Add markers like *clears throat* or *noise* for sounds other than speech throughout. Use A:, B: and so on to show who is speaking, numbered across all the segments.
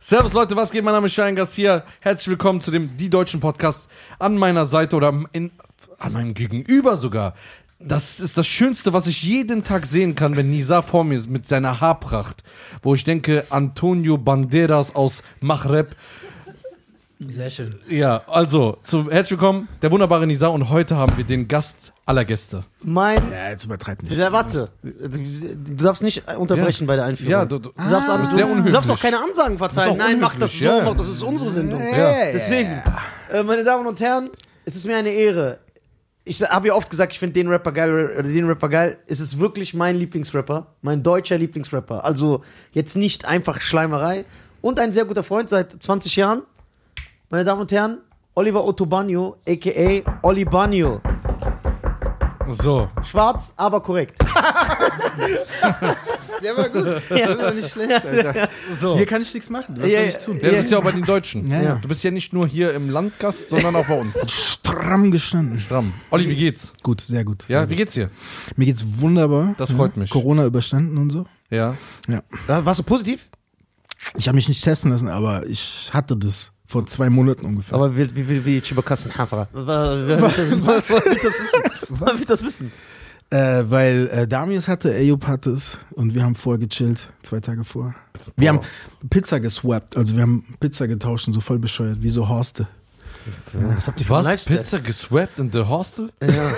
A: Servus Leute, was geht? Mein Name ist Schein Garcia. Herzlich willkommen zu dem Die Deutschen Podcast an meiner Seite oder in, an meinem Gegenüber sogar. Das ist das Schönste, was ich jeden Tag sehen kann, wenn Nisa vor mir ist mit seiner Haarpracht, wo ich denke, Antonio Banderas aus Maghreb.
B: Sehr schön.
A: Ja, also, zu, herzlich willkommen, der wunderbare Nisa und heute haben wir den Gast aller Gäste.
B: Mein.
C: Ja, jetzt übertreib nicht.
B: Ja, warte. Du darfst nicht unterbrechen bei der Einführung.
A: Ja, du- du-
B: du darfst,
A: Ah.
B: aber,
A: Bist sehr
B: du, du
A: unhöflich.
B: darfst auch keine Ansagen verteilen.
A: Bist auch
B: Nein, mach das
A: unhöflich,
B: so,
A: ja.
B: mach das ist unsere Sendung.
C: Ja.
B: Deswegen, äh, meine Damen und Herren, es ist mir eine Ehre. Ich habe ja oft gesagt, ich finde den Rapper geil, oder den Rapper geil. Es ist wirklich mein Lieblingsrapper, mein deutscher Lieblingsrapper. Also jetzt nicht einfach Schleimerei. Und ein sehr guter Freund seit 20 Jahren, meine Damen und Herren, Oliver Ottobagno, a.k.a. Oli Bagno.
A: So,
B: Schwarz, aber korrekt.
C: Der war gut. Das ist doch nicht schlecht, Alter.
A: so.
C: Hier kann ich nichts machen. Was
B: Ja,
C: soll ich tun?
A: Ja, du bist ja auch bei den Deutschen.
C: Ja, ja.
A: Du bist ja nicht nur hier im Landgast, sondern auch bei uns.
C: *laughs* Stramm gestanden.
A: Stramm. Olli, wie geht's?
C: Gut, sehr gut. Also,
A: Ja, wie geht's dir?
C: Mir geht's wunderbar. Mhm.
A: Das freut mich.
C: Corona überstanden und so.
A: Ja.
C: Ja.
B: Warst du positiv?
C: Ich habe mich nicht testen lassen, aber ich hatte das vor zwei Monaten ungefähr.
B: Aber wie, wie, wie, wie Chibakassen Hafra. Was was willst du das wissen? Was willst du das wissen?
C: äh, weil äh, Damius hatte, Ayub hatte es und wir haben vorher gechillt, zwei Tage vor. Wir
A: Wow.
C: haben Pizza geswappt, also wir haben Pizza getauscht und so voll bescheuert, wie so Horste.
B: Was habt ihr für
A: Was?
B: ein Lifestyle?
A: Pizza geswappt in the hostel?
C: *laughs*
B: Ja.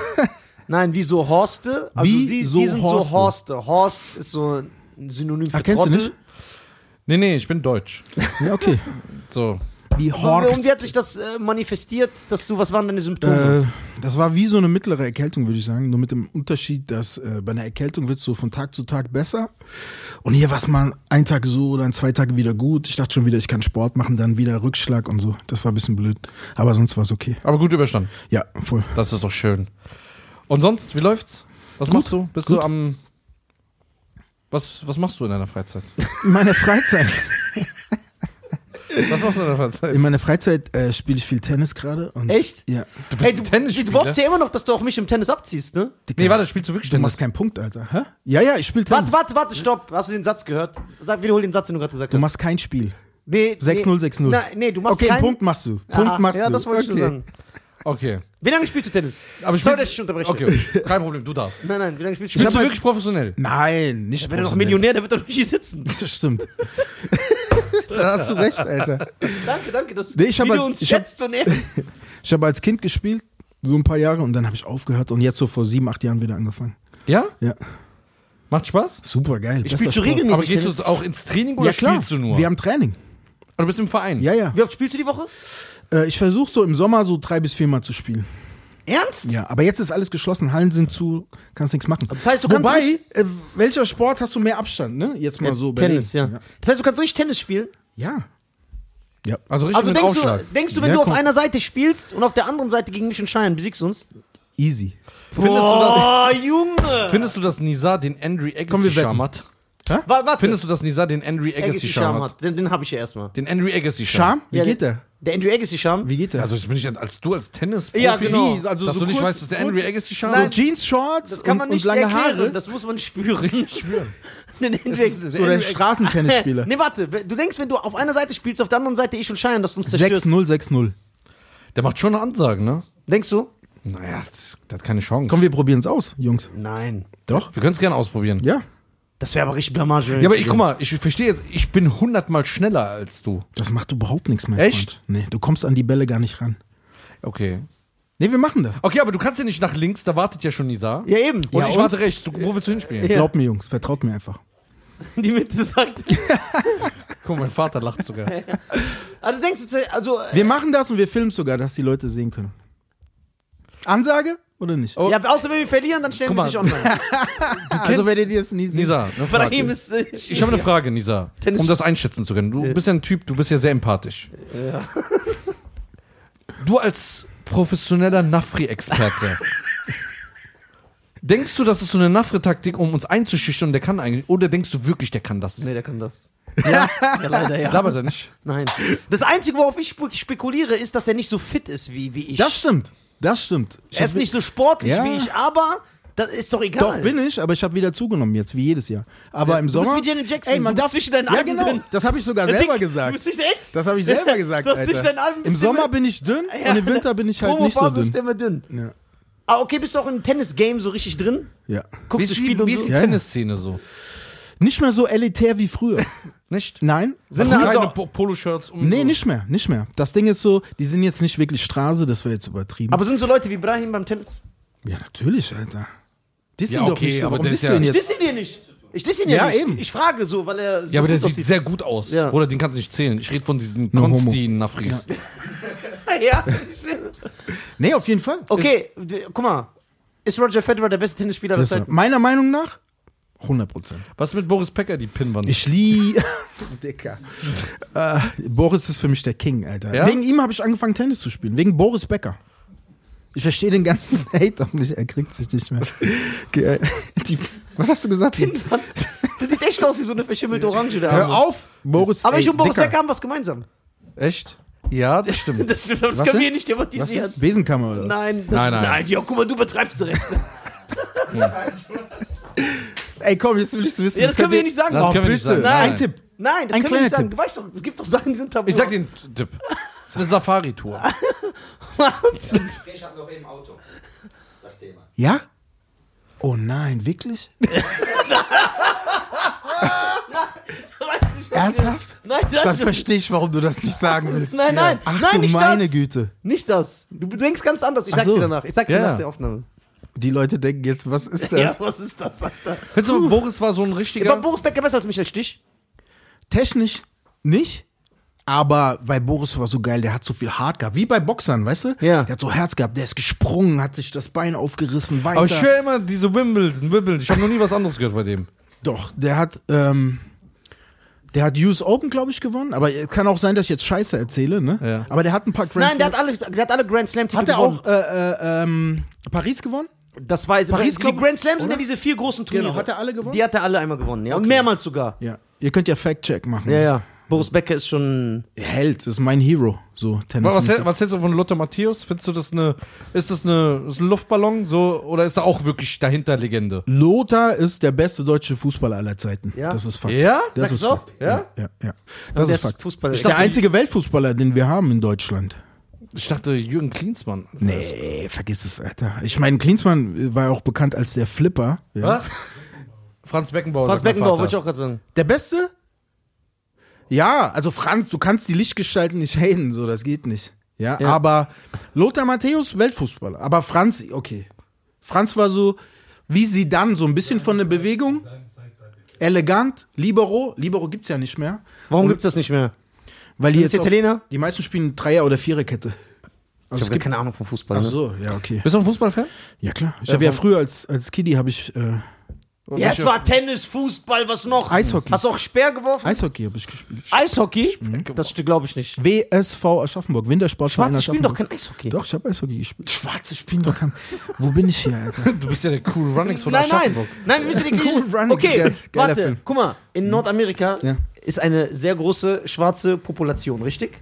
B: Nein, wie so Horste. Also
C: Wie
B: sie,
C: so
B: die sind
C: Horste.
B: so Horste. Horst ist so ein Synonym für
C: Ach, Ah, kennst du
B: Trottel.
C: nicht?
A: Nee, nee, ich bin deutsch.
C: Ja, okay.
A: So.
C: Wie
B: Und, und wie
C: Horst.
B: hat sich das äh, manifestiert, dass du, was waren deine Symptome?
C: Äh, das war wie so eine mittlere Erkältung, würde ich sagen. Nur mit dem Unterschied, dass äh, bei einer Erkältung wird so von Tag zu Tag besser. Und hier war es mal ein Tag so, dann zwei Tage wieder gut. Ich dachte schon wieder, ich kann Sport machen, dann wieder Rückschlag und so. Das war ein bisschen blöd. Aber sonst war es okay.
A: Aber gut überstanden.
C: Ja, voll.
A: Das ist doch schön. Und sonst, wie läuft's? Was machst du? Bist du
C: gut.
A: am. Was, was machst du in deiner Freizeit?
C: In meiner Freizeit.
A: Was machst du in deiner Freizeit?
C: In meiner Freizeit äh, spiele ich viel Tennis gerade. und-
B: Echt?
C: Ja.
A: Du
B: Ey, du, du
A: Tennisspieler?
B: behauptest ja immer noch, dass du auch mich im Tennis abziehst, ne?
A: Nee, warte, spielst du wirklich
C: Du machst
A: Tennis?
C: keinen Punkt, Alter. Hä? Ja, ja, ich spiele Tennis.
B: Warte, warte, warte, stopp. Hast du den Satz gehört? Sag, wiederhol den Satz, den du gerade gesagt
C: Du
B: hast.
C: machst kein Spiel.
B: nee,
C: 6-0, 6-0.
B: Nein, nee, du machst
C: okay,
B: keinen...
C: Punkt machst du.
B: Aha,
C: Punkt machst
B: ja,
C: du.
B: das wollte ich nur
C: Okay.
B: sagen.
A: Okay.
B: Wie lange spielst du Tennis?
A: Aber
B: Sorry,
A: spielst-
B: dass ich unterbreche.
A: Okay, kein Problem, du darfst.
B: Nein, nein, wie lange spielst du?
A: Spielst
B: halt-
A: du
B: Spielst
A: wirklich professionell?
C: Nein, nicht
B: du- Wenn er noch
C: professionell.
B: Millionär, der wird doch nicht hier sitzen.
C: Stimmt. da hast du recht, Alter.
B: Danke, danke, dass
C: Nee, ich hab
B: wie du
C: als-
B: uns
C: ich hab-
B: schätzt und ehrst.
C: Ich habe als Kind gespielt, so ein paar Jahre, und dann habe ich aufgehört und jetzt so vor sieben, acht Jahren wieder angefangen.
A: Ja?
C: Ja,
A: Macht Spaß?
C: super geil.
B: Ich spiel schon regelmäßig.
A: Aber gehst du auch ins Training oder
C: Ja, klar.
A: spielst du nur?
C: Wir haben Training.
A: du bist im Verein.
C: Ja, ja.
B: Wie oft spielst du die Woche?
C: Äh, ich versuche so im Sommer so drei bis viermal zu spielen.
B: Ernst?
C: Ja, aber jetzt ist alles geschlossen, Hallen sind zu, kannst nichts machen.
B: Das heißt, du kannst
C: Wobei,
B: richtig-
C: äh, welcher Sport hast du mehr Abstand, ne? Jetzt mal so überlegen.
B: Tennis, ja. Das heißt, du kannst richtig Tennis spielen.
C: Ja. Ja.
A: Also richtig
B: Also
A: mit
B: denkst
A: Aufschlag.
B: du, denkst du, wenn
C: Ja,
B: du auf
C: komm.
B: einer Seite spielst und auf der anderen Seite gegen mich und Schein besiegst du uns?
C: Easy.
A: findest, du, dass,
B: Boah, Junge!
A: findest du, dass Nisa den Andrew
C: Komm,
A: Agassi
C: wir wetten.
A: Charme hat?
B: Wa- Warte,
A: Findest du, dass Nisa den Andrew Agassi
B: Agassi
A: Charme
B: Charme
A: hat?
B: hat. Den, den habe ich ja erstmal.
A: Den Andrew Agassi Charme?
C: Charme? Wie
B: Ja,
C: geht
B: der-
C: der?
B: Der Andrew Agassi Charme.
C: Wie geht der?
A: Also ich bin nicht als du als Tennis
B: Ja, genau.
C: Wie? Also
A: dass
C: so
A: du nicht
C: kurz-
A: weißt, was der Andrew Agassi Charme
C: So
A: hat.
C: Jeans-Shorts
B: Das kann man
C: und, und
B: nicht
C: lange
B: erklären,
C: Haare.
B: das muss man
C: *laughs*
B: spüren. *laughs* Spüren. den Andrew
A: ist-
B: Agassi.
C: So der
B: *laughs*
C: Straßentennisspieler.
B: Nee, warte, du denkst, wenn du auf einer Seite spielst, auf der anderen Seite ich und Schein, dass du uns zerstörst.
C: 6-0, 6-0.
A: Der macht schon Ansagen, ne?
B: Denkst du?
A: Naja, das, der hat keine Chance.
C: Komm, wir probieren es aus, Jungs.
B: Nein.
C: Doch?
A: wir können es gerne ausprobieren.
C: Ja.
B: Das wäre aber richtig Blamage.
A: Ja, aber ich, guck mal, ich verstehe jetzt, ich bin hundertmal schneller als du.
C: Das macht überhaupt nichts, mein
A: Echt?
C: Freund. Nee, du kommst an die Bälle gar nicht ran.
A: Okay.
C: Nee, wir machen das.
A: Okay, aber du kannst ja nicht nach links, da wartet ja schon Nisa.
B: Ja, eben.
A: Und
C: Ja,
A: ich
C: und?
A: warte rechts. Du, wo willst du hinspielen?
B: Ja.
C: Glaubt mir, Jungs, vertraut mir einfach.
B: Die Mitte sagt.
A: Guck, mein Vater lacht
C: *laughs*
A: sogar.
B: Also denkst du, zu- also. äh,
C: Wir machen das und wir filmen sogar, dass die Leute sehen können. Ansage oder nicht?
A: Oh.
B: Ja, außer wenn wir verlieren, dann stellen
A: Guck
B: wir
A: mal.
B: sich
C: *laughs*
B: online.
C: also werdet ihr es nie sehen.
A: Nisa, eine
B: Von ihm
A: Frage.
B: ist. äh,
A: Ich habe eine Frage, Nisa,
B: Tennis-
A: um das einschätzen zu können. Du bist ja ein Typ, du bist ja sehr empathisch. Du als professioneller Nafri-Experte, denkst du, das ist so eine Nafri-Taktik, um uns einzuschüchtern, der kann eigentlich, oder denkst du wirklich, der kann das?
B: Nee, der kann das. Ja, ja leider, ja.
A: Labert er nicht?
B: Nein. Das Einzige, worauf ich spe- spekuliere, ist, dass er nicht so fit ist wie, wie ich.
C: Das stimmt. Das stimmt. Ich
B: er ist
C: hab-
B: nicht so sportlich
C: Ja.
B: wie ich, aber Das ist doch egal.
C: Doch bin ich, aber ich habe wieder zugenommen jetzt, wie jedes Jahr. Aber im
B: Du bist
C: Sommer.
B: wie Janet Jackson.
C: Ey, man
B: Du bist
C: darf
B: zwischen deinen
C: Ja,
B: Armen
C: genau.
B: drin.
C: Das habe ich sogar selber gesagt.
B: Du bist nicht echt.
C: Das habe
B: *laughs*
C: ich selber gesagt.
B: Das ist
C: Alter.
B: nicht dein Album,
C: Im
B: ist immer- *laughs*
C: Sommer bin ich dünn und im Winter bin ich halt nicht so
B: Promophase ist
C: dünn.
B: immer dünn.
C: Ja.
B: Ah, okay, bist du auch im Tennis-Game so richtig drin?
C: Ja.
A: Wie ist,
B: Guckst du Spiele
A: wie,
B: und
A: wie
B: so?
A: ist die
C: Ja, ja.
A: Tennisszene so?
C: Nicht mehr so elitär
B: *laughs*
C: wie früher.
A: Nicht?
C: Nein.
A: Sind
C: früher,
A: da keine
B: also-
A: Po- Poloshirts um?
C: nee,
A: so?
C: nicht mehr, nicht mehr. Das Ding ist so, die sind jetzt nicht wirklich Straße, das wäre jetzt übertrieben.
B: Aber sind so Leute wie Brahim beim Tennis?
C: ja, natürlich, Alter. Die sind
A: Ja,
C: doch
A: okay,
C: nicht so.
A: aber
C: Warum
A: der
C: bist
A: ist
C: du
A: ja-
C: denn
B: Ich
C: jetzt?
B: disse dir nicht. Ich disse ihn ja,
C: Ja,
B: nicht.
C: eben.
B: Ich frage so, weil er so
A: Ja, aber der
B: gut
A: sieht
B: aussieht.
A: sehr gut aus.
B: Ja.
A: Oder den kannst du nicht zählen. Ich rede von diesen
C: No homo.
A: Konsti-Nafris.
B: *laughs* Ja.
C: Nee, auf jeden Fall.
B: Okay, d- guck mal. Ist Roger Federer der beste Tennisspieler der
C: Das
B: Zeit?
C: meiner Meinung nach 100 Prozent.
A: Was mit Boris Becker, die Pinnwand?
C: Ich liebe. *laughs* Dicker. äh, Boris ist für mich der King, Alter.
A: Ja?
C: Wegen ihm habe ich angefangen, Tennis zu spielen. Wegen Boris Becker. Ich verstehe den ganzen *laughs* Hate auch nicht. Er kriegt sich nicht mehr. Ge- *laughs* Die, was hast du
B: *laughs*
C: gesagt?
B: Der sieht echt aus wie so eine verschimmelte Orange da.
C: Hör auf, Boris.
B: Aber ich
C: ey,
B: und Boris
C: Dicker.
B: Becker haben was gemeinsam.
A: Echt? Ja, das
B: *laughs*
A: stimmt.
B: Das, stimmt, das
C: Was
B: können
C: denn?
B: wir nicht
C: Was denn?
B: thematisieren.
C: Besenkammer oder was?
B: Nein, das
A: Nein, nein.
B: Ja, guck mal, du betreibst direkt.
C: *laughs* Ey, komm, jetzt will ich wissen.
B: Ja, das können
C: könnt
B: wir
C: ihr-
B: nicht sagen.
A: Das
C: Oh,
A: können wir nicht sagen.
C: bitte.
A: Nein.
C: Ein Tipp.
B: Nein, das
C: Ein
B: können wir nicht
C: kleiner
B: sagen.
C: Tipp.
B: Du weißt doch, es gibt doch Sachen, die sind tabu.
A: Ich sag den Tipp. Das ist eine Safari-Tour.
B: Ah.
D: Gespräch hatten wir auch eben Auto. Das Thema.
C: Ja? Oh
B: *laughs*
C: nein, wirklich?
B: Weiß nicht,
C: Ernsthaft?
B: Nein, das
C: Dann verstehe ich, warum du das nicht sagen willst.
B: Nein, nein,
C: Ach
B: nein,
C: du
B: nicht
C: meine
B: das.
C: Güte.
B: Nicht das. Du denkst ganz anders. Ich
C: Ach
B: sag's
C: so.
B: dir danach. Ich sag's dir
A: Ja.
B: nach der Aufnahme.
C: Die Leute denken jetzt, was ist das?
B: was ist das, Alter?
A: Findest du, Boris war so ein richtiger.
B: War Boris Becker besser als Michael Stich?
C: Technisch nicht. Aber bei Boris war so geil, der hat so viel Hart gehabt. Wie bei Boxern, weißt du?
B: Ja.
C: Der hat so Herz gehabt, der ist gesprungen, hat sich das Bein aufgerissen, weiter.
B: Oh,
A: Aber ich höre immer diese Wimbledon, Wimbledon. Ich habe noch nie was anderes gehört bei
B: *laughs*
A: dem.
C: Doch, der hat, ähm, der hat US Open, glaube ich, gewonnen. Aber es kann auch sein, dass ich jetzt Scheiße erzähle, ne?
A: Ja.
C: Aber der hat ein paar Grand
B: Nein, der hat alle, der hat alle Grand Slam Titel
C: Hat er
B: gewonnen.
C: auch äh, äh, ähm, Paris gewonnen?
B: Das war
C: Paris,
B: die
C: glaub-
B: Grand Slams sind ja
C: oder?
B: diese vier großen Turniere.
C: Genau, hat er alle gewonnen?
B: Die hat er alle einmal gewonnen, ja. Und mehrmals sogar.
C: Ja. Ihr könnt ja Fact-Check machen.
B: Ja,
C: Das
B: ja. Boris Becker ist schon.
C: ist- Held, ist mein Hero. So, Tennis.
A: Was, hält- was hältst du von Lothar Matthäus? Findest du das eine. Ist das eine, ist ein Luftballon? So, oder ist da auch wirklich dahinter Legende?
C: Lothar ist der beste deutsche Fußballer aller Zeiten.
B: Ja?
C: Das ist Fakt.
A: Ja?
C: Das
B: Sagst
C: ist
B: du?
C: Fakt.
A: Ja?
C: Ja, ja. Das
B: Der
C: ist
B: ist
C: Fakt.
B: Fußballer.
C: Ist
B: Ich
C: der
B: dachte,
C: einzige Weltfußballer, den wir haben in Deutschland.
A: Ich dachte, Jürgen Klinsmann.
C: Nee, vergiss es, Alter. Ich meine, Klinsmann war ja auch bekannt als der Flipper. Ja.
A: Was? Franz Beckenbauer.
B: Franz
A: sagt mein
B: Beckenbauer,
A: Vater.
B: wollte ich auch gerade sagen.
C: Der Beste? Ja, also Franz, du kannst die Lichtgestalten nicht haten, so, das geht nicht. Ja,
B: Ja.
C: aber Lothar Matthäus, Weltfußballer. Aber Franz, okay. Franz war so, wie sie dann, so ein bisschen von der Bewegung. Elegant, Libero. Libero gibt's ja nicht mehr.
B: Warum gibt's das nicht mehr?
C: Weil die
B: Sind
C: jetzt.
B: es Italiener?
C: Auf, die meisten spielen Dreier- oder Viererkette.
B: Ich
C: Also es
B: habe
C: gibt, Also,
B: keine Ahnung vom Fußball.
C: ach
B: Ne?
C: so, ja, okay.
A: Bist du ein
B: *laughs*
A: Fußballfan?
C: Ja, klar. Ich habe ja
A: von-
C: früher als, als Kiddie habe ich äh,
B: Ja, es war Tennis, Fußball, was noch?
C: Eishockey.
B: Hast du auch Speer geworfen?
C: Eishockey habe ich gespielt.
B: Eishockey? Das glaube ich nicht.
C: WSV Aschaffenburg, Wintersport.
B: Schwarze spielen doch kein Eishockey.
C: Doch, ich habe Eishockey gespielt. Schwarze spielen doch kein. *laughs* Wo bin ich hier, Alter?
A: Du bist ja der Cool Runnings von
B: nein, nein,
A: Aschaffenburg.
B: nein, wir müssen die gleiche.
C: Cool Runnings,
B: okay,
C: geil- geiler
B: warte,
C: Film.
B: guck mal, in Nordamerika
C: Ja.
B: ist eine sehr große schwarze Population, richtig?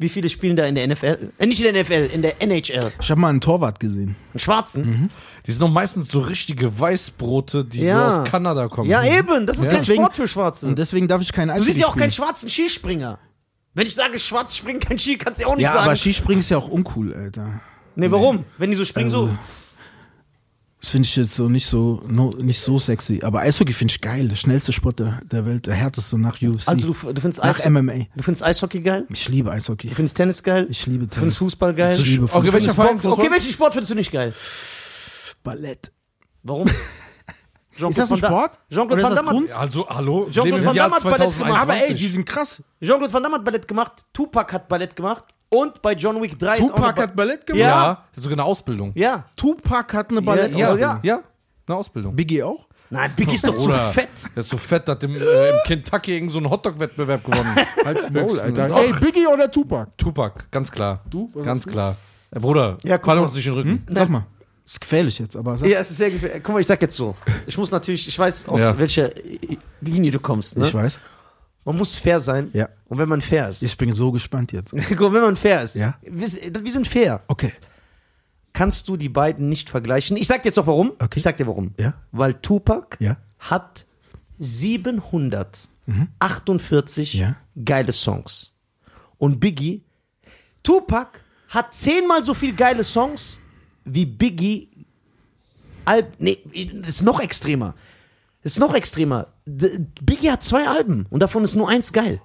B: Wie viele spielen da in der NFL? Äh, nicht in der NFL, in der NHL.
C: Ich habe mal einen Torwart gesehen.
B: Einen Schwarzen?
C: Mhm.
A: Die sind doch meistens so richtige Weißbrote, die
B: Ja.
A: so aus Kanada kommen.
B: Ja, eben, das ist kein
C: Deswegen-
B: Sport für Schwarze.
C: Und deswegen darf ich kein
B: du
C: Eishockey
B: siehst
C: spielen.
B: ja auch keinen schwarzen Skispringer. Wenn ich sage, schwarz springen kein Ski, kannst du ja auch nicht
C: Ja,
B: sagen.
C: aber Skispringen ist ja auch uncool, Alter.
B: nee, warum? Wenn die so springen, so.
C: Also- Das finde ich jetzt so nicht so no, nicht so sexy. Aber Eishockey finde ich geil. Der schnellste Sport der, der Welt, der härteste nach UFC.
B: Also, du, du, findest
C: nach
B: Eis,
C: MMA.
B: du findest Eishockey geil?
C: Ich liebe Eishockey.
B: Du findest Tennis geil?
C: Ich liebe
B: du findest
C: Tennis.
B: Fußball geil?
C: Ich liebe
A: Okay, welcher
C: Fußball.
A: Verein?
B: Okay, welchen Sport findest du nicht geil?
C: Ballett. *laughs*
B: Warum? Jean-Claude
C: Ist das
B: Van
C: ein
B: Damme-
C: Sport?
B: Jean-Claude
C: Oder ist
B: Van
C: das
B: Damme
C: Kunst?
B: hat-
A: Also, hallo?
B: Jean-Claude
A: Leben im
B: Van
A: Jahr
B: Damme hat Ballett gemacht.
A: 2021.
C: Aber ey, die sind krass.
B: Jean-Claude Van Damme hat Ballett gemacht, Tupac hat Ballett gemacht und bei John Wick 3 ist auch
C: Tupac
B: eine
C: hat Ballett gemacht.
A: Ja,
B: Ja.
A: sogar eine Ausbildung.
B: Ba Ja.
C: Tupac hat eine Ballett.
A: Ja,
B: Ausbildung.
A: ja. ja, eine Ausbildung.
C: Biggie auch?
B: Nein, Biggie ist doch zu
A: Bruder,
B: fett.
A: Der ist so fett, der hat im, äh, im Kentucky irgend so einen Hotdog-Wettbewerb *laughs* gewonnen.
C: Als
A: Maul, Alter.
C: Oh, Ey, Biggie oder Tupac?
A: Tupac, ganz klar.
C: Du? Was
A: Ganz
C: hast du?
A: klar. Äh, Bruder,
B: Ja,
A: ja,
B: guck
A: fall
B: mal.
A: uns nicht in den Rücken.
C: Sag mal. Ne. Ist gefährlich jetzt, aber sag.
B: Ja, es ist sehr gefährlich. Guck mal, ich sag jetzt so. Ich muss natürlich, ich weiß, aus
A: Ja.
B: welcher äh, Linie du kommst. Ne?
C: Ich weiß.
B: Man muss fair sein.
C: Ja.
B: Und wenn man *laughs* fair ist.
C: Ich bin so gespannt jetzt.
B: Guck mal, wenn man fair ist.
C: Ja.
B: Wir, s- wir sind fair.
C: Okay.
B: kannst du die beiden nicht vergleichen. Ich sag dir jetzt auch warum.
C: Okay.
B: Ich sag dir warum.
C: Ja.
B: Weil Tupac
C: Ja.
B: hat 748
C: Ja.
B: geile Songs. Und Biggie, Tupac hat zehnmal so viel geile Songs wie Biggie. Alb nee, das ist noch extremer. Das ist noch extremer. D Biggie hat zwei Alben und davon ist nur eins geil.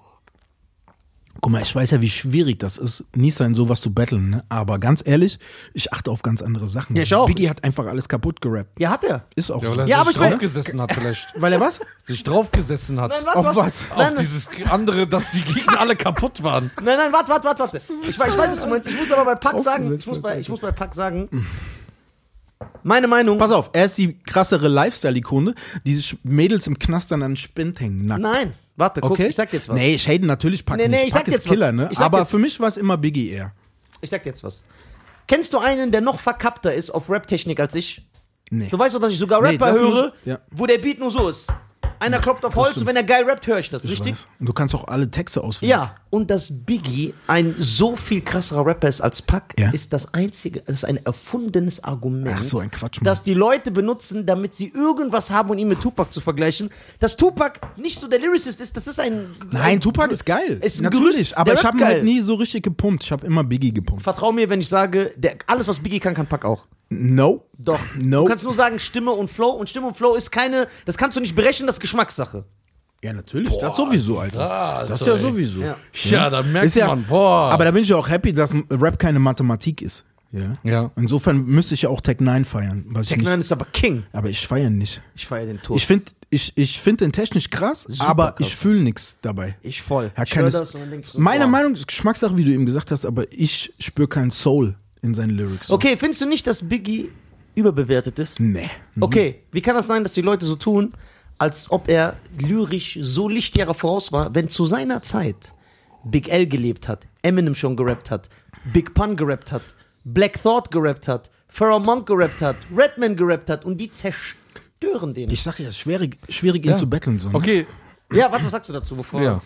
C: Guck mal, ich weiß ja, wie schwierig das ist, nicht sein sowas zu battlen, ne? Aber ganz ehrlich, ich achte auf ganz andere Sachen.
B: Ja, ich auch.
C: Biggie hat einfach alles kaputt gerappt.
B: Ja, hat er.
C: Ist auch
A: Ja,
C: so.
A: weil er
B: Ja, aber
A: sich
B: ich weiß-
A: draufgesessen hat vielleicht.
C: Weil er was?
A: Sich draufgesessen hat.
B: Nein, warte,
C: Auf
B: warte.
C: was?
A: auf
B: Nein, nein.
A: dieses andere, dass die Gegner alle kaputt waren.
B: Nein, nein, warte, warte, warte, warte. Ich, weiß- ich weiß, was du meinst. Ich muss aber bei Pack sagen, ich
C: Aufgesetzt
B: muss
C: wird
B: bei, ich muss bei Pack sagen, meine Meinung.
C: Pass auf, er ist die krassere Lifestyle-Ikone, die sich Mädels im Knast dann an den Spind hängen, nackt.
B: Nein, warte, guck,
C: Okay?
B: ich sag jetzt was.
C: Nee, ich hate natürlich Pack
B: Nee, nee,
C: nicht.
B: ich
C: Pack
B: sag
C: ist
B: jetzt was.
C: Killer, ne?
B: Ich sag
C: Aber
B: jetzt-
C: für mich war es immer Biggie eher.
B: Ich sag dir jetzt was. Kennst du einen, der noch verkappter ist auf Rap-Technik als ich?
C: Nee.
B: Du weißt doch, dass ich sogar
C: Nee,
B: Rapper
C: das muss-
B: höre,
C: ja.
B: wo der Beat nur so ist. Einer klopft auf Holz und
C: stimmt.
B: wenn er geil rappt, höre ich das,
C: Ich
B: richtig?
C: weiß. Und du kannst auch alle Texte auswählen.
B: Ja, und dass Biggie ein so viel krasserer Rapper ist als Pac,
C: Ja.
B: ist das einzige, das ist ein erfundenes Argument,
C: Ach, so ein Quatsch, Mann.
B: dass die Leute benutzen, damit sie irgendwas haben, um ihn mit Tupac zu vergleichen. Dass Tupac nicht so der Lyricist ist, das ist ein...
C: Nein, Tupac ist geil.
B: Ist ein
C: Natürlich,
B: Gerüst,
C: aber
B: der
C: ich habe ihn
B: rappt
C: halt
B: geil.
C: nie so richtig gepumpt. Ich habe immer Biggie gepumpt.
B: Vertrau mir, wenn ich sage, der, alles, was Biggie kann, kann Pac auch.
C: No.
B: Doch.
C: No.
B: Du kannst nur sagen Stimme und Flow und Stimme und Flow ist keine, das kannst du nicht berechnen, das ist Geschmackssache.
C: Ja, natürlich. das sowieso, Alter.
A: Alter,
C: das ist ja
A: ey.
C: sowieso.
B: Ja.
A: Hm? Ja, da merkt
C: Ist ja,
A: man, boah.
C: Aber da bin ich ja auch happy, dass Rap keine Mathematik ist. Ja.
A: Ja.
C: Insofern müsste ich ja auch Tech 9 feiern. Was
B: Tech
C: ich nicht,
B: 9 ist aber King.
C: aber ich feiere nicht.
B: Ich feiere den Tod.
C: Ich finde ich, ich find den technisch krass,
B: Super
C: aber
B: krass.
C: ich fühle nichts dabei.
B: Ich voll.
C: Ja,
B: ich höre
C: keines-
B: das und dann denk ich so,
C: meiner
B: boah.
C: Meinung ist Geschmackssache, wie du eben gesagt hast, aber ich spüre keinen Soul in seinen Lyrics.
B: Okay, findest du nicht, dass Biggie überbewertet ist?
C: Nee.
B: Okay, wie kann das sein, dass die Leute so tun, als ob er lyrisch so Lichtjahre voraus war, wenn zu seiner Zeit Big L gelebt hat, Eminem schon gerappt hat, Big Pun gerappt hat, Black Thought gerappt hat, Pharrell Monk gerappt hat, Redman gerappt hat und die zerstören den.
C: Ich sag ja, schwierig, schwierig ihn
A: Ja.
C: zu battlen. So, ne?
A: Okay,
B: ja, warte, was sagst du dazu, bevor?
A: ja.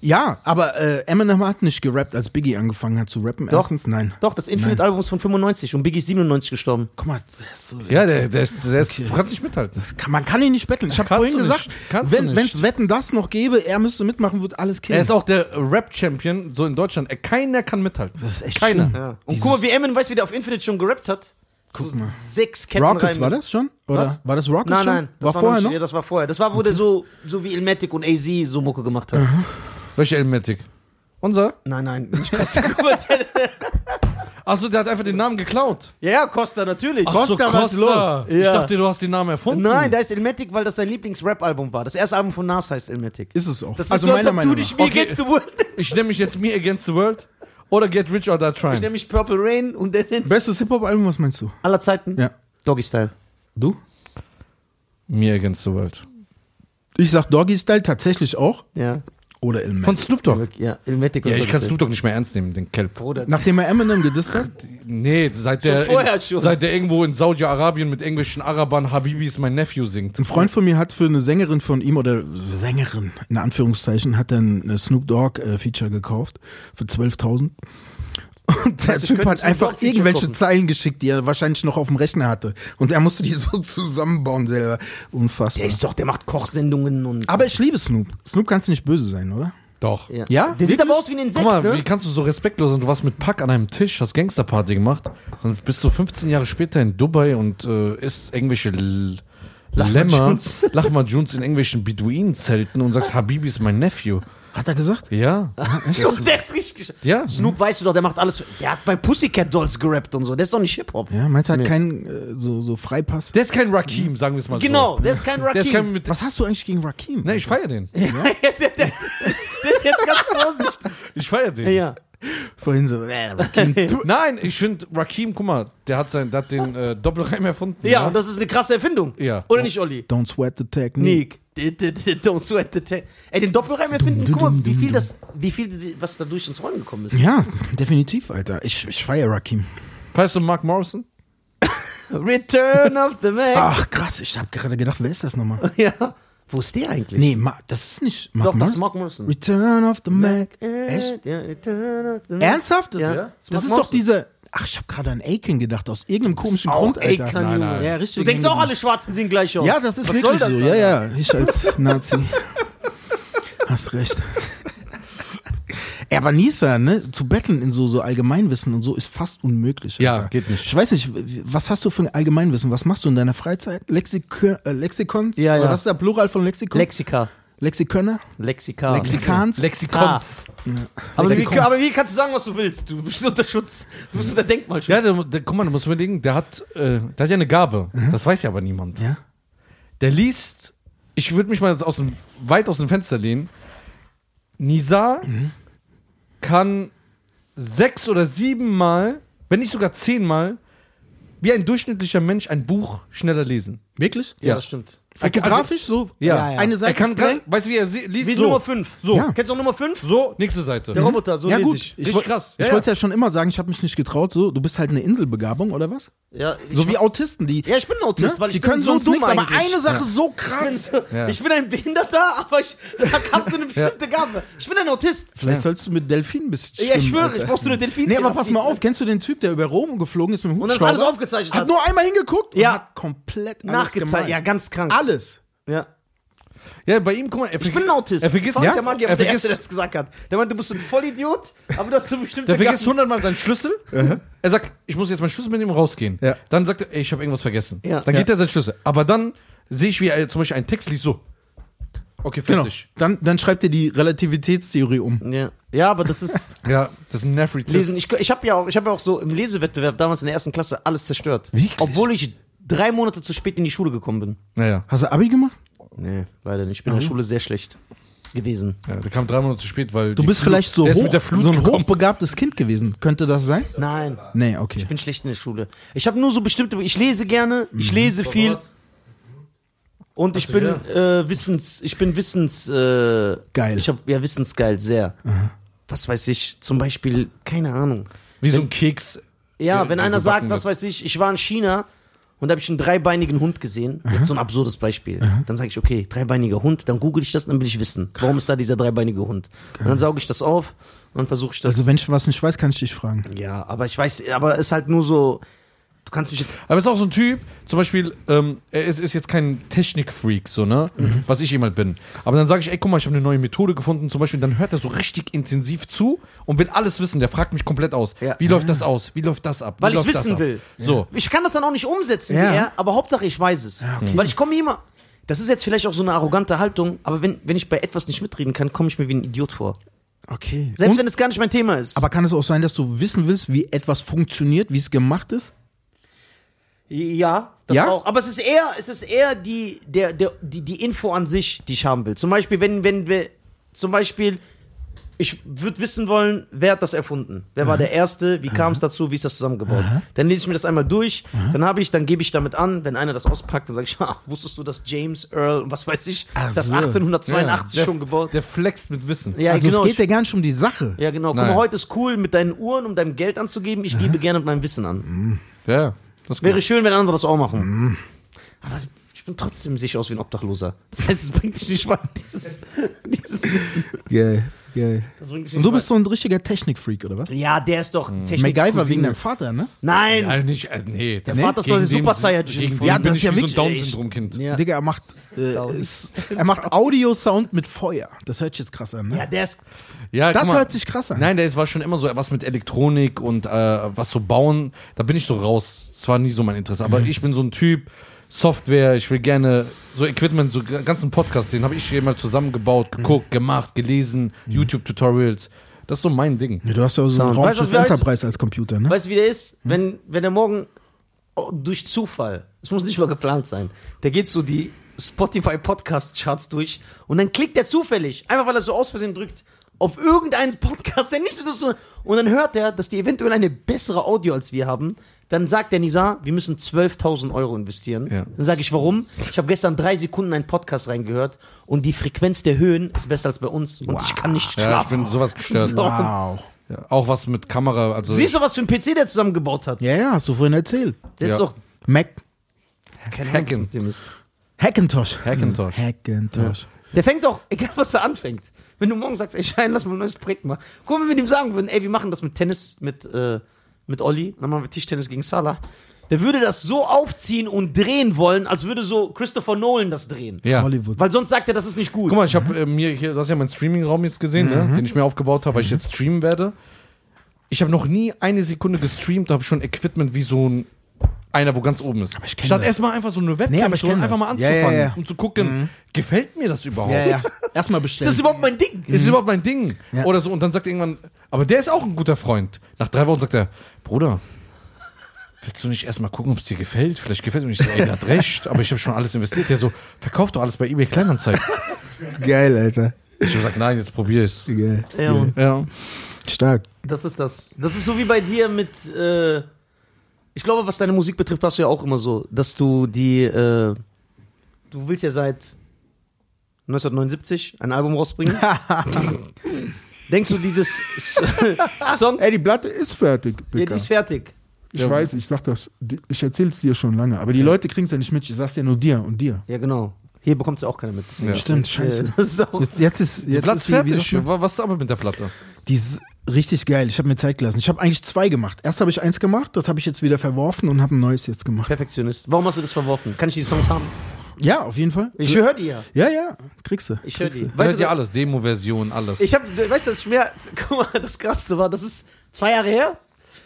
C: Ja, aber äh, Eminem hat nicht gerappt, als Biggie angefangen hat zu rappen. Erstens, nein.
B: Doch, das Infinite-Album ist von 95 und Biggie ist 97 gestorben.
C: Guck mal, der ist so,
A: Ja, der, der, der ist, du kannst nicht mithalten.
C: kann, man kann ihn nicht betteln. Ich habe
A: Kannst
C: vorhin
A: du
C: gesagt,
A: nicht. Kannst du
C: wenn
A: nicht.
C: es Wetten das noch gäbe, er müsste mitmachen, wird alles killen.
A: Er ist auch der Rap-Champion, so in Deutschland. Er, keiner kann mithalten.
C: das ist echt
A: Keiner.
C: schlimm.
B: Und guck mal, wie Eminem weiß, wie der auf Infinite schon gerappt hat. Guck so
C: mal.
B: Sechs Ketten
C: Rockets
B: rein.
C: war das schon? Oder
B: Was?
C: war das Rockets
B: Nein,
C: schon?
B: nein. das
C: War, vorher
B: nicht-
C: noch?
B: Ja, das war vorher. Das war, wo der so, so wie Ilmatic und AZ so Mucke gemacht hat.
A: Welcher Elmatic? Unser?
B: Nein, nein. Nicht Costa. Guck mal, der-
A: Achso, der hat einfach den Namen geklaut.
B: ja, ja, Costa, natürlich.
A: Ach so,
C: Costa, was
A: Costa.
C: los?
A: Ich
B: Ja.
A: dachte, du hast den Namen erfunden.
B: Nein, da ist Ilmatic, weil das sein Lieblings-Rap-Album war. Das erste Album von Nas heißt Ilmatic.
C: Ist es auch.
B: Das
C: also
B: ist so, als
C: meiner
B: ob du
C: Meinung
B: dich
C: nach.
B: mir
A: Okay.
B: against the world.
C: *laughs*
A: Ich nenne mich jetzt Me Against the World oder Get Rich or Die
B: Ich nehme
A: Trying.
B: mich Purple Rain und der nennt
C: Bestes Hip-Hop-Album, was meinst du?
B: aller Zeiten.
C: Ja.
B: Doggy Style.
C: Du?
A: Me Against the World.
C: Ich sag Doggy Style tatsächlich auch.
B: Ja.
C: Oder Illman.
A: Von Snoop Dogg.
B: Ja, Ilmatic und
A: Ja, ich
B: Doggy
A: kann
B: Style.
A: Snoop Dogg nicht mehr ernst nehmen, den Kelp.
B: Bruder,
C: Nachdem er Eminem gedisst hat?
A: Nee, seit der,
B: vorher
A: in,
B: schon.
A: seit der irgendwo in Saudi-Arabien mit englischen Arabern Habibi ist mein Nephew singt.
C: Ein Freund von mir hat für eine Sängerin von ihm, oder Sängerin in Anführungszeichen, hat dann eine Snoop Dogg-Feature gekauft für 12.000. Und der
B: ich
C: Typ
B: könnte
C: hat
B: ein Snoop
C: einfach
B: Dogg-Feature
C: irgendwelche
B: kaufen.
C: Zeilen geschickt, die er wahrscheinlich noch auf dem Rechner hatte. Und er musste die *laughs* so zusammenbauen selber. Unfassbar.
B: der ist doch, der macht Kochsendungen und.
C: Aber ich liebe Snoop. Snoop kannst du nicht böse sein, oder?
A: Doch.
C: Ja?
B: Der sieht aber aus wie ein Insekt,
A: Guck mal,
B: ne?
A: wie kannst du so respektlos sein? Du warst mit Pack an einem Tisch, hast Gangsterparty gemacht, dann bist du 15 Jahre später in Dubai und äh, isst irgendwelche L Lämmer,
B: *laughs* Lachmajuns.
A: Lachmajuns in irgendwelchen Beduinenzelten und sagst, Habibi ist mein Nephew.
C: Hat er gesagt?
B: *laughs*
A: Ja,
B: Und der ist richtig gesch-
A: ja.
B: Snoop, weißt du doch, der macht alles. Der hat bei Pussycat Dolls gerappt und so. Der ist doch nicht Hip-Hop.
C: Ja, meinst du, er hat keinen äh, so, so Freipass?
A: Der ist kein Rakim, sagen wir es mal
B: Genau,
A: so.
B: der ist kein Rakim.
A: Der ist kein mit.
C: Was hast du eigentlich gegen Rakim?
A: Ne, ich feier den.
B: *laughs* jetzt, der, der, der ist jetzt
A: *laughs*
B: ganz vorsichtig.
A: Ich feier den.
B: Ja.
C: Vorhin so, äh, Rakim. du-
A: Nein, ich finde Rakim, guck mal, der hat, sein, der hat den äh, Doppelreim erfunden.
B: ja, und das ist eine krasse Erfindung.
A: Ja.
B: Oder nicht, Olli?
C: Don't sweat the technique.
B: Nick. Don't sweat the tech. Ey, den Doppelreim erfinden, guck mal, wie viel das, wie viel, die- was da durch ins Rollen gekommen ist.
C: Ja, definitiv, Alter. Ich, ich feiere Rakim.
A: Weißt du Mark Morrison?
B: Return of the
A: Ah.
B: Mac.
C: Ach krass, ich habe gerade gedacht, wer ist das nochmal?
B: Ja. Wo ist der eigentlich?
C: *laughs* Nee, Ma das ist nicht Mark
B: Doch, das ist
C: Morrison.
B: Mark Morrison.
C: Return of the Mac. Echt?
B: Ja, Return of the Mac.
C: Ernsthaft?
B: Ja.
C: Das
B: Mark
C: ist doch
B: Morrison.
C: dieser ach, ich habe gerade an Aiken gedacht, aus irgendeinem komischen
B: auch
C: Grund, Alter.
B: Aiken,
A: Nein, nein.
B: Junge.
C: Ja,
B: Du
C: richtig.
B: denkst auch, alle Schwarzen sehen gleich aus.
C: Ja, das ist
B: Was
C: wirklich
B: soll das,
C: so.
B: Alter?
C: Ja, ja, ich als Nazi. Hast recht. Ja, aber Nissan, ne, zu betteln in so, so Allgemeinwissen und so ist fast unmöglich.
A: Ja,
C: Alter.
A: geht nicht.
C: Ich weiß nicht, w- was hast du für ein Allgemeinwissen? Was machst du in deiner Freizeit? Lexikö äh, Lexikon?
B: Ja, ja.
C: Was ist der Plural von Lexikon?
B: Lexika.
C: Lexikönner?
B: Lexika.
C: Lexikans?
A: Lexikons.
B: Aber, wie,
C: Lexikons.
B: aber wie kannst du sagen, was du willst? Du bist unter Schutz. Du bist unter Denkmalschutz.
A: Ja, der, der, guck mal, du musst überlegen, der hat, äh, der hat ja eine Gabe.
B: Mhm.
A: Das weiß ja aber niemand.
C: ja.
A: Der liest, ich würde mich mal jetzt aus dem, weit aus dem Fenster lehnen. Nizar kann sechs oder sieben Mal, wenn nicht sogar zehnmal, wie ein durchschnittlicher Mensch ein Buch schneller lesen.
C: Wirklich?
B: Ja,
A: Ja.
B: das stimmt.
C: Fotografisch so?
A: Ja,
B: Ja, ja.
C: Eine
A: er
C: Seite?
A: kann,
C: drei?
A: kann weißt du, wie er sie- liest?
B: Wie
A: so,
B: Nummer 5. So.
C: Ja.
B: Kennst du auch Nummer 5?
A: so, nächste Seite. Mhm.
B: Der Roboter, so
C: ja
B: lese
C: gut,
B: ich.
A: Richtig
C: woll-
A: krass.
C: Ich
A: Ja,
C: wollte ja schon immer sagen, ich habe mich nicht getraut. So, du bist halt eine Inselbegabung oder was?
B: Ja, ich,
C: So wie Autisten, die
B: ja, ich bin ein Autist, weil ich
C: die
B: bin
C: können
B: so
C: sonst
B: dumm
C: nichts, aber
B: eigentlich.
C: eine Sache so
B: Ich bin,
C: krass.
B: so,
A: Ja.
B: ich bin ein Behinderter, aber ich habe so
C: *laughs*
B: eine bestimmte Gabe. Ich bin ein Autist.
C: Vielleicht sollst du mit Delfinen ein bisschen
B: Ja, ich
C: schwimmen,
B: schwöre,
C: Alter.
B: ich brauch so eine Delfin.
C: Nee, aber pass mal auf, kennst du den Typ, der über Rom geflogen ist mit dem
B: genau. Und das
C: Hubschrauber?
B: alles aufgezeichnet
C: hat
B: hat.
C: nur einmal hingeguckt
B: Ja.
C: und hat komplett alles
B: Nachgezeigt.
C: gemalt.
B: Ja, ganz krank.
C: alles.
B: Ja.
A: ja, bei ihm, guck mal, er
B: Ich bin ein Autist.
A: Er vergisst,
B: Fast
A: ja,
B: der Mann, der,
A: er
B: der Erste, der
A: vergisst,
B: das gesagt hat. Der meint, du bist ein Vollidiot, aber du hast so bestimmte
A: der vergisst
B: Gaben.
A: hundertmal seinen Schlüssel. Er sagt, ich muss jetzt meinen Schlüssel mitnehmen und rausgehen.
C: Ja.
A: Dann sagt er, ey, ich habe irgendwas vergessen.
B: Ja.
A: Dann
B: Ja.
A: geht er seinen Schlüssel. Aber dann sehe ich, wie er zum Beispiel einen Text liest, so. Okay,
C: Genau.
A: fertig.
C: Dann, dann schreibt ihr die Relativitätstheorie um.
B: Ja. ja, aber *laughs* das ist
A: Ja, das ist ein nervy
B: Lesen. Ich, ich habe ja, auch- ich hab ja auch so im Lesewettbewerb damals in der ersten Klasse alles zerstört.
C: Wirklich?
B: Obwohl ich drei Monate zu spät in die Schule gekommen bin. Mhm.
A: Naja.
C: Hast du Abi gemacht?
B: Nee, leider nicht. Ich bin in der Schule sehr schlecht gewesen.
A: Ja, der kam drei Monate zu spät, weil.
C: Du bist vielleicht so,
A: der ist
C: hoch,
A: mit der Flut
C: so ein
A: gekommen.
C: hochbegabtes Kind gewesen. Könnte das sein?
B: Nein,
C: Nee, okay.
B: ich bin schlecht in der Schule. Ich habe nur so bestimmte. Ich lese gerne, ich lese viel und ich
A: du
B: bin äh, wissens. Ich bin wissens. Äh,
C: Geil.
B: Ich habe ja wissensgeil sehr. Was weiß ich? Zum Beispiel keine Ahnung.
A: Wie so ein Keks.
B: Ja,
A: Ja,
B: wenn
A: ja,
B: einer
A: gebacken
B: sagt, was
A: wird.
B: weiß ich, ich war in China und da habe ich einen dreibeinigen Hund gesehen, jetzt so ein absurdes Beispiel, dann sage ich, okay, dreibeiniger Hund, dann google ich das, dann will ich wissen, warum ist da dieser dreibeinige Hund? Und dann sauge ich das auf und dann versuche ich das.
C: Also wenn ich was nicht weiß, kann ich dich fragen.
B: ja, aber ich weiß, aber ist halt nur so, du kannst mich jetzt,
A: Aber ist auch so ein Typ, zum Beispiel, ähm, er ist, ist jetzt kein Technikfreak, so, ne?
B: Mhm.
A: Was ich jemand bin. Aber dann sage ich, ey, guck mal, ich habe eine neue Methode gefunden, zum Beispiel, dann hört er so richtig intensiv zu und will alles wissen. Der fragt mich komplett aus.
B: Ja.
A: Wie läuft das aus? Wie läuft das ab? Wie
B: Weil ich
A: läuft
B: wissen
A: das ab?
B: will.
A: So. Ah,
B: ich kann das dann auch nicht umsetzen,
C: Ja.
B: wie er, aber Hauptsache ich weiß es. Weil ich komme immer, das ist jetzt vielleicht auch so eine arrogante Haltung, aber wenn, wenn ich bei etwas nicht mitreden kann, komme ich mir wie ein Idiot vor.
C: Okay.
B: Selbst
C: Und,
B: wenn es gar nicht mein Thema ist.
C: aber kann es auch sein, dass du wissen willst, wie etwas funktioniert, wie es gemacht ist?
B: Ja, das
C: Ja?
B: auch. Aber es ist eher, es ist eher die, der, der, die, die Info an sich, die ich haben will. Zum Beispiel, wenn, wenn wir, zum Beispiel, ich würde wissen wollen, wer hat das erfunden? Wer war der Erste? Wie kam es dazu? Wie ist das zusammengebaut? Dann lese ich mir das einmal durch, dann habe ich, dann gebe ich damit an, wenn einer das auspackt, dann sage ich, *laughs* "Ha, wusstest du, dass James Earl, und was weiß ich,
C: Ach
B: das
C: so.
B: 1882
A: der,
B: schon gebaut?
A: Der flext mit Wissen.
B: ja,
C: also
B: genau.
C: es geht ja gar nicht um die Sache.
B: ja, genau. Guck
A: Nein.
B: mal, heute ist cool, mit deinen Uhren, um deinem Geld anzugeben. Ich gebe gerne mit meinem Wissen an.
A: ja das ist gut.
B: Wäre schön, wenn andere das auch machen.
C: Mhm.
B: Aber ich bin trotzdem sicher aus wie ein Obdachloser. Das heißt, es bringt dich nicht weit, dieses, dieses Wissen.
C: Geil, geil.
B: Das bringt dich nicht
C: Und du
B: weit.
C: bist so ein richtiger Technikfreak, oder was?
B: Ja, der ist doch Technik.
C: MacGyver wegen deinem Vater, ne?
B: Nein!
A: Ja, nicht, äh, nee, der
B: Nee? Vater ist doch ein
A: gegen
B: Super
A: den-
B: Saiyajin.
A: Gegen
C: Ja,
A: ja,
C: das
A: bin
C: ist
A: ich
C: ja
A: wie so ein
C: wirklich-
A: Down-Syndrom-Kind.
B: Ja.
C: Digga, er *laughs* macht, äh, es- er macht Audio-Sound mit Feuer. Das hört sich jetzt krass an, ne?
B: Ja, der ist.
A: Ja,
C: das
A: guck mal.
C: hört sich krass an.
A: Nein, der ist, war schon immer so was mit Elektronik und äh, was so bauen. Da bin ich so raus. Das war nie so mein Interesse.
C: Mhm.
A: Aber ich bin so ein Typ, Software, ich will gerne so Equipment, so g- ganzen Podcast, den habe ich hier mal
C: Mhm.
A: zusammengebaut, geguckt, gemacht, gelesen, YouTube-Tutorials. Das ist so mein Ding.
C: Ja, du hast ja so ein
B: Sound.
C: Raumschiff
B: Weißt du, was-
C: Enterprise als Computer, ne?
B: Weißt du, wie der ist? Wenn, wenn der morgen oh, durch Zufall, es muss nicht mal geplant sein, der geht so die Spotify Podcast Charts durch und dann klickt er zufällig, einfach weil er so aus Versehen drückt, auf irgendeinen Podcast, der nicht so so- und dann hört er, dass die eventuell eine bessere Audio als wir haben. Dann sagt der Nisa, wir müssen 12.000 Euro investieren.
A: Ja.
B: Dann sage ich, warum? Ich habe gestern drei Sekunden einen Podcast reingehört und die Frequenz der Höhen ist besser als bei uns und ich kann
A: Ja,
B: nicht
A: ich
B: schlafen.
A: bin sowas gestört.
B: So.
C: Wow.
A: Ja, auch was mit Kamera, also
B: Siehst du, was für ein PC der zusammengebaut hat?
C: Ja, ja, hast du vorhin erzählt.
B: Der ist
A: Ja.
B: doch
C: Mac
A: Hacken.
B: keine Ahnung, was mit dem ist.
C: Hackintosh. Mhm.
A: Hackintosh.
C: Hackintosh.
B: Der fängt doch, egal was er anfängt. Wenn du morgen sagst, ey Schein, lass mal ein neues Projekt machen. Guck mal, wenn wir dem sagen würden, ey, wir machen das mit Tennis, mit, äh, mit Olli, dann machen wir Tischtennis gegen Salah. Der würde das so aufziehen und drehen wollen, als würde so Christopher Nolan das drehen.
A: Ja.
C: Hollywood.
B: Weil sonst sagt er, das ist nicht gut.
A: Guck mal, ich habe äh, mir hier, du hast ja meinen Streaming-Raum jetzt gesehen,
C: Mhm.
A: ne? den ich mir aufgebaut habe, weil ich jetzt streamen werde. Ich habe noch nie eine Sekunde gestreamt, da habe ich schon Equipment wie so ein einer, wo ganz oben ist.
C: ich kenn
A: Statt
C: das.
A: erstmal einfach so eine Webcam
C: Nee, aber ich
A: zu
C: kenn
A: holen, einfach
C: das.
A: mal
C: Ja, ja,
A: anzufangen
C: ja.
A: und zu gucken, gefällt mir das überhaupt?
C: Ja, ja. Erstmal
B: ist
C: bestellen.
B: das überhaupt mein Ding?
A: Ist das überhaupt mein Ding?
C: Ja.
A: Oder so. Und dann sagt irgendwann, aber der ist auch ein guter Freund. Nach drei Wochen sagt er, Bruder, willst du nicht erstmal gucken, ob es dir gefällt? Vielleicht gefällt es mir nicht. Ich so, ey, der hat recht, aber ich habe schon alles investiert. Der so, verkauf doch alles bei eBay Kleinanzeigen.
C: Geil, Alter.
A: Ich habe gesagt, nein, jetzt probier es.
C: Geil.
B: Ja, Mann.
A: Ja.
C: Stark.
B: Das ist das. Das ist so wie bei dir mit. Äh, ich glaube, was deine Musik betrifft, warst du ja auch immer so, dass du die. Äh, du willst ja seit 1979 ein Album rausbringen. Denkst du, dieses S- Song.
C: Ey, die Platte ist fertig,
B: Ja,
C: Dicker.
B: die ist fertig.
C: ich
A: Ja.
C: weiß, ich sag das, die- ich erzähl's dir schon lange, aber die Leute kriegen's ja nicht mit, ich sag's ja nur dir und dir.
B: Ja, genau. Hier bekommt sie auch keiner mit.
A: Ja.
C: Stimmt,
B: Äh, das ist auch.
C: Jetzt, jetzt ist jetzt
A: Platz
C: ist die- wie
A: fertig.
C: sagt man?
A: Wa- Was ist aber mit der Platte?
C: Die ist richtig geil. Ich habe mir Zeit gelassen. Ich habe eigentlich zwei gemacht. Erst habe ich eins gemacht, das habe ich jetzt wieder verworfen und habe ein neues jetzt gemacht.
B: Perfektionist. Warum hast du das verworfen? Kann ich die Songs haben?
C: Ja, auf jeden Fall.
B: Ich höre die ja.
C: ja, ja, kriegst du.
B: Ich höre die.
C: Kriegst du.
A: Weißt
B: Weißt
A: du,
B: du,
A: ja alles, Demo-Version, alles.
B: Ich hab, weißt du, was ich mir, *laughs* guck mal, das Krasseste war, das ist zwei Jahre her.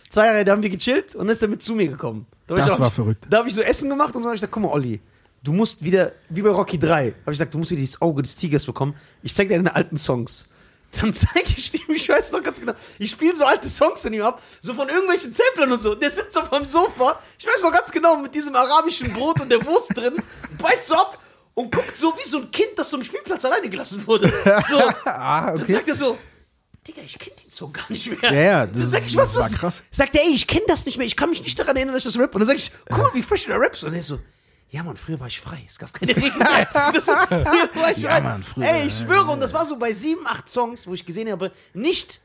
B: Zwei Jahre her, da haben wir gechillt und dann ist er mit zu mir gekommen. Da hab
C: Das
B: ich,
C: war
B: ich,
C: verrückt.
B: Da habe ich so Essen gemacht und dann habe ich gesagt, guck mal, Olli, du musst wieder, wie bei Rocky 3, habe ich gesagt, du musst wieder dieses Auge des Tigers bekommen. Ich zeig dir deine alten Songs. Dann *laughs* zeige ich ihm, ich weiß noch ganz genau, ich spiele so alte Songs von ihm ab, so von irgendwelchen Samplern und so. Der sitzt so beim Sofa, ich weiß noch ganz genau, mit diesem arabischen Brot und der Wurst drin, *laughs* beißt so ab und guckt so wie so ein Kind, das so im Spielplatz alleine gelassen wurde. So,
C: *laughs* Ah,
B: dann
C: okay.
B: sagt er so, Digga, ich kenne den Song gar nicht mehr.
C: Ja, ja,
B: dann
C: das,
B: sag
C: ist,
B: ich, was,
C: das war
B: was?
C: krass.
B: Sagt er, ey, ich kenne das nicht mehr, ich kann mich nicht daran erinnern, dass ich das rappe. Und dann sag ich, guck mal, wie fresh du da rappst. Und er so, ja, Mann, früher war ich frei, es gab
C: *laughs*
B: keine Regeln mehr. Das ist, früher war ich
C: Ja,
B: frei.
C: Mann, früher,
B: Ey, ich schwöre, und das war so bei sieben, acht Songs, wo ich gesehen habe, nicht,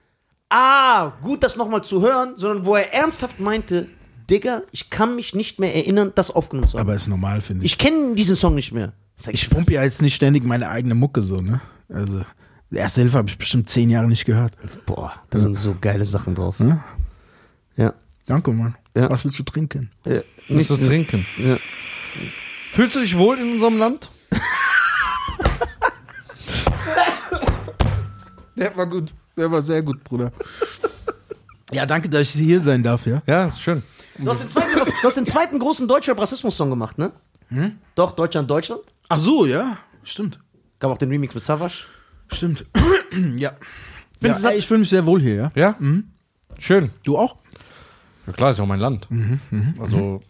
B: ah, gut, das nochmal zu hören, sondern wo er ernsthaft meinte, Digga, ich kann mich nicht mehr erinnern, das aufgenommen zu haben.
C: Aber ist normal, finde ich.
B: ich kenne diesen Song nicht mehr. Sag
C: Ich pumpe ja jetzt nicht ständig meine eigene Mucke so, ne? Also, Erste Hilfe habe ich bestimmt zehn Jahre nicht gehört.
B: boah, da sind so geile Sachen drauf.
C: Ne?
B: Ja.
C: Danke, Mann.
B: Ja.
C: Was willst du trinken?
B: Ja,
A: Nicht zu trinken.
B: Ja.
A: Fühlst du dich wohl in unserem Land?
C: Der war gut. Der war sehr gut, Bruder. *laughs* ja, danke, dass ich hier sein darf, ja?
A: Ja, ist schön.
B: Du, hast den zweiten, du hast- du hast den zweiten großen Deutschrap-Rassismus-Song gemacht, ne?
C: Hm?
B: Doch, Deutschland, Deutschland.
C: Ach so, ja. Stimmt.
B: Gab auch den Remix mit Savage.
C: Stimmt. *clears throat* ja.
B: Findest du, es
C: ja
B: hat-
C: ey, ich fühle mich sehr wohl hier, ja?
A: Ja? Schön.
C: Du auch?
A: Ja, klar, ist ja auch mein Land. Also,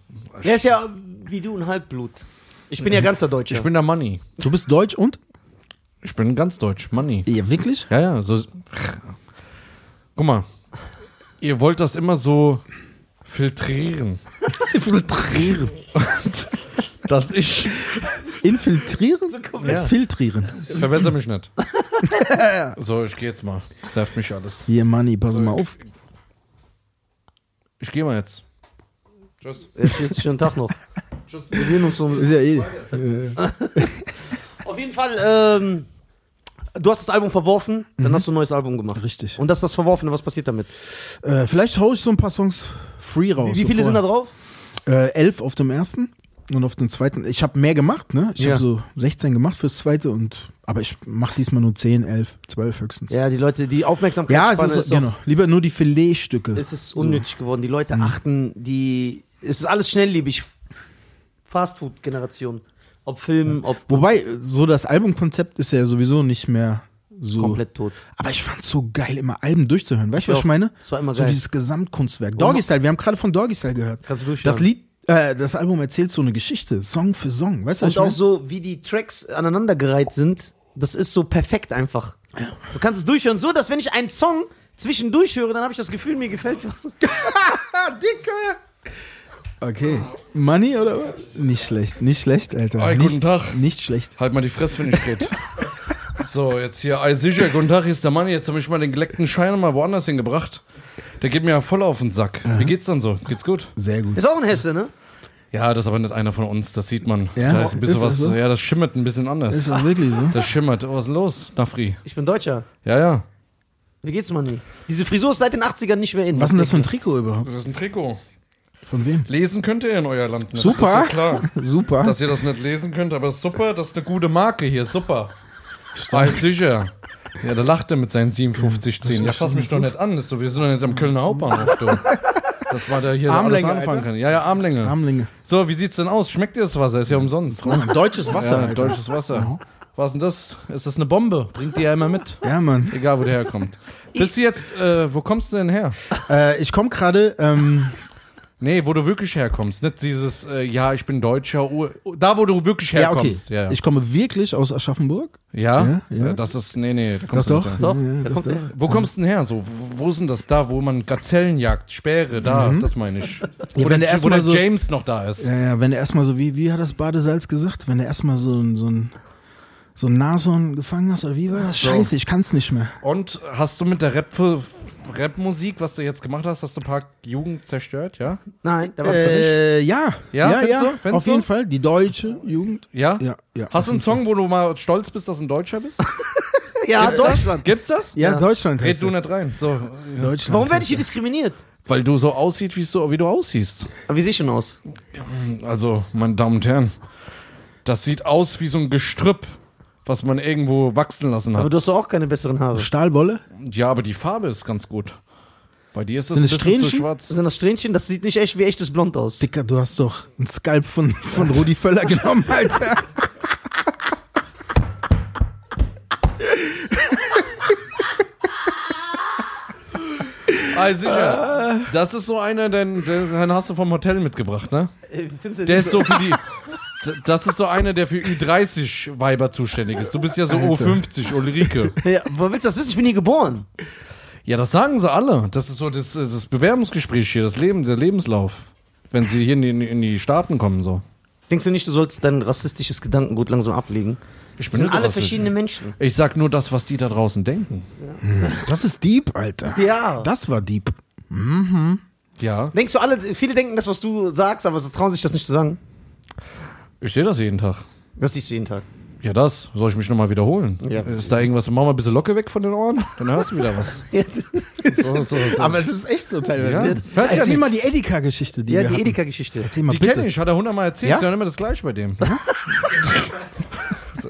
B: Der ist ja wie du ein Halbblut. Ich
C: Mhm.
B: bin ja ganzer Deutscher.
A: ich bin der Money.
C: Du bist deutsch und?
A: Ich bin ganz deutsch. Money.
C: Ja, wirklich?
A: Ja, ja, so. Guck mal. Ihr wollt das immer so filtrieren,
C: *laughs* Infiltrieren.
A: dass ich. *laughs*
C: Infiltrieren?
B: komplett.
C: Ja. Filtrieren.
A: Ich verbessere mich *laughs* nicht. So, ich gehe jetzt mal. Das nervt mich alles.
C: Hier, Manni, pass mal auf.
A: Ich gehe mal jetzt. Tschüss.
B: Ja, schließlich schönen Tag
C: *laughs*
B: noch. Wir sehen uns so.
C: Ist ja eh. Äh,
B: Auf jeden Fall, ähm, du hast das Album verworfen, dann hast du ein neues Album gemacht.
C: Mhm. Richtig.
B: Und das ist das Verworfene, was passiert damit?
C: äh, vielleicht hau ich so ein paar Songs free raus.
B: wie viele sind da drauf?
C: Äh, elf auf dem ersten und auf dem zweiten. Ich habe mehr gemacht, ne? Ich
A: Ja.
C: habe so 16 gemacht fürs zweite und aber ich mache diesmal nur 10, 11, 12 höchstens. Ja,
B: Ja, die Leute, die Aufmerksamkeit
C: es ist,
B: auch-
C: genau. Mhm. Lieber nur die Filetstücke.
B: es ist unnötig geworden. Die Leute achten, die. Es ist alles schnelllebig. Fastfood-Generation. Ob Film, ob
C: Wobei so das Albumkonzept ist ja sowieso nicht mehr so
B: komplett tot.
C: Aber ich fand's so geil, immer Alben durchzuhören. Weißt du,
B: Ich
C: was
B: auch.
C: ich meine?
B: Das war immer
C: so
B: geil.
C: dieses Gesamtkunstwerk. Doggy Style, wir haben gerade von Doggy Style gehört.
B: Kannst du durchhören.
C: Das Lied, äh, das Album erzählt so eine Geschichte, Song für Song. Weißt du, was
B: Und
C: ich
B: auch
C: meine?
B: so, wie die Tracks aneinandergereiht sind, das ist so perfekt einfach. Du kannst es durchhören, so dass wenn ich einen Song zwischendurch höre, dann habe ich das Gefühl, mir gefällt was.
C: Ah, Dicke! Okay. Money oder was? Nicht schlecht, nicht schlecht, Alter.
A: Ey,
C: nicht,
A: guten Tag.
C: Nicht schlecht.
A: Halt mal die Fresse, wenn ich
C: *laughs*
A: rede. So, jetzt hier, ey, sicher, guten Tag, hier ist der Mann. Jetzt habe ich mal den geleckten Schein mal woanders hingebracht. Der geht mir ja voll auf den Sack. Wie geht's dann so? Geht's gut?
C: Sehr gut.
B: Ist auch ein Hesse, ne?
A: Ja, das ist aber nicht einer von uns, das sieht man.
C: Ja?
A: Da ist ein bisschen
C: Ist das
A: was.
C: so?
A: Ja, das schimmert ein bisschen anders.
C: Ist das wirklich so?
A: Das schimmert. Oh, was ist los, Nafri?
B: Ich bin Deutscher.
A: Ja, ja.
B: Wie geht's, Manni? Diese Frisur ist seit den 80ern nicht mehr in.
C: Was ist denn das für ein Trikot überhaupt?
A: Das ist ein Trikot.
C: Von wem? *laughs*
A: Lesen könnt ihr in euer Land nicht.
C: Super.
A: Das ist ja klar,
C: Super.
A: dass ihr das nicht lesen könnt, aber super, das ist eine gute Marke hier, super. Stark. sicher. Ja, da lacht er mit seinen 5710. Ja, fass mich doch nicht an. Das ist so, wir sind doch jetzt am Kölner Hauptbahnhof, du. Das war der hier, der
C: Armlänge,
A: alles anfangen
C: Alter.
A: kann. Ja, ja, Armlänge.
C: Armlinge.
A: so, wie sieht's denn aus? Schmeckt dir das Wasser? Ist ja umsonst. Ne?
C: Deutsches Wasser.
A: Ja,
C: Alter. Mhm.
A: deutsches Wasser. Was ist denn das? Ist das eine Bombe? Bringt die ja immer mit.
C: Ja, Mann.
A: Egal, wo der herkommt. Bist du jetzt, äh, wo kommst du denn her?
C: Äh, ich komme gerade. Ähm,
A: Nee, wo du wirklich herkommst. Nicht dieses, äh, ja, ich bin Deutscher. Ur da, wo du wirklich
C: ja, okay.
A: herkommst. Ja, ja.
C: Ich komme wirklich aus Aschaffenburg.
A: ja?
C: Ja, ja.
A: Äh, Das ist, nee, nee. da
C: Das
A: kommst du
C: doch?
A: nicht her.
B: Doch,
C: Ja, ja,
B: da
C: doch,
B: kommt
C: doch.
B: er.
A: Wo kommst du denn her? So, wo- wo ist denn das da, wo man Gazellen jagt? Späre, da, das meine ich. Wo,
C: Mhm. wenn der
A: der,
C: erst
A: wo
C: mal
A: der
C: so-
A: James noch da ist.
C: Ja, ja, wenn er erstmal so, wie, wie hat das Badesalz gesagt? Wenn er erstmal so ein, so ein, so ein Nashorn gefangen hast, oder wie war das? Scheiße, ich kann's nicht mehr.
A: Und hast du mit der Rap Rap-Musik, was du jetzt gemacht hast, hast du ein paar Jugend zerstört, ja?
B: Nein, da warst du nicht.
C: Äh, ja,
A: Ja,
C: ja,
A: findest
C: ja.
A: du? Findest
C: auf jeden
A: du?
C: Fall. Die deutsche Jugend.
A: Ja?
C: Ja, ja.
A: Hast du einen Song, wo du mal stolz bist, dass du ein Deutscher
C: *laughs*
A: bist?
B: Ja, Deutschland.
A: Gibt's das?
C: Ja,
B: Ja.
C: Deutschland.
A: Red
C: heißt
A: du
C: er.
A: nicht rein. So, ja.
C: Deutschland.
B: Warum werde ich hier diskriminiert?
A: Weil du so aussiehst, wie du, wie du aussiehst.
B: Aber wie sehe ich denn aus?
A: Also, meine Damen und Herren, das sieht aus wie so ein Gestrüpp, was man irgendwo wachsen lassen hat.
B: Aber du hast doch auch keine besseren Haare.
C: Stahlwolle?
A: ja, aber die Farbe ist ganz gut. Bei dir ist es ein
C: Sind es
A: bisschen zu
C: Strähnchen?
A: schwarz.
B: Sind das Strähnchen? Das sieht nicht echt wie echtes Blond aus.
C: Dicker, du hast doch einen Skalp von, von Rudi Völler genommen, Alter.
A: Ah, sicher. Das ist so einer, den, den hast du vom Hotel mitgebracht, ne?
B: Äh,
A: Der ist so für die. D- Das ist so einer, der für Ü30-Weiber zuständig ist. Du bist ja so O50, Ulrike.
B: Ja, wo willst du das wissen? Ich bin hier geboren.
A: Ja, das sagen sie alle. Das ist so das, äh, das Bewerbungsgespräch hier, das Leben, der Lebenslauf. Wenn sie hier in die, in die Staaten kommen, so.
B: Denkst du nicht, du solltest dein rassistisches Gedankengut langsam ablegen?
A: Ich
B: Das sind
A: nicht
B: alle
A: rassistisch.
B: verschiedene Menschen.
A: Ich sag nur das, was die da draußen denken.
C: Das ist Dieb, Alter.
B: Ja.
C: Das war Dieb.
A: Ja,
B: Denkst du alle, viele denken das, was du sagst, aber sie trauen sich das nicht zu sagen?
A: ich sehe das jeden Tag.
B: Das siehst du jeden *laughs* Tag.
A: Ja, das. Soll ich mich nochmal wiederholen?
B: Ja.
A: Ist da irgendwas? Mach mal ein bisschen locker weg von den Ohren, dann hörst du wieder was. *laughs* So, so, so.
C: Aber es ist echt so teilweise.
A: Ja, das weiß ja
C: Erzähl
A: nix.
C: mal die Edeka-Geschichte, die
B: Ja,
C: wir
B: die
C: hatten.
B: Edeka-Geschichte.
C: Erzähl mal
A: Die
C: bitte.
A: kenne ich, hat er hundertmal erzählt.
C: Ja?
A: Ist ja immer das Gleiche bei dem.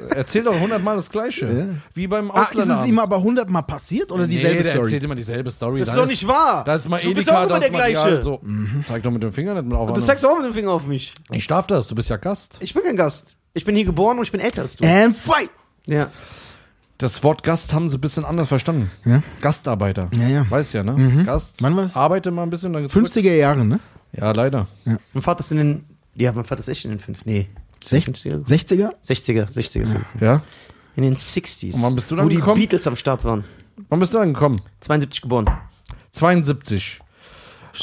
A: Erzähl doch hundertmal das Gleiche. Wie beim
C: Ah, ist es
A: Ausländeramt.
C: ihm aber hundertmal passiert oder dieselbe
A: nee, der
C: Story?
A: erzählt immer dieselbe Story.
B: Das
A: Da
B: ist doch nicht wahr.
A: Da ist mal
B: du bist
A: Edeka,
B: auch
A: da
B: immer
A: ist
B: der
A: Material,
B: gleiche.
A: So, zeig doch mit dem Finger nicht mit auf.
B: Du
A: anderen.
B: zeigst auch mit dem Finger auf mich.
A: Ich darf das, du bist ja Gast.
B: Ich bin kein Gast. Ich bin hier geboren und ich bin älter als du.
C: And fight!
B: Ja.
A: Das Wort Gast haben sie ein bisschen anders verstanden.
C: Ja.
A: Gastarbeiter.
C: Ja, ja.
A: Weißt ja, ne? Gast.
C: Wann war's?
A: Arbeite mal ein bisschen. Dann geht's zurück.
C: 50er Jahre, ne?
A: Ja, leider.
B: Mein Vater ist in den. Ja, mein Vater ist echt in den 5. Nee. 60er?
C: 60er?
B: 60er, 60er. so.
A: Ja.
B: In den 60s.
A: Und wann bist du dann
B: Wo die
A: gekommen?
B: Beatles am Start waren.
A: Wann bist du dann gekommen?
B: 72 geboren.
A: 72.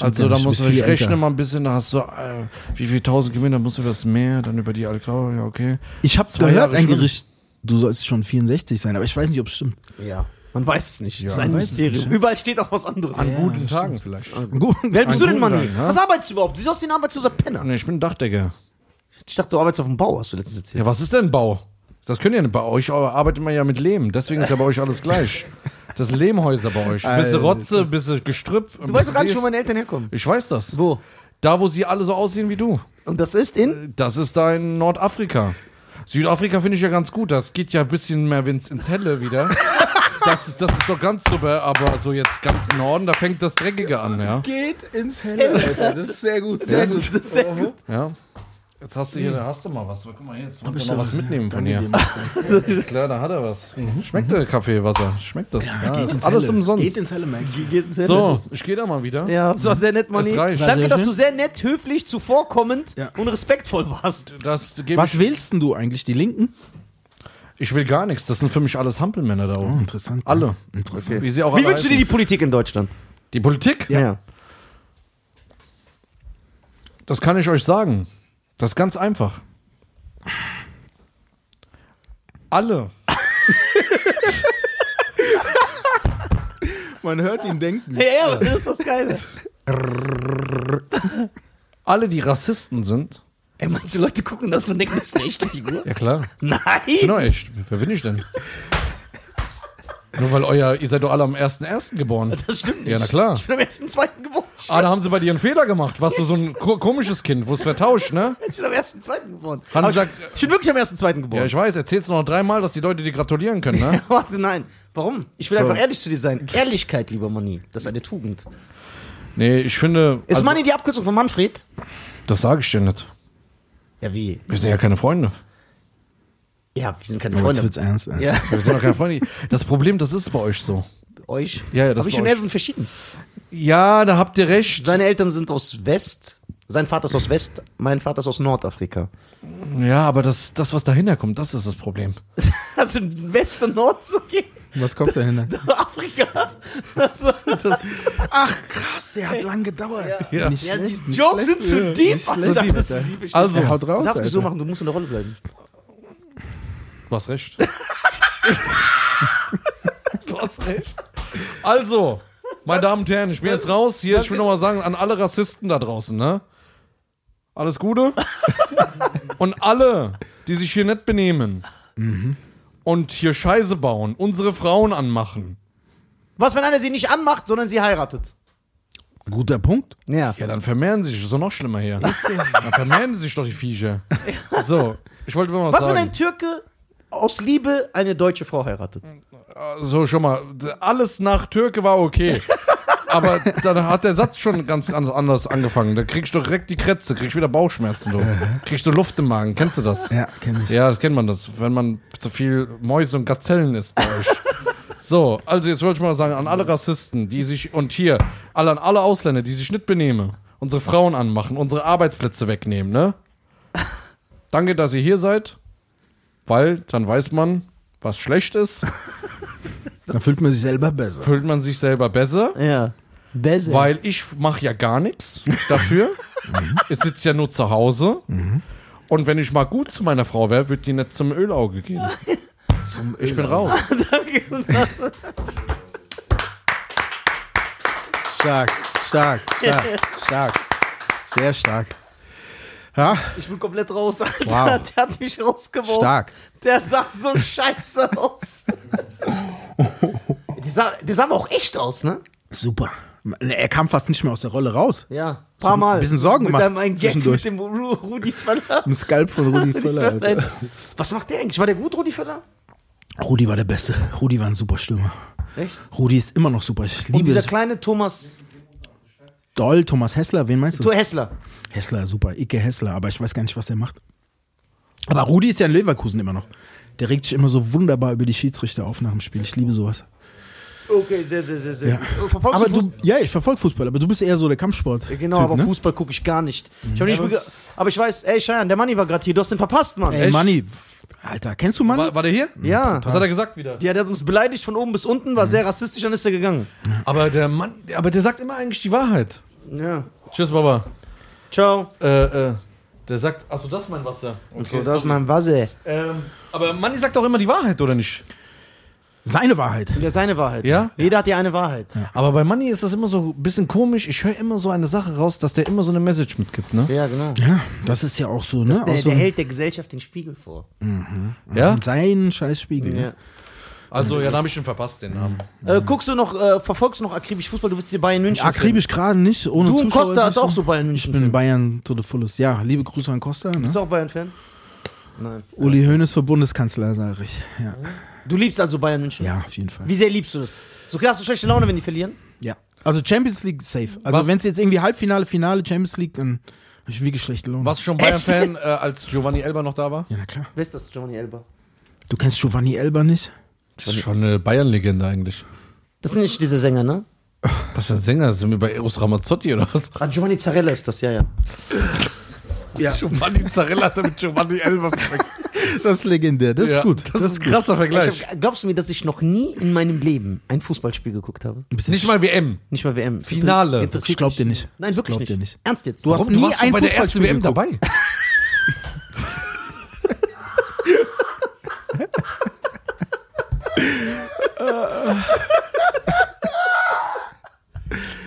A: also
C: ja,
A: da
C: ich
A: musst du
C: bin viel
A: ich rechne
C: älter.
A: mal ein bisschen, da hast du äh, wie viel tausend Kilometer, musst du das Meer, dann über die Algrau, ja okay.
C: Ich habe
A: Zwei
C: gehört,
A: Jahre
C: ein
A: schwimmen.
C: Gericht, du sollst schon 64 sein, aber ich weiß nicht, ob es stimmt.
B: Ja. Man weiß es nicht. das ist
A: Ja,
B: ein
C: man weiß es
B: Mysterium.
C: nicht, ja.
B: Überall steht auch was anderes.
A: An guten Tagen vielleicht.
C: *laughs* Gut.
B: Wer bist du
A: An
B: denn, Mann?
A: guten Tagen, ja.
B: Was arbeitest du überhaupt? Du siehst aus wie ein arbeitsloser Penner.
A: Nee, ich bin Dachdecker.
B: Ich dachte, du arbeitest auf dem Bau, hast du letztens erzählt.
A: Ja, was ist denn Bau? Das könnt ihr nicht. Bei euch arbeitet man ja mit Lehm. Deswegen ist ja bei euch alles gleich. Das sind Lehmhäuser bei euch. Bisse
C: Alter.
A: Rotze, bisse Gestrüpp.
B: Du weißt doch gar nicht, wo meine Eltern herkommen.
A: Ich weiß das.
B: Wo?
A: Da, wo sie alle so aussehen wie du.
B: Und das ist in?
A: Das ist da in Nordafrika. Südafrika finde ich ja ganz gut. Das geht ja ein bisschen mehr ins, ins Helle
C: *laughs*
A: wieder. Das ist, das ist doch ganz super, aber so jetzt ganz im Norden, da fängt das Dreckige an, ja.
C: Geht ins Helle, Alter. Das ist sehr gut, sehr gut.
B: Das ist sehr gut.
A: ja. Jetzt hast du hier, da hast du mal was. Guck mal, hier, jetzt wollen wir
C: Hm. ich
A: noch
C: da-
A: was mitnehmen von dir.
C: Danke dir,
A: Klar, da hat er was. Schmeckt der Kaffee, Wasser? Schmeckt das? Ja,
C: Mhm. Geht
A: ist
C: ins
A: alles
C: Helle.
A: umsonst.
C: Geht ins Helle, Mike.
A: so, ich gehe da mal wieder.
B: Äh, Ja, das war sehr nett, Manni.
A: Es reicht.
B: Danke,
C: Sehr
B: dass
C: schön.
B: du sehr nett, höflich, zuvorkommend
C: Ja.
B: und respektvoll warst.
A: Das gebe
C: Was
A: ich,
C: willst denn du eigentlich? Die Linken?
A: ich will gar nichts. Das sind für mich alles Hampelmänner da oben.
C: Oh, interessant.
A: Alle.
C: Interessant.
A: Wie sie auch
B: Wie
A: alle
B: wünschst du dir die Politik in Deutschland?
A: heißen. die Politik? Das kann ich euch sagen. Das ist ganz einfach. Alle.
C: Man hört ihn denken.
B: Ja, ja, aber das ist das Geile.
A: Alle, die Rassisten sind.
B: Ey, manche Leute gucken das und denken, das ist eine echte Figur.
A: Ja, klar.
B: Nein!
A: Genau, echt. Wer bin ich denn? Nur weil euer, ihr seid doch alle am 1.1. geboren.
B: Das stimmt nicht.
A: Ja, na klar.
B: Ich bin am ersten, zweiten geboren.
A: Ah, da haben sie bei dir einen Fehler gemacht. Warst du so ein ko- komisches Kind, wo es vertauscht, ne?
B: Ich bin am ersten, zweiten geboren.
A: Haben
B: Aber
A: Sie gesagt-
B: ich, ich bin wirklich am ersten, zweiten
A: Ja,
B: geboren.
A: ich weiß, erzähl's noch dreimal, dass die Leute dir gratulieren können, ne?
B: *laughs* Warte, nein. Warum? Ich will
A: So.
B: einfach ehrlich zu dir sein. Ehrlichkeit, lieber Manni, das ist eine Tugend. Ist
A: *laughs* Nee, ich finde. also,
B: Manni die Abkürzung von Manfred?
A: Das sage ich dir nicht.
B: Ja, wie?
A: Wir sind ja keine Freunde.
B: Ja, wir sind keine
C: Aber jetzt
B: Freunde.
C: wird's ernst. Alter.
B: Ja,
A: Wir sind doch keine Freunde. Das Problem, das ist bei euch so.
B: euch.
A: Ja, ja, das
B: Hab ich
A: war
B: schon
A: euch.
B: Essen verschieden.
A: Ja, da habt ihr recht.
B: Seine Eltern sind aus West. Sein Vater ist aus West, mein Vater ist aus Nordafrika. *laughs*
A: Ja, aber das, das, was dahinter kommt, das ist das Problem.
B: Also West und Nord so geht.
C: Was kommt dahinter?
B: Afrika. *laughs* Also,
C: Ach *laughs* krass, der hat lang gedauert.
A: Ja.
C: Nicht
B: ja, die
C: schlecht, nicht
B: Jokes
C: schlecht.
B: sind zu deep. Alter,
A: schlecht,
B: das ist die Bestimmung.
A: Also,
C: Ey, haut
B: Du
C: raus,
B: darfst nicht so
C: Alter.
B: machen, du musst in der Rolle bleiben.
A: du hast *laughs* recht. du hast recht. Also, meine Damen und Herren, ich bin jetzt raus. Hier, ich will nochmal sagen, an alle Rassisten da draußen, ne? Alles *laughs* Gute. Und alle, die sich hier nett benehmen Mhm. und hier Scheiße bauen, unsere Frauen anmachen.
B: Was, wenn einer sie nicht anmacht, sondern sie heiratet?
C: Guter Punkt.
B: Ja.
A: Ja, dann vermehren sie sich. Ist doch noch schlimmer hier. Dann vermehren sie sich doch die Viecher. So, ich wollte mal was,
B: Was, wenn
A: sagen.
B: ein Türke aus Liebe eine deutsche Frau heiratet?
A: so schon mal, d- alles nach Türke war okay. Aber dann hat der Satz schon ganz ganz anders angefangen. Da kriegst du direkt die Krätze, kriegst wieder Bauchschmerzen, du. Kriegst du Luft im Magen, kennst du das?
C: Ja, kenn ich.
A: Ja, das kennt man das, wenn man zu viel Mäuse und Gazellen isst bei euch. So, also jetzt wollte ich mal sagen, an alle Rassisten, die sich, und hier, alle, an alle Ausländer, die sich nicht benehmen, unsere Frauen anmachen, unsere Arbeitsplätze wegnehmen, ne? Danke, dass ihr hier seid, weil dann weiß man, was schlecht ist,
C: Dann fühlt man sich selber besser.
A: fühlt man sich selber besser,
B: Ja. Besser.
A: weil ich mache ja gar nichts *laughs* dafür. ich sitze ja nur zu Hause. Und wenn ich mal gut zu meiner Frau wäre, würde die nicht zum Ölauge gehen. *laughs* ich bin raus.
C: Stark, stark, stark,
B: *laughs*
C: stark. Sehr stark. Ja,
B: *laughs* Ich bin komplett raus, Alter.
C: Wow.
B: *laughs* Der hat mich rausgeworfen.
C: stark.
B: Der sah so
C: *laughs*
B: scheiße aus. der, sah, der sah aber auch echt aus, ne?
C: Super. Er kam fast nicht mehr aus der Rolle raus.
B: Ja. Paar Mal.
C: ein bisschen Sorgen
B: mit
C: gemacht
B: Mit einem Gag
C: zwischendurch.
B: mit dem Ru Rudi Völler.
C: Im Skalp von
B: *laughs*
C: Rudi Völler. Alter.
B: Was macht der eigentlich? War der gut, Rudi Völler?
C: Rudi war der Beste. Rudi war ein super Stürmer.
B: Echt?
C: Rudi ist immer noch super. Ich
B: Und
C: liebe
B: dieser
C: es.
B: kleine Thomas
C: Doll, Thomas Hessler, wen meinst du?
B: Thor Hessler.
C: Hessler, super. Icke Hessler, aber ich weiß gar nicht, was der macht. Aber Rudi ist ja in Leverkusen immer noch. Der regt sich immer so wunderbar über die Schiedsrichter auf nach dem Spiel. Ich liebe sowas.
B: Okay, sehr, sehr, sehr, sehr.
C: Ja.
B: gut. Verfolgst
C: Aber
B: Fuß-
C: du, ja, ich verfolge Fußball, aber du bist eher so der Kampfsport.
B: Genau, aber
C: ne?
B: Fußball gucke ich gar nicht. Ich hab nicht
A: Ja,
B: bege-
A: das-
B: aber ich weiß, ey, Schein, der Manni war gerade hier. Du hast den verpasst, Mann.
C: Ey,
A: Echt?
C: Manni, Alter, kennst du Manni?
A: War, war der hier?
B: ja.
A: Was hat er gesagt wieder?
B: Ja, der hat uns beleidigt von oben bis unten, war sehr rassistisch, dann ist er gegangen.
A: Aber der Mann, aber der sagt immer eigentlich die Wahrheit.
B: Ja.
A: Tschüss, Baba.
B: Ciao.
A: Äh, äh, der sagt, achso, das ist mein Wasser.
B: So, das ist mein Wasse.
A: ähm, aber Manni sagt auch immer die Wahrheit, oder nicht?
C: Seine Wahrheit.
B: Ja, seine Wahrheit.
A: Ja?
B: Jeder hat ja eine Wahrheit.
A: Aber bei Manni ist das immer so ein bisschen komisch. Ich höre immer so eine Sache raus, dass der immer so eine Message mitgibt, ne?
B: Ja, genau.
C: Ja, das ist ja auch so, ne?
B: Der,
C: Aus so
B: der
C: einem-
B: hält der Gesellschaft den Spiegel vor.
A: Ja?
C: seinen Scheißspiegel.
B: Mhm.
C: ne?
A: Also, ja, da habe ich schon verpasst, den Namen.
B: Äh, guckst du noch, äh, verfolgst du noch akribisch Fußball? Du bist hier Bayern München.
C: Akribisch gerade nicht, ohne
B: Du und
C: Zuschauer.
B: Costa ist
C: nicht
B: auch so Bayern
C: Ich
B: München.
C: bin Bayern to the fullest. Ja, liebe Grüße an Costa. Ne?
B: Bist du auch Bayern-Fan? Nein.
C: Uli Hoeneß für Bundeskanzler, sage ich. Ja.
B: Du liebst also Bayern München?
C: ja, auf jeden Fall.
B: Wie sehr liebst du das? So hast du schlechte Laune, wenn die verlieren?
C: Ja. Also Champions League safe. Also wenn es jetzt irgendwie Halbfinale, Finale, Champions League, dann hab ich wirklich schlechte Laune.
A: Warst du schon Bayern-Fan, äh, als Giovanni Elber noch da war?
C: Ja, na klar.
B: Wer ist das? Giovanni Elba.
C: Du kennst Giovanni Elber nicht?
A: Das ist schon eine Bayern-Legende eigentlich.
B: Das ist nicht dieser Sänger, ne?
A: Das ist ein Sänger. Sind wir bei Eros Ramazzotti oder was?
B: Ah, Giovanni Zarella ist das, ja, ja.
A: *laughs* Giovanni Zarella hat mit Giovanni Elber verwechselt.
C: *laughs* Das ist legendär, das
A: Ja,
C: ist gut.
A: Das ist ein krasser
B: Ich
A: Vergleich.
B: hab, glaubst du mir, dass ich noch nie in meinem Leben ein Fußballspiel geguckt habe?
A: Nicht mal WM.
B: Nicht mal WM.
A: Finale.
B: Interessiert
C: Ich glaub
B: mich
C: dir
B: nicht.
C: nicht.
B: Nein,
C: Ich
B: wirklich
C: glaub
B: nicht.
C: dir nicht.
B: Ernst jetzt. *laughs*
C: Du hast nie ein
A: bei der ersten
C: Fußballspiel
A: WM
C: geguckt.
A: dabei.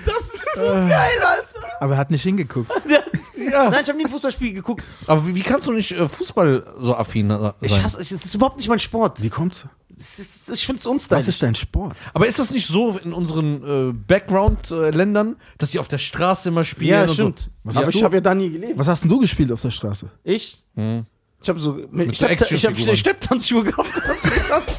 B: das ist so geil, Alter.
C: Aber er hat nicht hingeguckt.
B: Nein, ich habe nie ein Fußballspiel geguckt.
A: Aber wie, wie kannst du nicht äh, Fußball so affin äh, sein?
B: Ich hasse, ich, das ist überhaupt nicht mein Sport.
C: Wie kommt's?
B: es ist, ich finde es uns
C: Was ist dein Sport?
A: Aber ist das nicht so in unseren äh, Background-Ländern, dass die auf der Straße immer spielen?
B: Ja,
A: und
B: stimmt.
A: So?
C: Was
B: Aber
C: hast
B: ich
C: du?
B: habe ja da nie gelebt.
C: Was hast denn du gespielt auf der Straße?
B: Ich?
C: Hm.
B: Ich habe so. ich
A: so
B: hab- ich habe
A: Actionfiguren.
B: hab Stepptanzschuhe gehabt. *laughs* Hab's nichts anderes.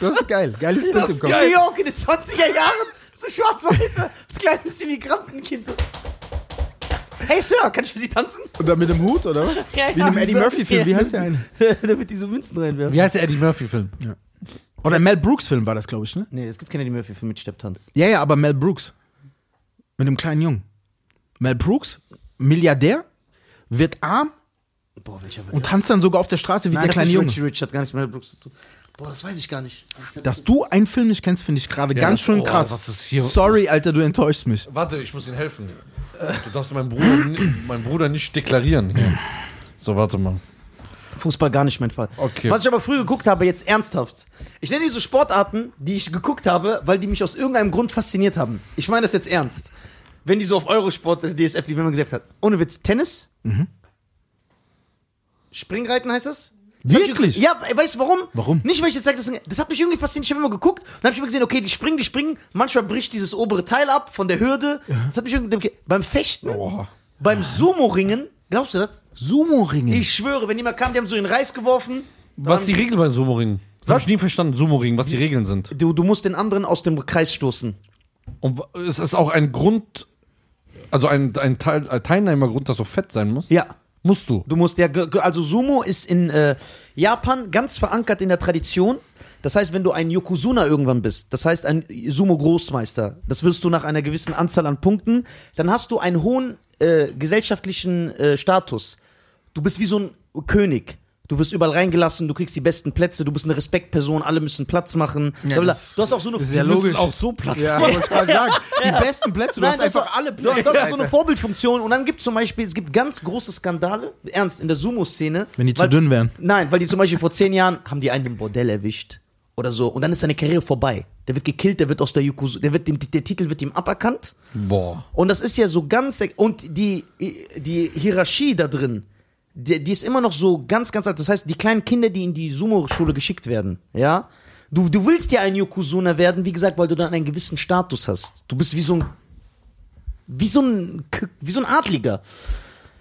C: Das ist geil. Geiles Bild
B: Das New York in den 20er Jahren. So schwarz-weiß. Das kleines Immigrantenkind. So. Hey, Sir, kann ich für Sie tanzen?
C: Und dann mit dem Hut, oder was?
B: Ja,
C: Wie in
B: ja,
C: einem Eddie
B: so.
C: Murphy-Film. Wie
B: Ja. *laughs*
C: heißt der eine?
B: Damit die so Münzen reinwerfen.
A: Wie heißt der Eddie Murphy-Film?
C: Oder Mel Brooks-Film war das, glaube ich, ne?
B: Nee, es gibt keine Eddie Murphy für mit Stepptanz.
C: Ja, ja, aber Mel Brooks. Mit einem kleinen Jungen. Mel Brooks, Milliardär, wird arm
B: Boah, welcher
C: und tanzt dann sogar auf der Straße wie
B: Nein,
C: der
B: das
C: kleine
B: ist
C: Junge.
B: Richie Rich hat gar nichts mit Mel Brooks zu tun. Boah, das weiß ich gar nicht.
C: Dass du einen Film nicht kennst, finde ich gerade
A: Ja, das-
C: ganz schön
A: oh,
C: krass.
A: was ist hier-
C: Sorry, Alter, du enttäuschst mich.
A: Warte, ich muss Ihnen helfen. Du darfst meinen Bruder, ni- meinen Bruder nicht deklarieren. Hier. So, warte mal.
B: Fußball gar nicht mein Fall.
A: Okay.
B: Was ich aber früh geguckt habe, jetzt ernsthaft. Ich nenne diese Sportarten, die ich geguckt habe, weil die mich aus irgendeinem Grund fasziniert haben. Ich meine das jetzt ernst. Wenn die so auf Eurosport äh, oder DSF, wie man gesagt hat. Ohne Witz, Tennis. Springreiten heißt das? Das hab ich-
C: Wirklich?
B: Ja, ey, weißt du warum?
C: Warum?
B: Nicht, weil ich jetzt sage, das, das hat mich irgendwie fasziniert. Ich habe immer geguckt und habe ich immer gesehen, okay, die springen, die springen. Manchmal bricht dieses obere Teil ab von der Hürde. Das hat mich irgendwie. Beim Fechten, beim Sumo-Ringen, glaubst du das?
C: Sumo-Ringen.
B: Ich schwöre, wenn jemand kam, die haben so in den Reis geworfen.
A: Was ist die Regel bei Sumo-Ringen? Das habe ich nie verstanden, Sumo-Ringen, was die Regeln sind.
B: Du, du musst den anderen aus dem Kreis stoßen.
A: Und w- es ist auch ein Grund, also ein, ein, Teil, ein Teilnehmergrund, dass du fett sein musst.
B: Ja.
A: Musst du.
B: Du musst ja, ge- ge- also Sumo ist in äh, Japan ganz verankert in der Tradition. Das heißt, wenn du ein Yokozuna irgendwann bist, das heißt ein Sumo-Großmeister, das wirst du nach einer gewissen Anzahl an Punkten, dann hast du einen hohen äh, gesellschaftlichen äh, Status. Du bist wie so ein König. Du wirst überall reingelassen, du kriegst die besten Plätze, du bist eine Respektperson, alle müssen Platz machen.
C: Ja,
B: Blablabla.
C: das-
B: du hast auch so eine
C: das ist ja
B: die müssen
C: logisch.
B: auch so Platz
C: Ja, wollte ich
B: *laughs*
C: gerade sagen. Die besten Plätze, du hast
B: das
C: einfach
B: war-
C: alle
B: Du
C: Plätze.
B: hast auch so eine
C: Alter.
B: Vorbildfunktion. Und dann gibt es zum Beispiel, es gibt ganz große Skandale, ernst, in der Sumo-Szene.
C: Wenn die zu
B: weil-
C: dünn wären.
B: Nein, weil die zum Beispiel vor zehn Jahren haben die einen im Bordell erwischt oder so. Und dann ist seine Karriere vorbei. Der wird gekillt, der wird aus der Yukuzu, der, wird dem, der Titel wird ihm aberkannt.
A: Boah.
B: Und das ist ja so ganz. Und die, die Hierarchie da drin, die, die ist immer noch so ganz, ganz alt. Das heißt, die kleinen Kinder, die in die Sumo-Schule geschickt werden, ja. Du, du willst ja ein Yokozuna werden, wie gesagt, weil du dann einen gewissen Status hast. Du bist wie so ein. Wie so ein, K- wie so ein Adliger.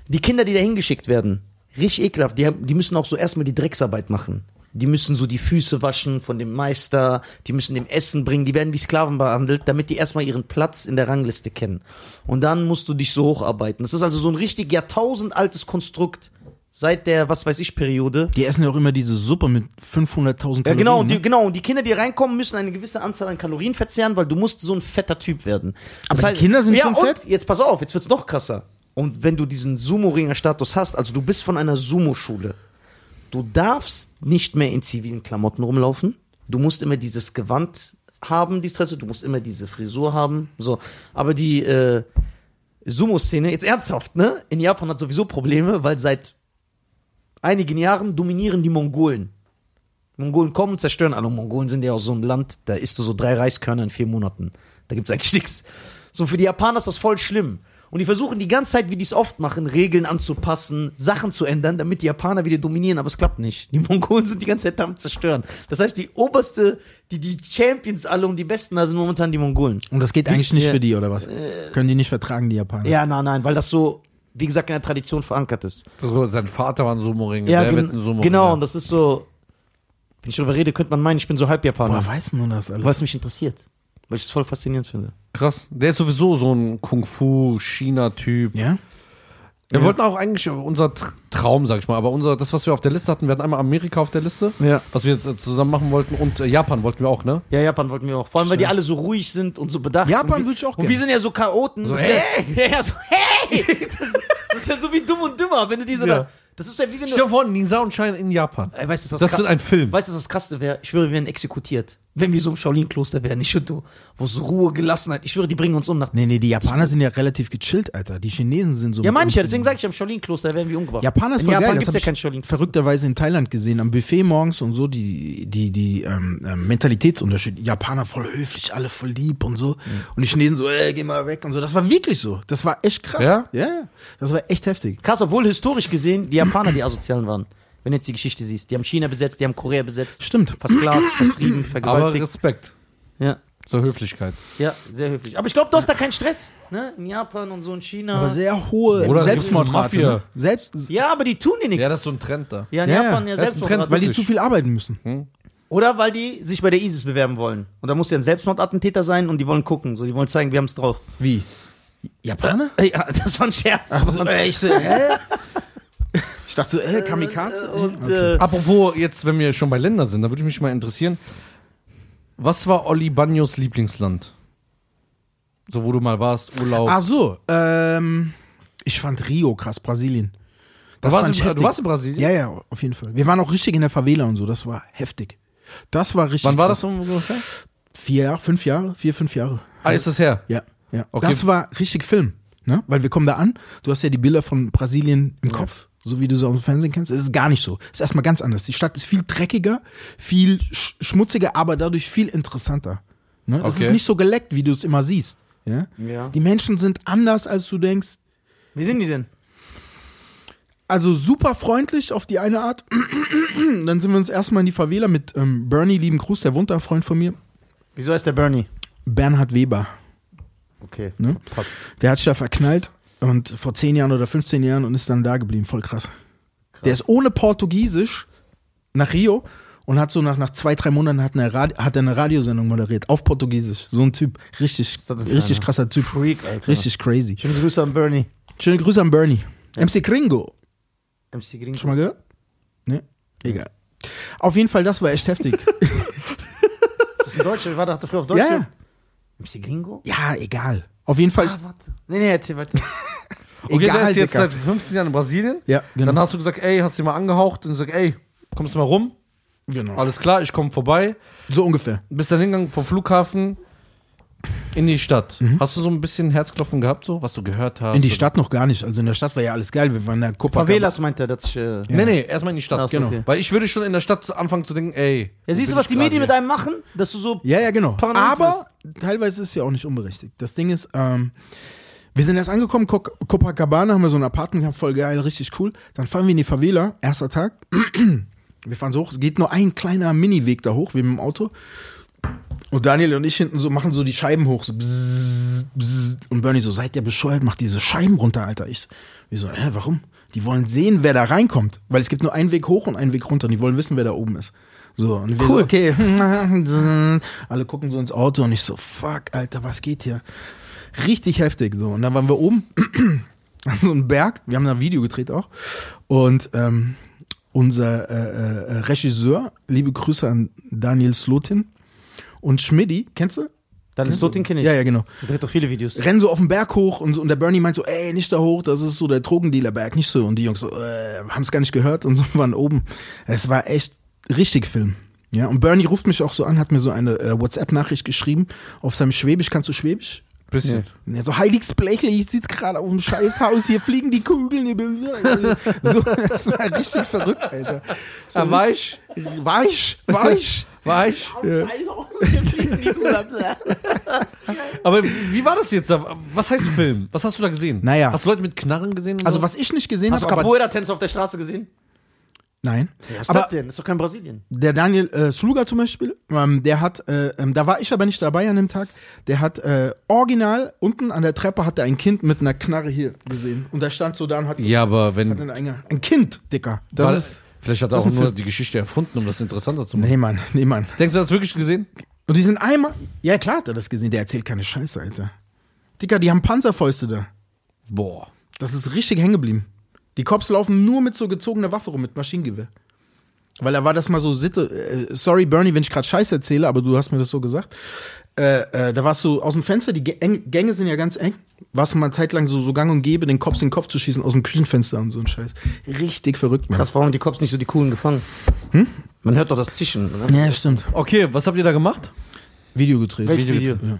B: Die Kinder, die da hingeschickt werden, richtig ekelhaft, die, haben, die müssen auch so erstmal die Drecksarbeit machen. Die müssen so die Füße waschen von dem Meister, die müssen dem Essen bringen, die werden wie Sklaven behandelt, damit die erstmal ihren Platz in der Rangliste kennen. Und dann musst du dich so hocharbeiten. Das ist also so ein richtig jahrtausendaltes Konstrukt seit der, was weiß ich, Periode.
C: Die essen ja auch immer diese Suppe mit 500.000 Kalorien.
B: Ja, genau, und
C: ne?
B: die, genau, und die Kinder, die reinkommen, müssen eine gewisse Anzahl an Kalorien verzehren, weil du musst so ein fetter Typ werden. Das
C: die Kinder sind
B: ja,
C: schon
B: und
C: fett?
B: Jetzt pass auf, jetzt wird's noch krasser. Und wenn du diesen Sumo-Ringer-Status hast, also du bist von einer Sumo-Schule, du darfst nicht mehr in zivilen Klamotten rumlaufen. Du musst immer dieses Gewand haben, die Stresse, du musst immer diese Frisur haben. So. Aber die äh, Sumo-Szene, jetzt ernsthaft, ne? In Japan hat sowieso Probleme, weil seit einigen Jahren dominieren die Mongolen. Mongolen kommen, zerstören alle. Und Mongolen sind ja aus so einem Land, da isst du so drei Reiskörner in vier Monaten. Da gibt's eigentlich *laughs* nichts. So, für die Japaner ist das voll schlimm. Und die versuchen die ganze Zeit, wie die es oft machen, Regeln anzupassen, Sachen zu ändern, damit die Japaner wieder dominieren, aber es klappt nicht. Die *laughs* Mongolen sind die ganze Zeit am Zerstören. Das heißt, die oberste, die, die Champions alle und die Besten da sind momentan die Mongolen.
C: Und das geht eigentlich nicht
B: Ja.
C: für die, oder was?
E: Äh,
C: Können die nicht vertragen, die Japaner?
B: Ja, nein, nein, weil das so, wie gesagt, in der Tradition verankert ist.
A: So, sein Vater war ein Sumo-Ringer,
B: Ja,
A: der
B: gen
A: wird ein Sumo-Ringer.
B: genau, und das ist so, wenn ich darüber rede, könnte man meinen, ich bin so halb Japaner.
C: Woher weiß man das alles?
B: Weil es mich interessiert. Weil ich es voll faszinierend finde.
A: Krass. Der ist sowieso so ein Kung-Fu-China-Typ.
C: Ja?
A: Wir wollten auch eigentlich unser Tr- Traum, sag ich mal, aber unser, das, was wir auf der Liste hatten, wir hatten einmal Amerika auf der Liste,
B: Ja.
A: was wir äh, zusammen machen wollten und äh, Japan wollten wir auch, ne?
B: Ja, Japan wollten wir auch. Vor allem, weil die alle so ruhig sind und so bedacht.
C: Japan
B: Und wir-
C: würde ich auch
B: Und
C: gerne.
B: wir sind ja so Chaoten.
A: So,
B: Das ist *laughs* Ja, ja, so, hey! Das, das ist ja so wie dumm und dümmer, wenn du die so.
A: Ja.
B: Da, das ist ja wie wenn
A: Stell
B: du.
A: dir vor, Nisa und Schein in Japan.
B: Ey, weißt du, was
A: Das
B: Kra-
A: ist ein Film.
B: Weißt du, was das Krasse wäre? Ich schwöre, wir werden exekutiert.
E: Wenn wir so im Shaolin-Kloster wären, ich und du, wo es Ruhe, Gelassenheit, ich schwöre, die bringen uns um nach.
C: Nee, nee, die Japaner sind ja relativ gechillt, Alter. Die Chinesen sind so.
E: Ja,
C: mit
E: manche,
C: unten.
E: deswegen sage ich, im Shaolin-Kloster werden wir umgebracht.
C: Japaner ist
E: In
C: voll
E: Japan
C: geil.
E: gibt's
C: Das
E: ja
C: hab
E: kein
C: ich
E: Shaolin.
C: verrückterweise in Thailand gesehen, am Buffet morgens und so, die, die, die ähm, ähm, Mentalitätsunterschied. Japaner voll höflich, alle voll lieb und so.
E: Mhm.
C: Und die Chinesen so, äh, geh mal weg und so. Das war wirklich so. Das war echt krass.
A: Ja?
C: Ja, ja. das war echt heftig.
E: Krass, obwohl historisch gesehen die Japaner die Asozialen waren. Wenn du jetzt die Geschichte siehst. Die haben China besetzt, die haben Korea besetzt,
C: Stimmt.
E: versklavt, vertrieben,
A: Aber
E: vergewaltigt.
A: Respekt
E: Ja,
A: zur Höflichkeit.
E: ja, sehr höflich. Aber ich glaube, du hast da keinen Stress. Ne? In Japan und so in China.
C: Aber sehr hohe
A: Oder
C: Selbstmordrate.
A: gibt's eine
C: Ne? Selbst,
E: ja, aber die tun dir nichts.
A: Ja, das ist so ein Trend da.
E: Ja, in
C: Ja,
E: Japan ja
A: das ist ein
E: selbst.
A: Trend,
C: weil die
A: wirklich.
C: zu viel arbeiten müssen.
E: Oder weil die sich bei der ISIS bewerben wollen. Und da muss ja ein Selbstmordattentäter sein und die wollen gucken. So, die wollen zeigen, wir haben's drauf.
C: Wie? Japaner?
E: Äh, Ja, das war ein Scherz.
C: Also, äh, ich, so, äh? ich dachte so, äh, Kamikaze?
A: oh.
E: und äh,
A: Apropos, jetzt, wenn wir schon bei Ländern sind, da würde mich mal interessieren, was war Olli Banyos Lieblingsland? So, wo du mal warst, Urlaub.
C: Ach so, ähm, ich fand Rio krass, Brasilien. Das
A: warst
C: fand
A: in-
C: ich heftig.
A: du warst in Brasilien?
C: Ja, ja, auf jeden Fall. Wir waren auch richtig in der Favela und so, das war heftig. Das war richtig.
A: Wann war das
C: krass.
A: ungefähr?
C: Vier Jahre, fünf Jahre, vier, fünf Jahre.
A: Ah, ist das her?
C: Ja, ja.
A: Okay.
C: Das war richtig Film, ne? Weil wir kommen da an, du hast ja die Bilder von Brasilien im Kopf, so wie du sie aus dem Fernsehen kennst. Es ist gar nicht so. Es ist erstmal ganz anders. Die Stadt ist viel dreckiger, viel sch schmutziger, aber dadurch viel interessanter. Ne? Das
A: Okay.
C: ist nicht so geleckt, wie du es immer siehst. Ja?
E: Ja.
C: Die Menschen sind anders, als du denkst.
E: wie sind die denn?
C: Also super freundlich auf die eine Art. *clears throat* Dann sind wir uns erstmal in die Favela mit ähm, Bernie, lieben Gruß, der wohnt da, Freund von mir.
E: Wieso heißt der Bernie?
C: Bernhard Weber.
B: Okay.
C: Ne?
B: Passt.
C: Der hat sich da verknallt und vor 10 Jahren oder 15 Jahren und ist dann da geblieben. Voll krass. Der ist ohne Portugiesisch nach Rio und hat so nach, nach zwei, drei Monaten hat eine, Radi hat er eine Radiosendung moderiert. Auf Portugiesisch. So ein Typ. Richtig,
B: das denn für
C: richtig
B: einer?
C: krasser Typ.
B: Freak, Alter.
C: Richtig crazy.
B: Schöne Grüße an Bernie.
C: Schöne Grüße an Bernie. MC Gringo.
E: MC Gringo.
C: Schon mal gehört? Ne? Egal. Auf jeden Fall, das war echt heftig.
E: Ist das in Deutschland? Warte, hatte früher auf
C: ja, ja.
E: Deutschland? MC Gringo?
C: ja, egal. Auf jeden Fall.
E: Ah, warte. Nee, nee, erzähl weiter.
A: Okay, der
C: egal,
A: ist jetzt
C: Dicker.
A: seit 15 Jahren in Brasilien.
C: Ja, genau.
A: Dann hast du gesagt, ey, hast du ihn mal angehaucht und gesagt, ey, kommst du mal rum?
C: genau.
A: Alles klar, ich komme vorbei.
C: So ungefähr.
A: Bist dann hingegangen vom Flughafen in die Stadt. Hast du so ein bisschen Herzklopfen gehabt, so, was du gehört hast?
C: Mhm. In die Stadt noch gar nicht. Also in der Stadt war ja alles geil. Wir waren da in Copacabana.
E: Favelas meint er, dass ich. Äh,
A: Nee, nee, erstmal in die Stadt.
E: Ach so,
A: genau.
E: okay.
A: Weil ich würde schon in der Stadt anfangen zu denken, ey.
E: Ja, siehst du, was die Medien mit einem machen? Dass du so.
C: Ja, ja, genau.
E: Paranoid
C: Aber teilweise ist es ja auch nicht unberechtigt. Das Ding ist, ähm, wir sind erst angekommen, Co Copacabana, haben wir so ein Apartment gehabt, voll geil, richtig cool. Dann fahren wir in die Favela, erster Tag. *clears throat* Wir fahren so hoch, es geht nur ein kleiner Miniweg da hoch, wie mit dem Auto. Und Daniel und ich hinten so machen so die Scheiben hoch. So bzzz, bzzz. Und Bernie so, seid ihr bescheuert, macht diese Scheiben runter, Alter. Ich so, wir so, hä, warum? Die wollen sehen, wer da reinkommt. Weil es gibt nur einen Weg hoch und einen Weg runter. Und die wollen wissen, wer da oben ist. So, und wir so, okay. *laughs* Alle gucken so ins Auto und ich so, fuck, Alter, was geht hier? Richtig heftig so. Und dann waren wir oben *clears throat* an so einem Berg. Wir haben da ein Video gedreht auch. Und ähm, unser äh, äh, Regisseur, liebe Grüße an Daniel Slotin und Schmidti, kennst du?
E: Dann ist Totin kenne ich.
C: Ja, ja, genau.
E: Der dreht doch viele Videos.
C: Rennen so auf den Berg hoch und, so, und der Bernie meint so, ey, nicht da hoch, das ist so der Drogendealerberg, nicht so. Und die Jungs so, äh, haben es gar nicht gehört und so *laughs* waren oben. Es war echt richtig Film. Ja, und Bernie ruft mich auch so an, hat mir so eine äh, WhatsApp-Nachricht geschrieben auf seinem Schwäbisch. Kannst du Schwäbisch?
A: Bisschen.
C: Ja, so heiliges Blechle, ich sitze gerade auf dem Scheißhaus, hier fliegen die Kugeln. *laughs* So, das war richtig verrückt, Alter. So
A: Ja, weich,
C: richtig- weich,
E: *laughs*
C: weich.
A: weich. Aber wie war das jetzt da? Was heißt Film? Was hast du da gesehen?
C: Naja.
A: Hast du Leute mit Knarren gesehen? und
C: Also
A: so?
C: was ich nicht gesehen
E: Hast du
C: habe, aber
E: Capoeira-Tänze auf der Straße gesehen?
C: nein.
E: Was ist
C: aber
E: das denn? Ist doch kein Brasilien.
C: der Daniel äh, Sluga zum Beispiel, ähm, der hat, äh, ähm, da war ich aber nicht dabei an dem Tag, der hat äh, original unten an der Treppe hat er ein Kind mit einer Knarre hier gesehen und da stand so da und hat
A: Ja, aber wenn.
C: einen Eingang. ein Kind, Dicker. Also Das
A: war-
C: ist
A: vielleicht hat er
C: das
A: auch
C: ist ein
A: nur
C: Film.
A: die Geschichte erfunden, um das interessanter zu machen.
C: Nee, Mann, nee, Mann.
A: Denkst du, du hast wirklich gesehen?
C: Und die sind einmal Ja, klar hat er das gesehen, der erzählt keine Scheiße, Alter. Dicker, die haben Panzerfäuste da.
A: Boah.
C: Das ist richtig hängen geblieben. Die Cops laufen nur mit so gezogener Waffe rum, mit Maschinengewehr. Weil da war das mal so Sitte. Äh, sorry, Bernie, wenn ich gerade Scheiß erzähle, aber du hast mir das so gesagt. äh, äh, da warst du aus dem Fenster, die Gä- Eng- Gänge sind ja ganz eng, warst du mal eine Zeit lang so, so gang und gäbe, den Kopf in den Kopf zu schießen aus dem Küchenfenster und so ein Scheiß. Richtig verrückt, Mann.
B: Krass, warum haben die Cops nicht so die Coolen gefangen? Hm? Man hört doch das Zischen. ne? Oder?
C: Ja, stimmt.
A: Okay, was habt ihr da gemacht?
C: Video gedreht.
B: Welches
A: Video
B: Video?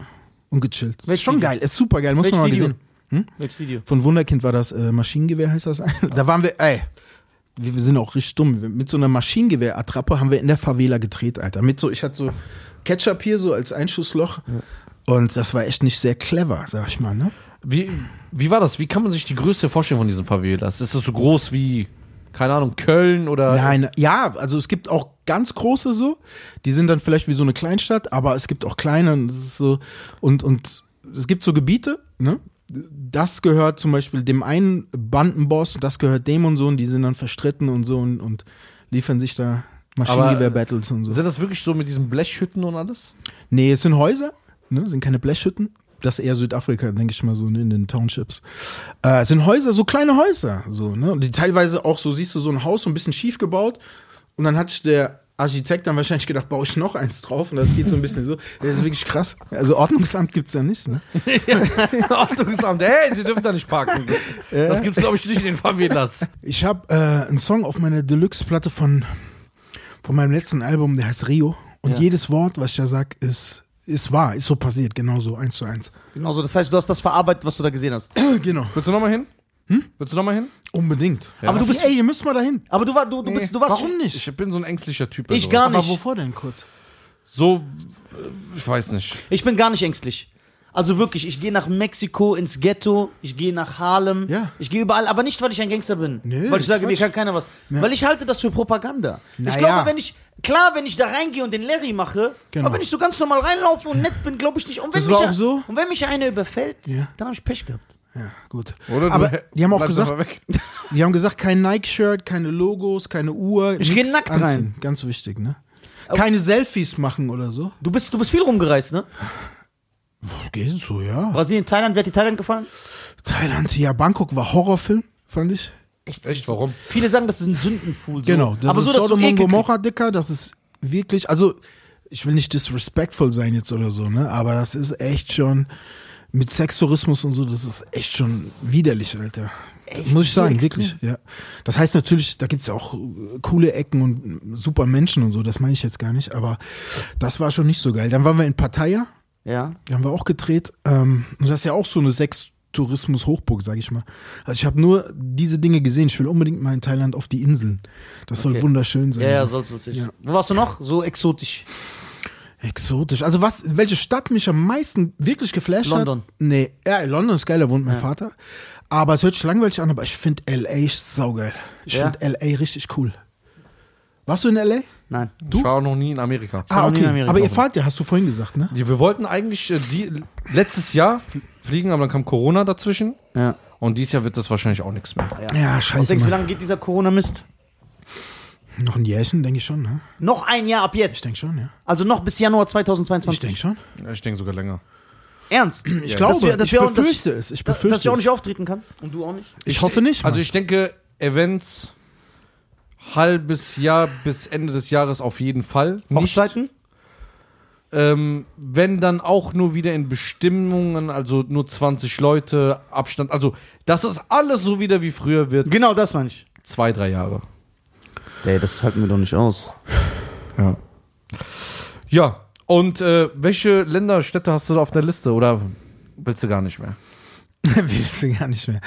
C: Und gechillt. ist
B: Welches
C: schon
B: Video?
C: geil, ist super geil, muss
B: Welches
C: man mal
B: Video?
C: gesehen.
B: Welches Video?
C: Von Wunderkind war das äh, Maschinengewehr, heißt das. *laughs* Da waren wir, ey, wir, wir sind auch richtig dumm. Wir- Mit so einer Maschinengewehr-Attrappe haben wir in der Favela gedreht, Alter. Mit so, ich hatte so Ketchup hier so als Einschussloch. Und das war echt nicht sehr clever, sag ich mal, ne?
A: Wie, wie war das? Wie kann man sich die Größe vorstellen von diesen Favelas? Ist das so groß wie, keine Ahnung, Köln oder.
C: Nein, ja, also es gibt auch ganz große so, die sind dann vielleicht wie so eine Kleinstadt, aber es gibt auch kleine und es ist so und und es gibt so Gebiete, ne? Das gehört zum Beispiel dem einen Bandenboss, das gehört dem und so und die sind dann verstritten und so und, und liefern sich da Maschinengewehr-Battles und so.
A: Sind das wirklich so mit diesen Blechhütten und alles? *laughs*
C: Nee, es sind Häuser, ne? sind keine Blechhütten. Das ist eher Südafrika, denke ich mal, so ne, in den Townships. Äh, es sind Häuser, so kleine Häuser, so, ne? Und die teilweise auch so, siehst du, so ein Haus, so ein bisschen schief gebaut. Und dann hat sich der Architekt dann wahrscheinlich gedacht, baue ich noch eins drauf. Und das geht so ein bisschen so. *laughs* Das ist wirklich krass. Also Ordnungsamt gibt's ja nicht, ne?
A: Ordnungsamt, hey, sie dürfen da nicht parken. Das gibt's, glaube
B: Äh?
A: ich, nicht in den Favelas.
C: Ich habe äh, einen Song auf meiner Deluxe-Platte von, von meinem letzten Album, der heißt Rio. Und jedes Wort, was ich da sag, ist, ist wahr, ist so passiert, genau so, eins zu eins.
B: Genau so, das heißt, du hast das verarbeitet, was du da gesehen hast.
C: genau.
A: Willst du nochmal hin? Willst du nochmal hin?
C: Unbedingt.
A: Aber du
C: bist, ey, ihr müsst mal dahin.
B: Aber du, war, du, du, bist, du warst.
C: Warum nicht?
A: Ich bin so ein ängstlicher Typ. bei
B: Ich
A: sowas.
B: gar
C: Aber
B: nicht.
C: wovor denn kurz?
A: So, äh, ich weiß nicht.
B: Ich bin gar nicht ängstlich. Also wirklich, ich gehe nach Mexiko ins Ghetto, ich gehe nach Harlem,
C: Ja.
B: ich gehe überall, aber nicht, weil ich ein Gangster bin.
C: Nee,
B: weil ich sage, mir
C: Quatsch.
B: kann keiner was. Weil ich halte das für Propaganda.
C: Naja.
B: Ich glaube, wenn ich, klar, wenn ich da reingehe und den Larry mache,
C: Genau.
B: aber wenn ich so ganz normal reinlaufe und nett bin, glaube ich nicht. Und wenn,
C: Das
B: mich,
C: war
B: ja-
C: auch so?
B: und wenn mich einer überfällt,
C: Ja.
B: dann habe ich Pech gehabt.
C: Ja, gut.
A: Oder du
C: Aber die haben auch
A: bleibst
C: gesagt, *laughs*
A: einfach weg.
C: die haben gesagt, kein Nike-Shirt, keine Logos, keine Uhr.
B: Ich
C: nix Ah,
B: geh nackt rein.
C: Ganz wichtig, ne? Keine Selfies machen oder so.
B: Du bist, du bist viel rumgereist, ne?
C: Geht so, ja.
B: Brasilien, Thailand, wer hat die Thailand gefallen?
C: Thailand, ja, Bangkok war Horrorfilm, fand ich.
A: Echt, warum?
B: Viele sagen, das ist ein Sündenfuhl. So.
C: Genau, das
B: aber
C: ist
B: so, dass
C: Sodom
B: du eh
C: und
B: gekriegt-
C: Gomorra, Dicker, das ist wirklich, also ich will nicht disrespectful sein jetzt oder so, ne, aber das ist echt schon mit Sextourismus und so, das ist echt schon widerlich, Alter. Das muss ich sagen, wirklich, ja. Das heißt natürlich, da gibt's ja auch äh, coole Ecken und äh, super Menschen und so, das meine ich jetzt gar nicht, aber das war schon nicht so geil. Dann waren wir in Pattaya,
B: Ja.
C: die haben wir auch gedreht. Ähm, und das ist ja auch so eine Sex-Tourismus-Hochburg, sag ich mal. Also ich habe nur diese Dinge gesehen. Ich will unbedingt mal in Thailand auf die Inseln. Das soll wunderschön sein.
B: Ja, ja,
C: so.
B: sollst du sicher.
C: Ja.
B: Wo warst du noch? So exotisch.
C: Exotisch. Also was, welche Stadt mich am meisten wirklich geflasht
B: London.
C: hat? Nee, ja, London ist geil, da wohnt mein Vater. Aber es hört sich langweilig an, aber ich finde L.A. saugeil. Ich
B: Ja?
C: finde L.A. richtig cool. Warst du in L.A.?
B: Nein.
A: Ich war auch noch nie in Amerika.
B: war noch nie in Amerika.
C: Aber ihr fahrt ja, hast du vorhin gesagt, ne?
A: Die, wir wollten eigentlich äh, die, letztes Jahr fl- fliegen, aber dann kam Corona dazwischen.
B: Ja.
A: Und dieses Jahr wird das wahrscheinlich auch nichts mehr.
C: Ja,
B: Was
C: scheiße.
B: denkst du, wie
C: Mann.
B: lange geht dieser Corona-Mist?
C: Noch ein Jährchen, denke ich schon, ne?
B: Noch ein Jahr ab
C: Ich
B: jetzt.
C: denke schon, ja.
B: Also noch bis Januar
C: Ich
B: 2022.
C: denke schon.
A: Ich denke sogar länger.
B: Ernst?
C: Ich
A: Ja,
C: glaube,
B: dass wir- dass
C: ich
B: wir auch- dass-
C: befürchte es. Ich
B: Dass,
C: befürchte
B: dass ich auch
C: es.
B: nicht auftreten kann. Und du auch nicht?
C: Ich hoffe nicht.
A: Also
C: Mann. *laughs*
A: ich denke, Events halbes Jahr bis Ende des Jahres auf jeden Fall.
B: Hochzeiten?
A: Ähm, wenn dann auch nur wieder in Bestimmungen, also nur 20 Leute, Abstand, also dass das alles so wieder wie früher wird,
B: Genau das meine ich.
A: zwei, drei Jahre.
B: Ey, das halten wir doch nicht aus.
A: Ja. Ja, und äh, welche Länder, Städte hast du da auf der Liste oder willst du gar nicht mehr?
C: Willst du
B: *laughs*
C: gar nicht mehr.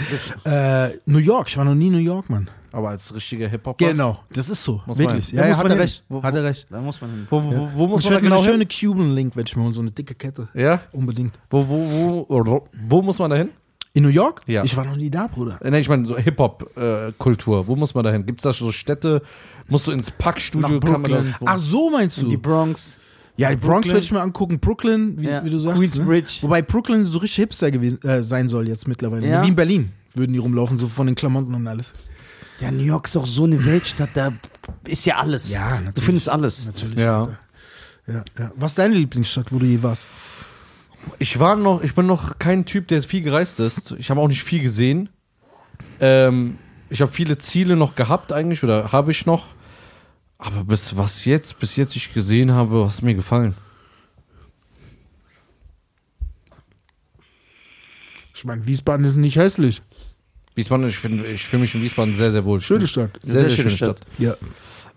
C: Äh, New York, ich war noch nie in New York, Mann.
A: Aber als richtiger Hip-Hop.
C: Genau, das ist so.
A: Muss man
C: Wirklich.
A: hin.
B: Da
C: Ja, ja,
B: muss
C: hat
B: man
C: er
B: hin.
C: recht. Hat er recht.
B: Da muss man hin.
A: Wo, wo, wo muss
C: ich
A: man da
C: werde mir
A: genau
C: eine
A: hin?
C: schöne Cuban Link, werde ich mir holen, so eine dicke Kette.
A: Ja?
C: Unbedingt.
A: Wo, wo, wo, wo muss man da hin?
C: In New York?
A: Ja.
C: Ich war noch nie da, Bruder.
A: Äh, Nee, ich meine, so Hip-Hop-Kultur. Wo muss man da hin? Gibt es da so Städte? Musst du ins Packstudio?
B: Nach
A: Kann man
B: Brooklyn.
A: da-
C: Ach, so meinst du?
B: Die Bronx.
C: ja, die Bronx
B: Brooklyn.
C: werde ich mir angucken. Brooklyn, wie,
B: Ja.
C: wie du sagst.
B: Queensbridge.
C: Ne? Wobei Brooklyn so richtig Hipster gewesen, äh, sein soll jetzt mittlerweile.
B: Ja.
C: Wie in Berlin würden die rumlaufen, so von den Klamotten und alles.
B: Ja, New York ist auch so eine Weltstadt, da ist ja alles.
C: Ja, natürlich.
B: Du findest alles.
C: Natürlich.
A: ja.
C: Alter. Ja, ja. Was ist deine Lieblingsstadt, wo du je warst?
A: Ich war noch, ich bin noch kein Typ, der viel gereist ist. Ich habe auch nicht viel gesehen. Ähm, ich habe viele Ziele noch gehabt eigentlich oder habe ich noch. Aber bis was jetzt, bis jetzt ich gesehen habe, was mir gefallen.
C: Ich meine, Wiesbaden ist nicht hässlich.
A: Wiesbaden, ich finde ich fühl mich in Wiesbaden sehr, sehr wohl.
C: Schöne Stadt.
A: Sehr, sehr, schöne Stadt.
C: Ja.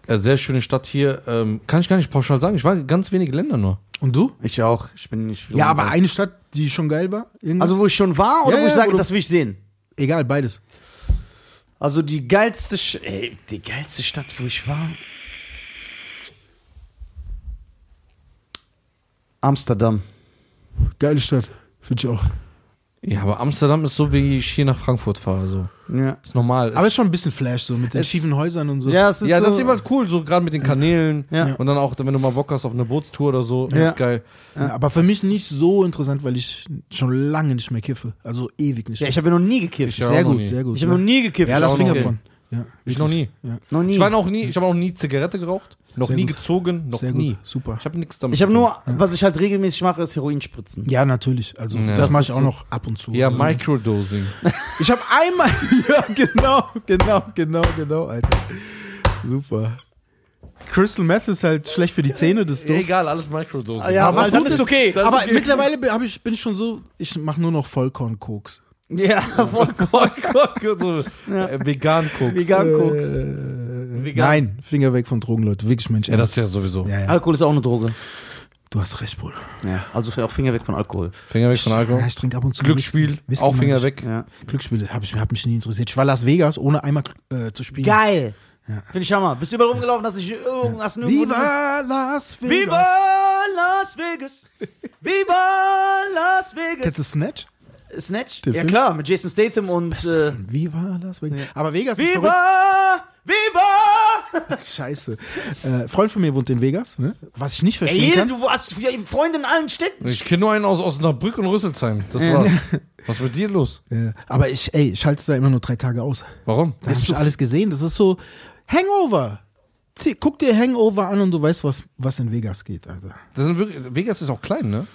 A: Äh, sehr schöne Stadt hier. Ähm, kann ich gar nicht pauschal sagen. Ich war in ganz wenige Länder nur.
C: Und du?
B: Ich auch. Ich bin nicht.
C: Ja, aber eine Stadt, die schon geil war. Irgendwas?
B: Also, wo ich schon war oder
C: Ja,
B: wo ich
C: ja, wo
B: sage,
C: du-
B: das will ich sehen?
C: egal, beides.
B: Also, die geilste. Sch Ey, die geilste Stadt, wo ich war. Amsterdam.
C: Geile Stadt. Finde ich auch.
A: Ja, aber Amsterdam ist so, wie ich hier nach Frankfurt fahre. So.
B: Ja.
A: Ist normal.
C: Aber ist schon ein bisschen Flash, so mit den
A: Es-
C: schiefen Häusern und so.
B: Ja, es ist
A: ja,
B: so,
A: das ist immer cool, so gerade mit den Kanälen.
B: Ja.
A: Und dann auch, wenn du mal Bock hast auf eine Bootstour oder so,
B: Ja.
A: ist geil.
C: Ja, aber für mich nicht so interessant, weil ich schon lange nicht mehr kiffe. Also ewig nicht.
B: Ja, ich habe ja noch nie gekifft.
A: Ich
B: Ich, ne?
A: auch
C: sehr
A: noch
C: gut,
A: nie.
C: sehr gut.
B: habe noch nie gekifft.
C: ja,
B: Auch
C: lass Finger
B: noch.
C: von. Ja.
A: Ich noch nie.
B: Noch nie.
A: Ich war noch nie, ich habe noch nie Zigarette geraucht, noch
C: Sehr
A: nie
C: gut.
A: gezogen, noch
C: Sehr gut,
A: nie.
C: super.
A: Ich habe nichts damit.
B: Ich habe
A: zu tun.
B: nur, was ich halt regelmäßig mache, ist Heroin spritzen.
C: Ja, natürlich. Also
A: Ja.
C: das
A: Das
C: mache
B: ist
C: ich auch
B: so-
C: noch ab und zu.
A: Ja,
C: Also,
A: Microdosing.
C: Ich habe einmal. *laughs* ja, genau, genau, genau, genau, Alter. Super. Crystal Meth ist halt schlecht für die Zähne, das ist doof.
A: *laughs* Egal, alles Microdosing.
B: Ja, aber dann ist okay.
A: Das ist
C: aber
A: okay.
C: mittlerweile bin, hab ich, bin ich schon so, ich mache nur noch Vollkorn-Koks.
B: Ja, *laughs* voll
A: so, äh, vegan guckst.
B: vegan guckst.
C: Äh,
B: Vegan.
C: Nein, Finger weg von Drogen, Leute. Wirklich, Mensch.
A: Ja, das ist ja sowieso.
C: ja, ja.
B: Alkohol ist auch eine Droge.
C: Du hast recht, Bruder.
B: Ja. Also auch Finger weg von Alkohol.
A: Finger weg von Alkohol.
C: Ja, ich trinke ab und zu.
A: Glücksspiel,
C: Whisky. Whisky
A: auch
C: mag
A: Finger
C: ich.
A: weg.
B: Ja.
C: Glücksspiel habe ich, hab mich nie interessiert. Ich war Las Vegas, ohne einmal äh, zu spielen.
B: Geil. Finde ich Hammer. Bist du überall rumgelaufen, hast dich irgendwo, hast nirgendwo...
C: Viva Las Vegas.
B: Viva Las Vegas! Viva Las
C: Kennst du
B: Vegas!
C: Snatch?
B: Snatch?
C: Der
B: Ja
C: Film?
B: klar, mit Jason Statham und... Äh,
C: Viva Las Vegas. Aber Vegas ist verrückt.
B: Viva! Viva!
C: Scheiße. Äh, Freund von mir wohnt in Vegas, ne? Was ich nicht
B: Ey,
C: verstehen
B: jeder,
C: kann.
B: du hast Freunde in allen Städten.
A: Ich kenne nur einen aus Osnabrück und Rüsselsheim. Das *laughs* war's. Was ist mit dir los?
C: Äh, aber ich, ey, ich schalte da immer nur drei Tage aus.
A: Warum?
C: Da hast du alles gesehen. Das ist so Hangover. Zieh- Guck dir Hangover an und du weißt, was, was in Vegas geht, Alter.
A: Das sind wirklich, Vegas ist auch klein, ne?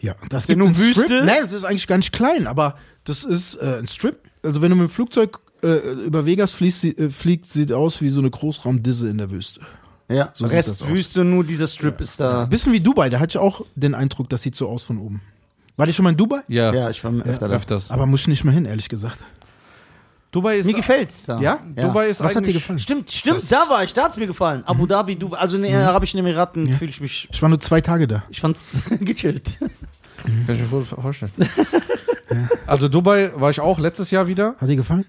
C: Ja, das gibt
B: nur
C: einen
B: Wüste?
C: Strip. Nein, das ist eigentlich ganz klein, aber das ist äh, ein Strip. Also wenn du mit dem Flugzeug äh, über Vegas fliegst, sie- äh, fliegt, sieht aus wie so eine Großraumdisse in der Wüste.
B: Ja,
C: so sieht das
B: Rest
C: aus.
B: Wüste, nur dieser Strip ist da.
C: Ein bisschen wie Dubai, da hatte ich auch den Eindruck, das sieht so aus von oben. War ich schon mal in Dubai?
A: Ja,
B: Ja, ich war öfter da.
A: öfters.
C: Aber muss ich nicht mehr hin, ehrlich gesagt.
A: Dubai ist,
B: Mir gefällt's da.
C: Ja?
B: Ja.
A: Dubai ist
C: Was hat dir
A: eigentlich-
C: gefallen?
B: Stimmt, stimmt, da war ich, da hat's mir gefallen. Abu Dhabi, Dubai, also in den Arabischen Emiraten fühle ich mich,
C: Ich war nur zwei Tage da.
B: ich fand's *laughs* gechillt.
A: Kann ich mir wohl vorstellen. *laughs* Also Dubai war ich auch letztes Jahr wieder.
C: Hat dir gefallen?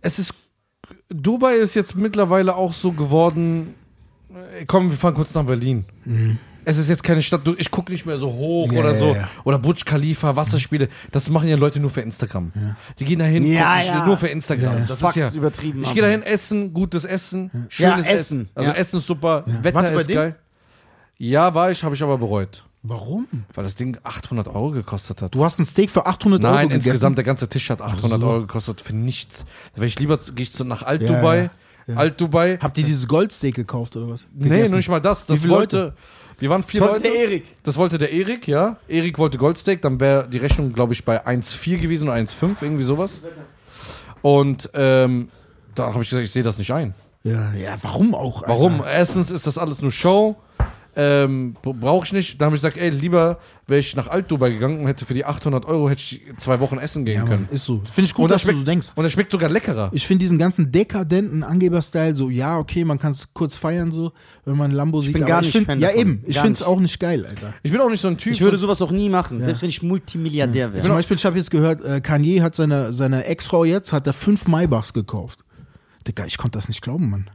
A: Es ist Dubai ist jetzt mittlerweile auch so geworden. äh, Komm, wir fahren kurz nach Berlin. Es ist jetzt keine Stadt. du- Ich gucke nicht mehr so hoch
C: Ja,
A: oder
C: ja,
A: so
C: ja.
A: oder Burj Khalifa, Wasserspiele. Das machen ja Leute nur für Instagram. Die gehen dahin
B: Ja,
A: gucken sich
B: ja.
A: nur für Instagram. Das ist
B: Fakt,
A: ja.
B: übertrieben.
A: Ich
B: aber.
A: gehe dahin essen, gutes Essen,
B: Ja,
A: schönes Essen.
B: Essen,
A: Also
B: ja.
A: Essen ist super, Wetter
C: Warst du bei
A: ist
C: dem?
A: geil. Ja, war ich, habe ich aber bereut,
C: Warum?
A: weil das Ding 800 Euro gekostet hat.
C: Du hast ein Steak für 800 Euro
A: Nein,
C: gegessen?
A: insgesamt der ganze Tisch hat 800
C: so.
A: Euro gekostet für nichts. Da wär ich lieber zu- gehe ich zu, nach Alt
C: Ja,
A: Dubai, Alt Dubai.
C: Habt ihr dieses Goldsteak gekauft oder was?
A: nee, noch nicht mal das. Das
C: viele
A: wollte. Wir waren vier
B: Das wollte
A: Leute.
B: der Erik.
A: Das wollte der Erik, ja. Erik wollte Goldsteak, dann wäre die Rechnung, glaube ich, bei 1,4 gewesen oder 1,5, irgendwie sowas. Und ähm, da habe ich gesagt, ich sehe das nicht ein.
C: Ja, ja, warum auch? Alter?
A: Warum? Erstens ist das alles nur Show. Ähm, brauche ich nicht. Da habe ich gesagt, ey, lieber wäre ich nach Alt Dubai gegangen und hätte für die 800 Euro hätte ich zwei Wochen essen gehen
C: Ja, Mann,
A: können.
C: ist so. Finde ich gut,
A: Und das
C: dass du so
A: schmeckt-
C: denkst.
A: Und es schmeckt sogar leckerer.
C: Ich finde diesen ganzen dekadenten Angeber-Style so, ja, okay, man kann es kurz feiern, so, wenn man Lambo sieht.
B: bin
C: aber
B: gar
C: ich
B: nicht
C: find,
B: Fan
C: Ja,
B: davon.
C: eben. Ich
B: Gar
C: finde es
B: nicht.
C: auch nicht geil, Alter.
A: Ich bin auch nicht so ein Typ.
B: Ich würde
A: so
B: sowas auch nie machen, selbst wenn ich Multimilliardär wäre.
C: Zum Beispiel, ich habe jetzt gehört, äh, Kanye hat seine, seine Ex-Frau jetzt, hat er fünf Maybachs gekauft. Digga, ich konnte das nicht glauben, Mann.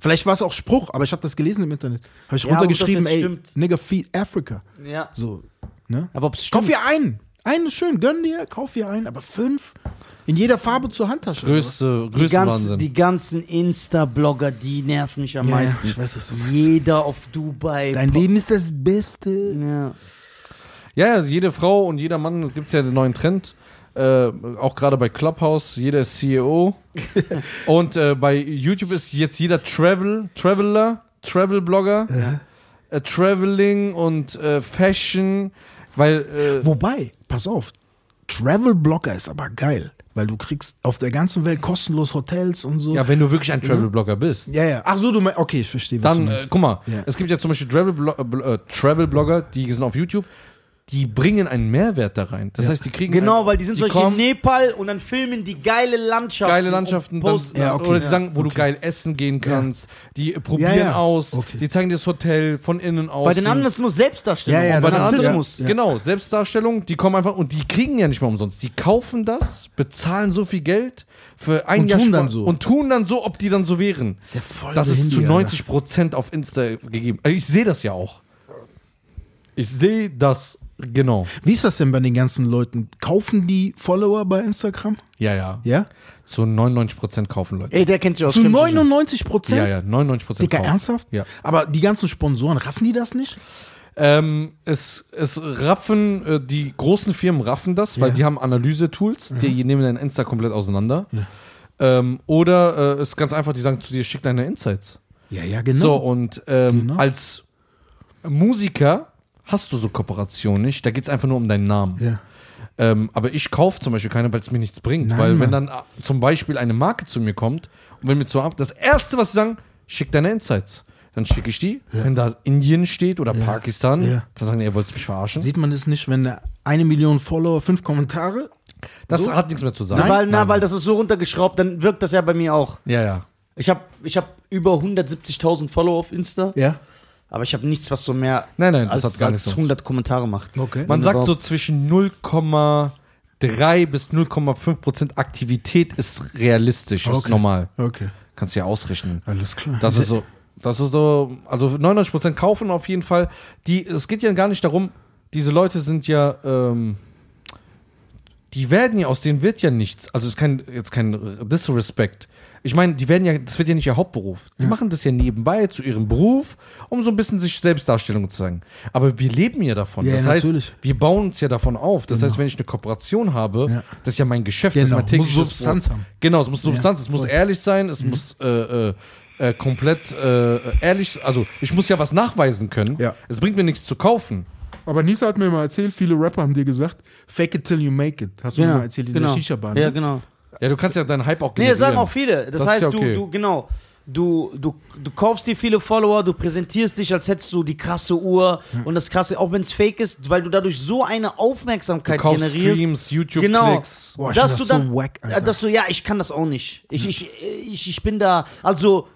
C: Vielleicht war es auch Spruch, aber ich habe das gelesen im Internet. Habe ich
B: Ja,
C: runtergeschrieben,
B: ob das jetzt
C: ey,
B: stimmt.
C: nigga feed Africa.
B: Ja.
C: So, ne?
B: Aber ob's stimmt.
C: Kauf ihr einen. Einen ist schön, gönn dir, kauf ihr einen, aber fünf in jeder Farbe zur Handtasche.
A: größte,
B: Die
A: größte
B: ganzen,
A: Wahnsinn.
B: die ganzen Insta-Blogger, die nerven mich am
C: Ja, ja,
B: meisten.
C: ich weiß, was du meinst.
B: Jeder auf Dubai.
C: Dein Leben ist das Beste.
B: Ja.
A: ja, ja, jede Frau und jeder Mann gibt es ja den neuen Trend. Äh, auch gerade bei Clubhouse, jeder ist CEO. und äh, bei YouTube ist jetzt jeder Travel, Traveler, Travel-Blogger, äh, Traveling und äh, Fashion, weil äh,
C: Wobei, pass auf, Travel Blocker ist aber geil, weil du kriegst auf der ganzen Welt kostenlos Hotels und so.
A: ja, wenn du wirklich ein Travel-Blogger bist,
C: ja. ja. Ach so, du meinst, okay, ich verstehe, was
A: dann,
C: du
A: äh,
C: meinst.
A: guck mal,
C: Ja.
A: äh, es gibt ja zum Beispiel Travel-Blogger, äh, Travel die sind auf YouTube, die bringen einen Mehrwert da rein. Das heißt, die kriegen
B: Genau,
A: einen,
B: weil die sind solche in
A: kommen,
B: Nepal und dann filmen die geile Landschaften.
A: geile Landschaften
B: und
A: dann,
B: posten.
C: Ja, okay.
A: oder die
C: Ja.
A: sagen, wo du geil essen gehen kannst. Die probieren
C: Ja, ja.
A: aus,
C: Okay.
A: die zeigen dir das Hotel von innen aus.
B: Bei den anderen ist nur Selbstdarstellung.
C: Ja, ja,
B: und
A: bei den anderen-
B: Narzissmus.
C: Ja.
A: Genau, Selbstdarstellung, die kommen einfach und die kriegen ja nicht mal umsonst. Die kaufen das, bezahlen so viel Geld für ein
C: Und
A: Jahr
C: tun dann
A: Spaß-
C: so.
A: und tun dann so, ob die dann so wären.
C: ist ja voll
A: Das ist
C: behindert,
A: zu
C: Alter.
A: 90 Prozent auf Insta gegeben. Also Ich sehe das ja auch. Ich sehe das genau.
C: Wie ist das denn bei den ganzen Leuten? Kaufen die Follower bei Instagram?
A: Ja, ja.
C: Ja?
A: Zu 99 Prozent kaufen Leute.
F: Ey, der kennt sich aus.
C: Zu
F: Kämpfen.
C: 99 Prozent?
A: Ja, ja, 99 Prozent.
C: Dicker, ernsthaft?
A: Ja.
C: Aber die ganzen Sponsoren, raffen die das nicht?
A: Ähm, es, es raffen, äh, die großen Firmen raffen das, weil
C: Ja. Mhm.
A: die haben Analyse-Tools, die nehmen dein Insta komplett auseinander. Ähm, oder äh, es ist ganz einfach, die sagen zu dir, schick deine Insights.
C: Ja, ja,
A: So, und ähm,
C: Genau.
A: als Musiker hast du so Kooperationen nicht, da geht es einfach nur um deinen Namen.
C: Ja.
A: Ähm, aber ich kaufe zum Beispiel keine, weil es mir nichts bringt.
C: Nein,
A: weil wenn
C: Mann.
A: dann äh, zum Beispiel eine Marke zu mir kommt und wenn mir zu ab, das erste, was sie sagen, schick deine Insights. Dann schicke ich die. Wenn da Indien steht oder Pakistan,
C: Ja.
A: dann sagen die, ihr wollt mich verarschen.
C: Sieht man das nicht, wenn da eine Million Follower, fünf Kommentare?
A: das
C: so?
A: hat nichts mehr zu sagen.
B: Weil, na,
A: Nein.
B: weil das ist so runtergeschraubt, dann wirkt das ja bei mir auch.
A: ja, ja.
B: Ich habe ich hab über 170.000 Follower auf Insta,
C: Ja.
B: aber ich habe nichts, was so mehr
A: Nein, nein, das
B: als,
A: hat gar nichts
B: als
A: so.
B: 100 Kommentare macht.
C: Okay.
A: Man
B: Wenn
A: sagt so
B: überhaupt.
A: zwischen 0,3 bis 0,5 Prozent Aktivität ist realistisch, ist
C: Okay.
A: normal.
C: okay.
A: Kannst du ja ausrechnen.
C: Alles klar.
A: Das ist so. Das ist so, also 99% kaufen auf jeden Fall. Die, es geht ja gar nicht darum, diese Leute sind ja, ähm, die werden ja, aus denen wird ja nichts. Also ist kein, jetzt kein Disrespect. Ich meine, die werden ja, das wird ja nicht ihr Hauptberuf. Die machen das ja nebenbei zu ihrem Beruf, um so ein bisschen sich Selbstdarstellung zu zeigen. Aber wir leben ja davon.
C: Ja,
A: das
C: ja,
A: heißt,
C: natürlich. Genau.
A: wir bauen uns ja davon auf. Das heißt, wenn ich eine Kooperation habe,
C: Ja.
A: das ist ja mein Geschäft, das ist
C: Genau,
A: mein
C: muss
A: tägliches
C: Substanz
A: Brot.
C: haben.
A: Genau, es muss Substanz,
C: Ja,
A: es muss
C: voll.
A: ehrlich sein,
C: Mhm.
A: es muss äh, äh, äh, komplett äh, ehrlich, also ich muss ja was nachweisen können.
C: Ja.
A: Es bringt mir nichts zu kaufen.
C: Aber Nisa hat mir mal erzählt, viele Rapper haben dir gesagt, fake it till you make it. Hast du mir mal erzählt in der Shisha-Bahn.
B: Ja,
C: ne?
B: genau.
A: Genau, Ja, du kannst ja deinen Hype auch
B: Nee,
A: generieren.
B: das sagen auch viele. Das,
A: Das ist
B: heißt,
A: ja okay.
B: du, du, genau. Du, du, du kaufst dir viele Follower, du präsentierst dich, als hättest du die krasse Uhr und das krasse, auch wenn es fake ist, weil du dadurch so eine
A: Du
B: Aufmerksamkeit
A: kaufst
B: generierst.
A: Streams,
B: Genau.
A: YouTube-Klicks.
C: Boah, ich
B: dass
C: find
B: du
C: das so
B: dann,
C: wack, Alter.
B: dass du, ja, ich kann das auch nicht. Ich, ich, ich, ich bin da, also,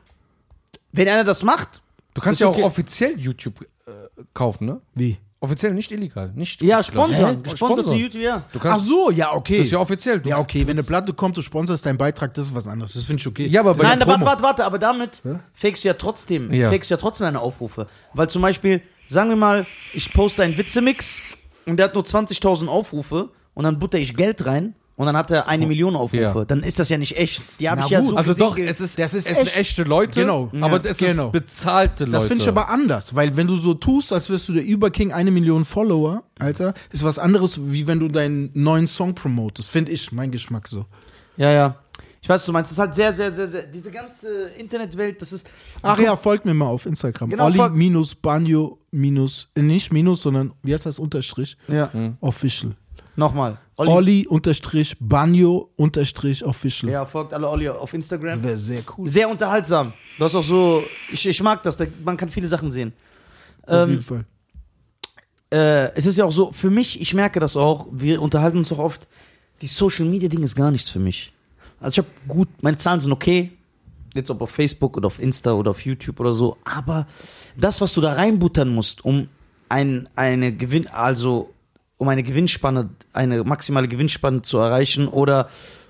B: wenn einer das macht,
A: Du kannst
B: Ist
A: ja
B: okay.
A: auch offiziell YouTube äh, kaufen, ne?
C: Wie?
A: Offiziell, nicht illegal. Nicht
B: ja,
A: glaub ich.
B: sponsern,
A: Hä?
B: gesponserte
A: Sponsor.
B: YouTube, ja.
A: Du
C: Ach
A: kannst,
C: so, ja, okay.
A: das ist ja offiziell. Du,
C: ja, okay, wenn eine Platte kommt, du sponsorst deinen Beitrag, das ist was anderes. Das finde ich okay.
A: Ja, aber bei
C: Das ist
B: Nein, da- warte,
C: Promo.
B: warte, warte, aber damit fakest du ja trotzdem,
A: Ja.
B: fakest du ja trotzdem deine Aufrufe. Weil zum Beispiel, sagen wir mal, ich poste einen Witzemix und der hat nur 20.000 Aufrufe und dann butter ich Geld rein und dann hat er eine Million Aufrufe.
A: Ja.
B: Dann ist das ja nicht echt. Die habe
C: Na
B: ich ja
C: gut,
B: so
A: also
B: gesehen
A: doch,
B: ge-
A: es, ist,
C: Das ist
A: es sind
C: echt-
A: echte Leute,
C: Genau.
A: aber
C: Ja,
A: es
C: genau.
A: ist bezahlte Leute.
C: Das finde ich aber anders, weil wenn du so tust, als wärst du der Überking, eine Million Follower, Alter, ist was anderes, wie wenn du deinen neuen Song promotest. Finde ich, mein Geschmack so.
B: Ja, ja. Ich weiß, was du meinst, das ist halt sehr, sehr, sehr, sehr, diese ganze Internetwelt, das ist,
C: Ach ja, folgt mir mal auf Instagram.
B: Genau,
C: Olli
B: folgt-
C: minus Banjo minus, äh, nicht minus, sondern, wie heißt das, Unterstrich?
B: ja, Hm.
C: Official.
B: nochmal. Olli.
C: Olli unterstrich Banjo unterstrich Official.
B: Ja, folgt alle Olli auf Instagram.
C: Das wäre sehr cool.
B: Sehr unterhaltsam. Du hast auch so, ich, ich mag das, da, man kann viele Sachen sehen.
C: auf jeden
B: Ähm,
C: Fall.
B: äh, es ist ja auch so, für mich, ich merke das auch, wir unterhalten uns auch oft, die Social Media Ding ist gar nichts für mich. Also ich habe gut, meine Zahlen sind okay, jetzt ob auf Facebook oder auf Insta oder auf YouTube oder so, aber das, was du da reinbuttern musst, um ein, eine Gewinn, also um eine Gewinnspanne, eine maximale Gewinnspanne zu erreichen oder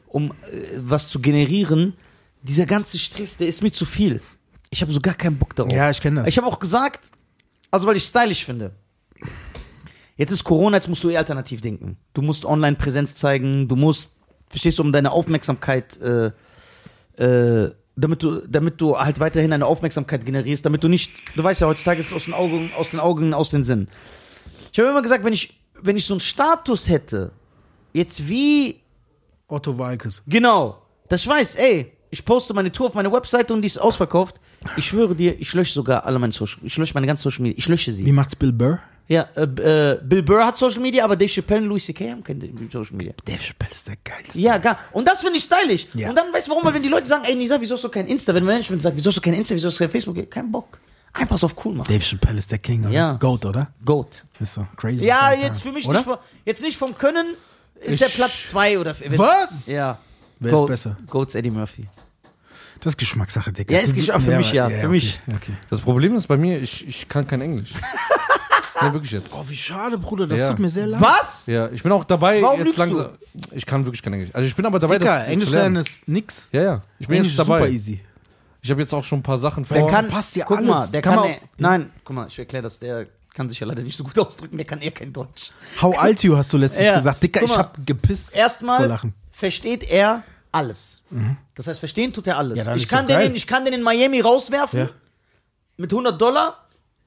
B: um äh, was zu generieren, dieser ganze Stress, der ist mir zu viel. Ich habe so gar keinen Bock darauf.
C: Ja, ich kenn das.
B: Ich habe auch gesagt, also weil ich stylisch finde. Jetzt ist Corona, jetzt musst du eh alternativ denken. Du musst online Präsenz zeigen, du musst, verstehst du, um deine Aufmerksamkeit, äh, äh, damit du, damit du halt weiterhin eine Aufmerksamkeit generierst, damit du nicht, du weißt ja, heutzutage ist es aus den Augen, aus den Augen, aus den Sinnen. Ich habe immer gesagt, wenn ich, wenn ich so einen Status hätte, jetzt wie
C: Otto Walkes.
B: Genau. Das ich weiß, ey, ich poste meine Tour auf meine Webseite und die ist ausverkauft. Ich schwöre dir, ich lösche sogar alle meine Social Ich lösche meine ganzen Social Media. Ich lösche
C: Wie
B: sie.
C: macht's Bill Burr?
B: Ja, äh, äh, Bill Burr hat Social Media, aber Dave Chappelle und Louis C.K. haben keine Social Media.
C: Dave Chappelle ist der geilste.
B: Ja, gar. Und das finde ich stylisch.
C: Ja.
B: Und dann weißt du warum, weil wenn die Leute sagen, ey, Nisa, wieso hast du kein Insta? Wenn Management sagt, wieso hast du kein Insta, wieso hast du kein Facebook? Kein Bock. Einfach so auf cool machen.
C: Dave Chappelle ist der King, oder?
B: Ja.
C: Goat, oder?
B: Goat.
C: Ist so crazy.
B: Ja,
C: Alter.
B: jetzt für mich
C: oder?
B: nicht vom, jetzt nicht vom Können ist der Platz 2 oder
C: Was?
B: Ja.
C: Wer ist besser?
B: Goats Eddie Murphy.
C: Das ist Geschmackssache, Digga.
B: Ja, ist Geschmack- für mich, ja, für
C: okay,
B: mich.
C: Okay.
A: Das Problem ist bei mir, ich, ich kann kein
C: *laughs*
A: Englisch. ja, wirklich jetzt.
C: Oh, wie schade, Bruder. Das
A: Ja.
C: tut mir sehr leid.
B: Was?
A: Ja, ich bin auch dabei,
B: Warum
A: jetzt
B: lügst
A: langsam. Ich kann wirklich kein Englisch. Also ich bin aber dabei,
C: Digga,
A: das
C: Englisch
A: zu lernen.
C: lernen ist nix.
A: Ja, ja. Ich bin
C: Englisch
A: jetzt
C: ist super
A: dabei.
C: easy.
A: Ich habe jetzt auch schon ein paar Sachen
B: Der
A: vor.
B: kann,
C: passt ja
B: guck
C: alles.
B: mal, der
C: Kann
B: kann,
C: man
B: eh-
C: auch-
B: nein, guck mal, ich erkläre das, der kann sich ja leider nicht so gut *laughs* ausdrücken, der kann eher kein Deutsch.
C: How alt you hast du letztens
B: Ja.
C: gesagt. Digga,
B: Guck
C: ich
B: mal.
C: hab gepisst. Vor
B: Erstmal
C: Lachen. Mhm.
B: versteht er alles. Das heißt, verstehen tut er alles.
C: Ja, dann
B: ich,
C: ist doch
B: kann den,
C: geil.
B: in- ich kann den in Miami rauswerfen
C: Ja.
B: mit 100 Dollar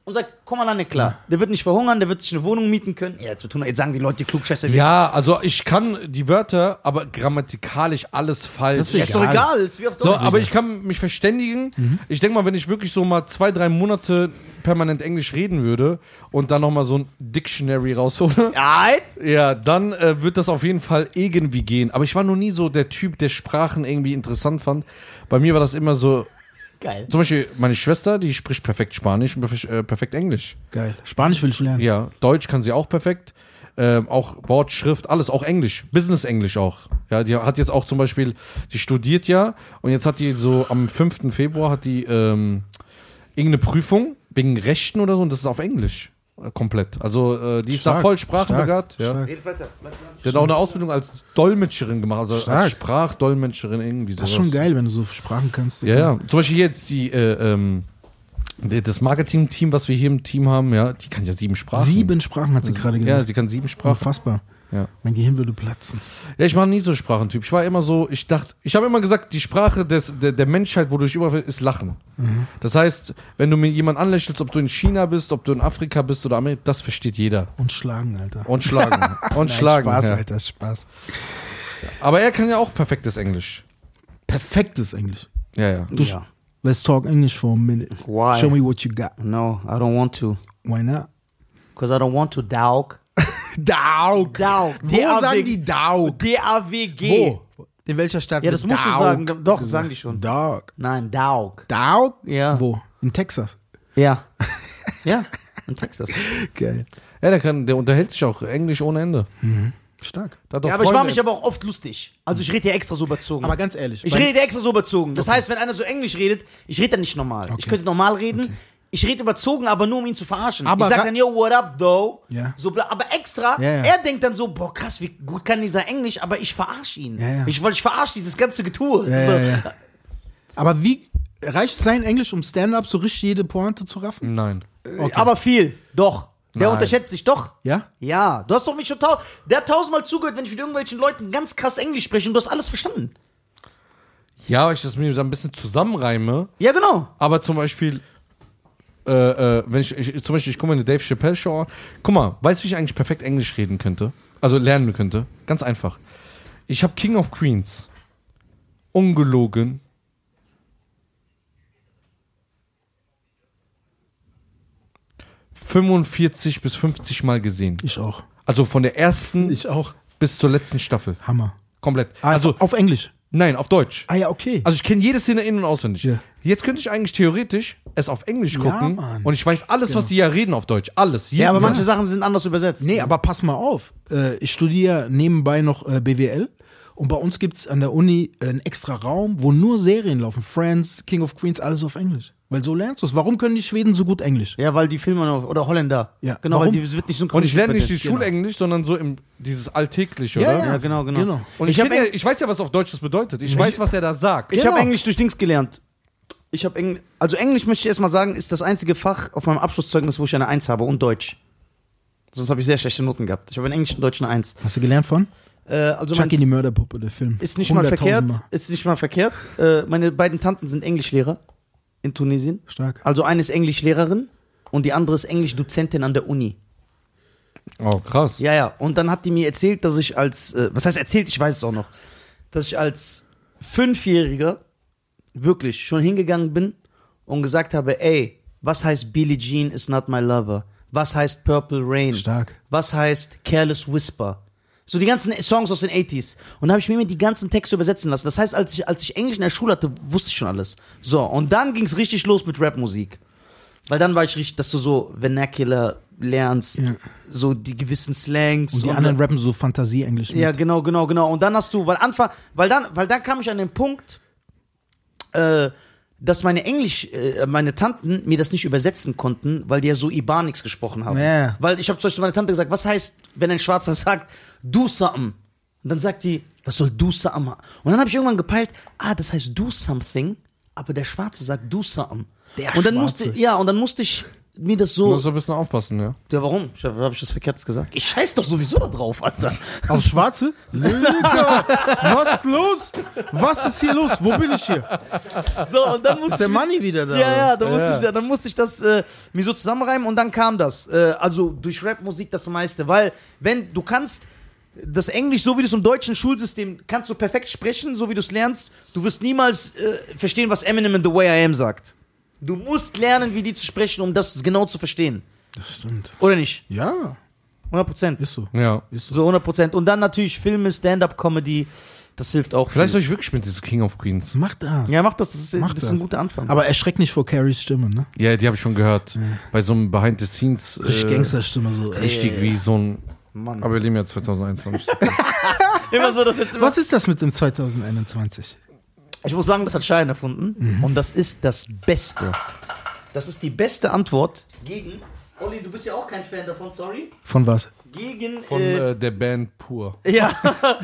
B: und sag, komm mal an, ne, klar. Der wird nicht verhungern, der wird sich eine Wohnung mieten können. Ja, jetzt mit 100, jetzt sagen die Leute, die Klugscheißer,
A: Ja, also ich kann die Wörter, aber grammatikalisch alles falsch.
C: Das ist
B: ist doch
C: egal. Mhm.
B: egal, ist wie auf
A: So,
B: Deutsch.
A: aber ich kann mich verständigen. Ich denke mal, wenn ich wirklich so mal zwei, drei Monate permanent Englisch reden würde und dann nochmal so ein Dictionary
C: *laughs*
A: raushole,
B: Alright.
A: ja, dann äh, wird das auf jeden Fall irgendwie gehen. Aber ich war noch nie so der Typ, der Sprachen irgendwie interessant fand. Bei mir war das immer so,
B: Geil.
A: zum Beispiel meine Schwester, die spricht perfekt Spanisch und perf- äh, perfekt Englisch.
C: Geil. Spanisch will ich lernen.
A: Ja, Deutsch kann sie auch perfekt. Ähm, auch Wort, Schrift, alles, auch Englisch, Business-Englisch auch. Ja, die hat jetzt auch zum Beispiel, die studiert ja und jetzt hat die so am 5. Februar hat die ähm, irgendeine Prüfung wegen Rechten oder so und das ist auf Englisch äh, komplett. Also äh, die ist da
C: Stark,
A: voll sprachbegabt.
C: stark,
A: Ja.
C: stark.
B: Redet weiter.
A: Die hat auch eine Ausbildung als Dolmetscherin gemacht, also
C: Stark.
A: als Sprachdolmetscherin irgendwie sowas.
C: Das ist schon geil, wenn du so Sprachen kannst.
A: Ja, ja. Zum Beispiel jetzt die, äh, ähm, die- das Marketing-Team, was wir hier im Team haben, ja, die kann ja sieben Sprachen.
C: Sieben Sprachen hat sie gerade
A: Ja,
C: gesagt.
A: sie kann sieben Sprachen.
C: Unfassbar.
A: Ja.
C: Mein Gehirn würde platzen.
A: Ja, ich war nie so ein Sprachentyp. Ich war immer so, ich dachte, ich habe immer gesagt, die Sprache des, der, der Menschheit, wo du dich überall ist Lachen.
B: Mhm.
A: Das heißt, wenn du mir jemand anlächelst, ob du in China bist, ob du in Afrika bist oder Amerika, das versteht jeder.
C: Und schlagen, Alter.
A: Und
B: *laughs*
A: schlagen. Und schlagen.
C: Spaß,
A: ja.
B: halt.
C: Alter, Spaß.
A: Aber er kann ja auch perfektes Englisch.
C: Perfektes Englisch.
A: Ja, ja.
C: Du,
B: Ja.
C: Let's talk English for a minute.
B: Why?
C: Show me what you got.
B: No, I don't want to.
C: Why not?
B: Because I don't want to, Daug.
C: Daug.
B: Daug.
C: Wo sagen die Daug?
B: D-A-W-G.
C: Wo? In welcher Stadt?
B: Ja, das
C: wird
B: musst du
C: Daug
B: sagen. Doch,
C: gesagt?
B: sagen die schon.
C: Daug.
B: Nein, Daug.
C: Daug?
B: Ja.
C: Wo? In Texas.
B: Ja. *laughs* ja, in Texas.
C: Geil.
A: Ja, der kann, der unterhält sich auch Englisch ohne Ende.
C: Stark.
A: Der hat doch
B: Ja, aber ich mache
A: Freunde-
B: mich aber auch oft lustig. Also ich rede ja extra so überzogen.
C: Aber ganz ehrlich.
B: ich
C: bei-
B: rede extra so überzogen. Das heißt, wenn einer so Englisch redet, ich rede dann nicht normal. Ich
C: Okay.
B: könnte normal reden. Ich rede überzogen, aber nur um ihn zu verarschen.
C: Aber
B: ich sag
C: ra-
B: dann, yo, what up, though?
C: Ja.
B: So, bla- aber extra,
C: Ja, ja.
B: er denkt dann so, boah, krass, wie gut kann dieser Englisch, aber ich verarsche ihn.
C: Ja, ja.
B: Ich, weil ich verarsche dieses ganze Getue.
C: Ja,
B: so.
C: ja, ja. Aber wie reicht sein Englisch, um Stand-up so richtig jede Pointe zu
B: Mhm.
C: raffen?
A: Nein.
B: Aber viel, doch. Der
A: Nein.
B: unterschätzt sich doch.
C: Ja?
B: Ja, du hast doch mich schon tau der hat tausendmal zugehört, wenn ich mit irgendwelchen Leuten ganz krass Englisch spreche und du hast alles verstanden.
A: Ja, weil ich das mir so ein bisschen zusammenreime.
B: Ja, genau.
A: Aber zum Beispiel, äh, äh, wenn ich, ich zum Beispiel, ich gucke mir eine Dave Chappelle Show an. Guck mal, weißt du, wie ich eigentlich perfekt Englisch reden könnte? Also lernen könnte? Ganz einfach. Ich habe King of Queens. Ungelogen. ...45 bis 50 Mal gesehen.
C: Ich auch.
A: Also von der ersten
C: Ich auch.
A: bis zur letzten Staffel.
C: Hammer.
A: Komplett.
C: Also
A: Also,
C: auf Englisch.
A: nein, auf Deutsch.
C: Ah ja, okay.
A: Also ich kenne jede Szene in- und auswendig.
C: Ja.
A: Jetzt könnte ich eigentlich theoretisch es auf Englisch gucken
C: Mann.
A: und ich weiß alles, was die ja reden auf Deutsch. Alles.
B: Ja, aber
A: Jeden
B: manche
A: Satz.
B: Sachen sind anders übersetzt.
C: nee, aber pass mal auf. Äh, ich studiere nebenbei noch äh, BWL. Und bei uns gibt es an der Uni äh, einen extra Raum, wo nur Serien laufen. Friends, King of Queens, alles auf Englisch. Weil so lernst du es. Warum können die Schweden so gut Englisch?
B: Ja, weil die Filme noch, oder Holländer.
C: Ja,
B: Genau,
C: warum?
B: weil die wird nicht so
A: und ich lerne nicht die
B: synchronisiert. Genau.
A: Schulenglisch, sondern so im dieses alltägliche, oder?
B: Ja, genau, genau.
C: Genau.
A: Und ich,
B: Ich hab
A: kenn ja,
B: Eng-
A: ich weiß ja, was auf Deutsch das bedeutet. Ich weiß, was er da sagt.
B: Ich
C: Genau.
B: habe Englisch durch Dings gelernt. Ich habe Englisch, also Englisch möchte ich erstmal sagen, ist das einzige Fach auf meinem Abschlusszeugnis, wo ich eine Eins habe und Deutsch. Sonst habe ich sehr schlechte Noten gehabt. Ich habe in Englisch und Deutsch eine Eins.
C: Hast du gelernt von?
B: Äh, also mein
C: Chucky die Mörderpuppe, der Film.
B: Ist nicht mal
C: 100.000
B: verkehrt. Ist nicht mal verkehrt. Äh, meine beiden Tanten sind Englischlehrer in Tunesien.
C: Stark.
B: Also eine ist Englischlehrerin und die andere ist Englischdozentin an der Uni.
A: Oh, krass.
B: Ja, ja. Und dann hat die mir erzählt, dass ich als, äh, was heißt erzählt, ich weiß es auch noch, dass ich als Fünfjähriger wirklich schon hingegangen bin und gesagt habe, ey, was heißt Billie Jean is not my lover? Was heißt Purple Rain?
C: Stark.
B: Was heißt Careless Whisper? So die ganzen Songs aus den 80s. Und da habe ich mir immer die ganzen Texte übersetzen lassen. Das heißt, als ich, als ich Englisch in der Schule hatte, wusste ich schon alles. So, und dann ging es richtig los mit Rapmusik. Weil dann war ich richtig, dass du so Vernacular lernst,
C: Ja.
B: so die gewissen Slangs.
C: Und die anderen rappen so Fantasie-Englisch.
B: Ja,
C: mit.
B: genau, genau, genau. Und dann hast du, weil Anfang, weil dann, weil dann kam ich an den Punkt, äh, dass meine Englisch, äh, meine Tanten mir das nicht übersetzen konnten, weil die ja so Ibanix gesprochen haben.
C: Ja.
B: Weil ich habe zum Beispiel meiner Tante gesagt, was heißt, wenn ein Schwarzer sagt, du something? Und dann sagt die, was soll du something? Und dann habe ich irgendwann gepeilt, ah, das heißt do something, aber der Schwarze sagt do something.
C: Der
B: und dann
C: Schwarze.
B: musste, ja, und dann musste ich mir das
A: Du
B: so.
A: musst ein bisschen aufpassen, ja.
B: Ja, warum? Ich habe hab ich das verkehrt gesagt? Ich scheiß doch sowieso da drauf, *laughs* Alter.
C: Auf Also Schwarze? Lüge! Was ist los? Was ist hier los? Wo bin ich hier?
B: So, und
C: *laughs*
B: dann
C: Ist
B: musste
C: der
B: ich
C: Money wieder da?
B: Ja, ja, dann musste ich, dann musste ich das äh, mir so zusammenreimen und dann kam das. Äh, also durch Rap-Musik das meiste, weil wenn du kannst das Englisch, so wie du es im deutschen Schulsystem kannst du perfekt sprechen, so wie du es lernst, du wirst niemals äh, verstehen, was Eminem in The Way I Am sagt. Du musst lernen, wie die zu sprechen, um das genau zu verstehen.
C: Das stimmt.
B: Oder nicht?
C: Ja,
B: 100 Prozent.
C: ist so.
A: Ja.
B: So 100 Prozent. Und dann natürlich Filme, Stand-Up-Comedy, das hilft auch.
A: Vielleicht
B: viel.
A: soll ich wirklich mit diesem King of Queens.
C: Macht das.
B: Ja, mach das, das ist,
C: Mach
B: das ist ein
C: das.
B: guter Anfang.
C: Aber erschreck nicht vor Carries Stimme, ne?
A: Ja, die habe ich schon gehört. Bei so einem Behind the Scenes.
C: Richtig
A: äh,
C: Gangsterstimme so. ey.
A: Richtig wie so ein.
B: Mann.
A: Aber wir leben ja 2021.
B: immer so, dass jetzt immer
C: Was ist das mit dem 2021?
B: Ich muss sagen, das hat Schein erfunden. Und das ist das Beste. Das ist die beste Antwort. Gegen. Olli, du bist ja auch kein Fan davon, sorry.
C: Von was?
B: Gegen.
A: Von
B: äh,
A: äh, der Band Pur.
B: ja.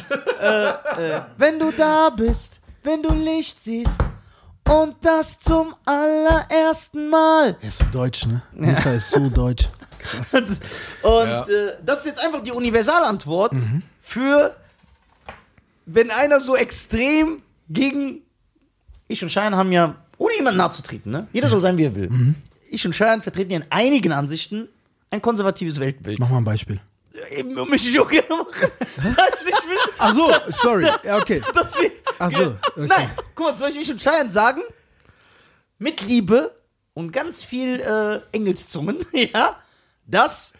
B: *laughs* äh, äh, wenn du da bist, wenn du Licht siehst. Und das zum allerersten Mal.
C: Er ist so deutsch, ne? Nissa ist so deutsch.
B: Und
A: Ja.
B: äh, das ist jetzt einfach die Universalantwort für, wenn einer so extrem gegen. Ich und Schein haben ja, ohne jemanden nahezutreten, ne? Jeder soll sein, wie er will. Ich und Schein vertreten ja in einigen Ansichten ein konservatives Weltbild.
C: Mach mal ein Beispiel.
B: Eben, um mich auch gerne machen. *laughs* Da ich nicht will,
C: Ach so, sorry. Ja, okay.
B: dass wir.
C: *laughs* Ach so, okay.
B: Nein, guck mal, zum Beispiel ich und Schein sagen, mit Liebe und ganz viel äh, Engelszungen, *laughs* ja, dass,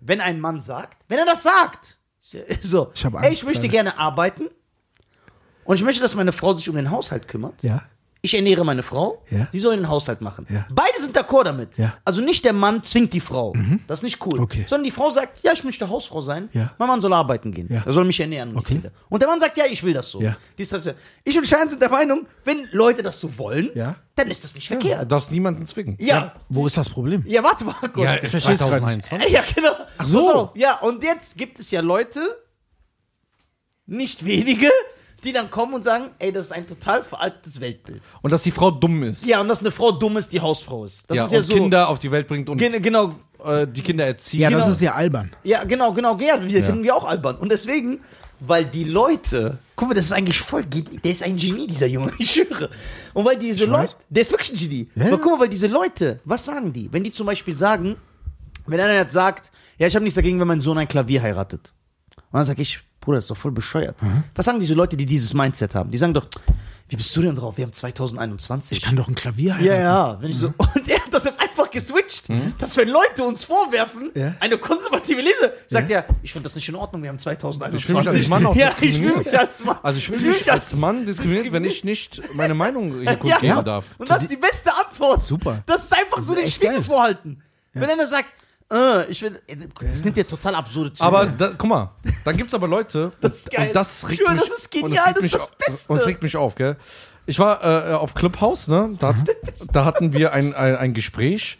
B: wenn ein Mann sagt, wenn er das sagt, so,
C: Ich hab
B: ey,
C: Angst,
B: ich möchte
C: Alter.
B: gerne arbeiten und ich möchte, dass meine Frau sich um den Haushalt kümmert.
C: Ja.
B: Ich ernähre meine Frau,
C: Ja.
B: sie soll den Haushalt machen.
C: Ja.
B: Beide sind d'accord damit.
C: Ja. Mhm.
B: Also nicht der Mann zwingt die Frau. Das ist nicht cool.
C: Okay.
B: Sondern die Frau sagt, ja, ich möchte Hausfrau sein.
C: Ja.
B: Mein Mann soll arbeiten gehen.
C: Ja.
B: Er soll mich ernähren. und die
C: Okay.
B: Kinder. Und der Mann sagt, ja, ich will das so.
C: Ja.
B: Die ist trotzdem- Ich und Schein sind der Meinung, wenn Leute das so wollen,
C: Ja.
B: dann ist das nicht verkehrt.
A: Du darfst niemanden zwingen.
B: Ja.
C: Wo ist das Problem?
B: Ja, warte mal kurz.
A: Ja,
C: versteh's grad
A: 2021.
B: *laughs* Ja, genau. Ach
C: so.
B: Ja, und jetzt gibt es ja Leute, nicht wenige, die dann kommen und sagen, ey, das ist ein total veraltetes Weltbild.
A: Und dass die Frau dumm ist.
B: Ja, und dass eine Frau dumm ist, die Hausfrau ist. Das
A: Ja,
B: ist ja
A: und
B: so.
A: Kinder auf die Welt bringt und
B: Gen- genau,
A: äh, die Kinder erziehen.
C: Ja,
A: Kinder-
C: das ist ja albern.
B: ja, genau, genau, ja, wir
A: Ja.
B: finden wir auch albern. Und deswegen, weil die Leute, guck mal, das ist eigentlich voll, ge- der ist ein Genie, dieser Junge, *laughs* ich schwöre. Und weil diese
C: Ich weiß.
B: Leute, der ist wirklich ein Genie.
C: Ja,
B: Aber
C: ja.
B: guck mal, weil diese Leute, was sagen die? Wenn die zum Beispiel sagen, wenn einer jetzt sagt, ja, ich habe nichts dagegen, wenn mein Sohn ein Klavier heiratet. Und dann sag ich, Bruder, das ist doch voll bescheuert. Was sagen diese Leute, die dieses Mindset haben? Die sagen doch, wie bist du denn drauf? Wir haben 2021.
C: Ich kann doch ein Klavier
B: Ja,
C: heiraten.
B: ja. Wenn ich
A: Mhm.
B: so, und er hat das jetzt einfach geswitcht, dass wenn Leute uns vorwerfen,
C: Ja.
B: eine konservative Linie, sagt er, ich finde das nicht in Ordnung, wir haben 2021.
A: Ich fühl mich als Mann auch
B: ja, ich fühle
A: diskriminiert.
B: mich als Mann.
A: Also ich fühle
B: fühl
A: mich als Mann diskriminiert, wenn ich nicht meine Meinung
B: *laughs*
A: hier kundgeben
B: Ja.
A: darf.
B: Und das ist die beste Antwort.
C: Super.
B: Das ist einfach so
C: ist
B: den
C: echt
B: Spiegel
C: geil.
B: vorhalten. Wenn einer sagt, äh, ich will, das nimmt ja total absurde Züge.
A: Aber da, guck mal, dann gibt's aber Leute,
B: *laughs* Das ist
A: und-
B: geil.
A: und das regt
B: Ich schwöre,
A: mich,
B: das ist genial,
A: und es regt
B: das
A: mich
B: ist das
A: au-
B: Beste.
A: Und es regt mich auf, gell? Ich war äh, auf Clubhouse, ne? Da,
B: Mhm.
A: da hatten wir ein, ein, ein Gespräch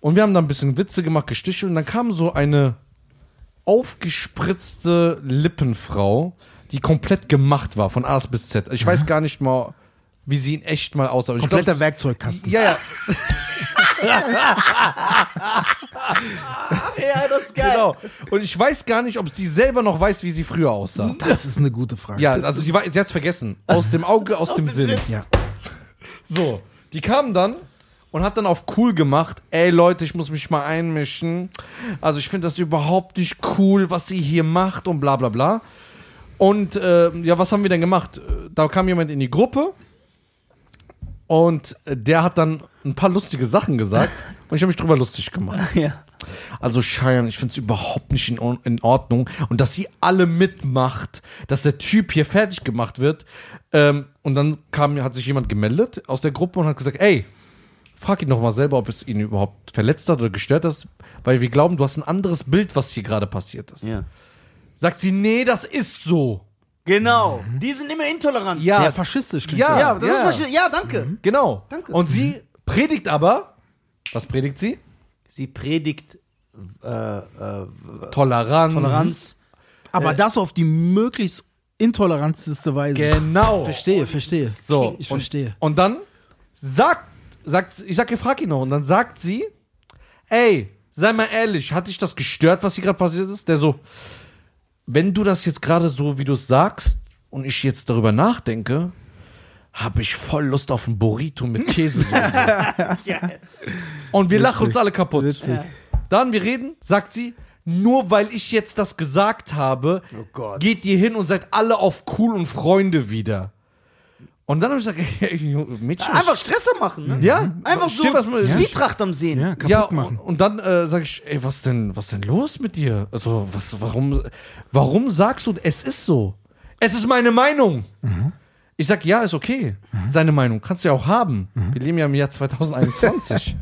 A: und wir haben da ein bisschen Witze gemacht, gestichelt und dann kam so eine aufgespritzte Lippenfrau, die komplett gemacht war, von A bis Z. Ich
B: Mhm.
A: weiß gar nicht mal, wie sie in echt mal aussah. aber ich glaub,
C: Kompletter
A: es-
C: Werkzeugkasten.
A: Ja, ja.
B: *laughs* ja, das ist *laughs* geil.
A: Genau. Und ich weiß gar nicht, ob sie selber noch weiß, wie sie früher aussah.
C: Das ist eine gute Frage.
A: Ja, also sie, war- sie hat's vergessen. Aus dem Auge, aus, dem,
B: dem
A: Sinn.
B: Sinn.
C: ja.
A: So, die kam dann und hat dann auf cool gemacht. Ey Leute, ich muss mich mal einmischen. Also ich finde das überhaupt nicht cool, was sie hier macht und bla bla bla. Und äh, ja, was haben wir denn gemacht? Äh, Da kam jemand in die Gruppe und äh, der hat dann ein paar lustige Sachen *laughs* gesagt und ich habe mich drüber lustig gemacht.
B: Ja.
A: Also Cheyenne, ich finde es überhaupt nicht in, Or- in Ordnung. Und dass sie alle mitmacht, dass der Typ hier fertig gemacht wird. Ähm, und dann kam, hat sich jemand gemeldet aus der Gruppe und hat gesagt, ey, Frag ihn noch mal selber, ob es ihn überhaupt verletzt hat oder gestört hat, weil wir glauben, du hast ein anderes Bild, was hier gerade passiert ist.
B: Ja.
A: Sagt sie, nee, das ist so.
B: Genau. Die sind immer intolerant.
A: Mhm. Ja,
C: Sehr faschistisch klingt
A: Ja.
C: das.
B: Ja, das
A: Ja.
B: ist wahrscheinlich- ja danke.
A: genau.
B: Danke. Mhm.
A: Und sie predigt aber, was predigt sie?
B: Sie predigt äh, äh,
A: Toleranz.
B: Toleranz.
C: Aber das auf die möglichst intoleranteste Weise.
A: Genau.
C: Verstehe, verstehe.
A: So,
C: ich
A: und,
C: verstehe.
A: Und dann sagt, sagt, ich sag, ihr frag ihn noch. Und dann sagt sie, ey, sei mal ehrlich, hat dich das gestört, was hier gerade passiert ist? Der so, wenn du das jetzt gerade so, wie du es sagst, und ich jetzt darüber nachdenke, habe ich voll Lust auf ein Burrito mit Käse. und wir lachen uns alle kaputt. Dann, wir reden, sagt sie, nur weil ich jetzt das gesagt habe, geht ihr hin und seid alle auf cool und Freunde wieder. Und dann habe ich gesagt, *laughs* ey, Junge, Mädchen,
B: Einfach Stresser machen, ne?
A: ja,
B: Einfach so
A: Mhm. stimmt, was man,
B: Zwietracht am Sehen.
C: Ja, kaputt
A: ja,
C: machen.
A: und, und dann äh, sage ich, ey, was denn, was denn los mit dir? Also, was, warum, warum sagst du, es ist so? Es ist meine Meinung. Ich sag, ja, ist okay. Seine Meinung kannst du ja auch haben. Wir leben ja im Jahr 2021.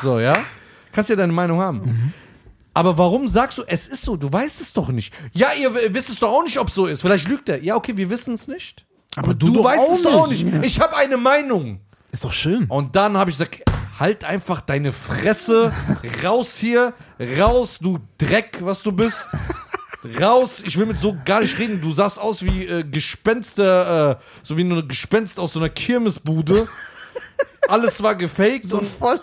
A: so, ja? Kannst ja deine Meinung haben. Aber warum sagst du, es ist so? Du weißt es doch nicht. Ja, ihr w- wisst es doch auch nicht, ob es so ist. Vielleicht lügt er. Ja, okay, wir wissen es nicht.
C: Aber
A: Du,
C: doch
A: weißt es doch auch nicht. Ich habe eine Meinung.
C: Ist doch schön.
A: Und dann habe ich gesagt, halt einfach deine Fresse, raus hier, raus, du Dreck, was du bist. Raus, ich will mit so gar nicht reden. Du sahst aus wie äh, Gespenster, äh, so wie nur ein Gespenst aus so einer Kirmesbude. Alles war gefaked
B: So
A: und
B: voll.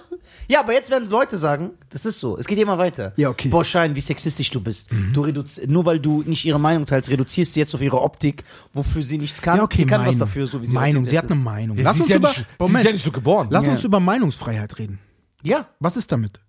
B: Ja, aber jetzt werden Leute sagen, das ist so. Es geht immer weiter.
C: Ja, okay. Mhm.
B: Boah, Schein, wie sexistisch du bist. Du reduzi- nur weil du nicht ihre Meinung teilst, reduzierst sie jetzt auf ihre Optik, wofür sie nichts kann.
C: Ja, okay,
B: sie kann was
C: Meinung.
B: dafür, so wie sie
C: Meinung,
B: aussieht.
C: sie hat eine Meinung.
A: Ja,
C: lass
A: sie,
C: uns
A: ist ja
C: über,
A: nicht, sie ist
C: Moment,
A: ja nicht so geboren.
C: lass
B: Ja.
C: uns über Meinungsfreiheit reden.
B: Ja,
C: Was ist damit?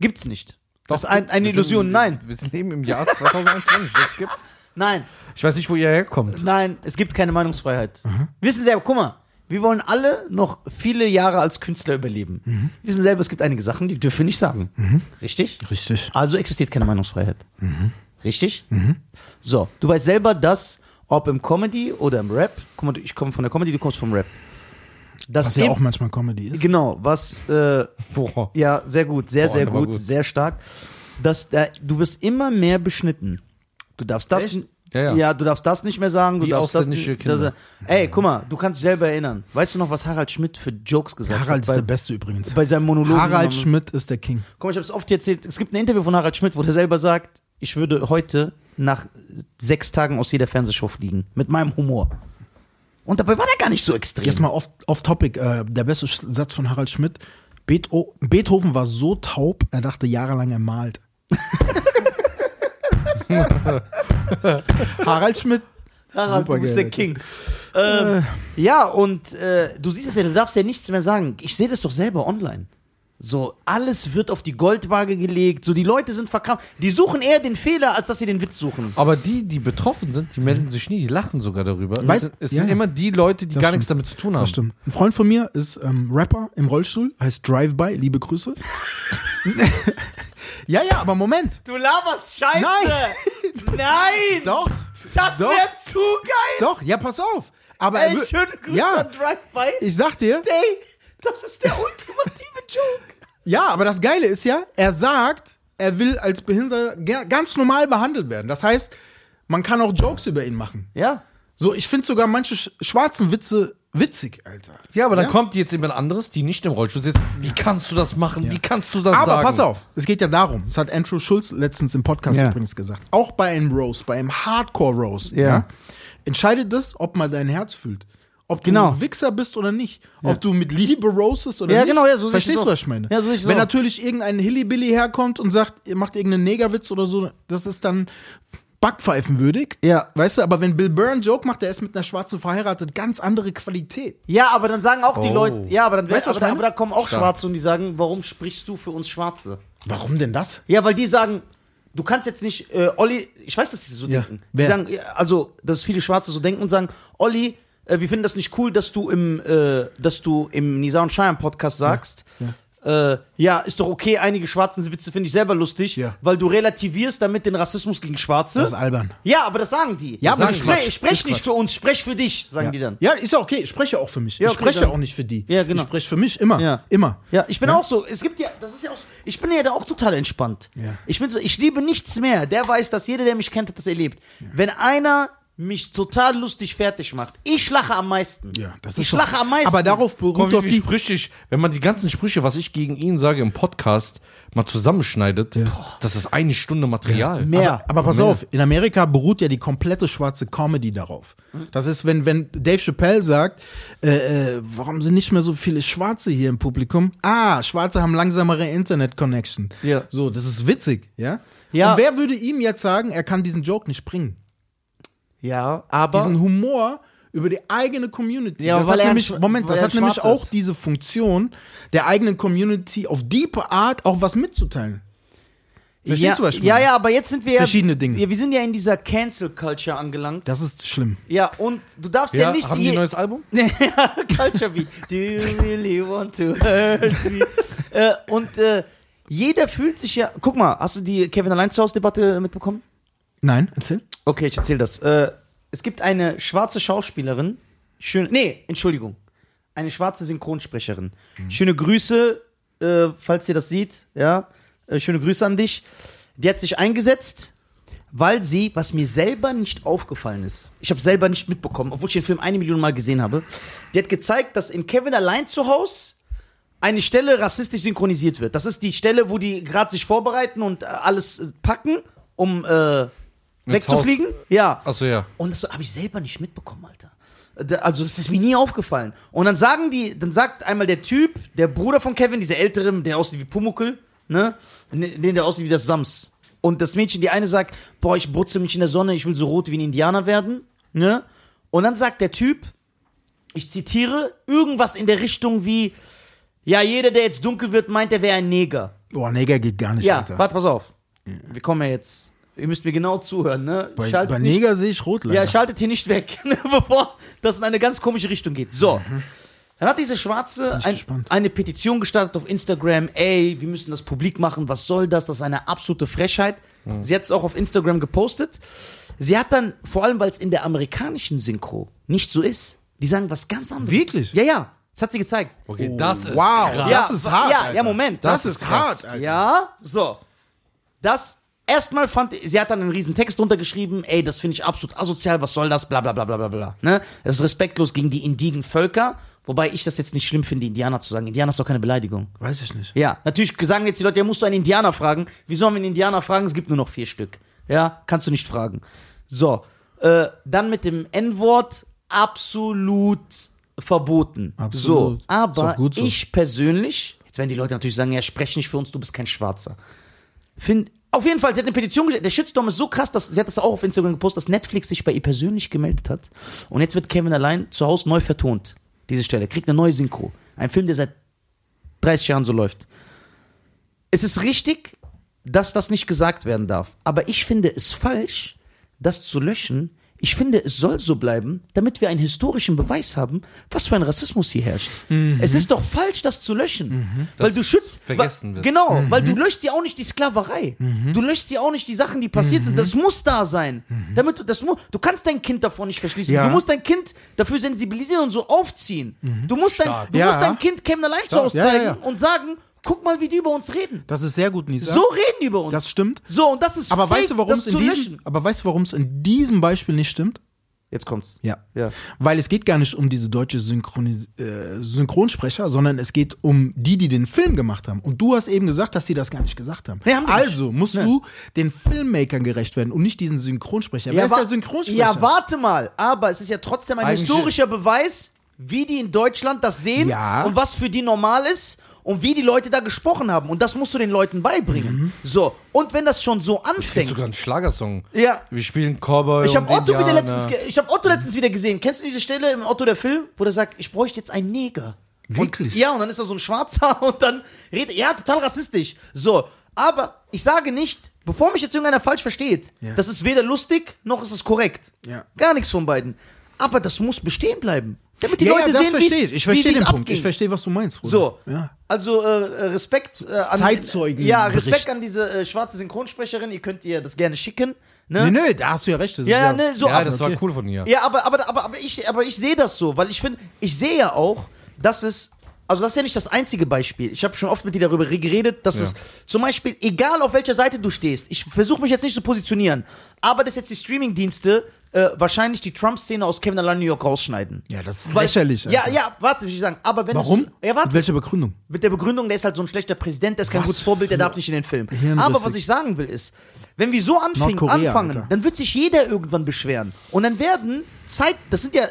B: gibt's nicht.
A: Doch,
B: das ist ein, eine
A: wir sind-
B: Illusion. Nein,
A: Wir leben im Jahr 2021, das gibt's.
B: nein,
A: Ich weiß nicht, wo ihr herkommt.
B: nenein, es gibt keine Meinungsfreiheit. Wissen Sie aber, guck mal, wir wollen alle noch viele Jahre als Künstler überleben.
C: Mhm.
B: Wir Wissen selber, es gibt einige Sachen, die dürfen wir nicht sagen. Richtig?
C: Richtig.
B: Also existiert keine Meinungsfreiheit. Mhm. Richtig? So, du weißt selber, dass ob im Comedy oder im Rap, guck mal, du- ich komme von der Comedy, du kommst vom Rap. Das
C: Was ja auch manchmal Comedy ist.
B: genau, was äh,
A: Boah.
B: ja, sehr gut, sehr,
A: Boah,
B: sehr
A: der war
B: gut,
A: gut.
B: sehr stark. Dass da, du wirst immer mehr beschnitten. Du darfst das,
A: Echt? Ja, ja.
B: du darfst das nicht mehr sagen. Du
A: Wie
B: darfst das,
A: ausländische
B: nicht-
A: Kinder.
B: Das, ey, guck mal, du kannst dich selber erinnern. Weißt du noch, was Harald Schmidt für Jokes gesagt
C: Harald
B: hat?
C: ist
B: bei,
C: der Beste übrigens.
B: bei seinem Monolog.
C: Harald Schmidt ist der King.
B: Guck mal, ich habe es oft erzählt. Es gibt ein Interview von Harald Schmidt, wo er selber sagt, ich würde heute nach sechs Tagen aus jeder Fernsehshow fliegen. Mit meinem Humor. Und dabei war der gar nicht so extrem.
C: Jetzt mal off, off topic. Äh, der beste Sch- Satz von Harald Schmidt. Beetho Beethoven war so taub, er dachte jahrelang, er *laughs* malt. Harald Schmidt.
B: Harald,
C: Super
B: du bist
C: geil,
B: der King. Ähm, ja, und äh, du siehst es ja, du darfst ja nichts mehr sagen. Ich sehe das doch selber online. So, alles wird auf die Goldwaage gelegt. So, die Leute sind verkrampft. Die suchen eher den Fehler, als dass sie den Witz suchen.
A: Aber die, die betroffen sind, die melden sich nie, die lachen sogar darüber.
C: Weißt-
A: es sind, es
C: Mhm. ja,
A: sind
C: ja.
A: immer die Leute, die
C: Das
A: gar
C: stimmt.
A: nichts damit zu tun haben.
C: Das stimmt. Ein Freund von mir ist ähm, Rapper im Rollstuhl, heißt Drive-By, liebe Grüße. *laughs* ja, ja, aber Moment.
B: Du laberst Scheiße! Nein! *laughs* Nein!
C: Doch,
B: das
C: doch.
B: wär zu geil!
C: doch, ja, pass auf. Aber er wür- ja,
B: Drive-By.
C: ich sag dir,
B: Ey, das ist der ultimative Joke.
C: ja, aber das Geile ist ja, er sagt, er will als Behinderter ga- ganz normal behandelt werden. Das heißt, man kann auch Jokes über ihn machen.
B: Ja.
C: So, ich finde sogar manche sch schwarzen Witze witzig, Alter.
A: Ja, aber dann
C: Ja?
A: kommt jetzt jemand anderes, die nicht im Rollstuhl sitzt. Wie kannst du das machen? Wie kannst du das
C: Aber
A: sagen?
C: pass auf, es geht ja darum, das hat Andrew Schulz letztens im Podcast
B: Ja.
C: übrigens gesagt, auch bei einem Rose, bei einem Hardcore-Rose, ja.
B: Ja.
C: entscheidet das, ob man dein Herz fühlt. Ob du
B: Genau.
C: ein Wichser bist oder nicht. Ob du mit Liebe roastest oder
B: Ja,
C: nicht.
B: genau, ja, so sehe ich
C: Verstehst
B: es
C: du,
B: auch.
C: was ich meine?
B: Ja, so sehe ich es
C: Wenn
B: auch.
C: natürlich irgendein Hillybilly herkommt und sagt, ihr macht irgendeinen Negerwitz oder so, das ist dann backpfeifenwürdig.
B: Ja.
C: Weißt du, aber wenn Bill Byrne einen Joke macht, der ist mit einer Schwarzen verheiratet, ganz andere Qualität.
B: Ja, aber dann sagen auch die
A: Oh.
B: Leute, ja, aber dann
C: Weißt du, was
B: aber, da-
C: ich
B: aber
C: meine?
B: da kommen auch Schwarze und die sagen, warum sprichst du für uns Schwarze?
C: Warum denn das?
B: Ja, weil die sagen, du kannst jetzt nicht äh, Olli, ich weiß, dass die so
C: Ja,
B: denken. Die
C: wer?
B: sagen, ja, also, dass viele Schwarze so denken und sagen, Olli, äh, wir finden das nicht cool, dass du im äh, dass du im Nisa und Scheiern Podcast sagst, äh, ja, ist doch okay, einige schwarzen Witze finde ich selber lustig,
C: Ja.
B: weil du relativierst damit den Rassismus gegen Schwarze.
C: Das ist albern.
B: ja, aber das sagen die.
C: Ja, aber
B: ich
C: das ist
B: spre
C: Quatsch.
B: ich sprech
C: Ist
B: nicht
C: Quatsch.
B: für uns, sprech für dich, sagen
C: Ja.
B: die dann.
C: ja, ist ja okay. Ich spreche auch für mich.
B: Ja,
C: ich
B: okay,
C: spreche
B: dann-
C: auch nicht für die.
B: Ja, genau.
C: Ich spreche für mich immer.
B: Ja.
C: Immer. Ne?
B: Ja, ich bin auch so. Es gibt ja, das ist ja auch so. Ich bin ja da auch total entspannt.
C: Ja.
B: Ich, bin, so- ich liebe nichts mehr. Der weiß, dass jeder, der mich kennt, hat das erlebt. Wenn einer mich total lustig fertig macht, ich lache am meisten.
C: Ja, das
B: ich
C: ist
B: lache
C: doch,
B: am meisten.
C: Aber darauf
A: Guck
C: beruht
A: mal,
C: doch
A: wie viele
C: die.
A: Sprüche ich, wenn man die ganzen Sprüche, was ich gegen ihn sage im Podcast, mal zusammenschneidet, das ist eine Stunde Material.
B: mehr.
C: Aber pass auf, in Amerika beruht ja die komplette schwarze Comedy darauf.
B: Hm.
C: Das ist, wenn, wenn Dave Chappelle sagt, äh, äh, warum sind nicht mehr so viele Schwarze hier im Publikum? Ah, Schwarze haben langsamere Internet-Connection.
B: Ja.
C: So, das ist witzig, ja?
B: Ja.
C: Und wer würde ihm jetzt sagen, er kann diesen Joke nicht bringen?
B: ja, aber.
C: diesen Humor über die eigene Community.
B: Ja,
C: das
B: weil
C: hat
B: er
C: nämlich,
B: ein Schwa-
C: Moment,
B: weil
C: das
B: er
C: hat nämlich
B: schwarz
C: auch
B: ist.
C: diese Funktion, der eigenen Community auf diepe Art auch was mitzuteilen. Verstehst
B: ja,
C: du, was ich
B: Ja,
C: meine?
B: ja, aber jetzt sind wir ja.
C: Verschiedene Dinge.
B: Ja, wir sind ja in dieser Cancel Culture angelangt.
C: Das ist schlimm.
B: Ja, und du darfst ja,
A: Ja,
B: nicht.
A: haben die ein
B: je-
A: neues Album?
B: Ja, Culture Beat. Do you really want to hurt me? äh, und äh, jeder fühlt sich ja. Guck mal, hast du die Kevin Allein zu Hause Debatte mitbekommen?
C: Nein, erzähl.
B: Okay, ich erzähle das. Äh, es gibt eine schwarze Schauspielerin. Schön, nee, Entschuldigung. Eine schwarze Synchronsprecherin. Schöne Grüße, äh, falls ihr das sieht. Ja, äh, schöne Grüße an dich. Die hat sich eingesetzt, weil sie, was mir selber nicht aufgefallen ist, ich habe selber nicht mitbekommen, obwohl ich den Film eine Million Mal gesehen habe, die hat gezeigt, dass in Kevin allein zu Hause eine Stelle rassistisch synchronisiert wird. Das ist die Stelle, wo die gerade sich vorbereiten und äh, alles äh, packen, um äh, wegzufliegen. Ja.
A: Achso, ja.
B: Und das habe ich selber nicht mitbekommen, Alter. Da- Also, das ist mir nie aufgefallen. Und dann sagen die, dann sagt einmal der Typ, der Bruder von Kevin, dieser Ältere, der aussieht wie Pumuckel, ne? Nee, der aussieht wie das Sams. Und das Mädchen, die eine sagt, boah, ich brutze mich in der Sonne, ich will so rot wie ein Indianer werden, ne? Und dann sagt der Typ, ich zitiere, irgendwas in der Richtung wie, ja, jeder, der jetzt dunkel wird, meint, er wäre ein Neger.
C: Boah, Neger geht gar nicht,
B: Ja,
C: Alter.
B: warte, pass auf. Wir kommen ja jetzt. Ihr müsst mir genau zuhören, ne?
C: Bei,
B: Schaltet
C: bei
B: nicht
C: Neger sehe ich rot, leider.
B: ja, schaltet hier nicht weg, *laughs* ne, bevor das in eine ganz komische Richtung geht. So. Dann hat diese Schwarze
C: Mhm. ich
B: ein,
C: gespannt.
B: eine Petition gestartet auf Instagram. Ey, wir müssen das publik machen. Was soll das? Das ist eine absolute Frechheit.
C: Mhm.
B: Sie hat es auch auf Instagram gepostet. Sie hat dann, vor allem weil es in der amerikanischen Synchro nicht so ist, die sagen was ganz anderes.
C: Wirklich?
B: Ja, ja. Das hat sie gezeigt.
A: Okay, das ist
C: wow,
A: krass.
C: das
B: Ja,
C: ist hart.
B: ja,
C: Alter.
B: ja, Moment,
C: Das,
B: das
C: ist hart, Alter.
B: Ja, so. Das erstmal fand sie hat dann einen riesen Text drunter geschrieben, ey, das finde ich absolut asozial, was soll das, bla bla bla bla bla bla. Ne? Das ist respektlos gegen die indigen Völker, wobei ich das jetzt nicht schlimm finde, Indianer zu sagen. Indianer ist doch keine Beleidigung.
C: Weiß ich nicht.
B: Ja, natürlich sagen jetzt die Leute, ja, musst du einen Indianer fragen. Wieso haben wir einen Indianer fragen? Es gibt nur noch vier Stück. Ja, kannst du nicht fragen. So, äh, dann mit dem N-Wort absolut verboten.
C: Absolut.
B: So,
C: Ist
B: aber
C: auch gut so.
B: ich persönlich, jetzt werden die Leute natürlich sagen, ja, sprech nicht für uns, du bist kein Schwarzer. Find, auf jeden Fall, sie hat eine Petition gestellt. Der Shitstorm ist so krass, dass sie hat das auch auf Instagram gepostet, dass Netflix sich bei ihr persönlich gemeldet hat. Und jetzt wird Kevin allein zu Hause neu vertont. Diese Stelle. Kriegt eine neue Synchro. Ein Film, der seit 30 Jahren so läuft. Es ist richtig, dass das nicht gesagt werden darf. Aber ich finde es falsch, das zu löschen. Ich finde, es soll so bleiben, damit wir einen historischen Beweis haben, was für ein Rassismus hier herrscht. Es ist doch falsch, das zu löschen. Weil
A: Mhm. Das
B: du schützt.
A: vergessen
B: wa-
A: wird. Mhm.
B: Genau, weil du löscht ja auch nicht die Sklaverei. Du löscht ja auch nicht die Sachen, die passiert sind.
A: Mhm.
B: Das muss da sein. Damit du, das mu du kannst dein Kind davor nicht verschließen.
C: Ja.
B: Du musst dein Kind dafür sensibilisieren und so aufziehen.
A: Mhm.
B: Du musst dein, du
C: Ja.
B: musst dein Kind Kevin allein zu Hause
C: Ja, ja,
B: zeigen
C: ja.
B: und sagen, guck mal, wie die über uns reden.
C: Das ist sehr gut, Nisa.
B: So reden die über uns.
C: das stimmt.
B: so, und das ist
C: Aber
B: fake,
C: weißt du, warum
B: das
C: es in
B: zu
C: diesem,
B: löschen.
C: aber weißt du, warum es in diesem Beispiel nicht stimmt?
B: Jetzt kommt's.
C: Ja.
B: Ja.
C: Weil es geht gar nicht um diese deutsche Synchronis äh, Synchronsprecher, sondern es geht um die, die den Film gemacht haben. Und du hast eben gesagt, dass sie das gar nicht gesagt haben.
B: Nee, haben die
C: also musst du den Filmmakern gerecht werden und nicht diesen Synchronsprecher. Wer ist
B: wa-
C: der Synchronsprecher?
B: Ja, warte mal. Aber es ist ja trotzdem ein
A: Eigentlich-
B: historischer Beweis, wie die in Deutschland das sehen
C: Ja.
B: und was für die normal ist und wie die Leute da gesprochen haben. Und das musst du den Leuten beibringen.
C: Mhm.
B: So, und wenn das schon so
A: Gibt
B: anfängt.
A: sogar einen Schlagersong.
B: Ja.
A: Wir spielen Cowboy
B: Ich habe
A: und
B: Otto, wieder
A: Indianer.
B: letztens ge- ich hab Otto letztens wieder gesehen. Kennst du diese Stelle im Otto der Film, wo der sagt, ich bräuchte jetzt einen Neger?
C: Wirklich?
B: Und, ja, und dann ist da so ein Schwarzer *laughs* und dann redet ja total rassistisch. So, aber ich sage nicht, bevor mich jetzt irgendeiner falsch versteht,
C: Ja.
B: das ist weder lustig noch ist es korrekt.
C: Ja.
B: Gar nichts von beiden. Aber das muss bestehen bleiben.
E: Damit die
C: ja,
E: Leute
C: ja, das
E: sehen,
C: verstehe
E: wie's-
C: ich. Ich verstehe
E: wie's
C: den Punkt.
E: abging.
C: Ich verstehe, was du meinst, Bruder.
B: So.
C: Ja.
B: Also äh, äh, Respekt äh, an
C: Zeitzeugen-
B: Ja, Respekt
C: Bericht.
B: an diese äh, schwarze Synchronsprecherin. Ihr könnt ihr das gerne schicken. Ne?
C: Nee, nee, da hast du ja recht. Das
B: Ja,
C: ist
B: ja, ne, so.
A: ja,
B: aber-
A: das war cool von ihr.
B: Ja, aber, aber, aber, aber ich, aber ich sehe das so, weil ich finde, ich sehe ja auch, dass es. Also das ist ja nicht das einzige Beispiel. Ich habe schon oft mit dir darüber re- geredet, dass
A: Ja.
B: es zum Beispiel, egal auf welcher Seite du stehst, ich versuche mich jetzt nicht zu positionieren, aber dass jetzt die Streamingdienste äh, wahrscheinlich die Trump-Szene aus Kevin allein New York rausschneiden.
C: Ja, das ist
B: Weil-
C: lächerlich.
B: Ja,
C: Alter.
B: ja, warte, will ich sagen. Aber wenn
C: Warum?
B: Es, ja, warte.
C: Mit welcher Begründung?
B: Mit der Begründung, der ist halt so ein schlechter Präsident, der ist kein
C: Was
B: gutes Vorbild, der
C: für
B: darf nicht in den Film.
C: Hirnrissig.
B: Aber was ich sagen will ist, wenn wir so anfingen,
C: Nordkorea,
B: anfangen,
C: Alter.
B: dann wird sich jeder irgendwann beschweren. Und dann werden Zeit, das sind ja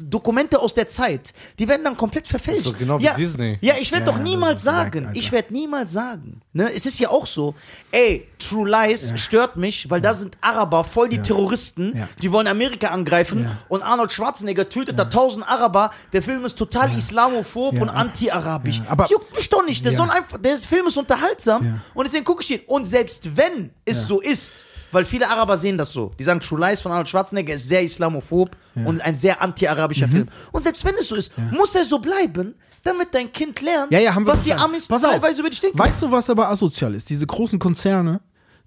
B: Dokumente aus der Zeit, die werden dann komplett verfälscht.
A: Das ist doch genau wie
B: ja,
A: Disney.
B: Ja, ich werde
C: Ja,
B: doch
C: das
B: niemals
C: ist wack,
B: sagen,
C: Alter.
B: ich werde niemals sagen. Ne? Es ist ja auch so, ey, True Lies stört mich, weil da sind Araber voll die Terroristen,
C: Ja.
B: die wollen Amerika angreifen
C: Ja.
B: und Arnold Schwarzenegger tötet da tausend Araber. Der Film ist total islamophob
C: Ja.
B: und anti-arabisch.
C: Ja. Aber-
B: Juckt mich doch nicht. Der,
C: Ja.
B: soll einfach, der Film ist unterhaltsam
C: Ja.
B: und deswegen gucke ich den. Und selbst wenn es
C: Ja.
B: so ist, weil viele Araber sehen das so. Die sagen, True Lies von Arnold Schwarzenegger ist sehr islamophob und ein sehr anti-arabischer
C: Mhm.
B: Film. Und selbst wenn es so ist, muss er so bleiben, damit dein Kind lernt,
C: Ja, ja, haben wir
B: was die
C: verstanden.
B: Amis
C: Pass auf.
B: teilweise über dich denken.
C: Weißt du, was aber asozial ist? Diese großen Konzerne,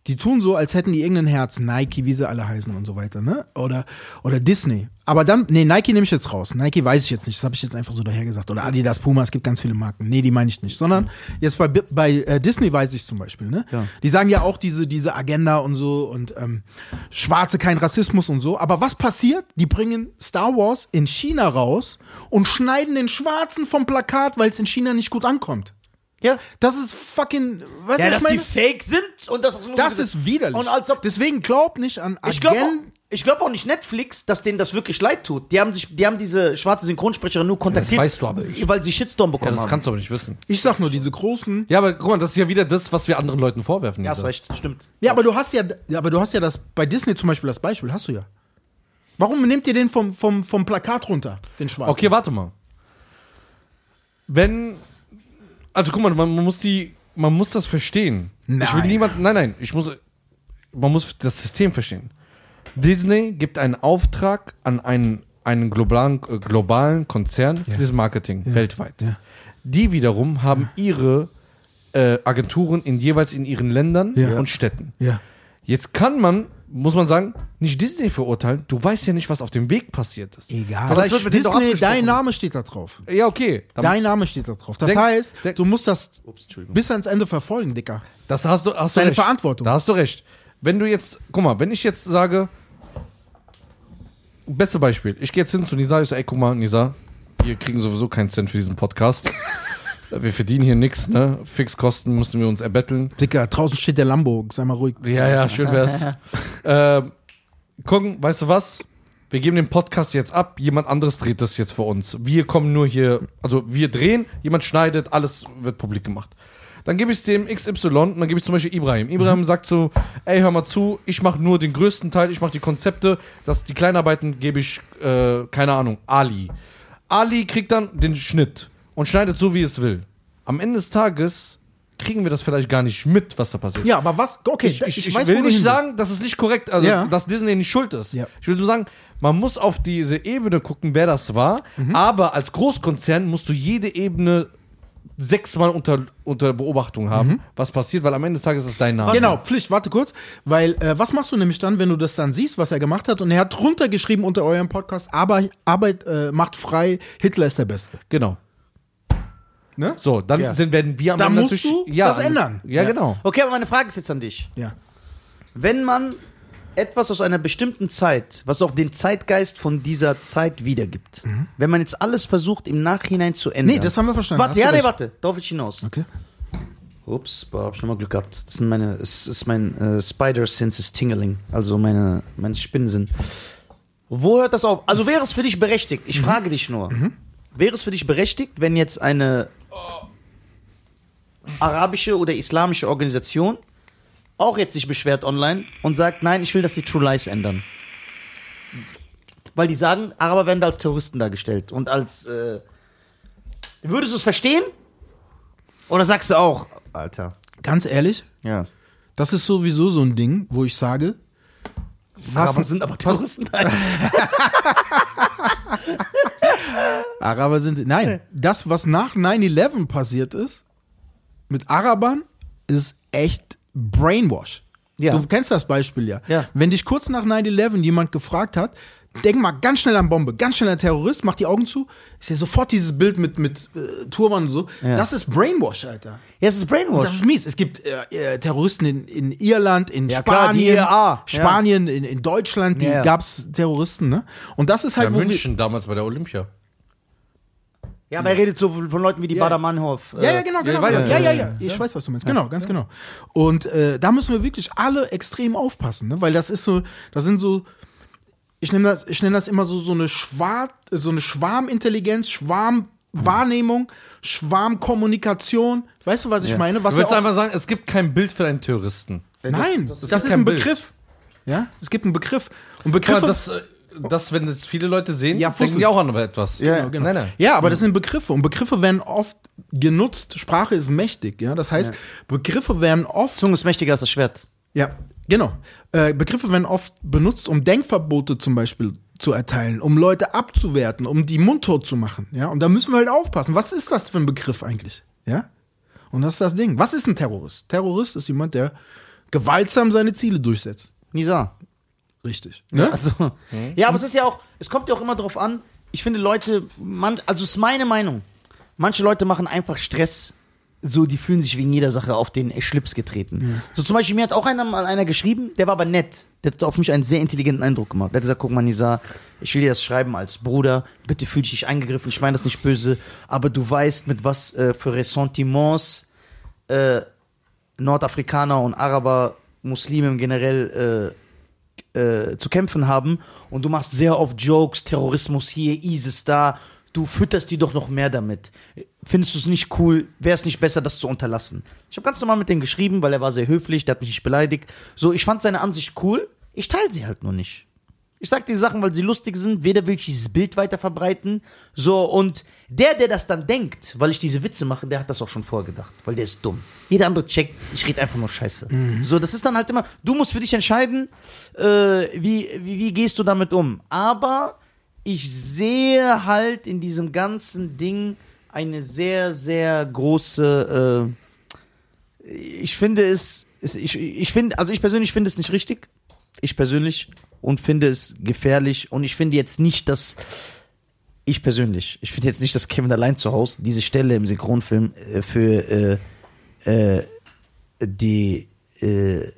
C: die tun so, als hätten die irgendein Herz. Nike, wie sie alle heißen und so weiter, ne? Oder, oder Disney. Aber dann, nee, Nike nehme ich jetzt raus. Nike weiß ich jetzt nicht. Das habe ich jetzt einfach so daher gesagt. Oder Adidas, Puma, es gibt ganz viele Marken. Nee, die meine ich nicht. Sondern jetzt bei, Bi- bei äh, Disney weiß ich zum Beispiel, ne? Die sagen ja auch diese, diese Agenda und so und ähm, Schwarze kein Rassismus und so. Aber was passiert? Die bringen Star Wars in China raus und schneiden den Schwarzen vom Plakat, weil es in China nicht gut ankommt.
B: Ja,
C: Das ist fucking. Weißt
B: ja
C: du, was
B: dass
C: ich
B: die
C: meine?
B: fake sind und das,
C: Das ist widerlich.
B: Und als ob
C: Deswegen glaub nicht an
B: Ich glaube auch,
C: Agenten.
B: ich glaub auch nicht Netflix, dass denen das wirklich leid tut. Die haben, sich, die haben diese schwarze Synchronsprecherin nur kontaktiert,
A: weißt du aber nicht.
B: weil sie Shitstorm
A: Ja,
C: Oh,
B: bekommen
A: das
B: haben.
A: kannst du aber nicht wissen.
C: Ich sag nur diese großen.
A: Ja, aber guck mal, das ist ja wieder das, was wir anderen Leuten vorwerfen.
B: Ja, hast
A: Nisa.
B: recht, stimmt.
C: Ja, aber du hast ja, ja, aber du hast ja das bei Disney zum Beispiel das Beispiel, hast du ja. Warum nehmt ihr den vom, vom, vom Plakat runter, den Schwarzen?
A: Okay, warte mal. Wenn. Also guck mal, man, man muss die. Man muss das verstehen. Ich will
C: Nein.
A: niemand. Nein, nein, ich muss. Man muss das System verstehen. Disney gibt einen Auftrag an einen, einen globalen, äh, globalen Konzern für das Marketing weltweit.
C: Ja.
A: Die wiederum haben ihre äh, Agenturen in jeweils in ihren Ländern
C: Ja.
A: und Städten.
C: Ja.
A: Jetzt kann man, muss man sagen, nicht Disney verurteilen. Du weißt ja nicht, was auf dem Weg passiert ist.
C: Egal.
A: Vielleicht wird mit denen doch
C: Disney,
A: abgesprochen.
C: dein Name steht da drauf.
A: Ja, okay. Dann-
C: Dein Name steht da drauf. Das
A: Denk-
C: heißt,
A: denk-
C: du musst das bis ans Ende verfolgen, Dicker.
A: Das hast du, hast du
C: Deine
A: recht.
C: Verantwortung.
A: Da hast du recht. Wenn du jetzt, guck mal, wenn ich jetzt sage, beste Beispiel, ich gehe jetzt hin zu Nisa, ich sage, ey, guck mal, Nisa, wir kriegen sowieso keinen Cent für diesen
C: *laughs*
A: Podcast. wir verdienen hier nichts, ne? Fixkosten müssen wir uns erbetteln.
C: Dicker, draußen steht der Lambo, sei mal ruhig.
A: Ja, ja, schön wär's. ähm, gucken, weißt du was? Wir geben den Podcast jetzt ab, jemand anderes dreht das jetzt für uns. Wir kommen nur hier, also wir drehen, jemand schneidet, alles wird publik gemacht. Dann gebe ich es dem XY und dann gebe ich zum Beispiel Ibrahim. Ibrahim sagt so, ey, hör mal zu, ich mache nur den größten Teil, ich mache die Konzepte, dass die Kleinarbeiten gebe ich, äh, keine Ahnung, Ali. Ali kriegt dann den Schnitt und schneidet so, wie es will. Am Ende des Tages kriegen wir das vielleicht gar nicht mit, was da passiert
C: Ja, aber was? Okay,
A: ich, ich, ich,
C: weiß, wo
A: will
C: du
A: nicht
C: hin willst.
A: sagen, dass es nicht korrekt, also
C: Ja.
A: dass Disney nicht schuld ist.
C: Ja.
A: Ich will nur sagen, man muss auf diese Ebene gucken, wer das war.
C: Mhm.
A: Aber als Großkonzern musst du jede Ebene sechsmal unter, unter Beobachtung haben, was passiert, weil am Ende des Tages ist es dein Name.
C: Mhm. Genau, Pflicht, warte kurz. Weil, äh, was machst du nämlich dann, wenn du das dann siehst, was er gemacht hat? Und er hat runtergeschrieben unter eurem Podcast, aber Arbeit äh, macht frei, Hitler ist der Beste.
A: Genau.
C: Ne?
A: So, dann
C: Ja.
A: sind, werden wir am
C: Da
A: Ende
C: musst
A: natürlich-
C: du das ändern.
A: Ja, genau.
B: Okay, aber meine Frage ist jetzt an dich.
C: Ja.
B: Wenn man etwas aus einer bestimmten Zeit, was auch den Zeitgeist von dieser Zeit wiedergibt, wenn man jetzt alles versucht, im Nachhinein zu ändern.
C: Mhm. Nee, das haben wir verstanden. Hast
B: Warte,
C: du
B: ja, nee,
C: recht.
B: warte, darauf will ich hinaus.
C: Okay.
B: Ups, boah, hab ich nochmal Glück gehabt. Das sind meine, es ist mein äh, Spider Senses Tingling, also meine, mein Spinnensinn. Wo hört das auf? Also wäre es für dich berechtigt? Ich
C: Mhm.
B: frage dich nur. Wäre es für dich berechtigt, wenn jetzt eine arabische oder islamische Organisation auch jetzt sich beschwert online und sagt, nein, ich will, dass die True Lies ändern? Weil die sagen, Araber werden da als Terroristen dargestellt und als. Äh, würdest du es verstehen? Oder sagst du auch, Alter?
C: Ganz ehrlich,
B: Ja.
C: das ist sowieso so ein Ding, wo ich sage, was
B: aber sind aber Terroristen.
C: *laughs* Araber sind. Nein, das, was nach 9-11 passiert ist, mit Arabern, ist echt Brainwash.
G: Ja.
C: Du kennst das Beispiel ja.
G: Ja.
C: Wenn dich kurz nach 9-11 jemand gefragt hat, denk mal ganz schnell an Bombe, ganz schnell an Terrorist, mach die Augen zu, ist ja sofort dieses Bild mit, mit äh, Turban und so. Das ist Brainwash, Alter.
G: Ja, es ist
C: Und
G: Brainwash.
C: das ist mies. Es gibt äh, äh, Terroristen in, in Irland, in
G: Ja, klar, die
C: Spanien,
G: IRA, ja.
C: Spanien, in, in Deutschland, die
G: Ja, ja.
C: gab's Terroristen, ne? Und das ist halt,
A: Ja,
C: wo wir-
A: München damals bei der Olympia.
B: Ja, aber er redet so von Leuten wie die
C: Ja.
B: Bader-Mannhof.
C: Ja, ja, genau, genau.
A: weiter.
C: Ja, ja, ja. Ich weiß, was du meinst. Genau, ganz genau. Und äh, da müssen wir wirklich alle extrem aufpassen, ne? weil das ist so, das sind so, ich nenne das, ich nenne das immer so so eine Schwar, so eine Schwarmintelligenz, Schwarmwahrnehmung, Schwarmkommunikation. Weißt du, was ich meine? Was
A: Du willst
C: ja auch-
A: einfach sagen, es gibt kein Bild für einen Terroristen.
C: Nein, das,
A: das- das ist
C: ist
A: kein
C: ein
A: Bild.
C: Begriff. Ja, es gibt einen Begriff. Und
A: Klar,
C: Begriffe.
A: das, äh, das, wenn jetzt viele Leute sehen,
C: Ja,
A: denken
C: Fussel.
A: die auch an etwas.
G: Ja,
C: Genau.
A: Nein, nein.
C: Ja, aber das sind Begriffe und Begriffe werden oft genutzt. Sprache ist mächtig, ja. Das heißt, Begriffe werden oft
B: Zunge ist mächtiger als das Schwert.
C: Ja, genau. Äh, Begriffe werden oft benutzt, um Denkverbote zum Beispiel zu erteilen, um Leute abzuwerten, um die mundtot zu machen. Ja, und da müssen wir halt aufpassen. Was ist das für ein Begriff eigentlich? Ja, und das ist das Ding. Was ist ein Terrorist? Terrorist ist jemand, der gewaltsam seine Ziele durchsetzt.
B: Nisa.
C: Richtig. Ne?
B: Also, *laughs* ja, aber es ist ja auch, es kommt ja auch immer drauf an. Ich finde Leute, man, also es ist meine Meinung. Manche Leute machen einfach Stress. So, die fühlen sich wegen jeder Sache auf den Schlips getreten. So zum Beispiel, mir hat auch einer mal einer geschrieben, der war aber nett. Der hat auf mich einen sehr intelligenten Eindruck gemacht. Der hat gesagt, guck mal, Nisa, ich will dir das schreiben als Bruder. Bitte fühl dich nicht angegriffen. Ich meine das nicht böse. Aber du weißt, mit was äh, für Ressentiments äh, Nordafrikaner und Araber, Muslime generell äh, äh, zu kämpfen haben und du machst sehr oft Jokes, Terrorismus hier, ISIS da, du fütterst die doch noch mehr damit. Findest du es nicht cool? Wäre es nicht besser, das zu unterlassen? Ich habe ganz normal mit dem geschrieben, weil er war sehr höflich, der hat mich nicht beleidigt. So, ich fand seine Ansicht cool, ich teile sie halt nur nicht. Ich sag die Sachen, weil sie lustig sind, weder will ich dieses Bild weiter verbreiten, so und der, der das dann denkt, weil ich diese Witze mache, der hat das auch schon vorgedacht, weil der ist dumm. Jeder andere checkt, ich rede einfach nur Scheiße. So, das ist dann halt immer, du musst für dich entscheiden, äh, wie, wie, wie gehst du damit um. Aber ich sehe halt in diesem ganzen Ding eine sehr, sehr große, äh, ich finde es, es ich, ich finde, also ich persönlich finde es nicht richtig, ich persönlich und finde es gefährlich und ich finde jetzt nicht, dass ich persönlich, ich finde jetzt nicht, dass Kevin allein zu Hause diese Stelle im Synchronfilm äh, für äh, äh, die äh,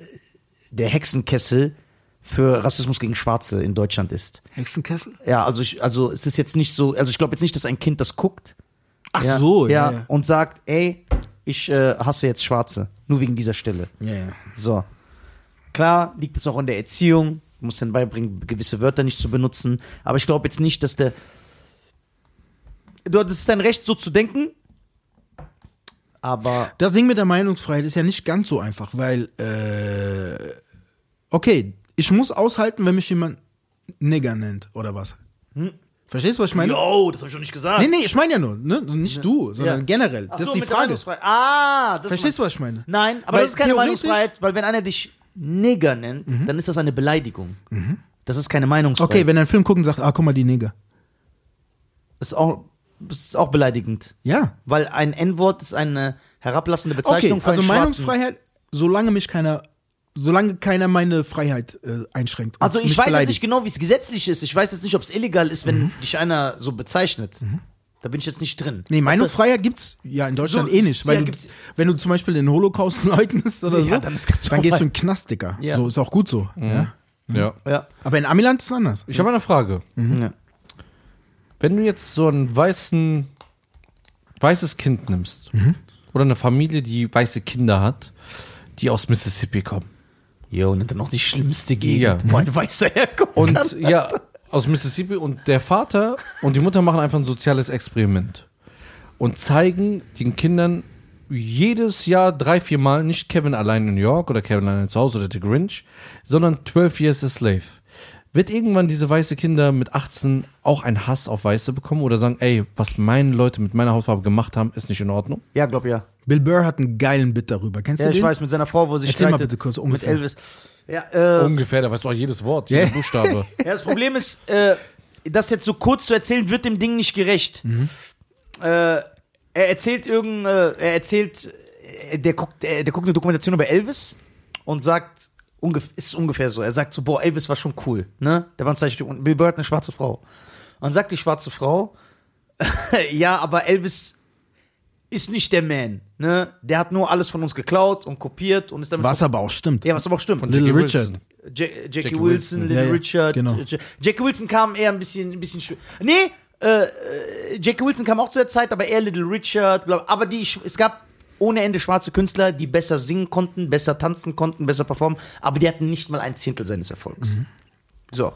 B: der Hexenkessel für Rassismus gegen Schwarze in Deutschland ist.
C: Hexenkessel?
B: Ja, also ich, also es ist jetzt nicht so, also ich glaube jetzt nicht, dass ein Kind das guckt.
C: Ach so,
B: ja,
C: ja. ja.
B: und sagt, ey, ich äh, hasse jetzt Schwarze, nur wegen dieser Stelle.
C: ja, ja.
B: So. Klar liegt es auch an der Erziehung. Du musst ihnen beibringen, gewisse Wörter nicht zu benutzen. Aber ich glaube jetzt nicht, dass der. Du das ist dein Recht, so zu denken. Aber.
C: Das Ding mit der Meinungsfreiheit ist ja nicht ganz so einfach, weil, äh, okay, ich muss aushalten, wenn mich jemand Nigger nennt oder was.
B: Hm.
C: Verstehst du, was ich meine?
B: Yo, das habe ich doch nicht gesagt.
C: Nee, nee, ich meine ja nur, ne? nicht du, sondern
B: Ja.
C: generell.
B: Ach
C: das
B: so,
C: ist die
B: mit der
C: Frage.
B: Meinungsfreiheit. Ah, das
C: Verstehst du, was ich meine?
B: Nein, aber
C: Weil
B: das ist keine
C: theoretisch-
B: Meinungsfreiheit, weil wenn einer dich Nigger nennt, dann ist das eine Beleidigung. Das ist keine Meinungsfreiheit.
C: Okay, wenn er einen Film guckt und sagt, ah, guck mal, die Nigger.
B: ist auch, ist auch beleidigend.
C: Ja.
B: Weil ein N-Wort ist eine herablassende
C: Okay,
B: Bezeichnung für
C: also
B: einen Schwarzen.
C: Meinungsfreiheit, solange mich keiner, solange keiner meine Freiheit äh, einschränkt. und
B: Also ich
C: mich
B: weiß jetzt
C: beleidigt.
B: nicht genau, wie es gesetzlich ist. Ich weiß jetzt nicht, ob es illegal ist,
C: Mhm.
B: wenn dich einer so bezeichnet. Da bin ich jetzt nicht drin.
C: Nee, Meinungsfreiheit gibt's ja in Deutschland
B: So,
C: eh nicht, weil
B: ja,
C: du,
B: gibt's-
C: wenn du zum Beispiel den Holocaust *laughs* leugnest oder
B: Ja,
C: so,
B: dann ist ganz
C: dann gehst du
B: vorbei.
C: in den Knast, Dicker.
B: Ja. Mhm.
C: So ist auch gut so. Ja. Mhm.
A: Ja.
B: Ja.
C: Aber in Amiland ist es anders.
A: Ich habe eine Frage.
B: Ja.
A: Wenn du jetzt so ein weißen, weißes Kind nimmst oder eine Familie, die weiße Kinder hat, die aus Mississippi kommen.
B: Jo, und dann noch die schlimmste
A: Ja.
B: Gegend, wo ein Weißer herkommt.
A: Und ja, aus Mississippi und der Vater und die Mutter machen einfach ein soziales Experiment und zeigen den Kindern jedes Jahr drei, vier Mal nicht Kevin allein in New York oder Kevin allein zu Hause oder The Grinch, sondern 12 Years a Slave. Wird irgendwann diese weiße Kinder mit 18 auch einen Hass auf Weiße bekommen oder sagen, ey, was meine Leute mit meiner Hautfarbe gemacht haben, ist nicht in Ordnung?
B: Ja, glaub ja.
C: Bill Burr hat einen geilen Bit darüber. Kennst
B: Ja,
C: du
B: ich
C: den?
B: weiß, mit seiner Frau, wo sie
C: Erzähl
B: streitet.
C: mal bitte kurz,
B: Mit
C: ungefähr.
B: Elvis. Ja, äh,
A: Ungefähr, da weißt du auch jedes Wort, jeden
C: Ja.
A: *laughs* Buchstabe.
B: ja, das Problem ist, äh, das jetzt so kurz zu erzählen, wird dem Ding nicht gerecht. Äh, er erzählt irgendein, äh, er erzählt, äh, der guckt, äh, der guckt eine Dokumentation über Elvis und sagt, ungef ist ungefähr so, er sagt so, boah, Elvis war schon cool, ne? Der war ein Zeichenstück und Bill Bird eine schwarze Frau. Und dann sagt die schwarze Frau, *laughs* ja, aber Elvis ist nicht der Man, ne? Der hat nur alles von uns geklaut und kopiert und ist damit
C: Was aber auch stimmt.
B: ja, was aber auch stimmt.
A: Von
C: Little
A: Jackie
C: Richard.
A: Wilson.
B: Ja- Jackie,
A: Jackie
B: Wilson,
A: Wilson.
B: Little
C: Ja, ja,
B: Richard.
C: genau.
B: Ja- Jackie Wilson kam eher ein bisschen, ein bisschen schw- Nee, äh, äh, Jackie Wilson kam auch zu der Zeit, aber eher Little Richard. Bla, aber die, sch- es gab ohne Ende schwarze Künstler, die besser singen konnten, besser tanzen konnten, besser performen, aber die hatten nicht mal ein Zehntel seines Erfolgs.
C: Mhm.
B: So.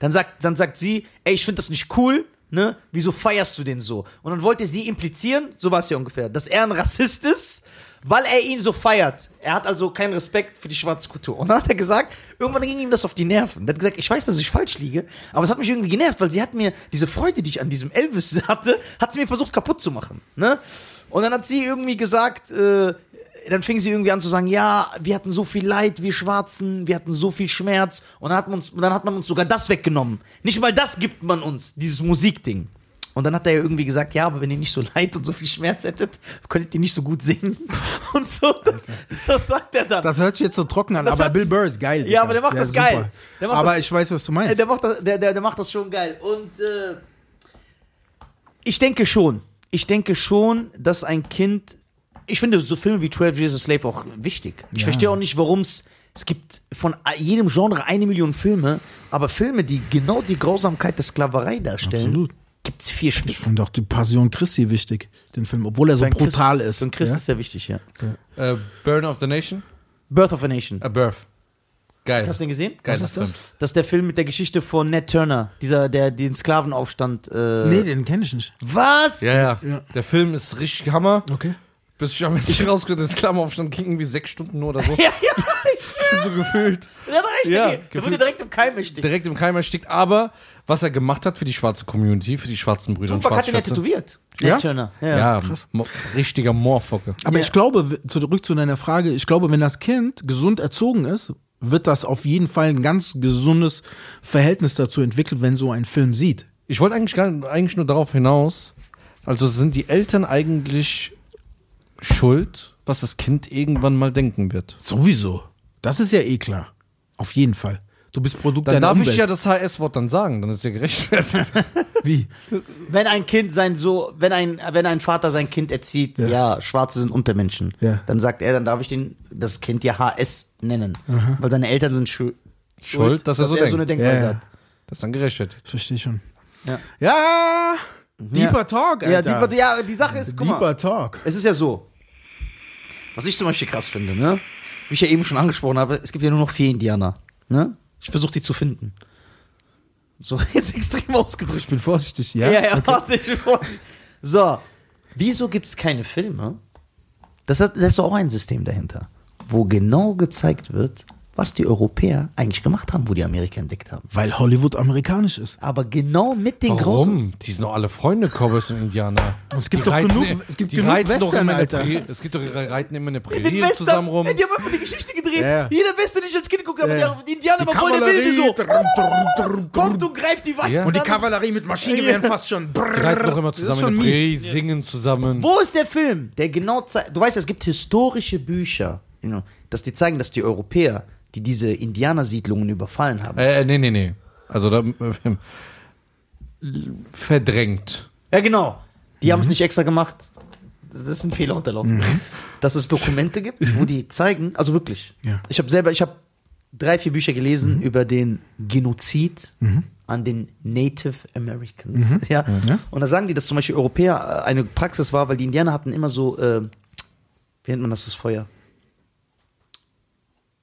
B: Dann sagt, dann sagt sie, ey, ich finde das nicht cool, ne? Wieso feierst du den so? Und dann wollte sie implizieren, so war es ja ungefähr, dass er ein Rassist ist, weil er ihn so feiert. Er hat also keinen Respekt für die schwarze Kultur. Und dann hat er gesagt, irgendwann ging ihm das auf die Nerven. Er hat gesagt, ich weiß, dass ich falsch liege, aber es hat mich irgendwie genervt, weil sie hat mir diese Freude, die ich an diesem Elvis *laughs* hatte, hat sie mir versucht kaputt zu machen, ne? Und dann hat sie irgendwie gesagt, äh, dann fing sie irgendwie an zu sagen, ja, wir hatten so viel Leid, wir Schwarzen, wir hatten so viel Schmerz und dann hat man uns, und dann hat man uns sogar das weggenommen. Nicht mal das gibt man uns, dieses Musikding. Und dann hat er ja irgendwie gesagt, ja, aber wenn ihr nicht so Leid und so viel Schmerz hättet, könntet ihr nicht so gut singen. *laughs* Und so, das, das sagt er dann.
C: Das hört sich jetzt so trocken an,
B: Das
C: aber
B: hört
C: Bill
B: sich-
C: Burr ist geil.
B: Ja,
C: Dicker.
B: aber der macht das
C: ist
B: geil.
C: super.
B: Der macht
C: aber
B: das-
C: ich weiß, was du
B: Äh,
C: meinst.
B: Der macht das, der, der, der macht das schon geil. Und äh, ich denke schon, ich denke schon, dass ein Kind. Ich finde so Filme wie 12 Years a Slave auch wichtig. Ich
C: Ja.
B: verstehe auch nicht, warum es. Es gibt von jedem Genre eine Million Filme, aber Filme, die genau die Grausamkeit der Sklaverei darstellen,
C: Absolut.
B: gibt es vier Stück.
C: Ich finde auch die Passion Christi wichtig, den Film, obwohl er so
B: Ein Christ-
C: brutal ist.
B: Für einen Christ
C: ja?
B: ist ja wichtig, ja.
A: Äh, Burn of the Nation?
B: Birth of a Nation.
A: Äh, Birth. Geil.
B: Hast du den gesehen?
A: Geiler
B: Was ist
A: Film.
B: das? Das ist der Film mit der Geschichte von Ned Turner, dieser, der den Sklavenaufstand. Äh,
C: Nee, den kenne ich nicht.
B: was?
A: Ja, ja,
C: Ja.
A: Der Film ist richtig Hammer.
C: Okay.
A: Bis ich am Ende rausgekommen bin, Klammeraufstand ging irgendwie sechs Stunden nur oder so.
B: *laughs* *laughs* ja, ja, ich
A: so gefühlt.
B: Der hat recht,
A: Ja,
B: ja, der wurde
A: gefühlt-
B: direkt im Keim erstickt.
A: Direkt im Keim erstickt. Aber was er gemacht hat für die schwarze Community, für die schwarzen Brüder
B: Tupac
A: und
B: hat ihn ja
A: Schwarzschwärze.
B: tätowiert.
C: Ja?
B: Ned Turner. Ja.
A: Ja, mo- richtiger Moorfocke.
C: Aber
B: Ja.
C: ich glaube, w- zurück zu deiner Frage, ich glaube, wenn das Kind gesund erzogen ist, wird das auf jeden Fall ein ganz gesundes Verhältnis dazu entwickelt, wenn so ein Film sieht.
A: Ich wollte eigentlich, gar, eigentlich nur darauf hinaus, also sind die Eltern eigentlich schuld, was das Kind irgendwann mal denken wird.
C: Sowieso. Das ist ja eh klar. Auf jeden Fall. Du bist Produkt
A: Dann
C: deiner
A: darf
C: Umwelt.
A: ich ja das HS-Wort dann sagen, dann ist ja gerechtfertigt.
C: Wie?
B: Wenn ein Kind sein so, wenn ein, wenn ein Vater sein Kind erzieht, ja, Schwarze sind Untermenschen,
C: Ja.
B: dann sagt er, dann darf ich den, das Kind ja HS nennen. Weil seine Eltern sind schuld,
A: Schuld, dass er so
B: er so eine
A: denkt.
B: Denkweise
C: Ja, ja.
B: hat.
A: Das ist dann gerechtfertigt.
C: Verstehe schon.
B: Ja. Mhm.
C: Ja! Deeper Talk, Alter.
B: Ja, die, ja, die Sache ist, guck mal,
C: Deeper Talk.
B: Es ist ja so. Was ich zum Beispiel krass finde, ne? Wie ich ja eben schon angesprochen habe, es gibt ja nur noch vier Indianer. Ne? Ich versuche die zu finden. So, *laughs* jetzt extrem ausgedrückt.
C: Ich bin vorsichtig, ja?
B: Ja, ja, warte, ich bin vorsichtig. So, wieso gibt es keine Filme? Das, hat, das ist auch ein System dahinter, wo genau gezeigt wird, was die Europäer eigentlich gemacht haben, wo die Amerika entdeckt haben.
C: Weil Hollywood amerikanisch ist.
B: Aber genau mit den großen.
A: Warum? Die sind doch alle Freunde, Cowboys und Indianer. Und
C: es gibt doch genug- es gibt
A: die
C: genug
A: reiten doch
C: Western,
A: immer eine
C: Alter.
A: Prärie, Es gibt doch, die reiten immer eine
B: In den
A: Prärie
B: Western.
A: zusammen rum.
B: Ey, Die haben einfach die Geschichte gedreht.
C: Ja.
B: Jeder Western, den ich als Kind geguckt habe,
C: Ja.
B: die- die Indianer waren voll der
C: Kavallerie.
B: Wilde so.
C: Drum, drum, drum,
B: Kommt
C: drum.
B: und greift die Weißen
A: Ja.
C: Und die
B: an.
C: Kavallerie mit Maschinengewehren fast schon.
A: Die reiten doch immer zusammen in der Prärie, singen zusammen.
B: Wo ist der Film, der genau zeigt, du weißt, es gibt historische Bücher, you know, dass die zeigen, dass die Europäer, die diese Indianersiedlungen überfallen haben.
A: Äh, nee, nee, nee. Also da äh, verdrängt.
B: Ja, genau. Die haben es nicht extra gemacht. Das ist ein Fehler unterlaufen. Dass es Dokumente gibt, wo die zeigen, also wirklich.
C: Ja.
B: Ich habe selber, ich habe drei, vier Bücher gelesen über den Genozid an den Native Americans. Ja? Und da sagen die, dass zum Beispiel Europäer äh, eine Praxis war, weil die Indianer hatten immer so, äh, wie nennt man das, das Feuer?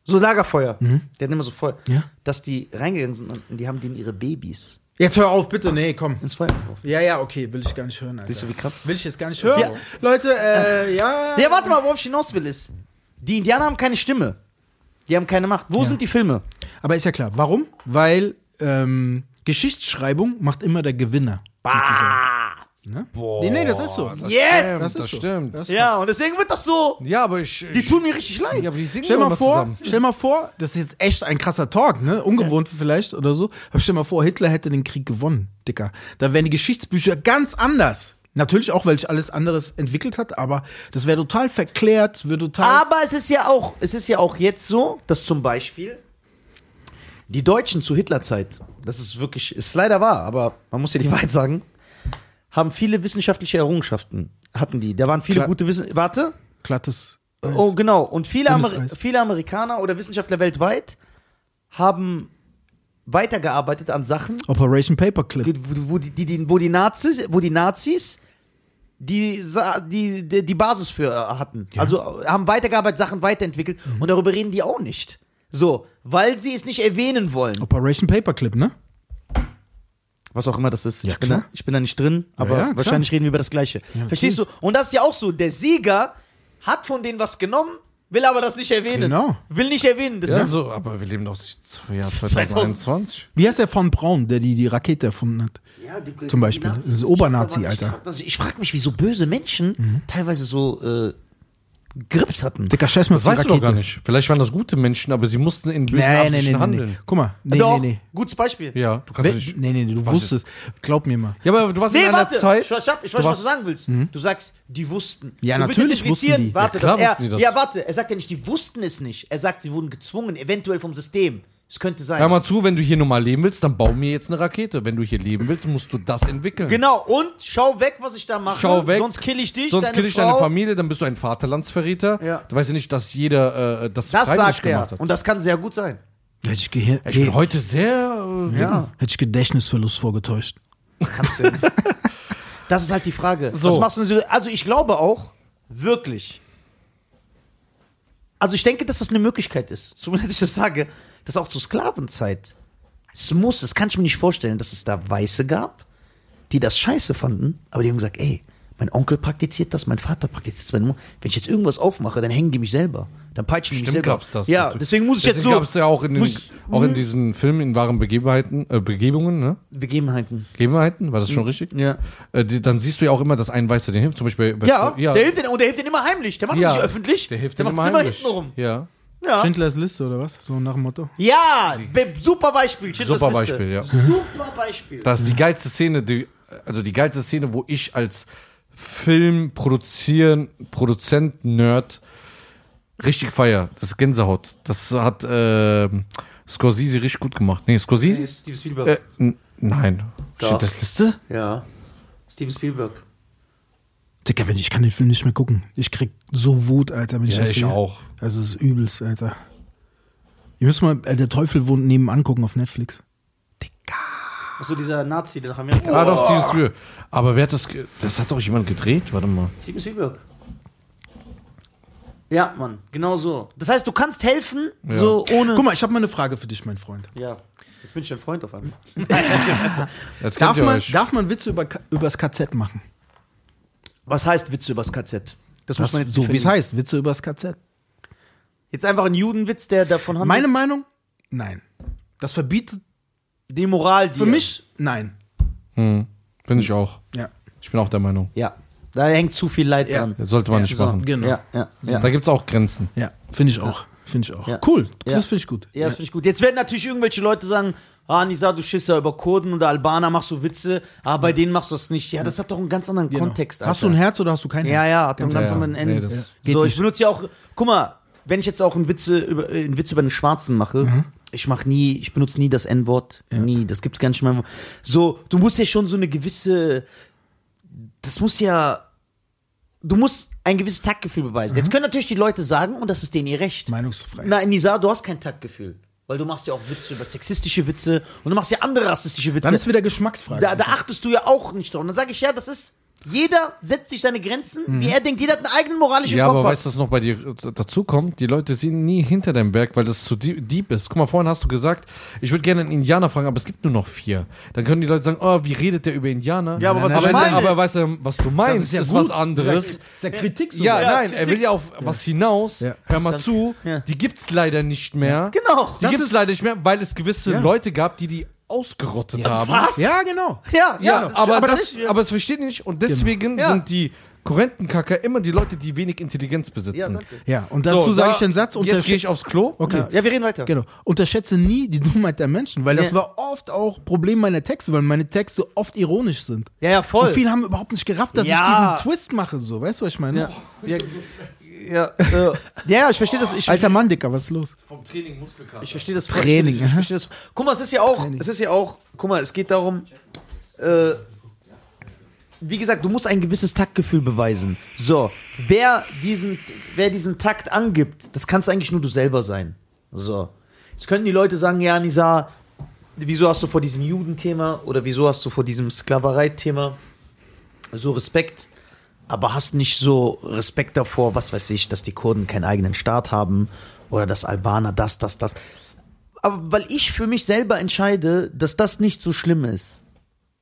B: So Lagerfeuer. Die hatten immer so Feuer.
C: Ja.
B: Dass die reingegangen sind und die haben denen ihre Babys
C: Jetzt hör auf, bitte. Nee, komm.
B: ins Feuer geworfen.
C: Ja, ja, okay, will ich gar nicht hören, Alter.
B: Siehst du, wie krass?
C: Will ich jetzt gar nicht hören.
B: Ja.
C: Leute,
B: *laughs*
C: äh, ja.
B: Ja, warte mal, worauf ich hinaus will ist, die Indianer haben keine Stimme. Die haben keine Macht. Wo sind die Filme?
C: Aber ist ja klar. Warum? Weil ähm, Geschichtsschreibung macht immer der Gewinner. sozusagen. Ne?
A: Boah.
C: Nee, nee, das ist so.
A: stimmt,
B: Yes!
A: das,
C: Das ist so.
A: stimmt.
C: Das-
B: Ja, und deswegen wird das so.
A: Ja, aber ich.
B: Die
A: ich,
B: tun mir richtig leid.
A: ja, aber die singen
C: Stell
A: doch
C: mal
A: immer
C: vor,
A: zusammen.
C: stell mal vor, das ist jetzt echt ein krasser Talk, ne? Ungewohnt vielleicht oder so. Aber stell mal vor, Hitler hätte den Krieg gewonnen, Dicker. Da wären die Geschichtsbücher ganz anders. Natürlich auch, weil sich alles anderes entwickelt hat, aber das wäre total verklärt, wäre total.
B: Aber es ist ja auch, es ist ja auch jetzt so, dass zum Beispiel die Deutschen zu Hitlerzeit, das ist wirklich, ist leider wahr, aber man muss ja die *laughs* Wahrheit sagen, haben viele wissenschaftliche Errungenschaften, hatten die. Da waren viele
C: Klar.
B: gute Wissen. Warte.
C: glattes. äh, Eis.
B: Oh, genau. Und viele,
C: Dünnes
B: Ameri
C: Eis.
B: viele Amerikaner oder Wissenschaftler weltweit haben weitergearbeitet an Sachen,
C: Operation Paperclip.
B: wo, wo, die, die- die, wo, die, Nazis, wo die Nazis die, Sa- die, die, die Basis für äh, hatten. Also äh, haben weitergearbeitet, Sachen weiterentwickelt und darüber reden die auch nicht. So, weil sie es nicht erwähnen wollen.
C: Operation Paperclip, ne?
B: Was auch immer das ist.
C: Ja,
B: ich, bin
C: klar.
B: da, ich bin da nicht drin, aber
C: ja, klar.
B: wahrscheinlich reden wir über das Gleiche. Verstehst du? Und das ist ja auch so. Der Sieger hat von denen was genommen, will aber das nicht erwähnen.
C: Genau.
B: Will nicht erwähnen. Das
A: Ja,
B: ist,
A: so, aber wir leben doch nicht zu
C: *laughs*
A: Jahr 2021.
C: Wie heißt der von Braun, der die, die Rakete erfunden hat?
B: ja, die,
C: Zum Beispiel. Das ist Obernazi, Alter.
B: Also ich frage mich, wieso böse Menschen
A: Mhm.
B: teilweise so äh, Grips hatten.
C: Dicker, scheiß mal
A: Das
C: auf die
A: weißt du doch gar
C: Rakete.
A: nicht. Vielleicht waren das gute Menschen, aber sie mussten in bösen
C: Nee, nee,
A: Absichten
C: nee, nee, nee.
A: handeln.
C: Guck mal. Nee,
B: Doch,
C: nee, nee.
B: gutes Beispiel.
A: Ja, du kannst
C: We-
A: doch nicht.
C: Nee, nee, nee, du wusstest. Glaub mir mal.
A: Ja, aber du warst
B: Nee,
A: in einer
B: warte,
A: Zeit.
B: ich, ich, hab- ich weiß,
A: du
B: was
A: warst, Mhm.
B: du sagen willst. Du sagst, die wussten.
C: Ja,
B: du willst jetzt
C: natürlich wussten
B: implizieren,
C: die.
B: Warte,
A: Ja, klar
B: dass
A: wussten
B: er,
A: die das.
B: Ja, warte, er sagt ja nicht, die wussten es nicht. Er sagt, sie wurden gezwungen, eventuell vom System. Es könnte sein.
A: Hör mal zu, wenn du hier normal leben willst, dann bau mir jetzt eine Rakete. Wenn du hier leben willst, musst du das entwickeln.
B: Genau, und schau weg, was ich da mache.
A: Schau weg.
B: Sonst kill ich dich,
A: Sonst
B: deine
A: kill ich
B: Frau.
A: deine Familie, dann bist du ein Vaterlandsverräter.
B: Ja.
A: Du weißt ja nicht, dass jeder äh, das,
B: Das
A: freiwillig
B: sagt
A: gemacht
B: er.
A: hat.
B: Und das kann sehr gut sein.
C: Hätte ich, Gehir
A: Ich bin
C: Ge-
A: heute sehr. Äh,
B: Ja.
C: hätte ich Gedächtnisverlust vorgetäuscht.
B: Kannst du ja nicht. Das ist halt die Frage.
A: So.
B: Was machst du denn so? Also ich glaube auch, wirklich. Also ich denke, dass das eine Möglichkeit ist. Zumindest ich das sage, dass auch zur Sklavenzeit. Es muss, das kann ich mir nicht vorstellen, dass es da Weiße gab, die das scheiße fanden, aber die haben gesagt, ey, mein Onkel praktiziert das, mein Vater praktiziert das, meine Mutter. Wenn ich jetzt irgendwas aufmache, dann hängen die mich selber. Dann peitschen die mich
A: Stimmt
B: selber.
A: gab's das.
B: Ja,
A: natürlich.
B: deswegen muss ich
A: deswegen
B: jetzt so.
A: gab's ja auch in, den,
B: muss- Mhm.
A: auch in diesen Filmen in wahren Begebenheiten, äh, Begebungen, ne?
B: Begebenheiten.
A: Begebenheiten, war das schon richtig?
B: Mhm. Ja.
A: Äh, die, dann siehst du ja auch immer, dass ein Weißer den hilft. Zum Beispiel bei
B: Ja,
A: ja.
B: Der, hilft den, und der hilft den immer heimlich. Der macht
A: Ja.
B: das nicht öffentlich.
A: Der hilft
B: der
A: denen
B: macht
A: immer
B: immer
A: heimlich.
B: hintenrum.
A: Ja.
B: Ja,
C: Schindlers Liste oder was? So nach dem Motto.
B: ja be- super Beispiel. Schindlers
A: Super
B: Liste.
A: Beispiel, ja.
B: Super Beispiel.
A: Das ist die geilste Szene, die, also die geilste Szene, wo ich als Film produzieren, Produzent Nerd richtig feier. Das ist Gänsehaut. Das hat ähm, Scorsese richtig gut gemacht. Nee, Scorsese?
B: Nee, Steven Spielberg.
A: äh, n- nein. Steht das Liste?
B: Ja. Steven Spielberg.
C: Dicker, wenn ich kann den Film nicht mehr gucken. Ich krieg so Wut, Alter, wenn ich
A: Ja,
C: das
A: ich
C: sehe.
A: auch.
C: Also es ist übelst, Alter. Ihr müsst mal äh, Der Teufel wohnt nebenan gucken auf Netflix.
B: Achso, dieser Nazi, der nach Amerika.
A: Ah, doch, Steven Spielberg. Aber wer hat das. ge- Das hat doch jemand gedreht, warte mal.
B: Steven Spielberg. Ja, Mann, genau so. Das heißt, du kannst helfen, so ohne.
C: Guck mal, ich habe mal eine Frage für dich, mein Freund.
B: Ja. Jetzt bin ich ein Freund auf einmal.
A: Jetzt kennt
C: Darf
A: ihr
C: man,
A: euch.
C: darf man Witze über, K- übers KZ machen?
B: Was heißt Witze übers KZ? Das,
C: Das,
B: muss man jetzt
C: so wie es
B: definieren.
C: heißt, Witze übers KZ.
B: Jetzt einfach ein Judenwitz, der davon handelt.
C: Meine Meinung? Nein. Das verbietet
B: die Moral, die.
C: für mich? Nein.
A: Finde ich auch.
C: Ja.
A: Ich bin auch der Meinung.
B: Ja. Da hängt zu viel Leid
C: Ja.
B: dran.
A: Das sollte man nicht
C: So,
A: machen.
C: genau.
B: Ja,
C: Ja,
B: ja, ja.
A: Da gibt es auch Grenzen.
C: finde ich auch. Finde ich auch.
B: Ja.
C: Cool.
B: Ja.
C: Das finde ich gut.
B: Ja, das finde ich gut. Jetzt werden natürlich irgendwelche Leute sagen, ah, Nisa, du Schisser, über Kurden oder Albaner machst du Witze, aber bei denen machst du das nicht. Ja, das hat doch einen ganz anderen
C: Genau.
B: Kontext.
C: Hast du ein Herz oder hast du kein
B: Ja,
C: Herz?
B: ja, hat doch einen
C: Ganz
B: ganz
A: ja.
B: anderen
A: Nee,
B: Ende.
A: das
C: geht
B: so, ich
C: nicht.
B: benutze ja auch, guck mal, wenn ich jetzt auch einen, Witze über, äh, einen Witz über einen Schwarzen mache,
C: Mhm.
B: ich mache nie, ich benutze nie das N-Wort. Nie, das gibt's gar nicht mal. So, du musst ja schon so eine gewisse, das muss ja, du musst ein gewisses Taktgefühl beweisen.
C: Mhm.
B: Jetzt können natürlich die Leute sagen, und das ist denen ihr Recht.
C: Meinungsfreiheit.
B: Nein, Nisa, du hast kein Taktgefühl. Weil du machst ja auch Witze über sexistische Witze und du machst ja andere rassistische Witze.
C: Dann ist wieder Geschmacksfrage.
B: da, da achtest du ja auch nicht drauf. Und dann sage ich, ja, das ist. Jeder setzt sich seine Grenzen, wie er denkt. Jeder hat einen eigenen moralischen
A: Mhm. Ja, aber
B: Kompass.
A: weißt du, was noch bei dir äh, dazu kommt? Die Leute sehen nie hinter deinem Berg, weil das zu die- deep ist. Guck mal, vorhin hast du gesagt, ich würde gerne einen Indianer fragen, aber es gibt nur noch vier. Dann können die Leute sagen, oh, wie redet der über Indianer?
B: Ja, aber was
A: aber,
B: ich meine-
A: aber weißt du, was du meinst, ist, was anderes.
C: Das ist ja Kritik so.
A: Ja,
B: Ja,
A: nein,
B: das
A: er will ja auf was hinaus.
C: Ja.
A: Hör mal zu,
B: ja.
A: die gibt's leider nicht mehr.
B: Genau.
A: Die
B: Das
A: gibt's leider nicht mehr, weil es gewisse Leute gab, die die ausgerottet haben.
C: Ja, genau.
B: Ja,
A: Ja,
B: das-
A: aber, das,
B: das-
A: aber das versteht ihr nicht. Und deswegen
B: Ja.
A: sind die Korrentenkacker immer die Leute, die wenig Intelligenz besitzen.
B: Ja, danke.
C: Ja, und dazu
A: So,
C: sage
A: da-
C: ich den Satz,
A: Jetzt gehe
C: untersche
A: ich aufs Klo.
C: okay.
B: Ja, wir reden weiter.
C: genau. unterschätze nie die *laughs* Dummheit der Menschen, weil das
B: Ja.
C: war oft auch Problem meiner Texte, weil meine Texte oft ironisch sind.
B: Ja, ja, voll.
C: Und viele haben überhaupt nicht gerafft, dass
B: Ja.
C: ich diesen Twist mache, so, weißt du, was ich meine?
B: Ja, ja, äh, ja, ja, ich verstehe das. Ich,
A: Also,
C: Alter Mann, Dicker, was ist los?
A: Vom Training Muskelkater.
B: ich verstehe das. voll.
C: Training.
B: Ich verstehe das. Guck mal, es ist ja auch, es ist ja auch, guck mal, es geht darum, äh, wie gesagt, du musst ein gewisses Taktgefühl beweisen. So, wer diesen, wer diesen Takt angibt, das kannst eigentlich nur du selber sein. So. Jetzt könnten die Leute sagen, ja, Nisa, wieso hast du vor diesem Judenthema oder wieso hast du vor diesem Sklaverei-Thema so Respekt, aber hast nicht so Respekt davor, was weiß ich, dass die Kurden keinen eigenen Staat haben oder dass Albaner das, das, das. Aber weil ich für mich selber entscheide, dass das nicht so schlimm ist.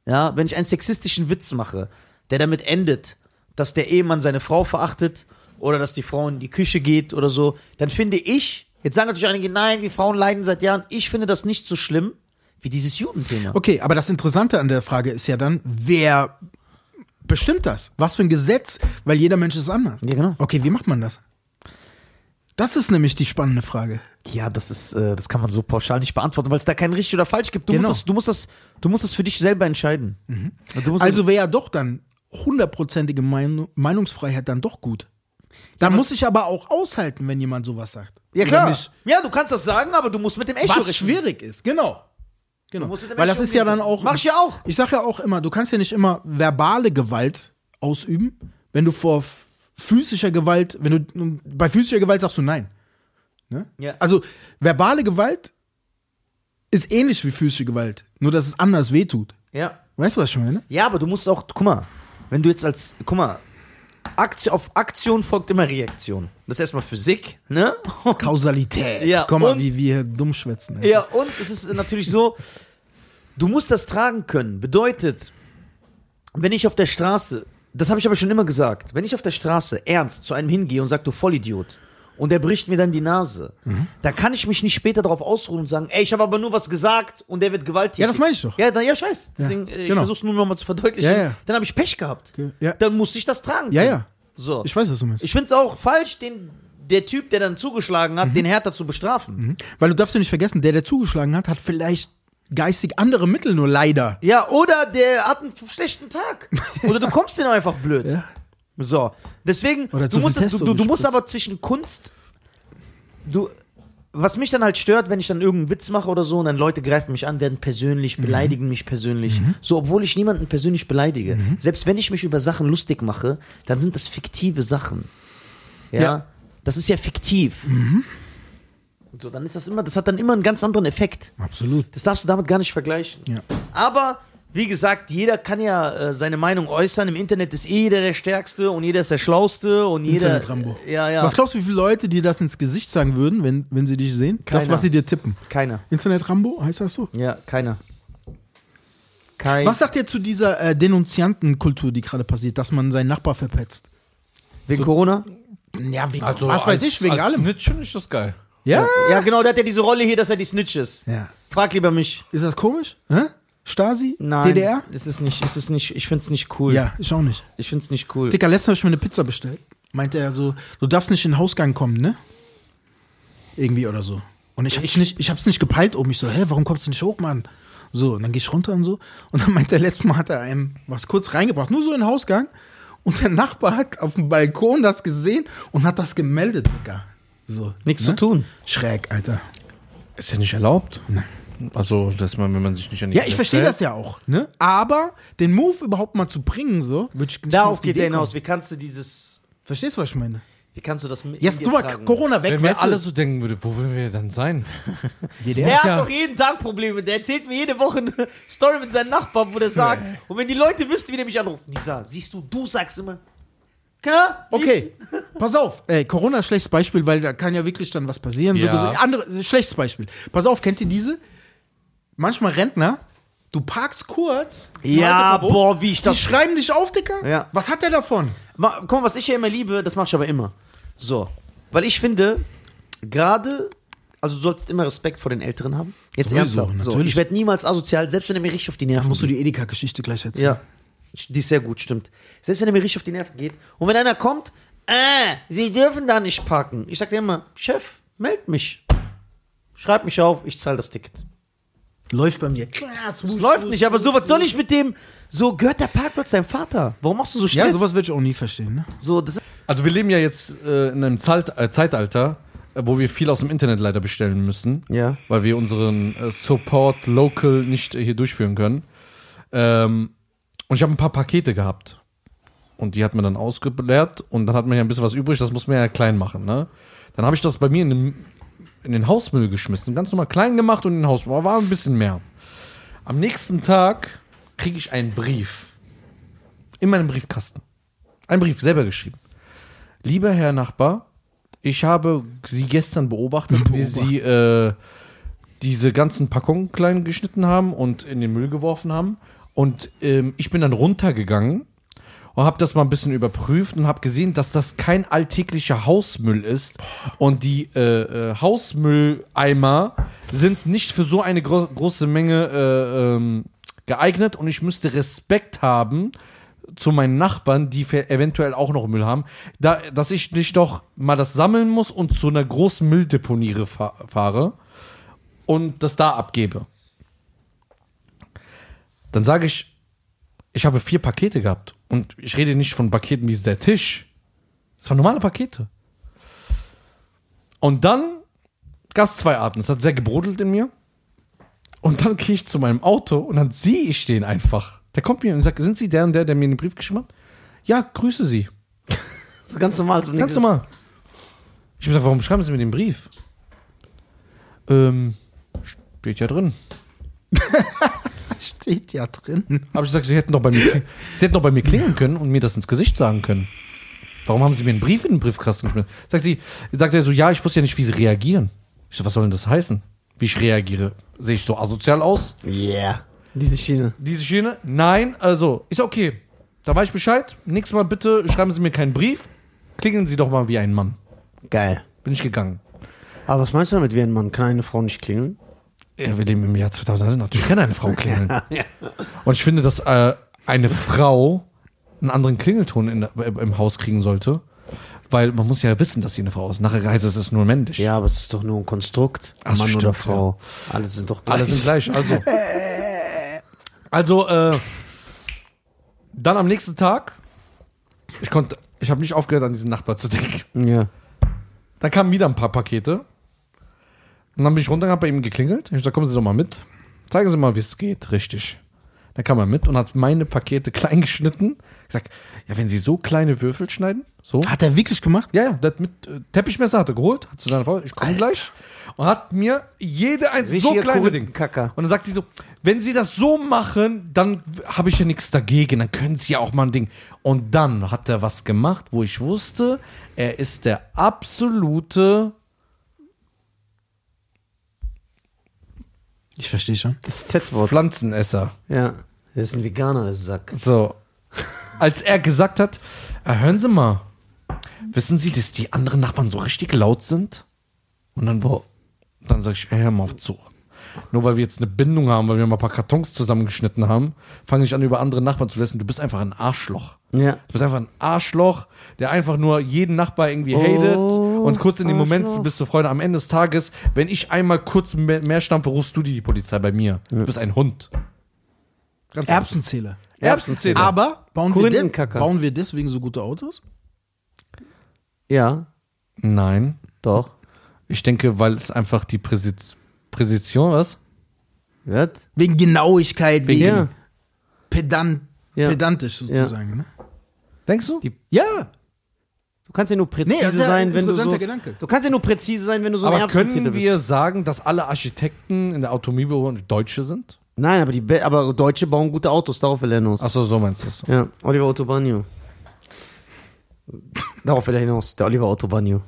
B: Ja, wenn ich einen sexistischen Witz mache, der damit endet, dass der Ehemann seine Frau verachtet oder dass die Frau in die Küche geht oder so, dann finde ich, jetzt sagen natürlich einige, nein, die Frauen leiden seit Jahren, ich finde das nicht so schlimm wie dieses Judenthema.
C: Okay, aber das Interessante an der Frage ist ja dann, wer bestimmt das? Was für ein Gesetz? Weil jeder Mensch ist anders.
B: Ja, genau.
C: Okay, wie macht man das? Das ist nämlich die spannende Frage.
B: Ja, das ist, äh, das kann man so pauschal nicht beantworten, weil es da kein richtig oder falsch gibt. Du
C: Genau.
B: musst das, du musst das, du musst das für dich selber entscheiden. Du musst
C: Also wäre ja doch dann hundertprozentige Mein- Meinungsfreiheit dann doch gut. Da muss ich aber auch aushalten, wenn jemand sowas sagt.
B: ja
C: Oder
B: klar.
C: nicht.
B: Ja, du kannst das sagen, aber du musst mit dem Echo
C: Was
B: rechnen.
C: schwierig ist, genau. genau.
B: musst mit dem
C: Weil das
B: Echo
C: ist ja
B: umgehen
C: dann auch.
B: können. Mach ich ja auch.
C: Ich sage ja auch immer, du kannst ja nicht immer verbale Gewalt ausüben, wenn du vor f- physischer Gewalt, wenn du bei physischer Gewalt sagst du nein. Ne?
B: Ja.
C: Also verbale Gewalt ist ähnlich wie physische Gewalt, nur dass es anders wehtut.
B: Ja.
C: Weißt du, was ich meine?
B: Ja, aber du musst auch, guck mal, wenn du jetzt als, guck mal, Aktion, auf Aktion folgt immer Reaktion. Das ist erstmal Physik, ne?
C: Kausalität.
B: Ja,
C: Komm mal,
B: und-
C: wie wir hier dumm schwätzen. ey.
B: Ja, und es ist natürlich so, du musst das tragen können. Bedeutet, wenn ich auf der Straße, das habe ich aber schon immer gesagt, wenn ich auf der Straße ernst zu einem hingehe und sage, du Vollidiot, und der bricht mir dann die Nase,
C: Mhm.
B: da kann ich mich nicht später darauf ausruhen und sagen, ey, ich habe aber nur was gesagt und der wird gewalttätig.
C: Ja, das meine ich doch.
B: Ja, dann, ja scheiß. Deswegen, äh, ich
C: genau.
B: versuche es nur nochmal zu verdeutlichen.
C: Ja, ja.
B: Dann habe ich Pech gehabt.
C: Okay, ja.
B: Dann muss ich das tragen.
C: Ja,
B: können.
C: ja.
B: So.
C: Ich weiß, was du meinst.
B: Ich finde es auch falsch, den, der Typ, der dann zugeschlagen
C: Mhm.
B: hat, den härter zu bestrafen.
C: Weil du darfst ja nicht vergessen, der, der zugeschlagen hat, hat vielleicht geistig andere Mittel, nur leider.
B: Ja, oder der hat einen schlechten Tag. Oder du kommst denen einfach blöd.
C: *laughs*
B: So, deswegen,
C: Oder zu
B: du, musst,
C: viel Testo
B: du, du, du musst
C: gespritzt.
B: aber zwischen Kunst, du, was mich dann halt stört, wenn ich dann irgendeinen Witz mache oder so und dann Leute greifen mich an, werden persönlich,
C: Mhm.
B: beleidigen mich persönlich. So, obwohl ich niemanden persönlich beleidige.
C: Mhm.
B: Selbst wenn ich mich über Sachen lustig mache, dann sind das fiktive Sachen. Ja.
C: Ja. Mhm.
B: Das ist ja fiktiv. So, dann ist das immer, das hat dann immer einen ganz anderen Effekt.
C: Absolut.
B: Das darfst du damit gar nicht vergleichen.
C: Ja.
B: Aber wie gesagt, jeder kann ja äh, seine Meinung äußern. Im Internet ist eh jeder der Stärkste und jeder ist der Schlauste und jeder.
C: Internet-Rambo.
B: Ja, ja.
C: Was glaubst du, wie viele Leute dir das ins Gesicht sagen würden, wenn, wenn sie dich sehen? Das,
B: Keiner.
C: was sie dir tippen.
B: keiner.
C: Internet-Rambo, heißt das so?
B: Ja, keiner. Kein.
C: Was sagt ihr zu dieser äh, Denunziantenkultur, die gerade passiert, dass man seinen Nachbar verpetzt?
B: Wegen Corona?
C: Ja, wegen,
A: Also
C: was
A: als-
C: weiß ich, wegen
A: als
C: allem.
A: Snitch finde ich das geil.
C: Ja?
B: Ja, genau, der hat ja diese Rolle hier, dass er die Snitch ist.
C: ja?
B: Frag lieber mich.
C: Ist das komisch? Hä? Stasi?
B: Nein.
C: DDR?
B: Es ist nicht, es ist nicht, ich find's nicht cool.
C: Ja, ich auch nicht.
B: Ich find's nicht cool.
C: Dicker, letztens habe ich mir eine Pizza bestellt. Meinte er so, du darfst nicht in den Hausgang kommen, ne? Irgendwie oder so. Und ich hab's, nicht, ich hab's nicht gepeilt oben. Ich so, hä, warum kommst du nicht hoch, Mann? So, und dann geh ich runter und so. Und dann meinte er, letztes Mal hat er einem was kurz reingebracht, nur so in den Hausgang. Und der Nachbar hat auf dem Balkon das gesehen und hat das gemeldet, Digga. So.
B: Nichts
C: ne?
B: zu tun.
C: Schräg, Alter. Ne.
A: Ist ja nicht erlaubt. Also, dass man, wenn man sich nicht an die
C: Ja, ich verstehe
A: hält.
C: das ja auch, ne? Aber den Move überhaupt mal zu bringen, so, würde ich nicht mal
B: Darauf
C: auf die
B: geht
C: Idee
B: er
C: kommen.
B: hinaus. Wie kannst du dieses,
C: Verstehst du, was ich meine?
B: wie kannst du das mit
C: Jetzt
B: in
C: du
B: dir
C: mal
B: tragen?
C: Corona weg,
A: Wenn wir
C: weißt du?
A: alle so denken würden, wo würden wir dann
C: *laughs*
A: sein?
C: DDR?
B: Der
A: Ja.
B: hat doch jeden Tag Probleme. Der erzählt mir jede Woche eine Story mit seinem Nachbarn, wo der sagt, und wenn die Leute wüssten, wie der mich anruft, Nisa, siehst du, du sagst immer, ja,
C: Okay, pass auf. Ey, Corona ist schlechtes Beispiel, weil da kann ja wirklich dann was passieren.
A: Ja.
C: So, gesund- andere, schlechtes Beispiel. Pass auf, kennt ihr diese? Manchmal Rentner, du parkst kurz.
B: Ja,
C: Halteverbot,
B: boah, wie ich das-
C: Die schreiben dich auf, Dicker.
B: Ja.
C: Was hat der davon?
B: Ma, guck mal, was ich ja immer liebe, das mache ich aber immer. So, weil ich finde, gerade, also du sollst immer Respekt vor den Älteren haben.
E: Jetzt
C: Sowieso,
E: ernsthaft. So,
C: natürlich.
E: ich werde niemals asozial, selbst wenn er mir richtig auf die Nerven
C: Musst du
E: geht.
C: die Edeka-Geschichte gleich erzählen?
E: Ja, die ist sehr gut, stimmt. Selbst wenn er mir richtig auf die Nerven geht. Und wenn einer kommt, äh, sie dürfen da nicht parken. Ich sag dir immer, Chef, meld mich. Schreib mich auf, ich zahle das Ticket.
C: Läuft bei mir. Klar,
E: Das läuft nicht, aber so, was soll ich mit dem? So gehört der Parkplatz deinem Vater. Warum machst du so Stress?
C: Ja, sowas würde ich auch nie verstehen. Ne?
E: So, das ist
A: Also wir leben ja jetzt äh, in einem Zeit äh, Zeitalter, äh, wo wir viel aus dem Internet leider bestellen müssen,
E: Ja.
A: weil wir unseren äh, Support local nicht äh, hier durchführen können. Ähm, und ich habe ein paar Pakete gehabt. Und die hat man dann ausgeleert und dann hat man ja ein bisschen was übrig, das muss man ja klein machen. Ne? Dann habe ich das bei mir in den, in den Hausmüll geschmissen, ganz normal klein gemacht und in den Hausmüll, aber war ein bisschen mehr. Am nächsten Tag kriege ich einen Brief. In meinem Briefkasten. Ein Brief, selber geschrieben. Lieber Herr Nachbar, ich habe Sie gestern beobachtet, wie Sie äh, diese ganzen Packungen klein geschnitten haben und in den Müll geworfen haben. Und ähm, ich bin dann runtergegangen und habe das mal ein bisschen überprüft und habe gesehen, dass das kein alltäglicher Hausmüll ist. Und die äh, äh, Hausmülleimer sind nicht für so eine gro große Menge äh, ähm, geeignet und ich müsste Respekt haben zu meinen Nachbarn, die fe- eventuell auch noch Müll haben, da, dass ich nicht doch mal das sammeln muss und zu einer großen Mülldeponie fa fahre und das da abgebe. Dann sage ich, ich habe vier Pakete gehabt. Und ich rede nicht von Paketen wie der Tisch. Das waren normale Pakete. Und dann gab es zwei Arten. Es hat sehr gebrodelt in mir. Und dann gehe ich zu meinem Auto und dann sehe ich den einfach. Der kommt mir und sagt, sind Sie der und der, der mir den Brief geschrieben hat? Ja, grüße Sie.
E: so ganz normal. So
A: Ganz normal. Ich habe gesagt, warum schreiben Sie mir den Brief? Ähm, steht ja drin.
C: *laughs* Steht ja drin.
A: Habe ich gesagt, sie hätten, doch bei mir, *laughs* sie hätten doch bei mir klingeln können und mir das ins Gesicht sagen können. Warum haben sie mir einen Brief in den Briefkasten geschmissen? Sagt sie, sagt er so, ja, ich wusste ja nicht, wie sie reagieren. Ich so, was soll denn das heißen? Wie ich reagiere? Sehe ich so asozial aus?
E: Yeah. Diese Schiene.
A: Diese Schiene? Nein, also, ist okay. Da weiß ich Bescheid. Nächstes Mal bitte schreiben Sie mir keinen Brief. Klingeln Sie doch mal wie ein Mann.
E: Geil.
A: Bin ich gegangen.
B: Aber was meinst du damit, wie ein Mann? Kann eine Frau
A: *laughs*
B: nicht klingeln?
A: Ja, wir leben im Jahr 2000. Natürlich kann eine Frau klingeln. *laughs* Und ich finde, dass äh, eine Frau einen anderen Klingelton in, äh, im Haus kriegen sollte. Weil man muss ja wissen, dass sie eine Frau ist. Nachher heißt es, es ist nur männlich.
B: Ja, aber es ist doch nur ein Konstrukt.
A: Ach,
B: Mann
A: stimmt,
B: oder
A: ja.
B: Frau. Alle sind doch gleich.
A: Alle sind gleich. Also, also äh, dann am nächsten Tag, ich konnte, ich habe nicht aufgehört, an diesen Nachbar zu denken.
B: Ja.
A: Dann kamen wieder ein paar Pakete. Und dann bin ich runtergegangen, hab bei ihm geklingelt. Ich hab gesagt, kommen Sie doch mal mit. Zeigen Sie mal, wie es geht, richtig. Dann kam er mit und hat meine Pakete *laughs* klein geschnitten. Ich sag, ja, wenn Sie so kleine Würfel schneiden, so.
C: Hat er wirklich gemacht?
A: Ja, ja, das mit äh, Teppichmesser hat er geholt, hat zu seiner Frau, ich komme gleich. Und hat mir jede einzelne, so
B: Richtiger
A: kleine Ding.
B: Kurvenkacker.
A: Und dann sagt sie so, wenn sie das so machen, dann habe ich ja nichts dagegen, dann können sie ja auch mal ein Ding. Und dann hat er was gemacht, wo ich wusste, er ist der absolute
C: Ich verstehe schon.
B: Das Z-Wort.
A: Pflanzenesser.
B: Ja. Das ist ein Veganer, das Sack.
A: So. Als er gesagt hat, "Ah, hören Sie mal, wissen Sie, dass die anderen Nachbarn so richtig laut sind? Und dann, boah, dann sag ich, "Ey, hör mal auf zu. Nur weil wir jetzt eine Bindung haben, weil wir mal ein paar Kartons zusammengeschnitten haben, fange ich an, über andere Nachbarn zu lästern. Du bist einfach ein Arschloch.
B: Ja.
A: Du bist einfach ein Arschloch, der einfach nur jeden Nachbar irgendwie hatet. Und kurz in dem Moment bist du Freunde. Am Ende des Tages, wenn ich einmal kurz mehr, mehr stampfe, rufst du die Polizei bei mir. Du bist ein Hund. Ganz
C: Erbsenzähler.
A: Erbsenzähler.
C: Aber bauen wir, des,
B: Korinthenkacker.
C: bauen wir deswegen so gute Autos?
B: Ja,
A: Nein.
B: doch.
A: Ich denke, weil es einfach die Präsi- Präzision ist.
B: Was?
C: Wegen Genauigkeit, wegen
B: Ja.
C: pedant,
B: Ja.
C: pedantisch sozusagen. Ne?
A: Denkst du?
C: Ja,
B: Du kannst ja nur präzise
C: Nee, das ist ja
B: sein,
C: ein
B: wenn du so.
C: interessanter Gedanke.
B: Du kannst ja nur präzise sein, wenn du so ein
A: Aber
B: Erbsenzähler
A: können
B: bist.
A: wir sagen, dass alle Architekten in der Automobilbranche Deutsche sind?
B: Nein, aber die Be aber Deutsche bauen gute Autos, darauf will er hinaus.
A: Achso, so meinst du es.
B: Ja, Oliver Autobagno. darauf will er hinaus, der Oliver Autobagno.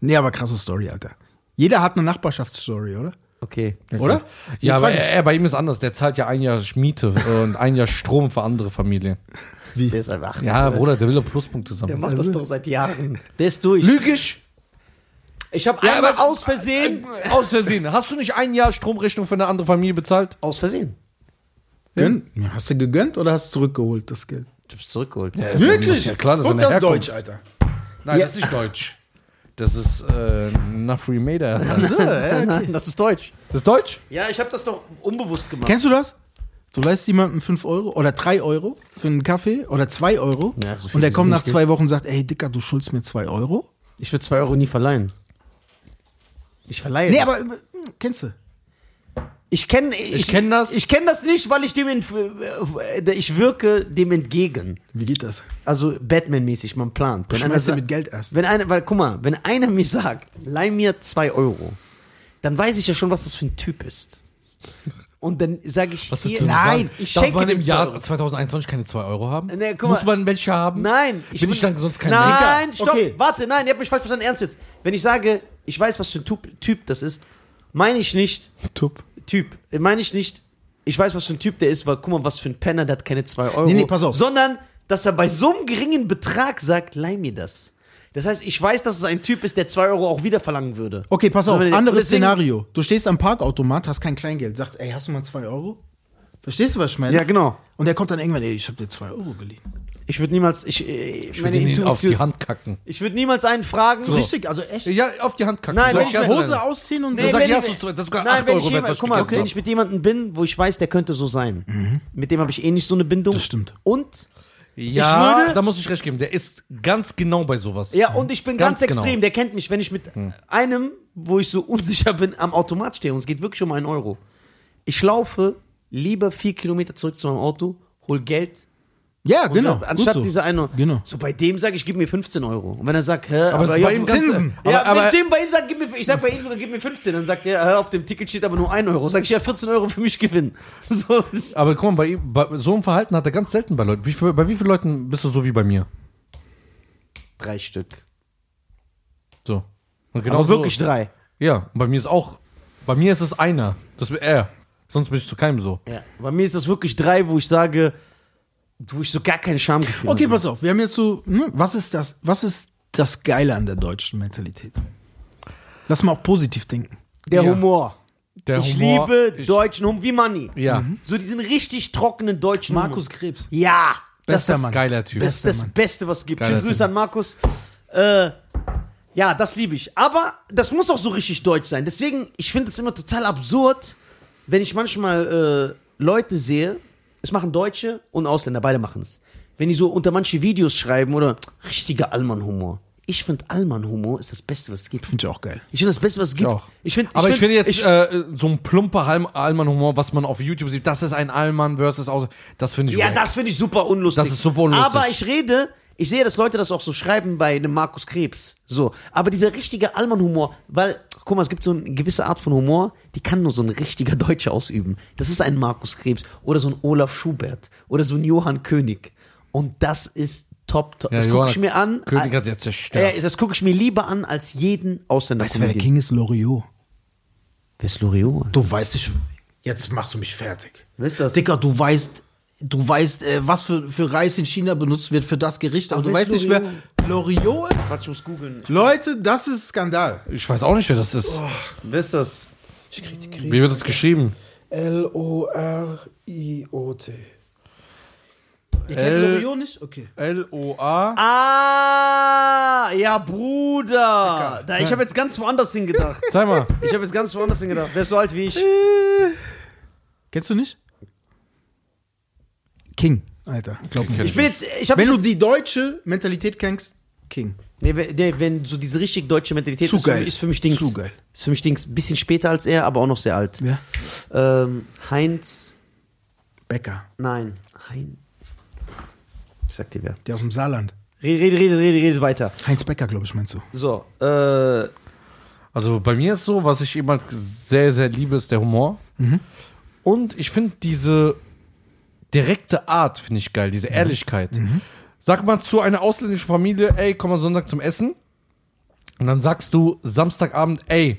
C: Nee, aber krasse Story, Alter. Jeder hat eine Nachbarschaftsstory, oder?
B: Okay.
C: Oder?
A: Ja, aber
C: frag ich.
A: er, er, bei ihm ist anders. Der zahlt ja ein Jahr Miete äh, und ein Jahr Strom für andere Familien.
B: Der ist einfach.
A: Ja, Bruder, der will doch Pluspunkte
B: Der
A: sammeln.
B: macht das doch seit Jahren. Der ist durch.
A: Lügisch?
B: Ich habe
A: Ja,
B: einmal
A: aber-
B: aus Versehen.
A: Aus Versehen. Hast du nicht ein Jahr Stromrechnung für eine andere Familie bezahlt?
B: Aus Versehen. äh,
C: Gönn. Hast du gegönnt oder hast du zurückgeholt, das Geld?
E: Ich hab's zurückgeholt.
A: Wirklich? Ja klar, das ist
C: Und
A: eine
C: das
A: Herkunft.
C: Deutsch, Alter.
A: Nein, das ist nicht deutsch. Das ist äh, Nafri Mader. Das
C: So, ja,
B: *laughs*
C: okay.
B: Nein, das ist Deutsch.
A: ist deutsch?
B: Ja, ich habe das doch unbewusst gemacht.
C: Kennst du das? Du leist jemandem 5 Euro oder 3 Euro für einen Kaffee oder 2 Euro
B: Ja, so viel
C: und der
B: ist
C: kommt
B: nicht
C: nach
B: viel.
C: zwei Wochen und sagt, ey Dicker, du schuldest mir 2 Euro?
B: Ich würde 2 Euro nie verleihen. Ich verleihe.
C: Nee,
B: das.
C: aber äh, kennst du?
B: ich kenne ich,
A: kenn das.
B: Ich kenne das nicht, weil ich dem entf- äh, ich wirke dem entgegen.
C: Wie geht das?
B: Also Batman-mäßig, man plant. Wenn
C: Schmeißt
B: sa-
C: dir mit Geld erst.
B: Wenn einer, weil guck mal, wenn einer mir sagt, leih mir 2 Euro, dann weiß ich ja schon, was das für ein Typ ist. Und dann sage ich,
A: Was willst
B: hier,
A: du
B: nein,
A: sagen?
B: ich
A: Darf
B: schenke
A: man
B: dem
A: im
B: 2
A: Jahr
B: Euro.
A: 2021 keine 2 Euro haben?
B: Nee, guck mal.
A: Muss man welche
C: Hm?
A: haben?
B: Nein,
A: Bin ich dann sonst kein
B: Nein, stopp,
C: Okay.
B: warte, nein, ihr habt mich falsch verstanden, ernst jetzt. Wenn ich sage, ich weiß, was für ein typ, typ das ist, meine ich nicht,
C: Tup.
B: Typ, meine ich nicht, ich weiß, was für ein Typ der ist, weil guck mal, was für ein Penner, der hat keine 2 Euro.
C: Nee, nee, pass auf.
B: Sondern, dass er bei so einem geringen Betrag sagt, leih mir das. Das heißt, ich weiß, dass es ein Typ ist, der 2 Euro auch wieder verlangen würde.
C: Okay, pass auf,
B: Sondern-
C: anderes
B: deswegen-
C: Szenario. Du stehst am Parkautomat, hast kein Kleingeld, sagst, ey, hast du mal 2 Euro? Verstehst du, was ich meine?
B: Ja, genau.
C: Und der kommt dann irgendwann, ey, ich hab dir 2 Euro geliehen.
B: Ich würde niemals, ich, äh,
A: Ich
B: meine
A: würde ihn auf die
B: Intuition,
A: Hand kacken.
B: ich würde niemals einen fragen.
C: So. Richtig, also echt.
A: Ja, auf die Hand kacken.
B: Nein,
A: Sag
B: wenn
A: ich
B: ich
A: erst
B: meine-
A: mal.
C: Hose ausziehen und
A: Nee, wenn
C: sag, ja,
A: ich- hast du zwei- das ist sogar
B: Nein,
A: acht
B: wenn
A: Euro
B: ich
A: wert,
B: jemand,
A: was ich
B: guck mal,
A: gegessen
B: wenn
A: hab.
B: ich mit jemandem bin, wo ich weiß, der könnte so sein,
A: Mhm.
B: mit dem habe ich eh nicht so eine Bindung.
C: Das stimmt.
B: Und
A: Ja,
B: Ich würde-
A: da muss ich recht geben. Der ist ganz genau bei sowas.
B: ja, und ich bin ganz,
A: Ganz genau. Mhm.
B: extrem. Der kennt mich, wenn ich mit einem, wo ich so *laughs* unsicher bin, am Automat stehe und es geht wirklich um einen Euro. Ich laufe lieber vier Kilometer zurück zu meinem Auto, hol Geld.
C: ja
B: und
C: genau.
B: hab- Anstatt
C: gut so.
B: diese eine.
C: Genau.
B: So bei dem sage ich, gib mir 15 Euro. Und wenn er sagt, hä,
A: Aber, es ist
B: ja,
A: bei ihm ganz,
C: Zinsen.
A: Aber,
B: ja,
A: aber,
B: wenn ich dem bei ihm sage, gib mir, ich sag bei ihm sogar, gib mir 15, dann sagt er, hä, auf dem Ticket steht aber nur 1 Euro. Sag ich, ja, 14 Euro für mich gewinnen. *laughs* So,
A: aber guck mal, bei, ihm, bei so einem Verhalten hat er ganz selten bei Leuten. Wie, viel- bei wie vielen Leuten bist du so wie bei mir?
B: drei Stück.
A: So. Und
B: Genau
A: so-
B: wirklich drei.
A: Ja, und bei mir ist auch. Bei mir ist es einer. Das ist er. Sonst bin ich zu keinem so.
B: Ja. Bei mir ist das wirklich drei, wo ich sage, wo ich so gar keine Schamgefühle
C: Okay,
B: habe.
C: pass auf. Wir haben jetzt so, ne, was ist das, was ist das Geile an der deutschen Mentalität? Lass mal auch positiv denken.
B: Der
A: Ja.
B: Humor.
A: Der
B: ich
A: Humor-
B: liebe
A: ich- Mhm.
B: deutschen Humor wie Money.
A: Ja. Hm.
B: So diesen richtig trockenen deutschen Humor.
C: Krebs.
B: Ja. das ist
C: Bester
B: das,
C: Mann.
A: Geiler Typ.
B: Das ist
C: Bester
B: das
C: Mann.
B: Beste, was es gibt.
A: Geiler
B: Schönen Grüße
A: Typ.
B: an Markus. Äh, ja, das liebe ich. Aber das muss auch so richtig deutsch sein. Deswegen, ich finde es immer total absurd, wenn ich manchmal äh, Leute sehe, es machen Deutsche und Ausländer, beide machen es. Wenn die so unter manche Videos schreiben oder richtiger Allmann-Humor. Ich finde Allmann-Humor ist das Beste, was es gibt.
C: Finde ich auch geil.
B: Ich finde das Beste, was es gibt.
A: Auch.
B: Ich find,
A: aber ich finde
B: find-
A: jetzt äh, so ein plumper Hal- Allmann-Humor, was man auf YouTube sieht, das ist ein Allmann versus Aus. Das finde ich
B: Ja,
A: wack.
B: das finde ich super unlustig.
A: Das ist super unlustig.
B: Aber ich rede, ich sehe, dass Leute das auch so schreiben bei einem Markus Krebs. So. Aber dieser richtige Allmann-Humor, weil, guck mal, es gibt so eine gewisse Art von Humor, die kann nur so ein richtiger *laughs* Deutscher ausüben. Das ist ein Markus Krebs oder so ein Olaf Schubert oder so ein Johann König. Und das ist top, top.
A: Ja,
B: das gucke
A: Johann
B: ich mir an.
A: König hat
B: äh,
A: ja zerstört.
B: Äh, das gucke ich mir lieber an als jeden ausländer
C: Weißt du, wer der King ist? Loriot.
B: Wer ist Loriot?
C: Du weißt nicht, jetzt machst du mich fertig.
B: Wer ist das?
C: Dicker, du weißt, du weißt, äh, was für, für Reis in China benutzt wird für das Gericht, aber,
B: Aber
C: du
B: wer
C: weißt
B: ist
C: nicht, wer Loriot ist.
B: Quatsch, ich muss googeln.
C: Leute, das ist Skandal.
A: Ich weiß auch nicht, wer das ist.
B: Wer ist das?
C: Ich krieg die
A: Wie wird das geschrieben?
C: L-O-R-I-O-T. Ihr kennt
A: L-
C: Loriot nicht? Okay.
A: L-O-A.
B: Ah, ja, Bruder. Da, ich habe jetzt ganz woanders hingedacht.
A: Zeig mal.
B: Ich habe jetzt ganz woanders hingedacht. Wer ist so alt wie ich?
C: Äh, Kennst du nicht? King, Alter. Glaub mir.
B: Ich bin jetzt, ich habe
C: Wenn du die deutsche Mentalität kennst, King.
B: nee, we- nee, wenn so diese richtig deutsche Mentalität
C: Zu
B: ist, für
C: geil.
B: mich- ist für mich Dings.
C: Zu geil.
B: Ist für mich Dings. Bisschen später als er, aber auch noch sehr alt.
C: Wer?
B: Ähm, Heinz,
C: Becker,
B: nein, Heinz. Ich sag dir wer.
C: der aus dem Saarland.
B: Rede, rede, rede, rede, rede weiter.
C: Heinz Becker, glaube ich, meinst du?
B: So, äh,
A: Also bei mir ist so, was ich immer sehr, sehr liebe, ist der Humor. Und ich finde diese direkte Art, finde ich geil, diese Ehrlichkeit. Sag mal zu einer ausländischen Familie, ey, komm mal Sonntag zum Essen. Und dann sagst du Samstagabend, ey,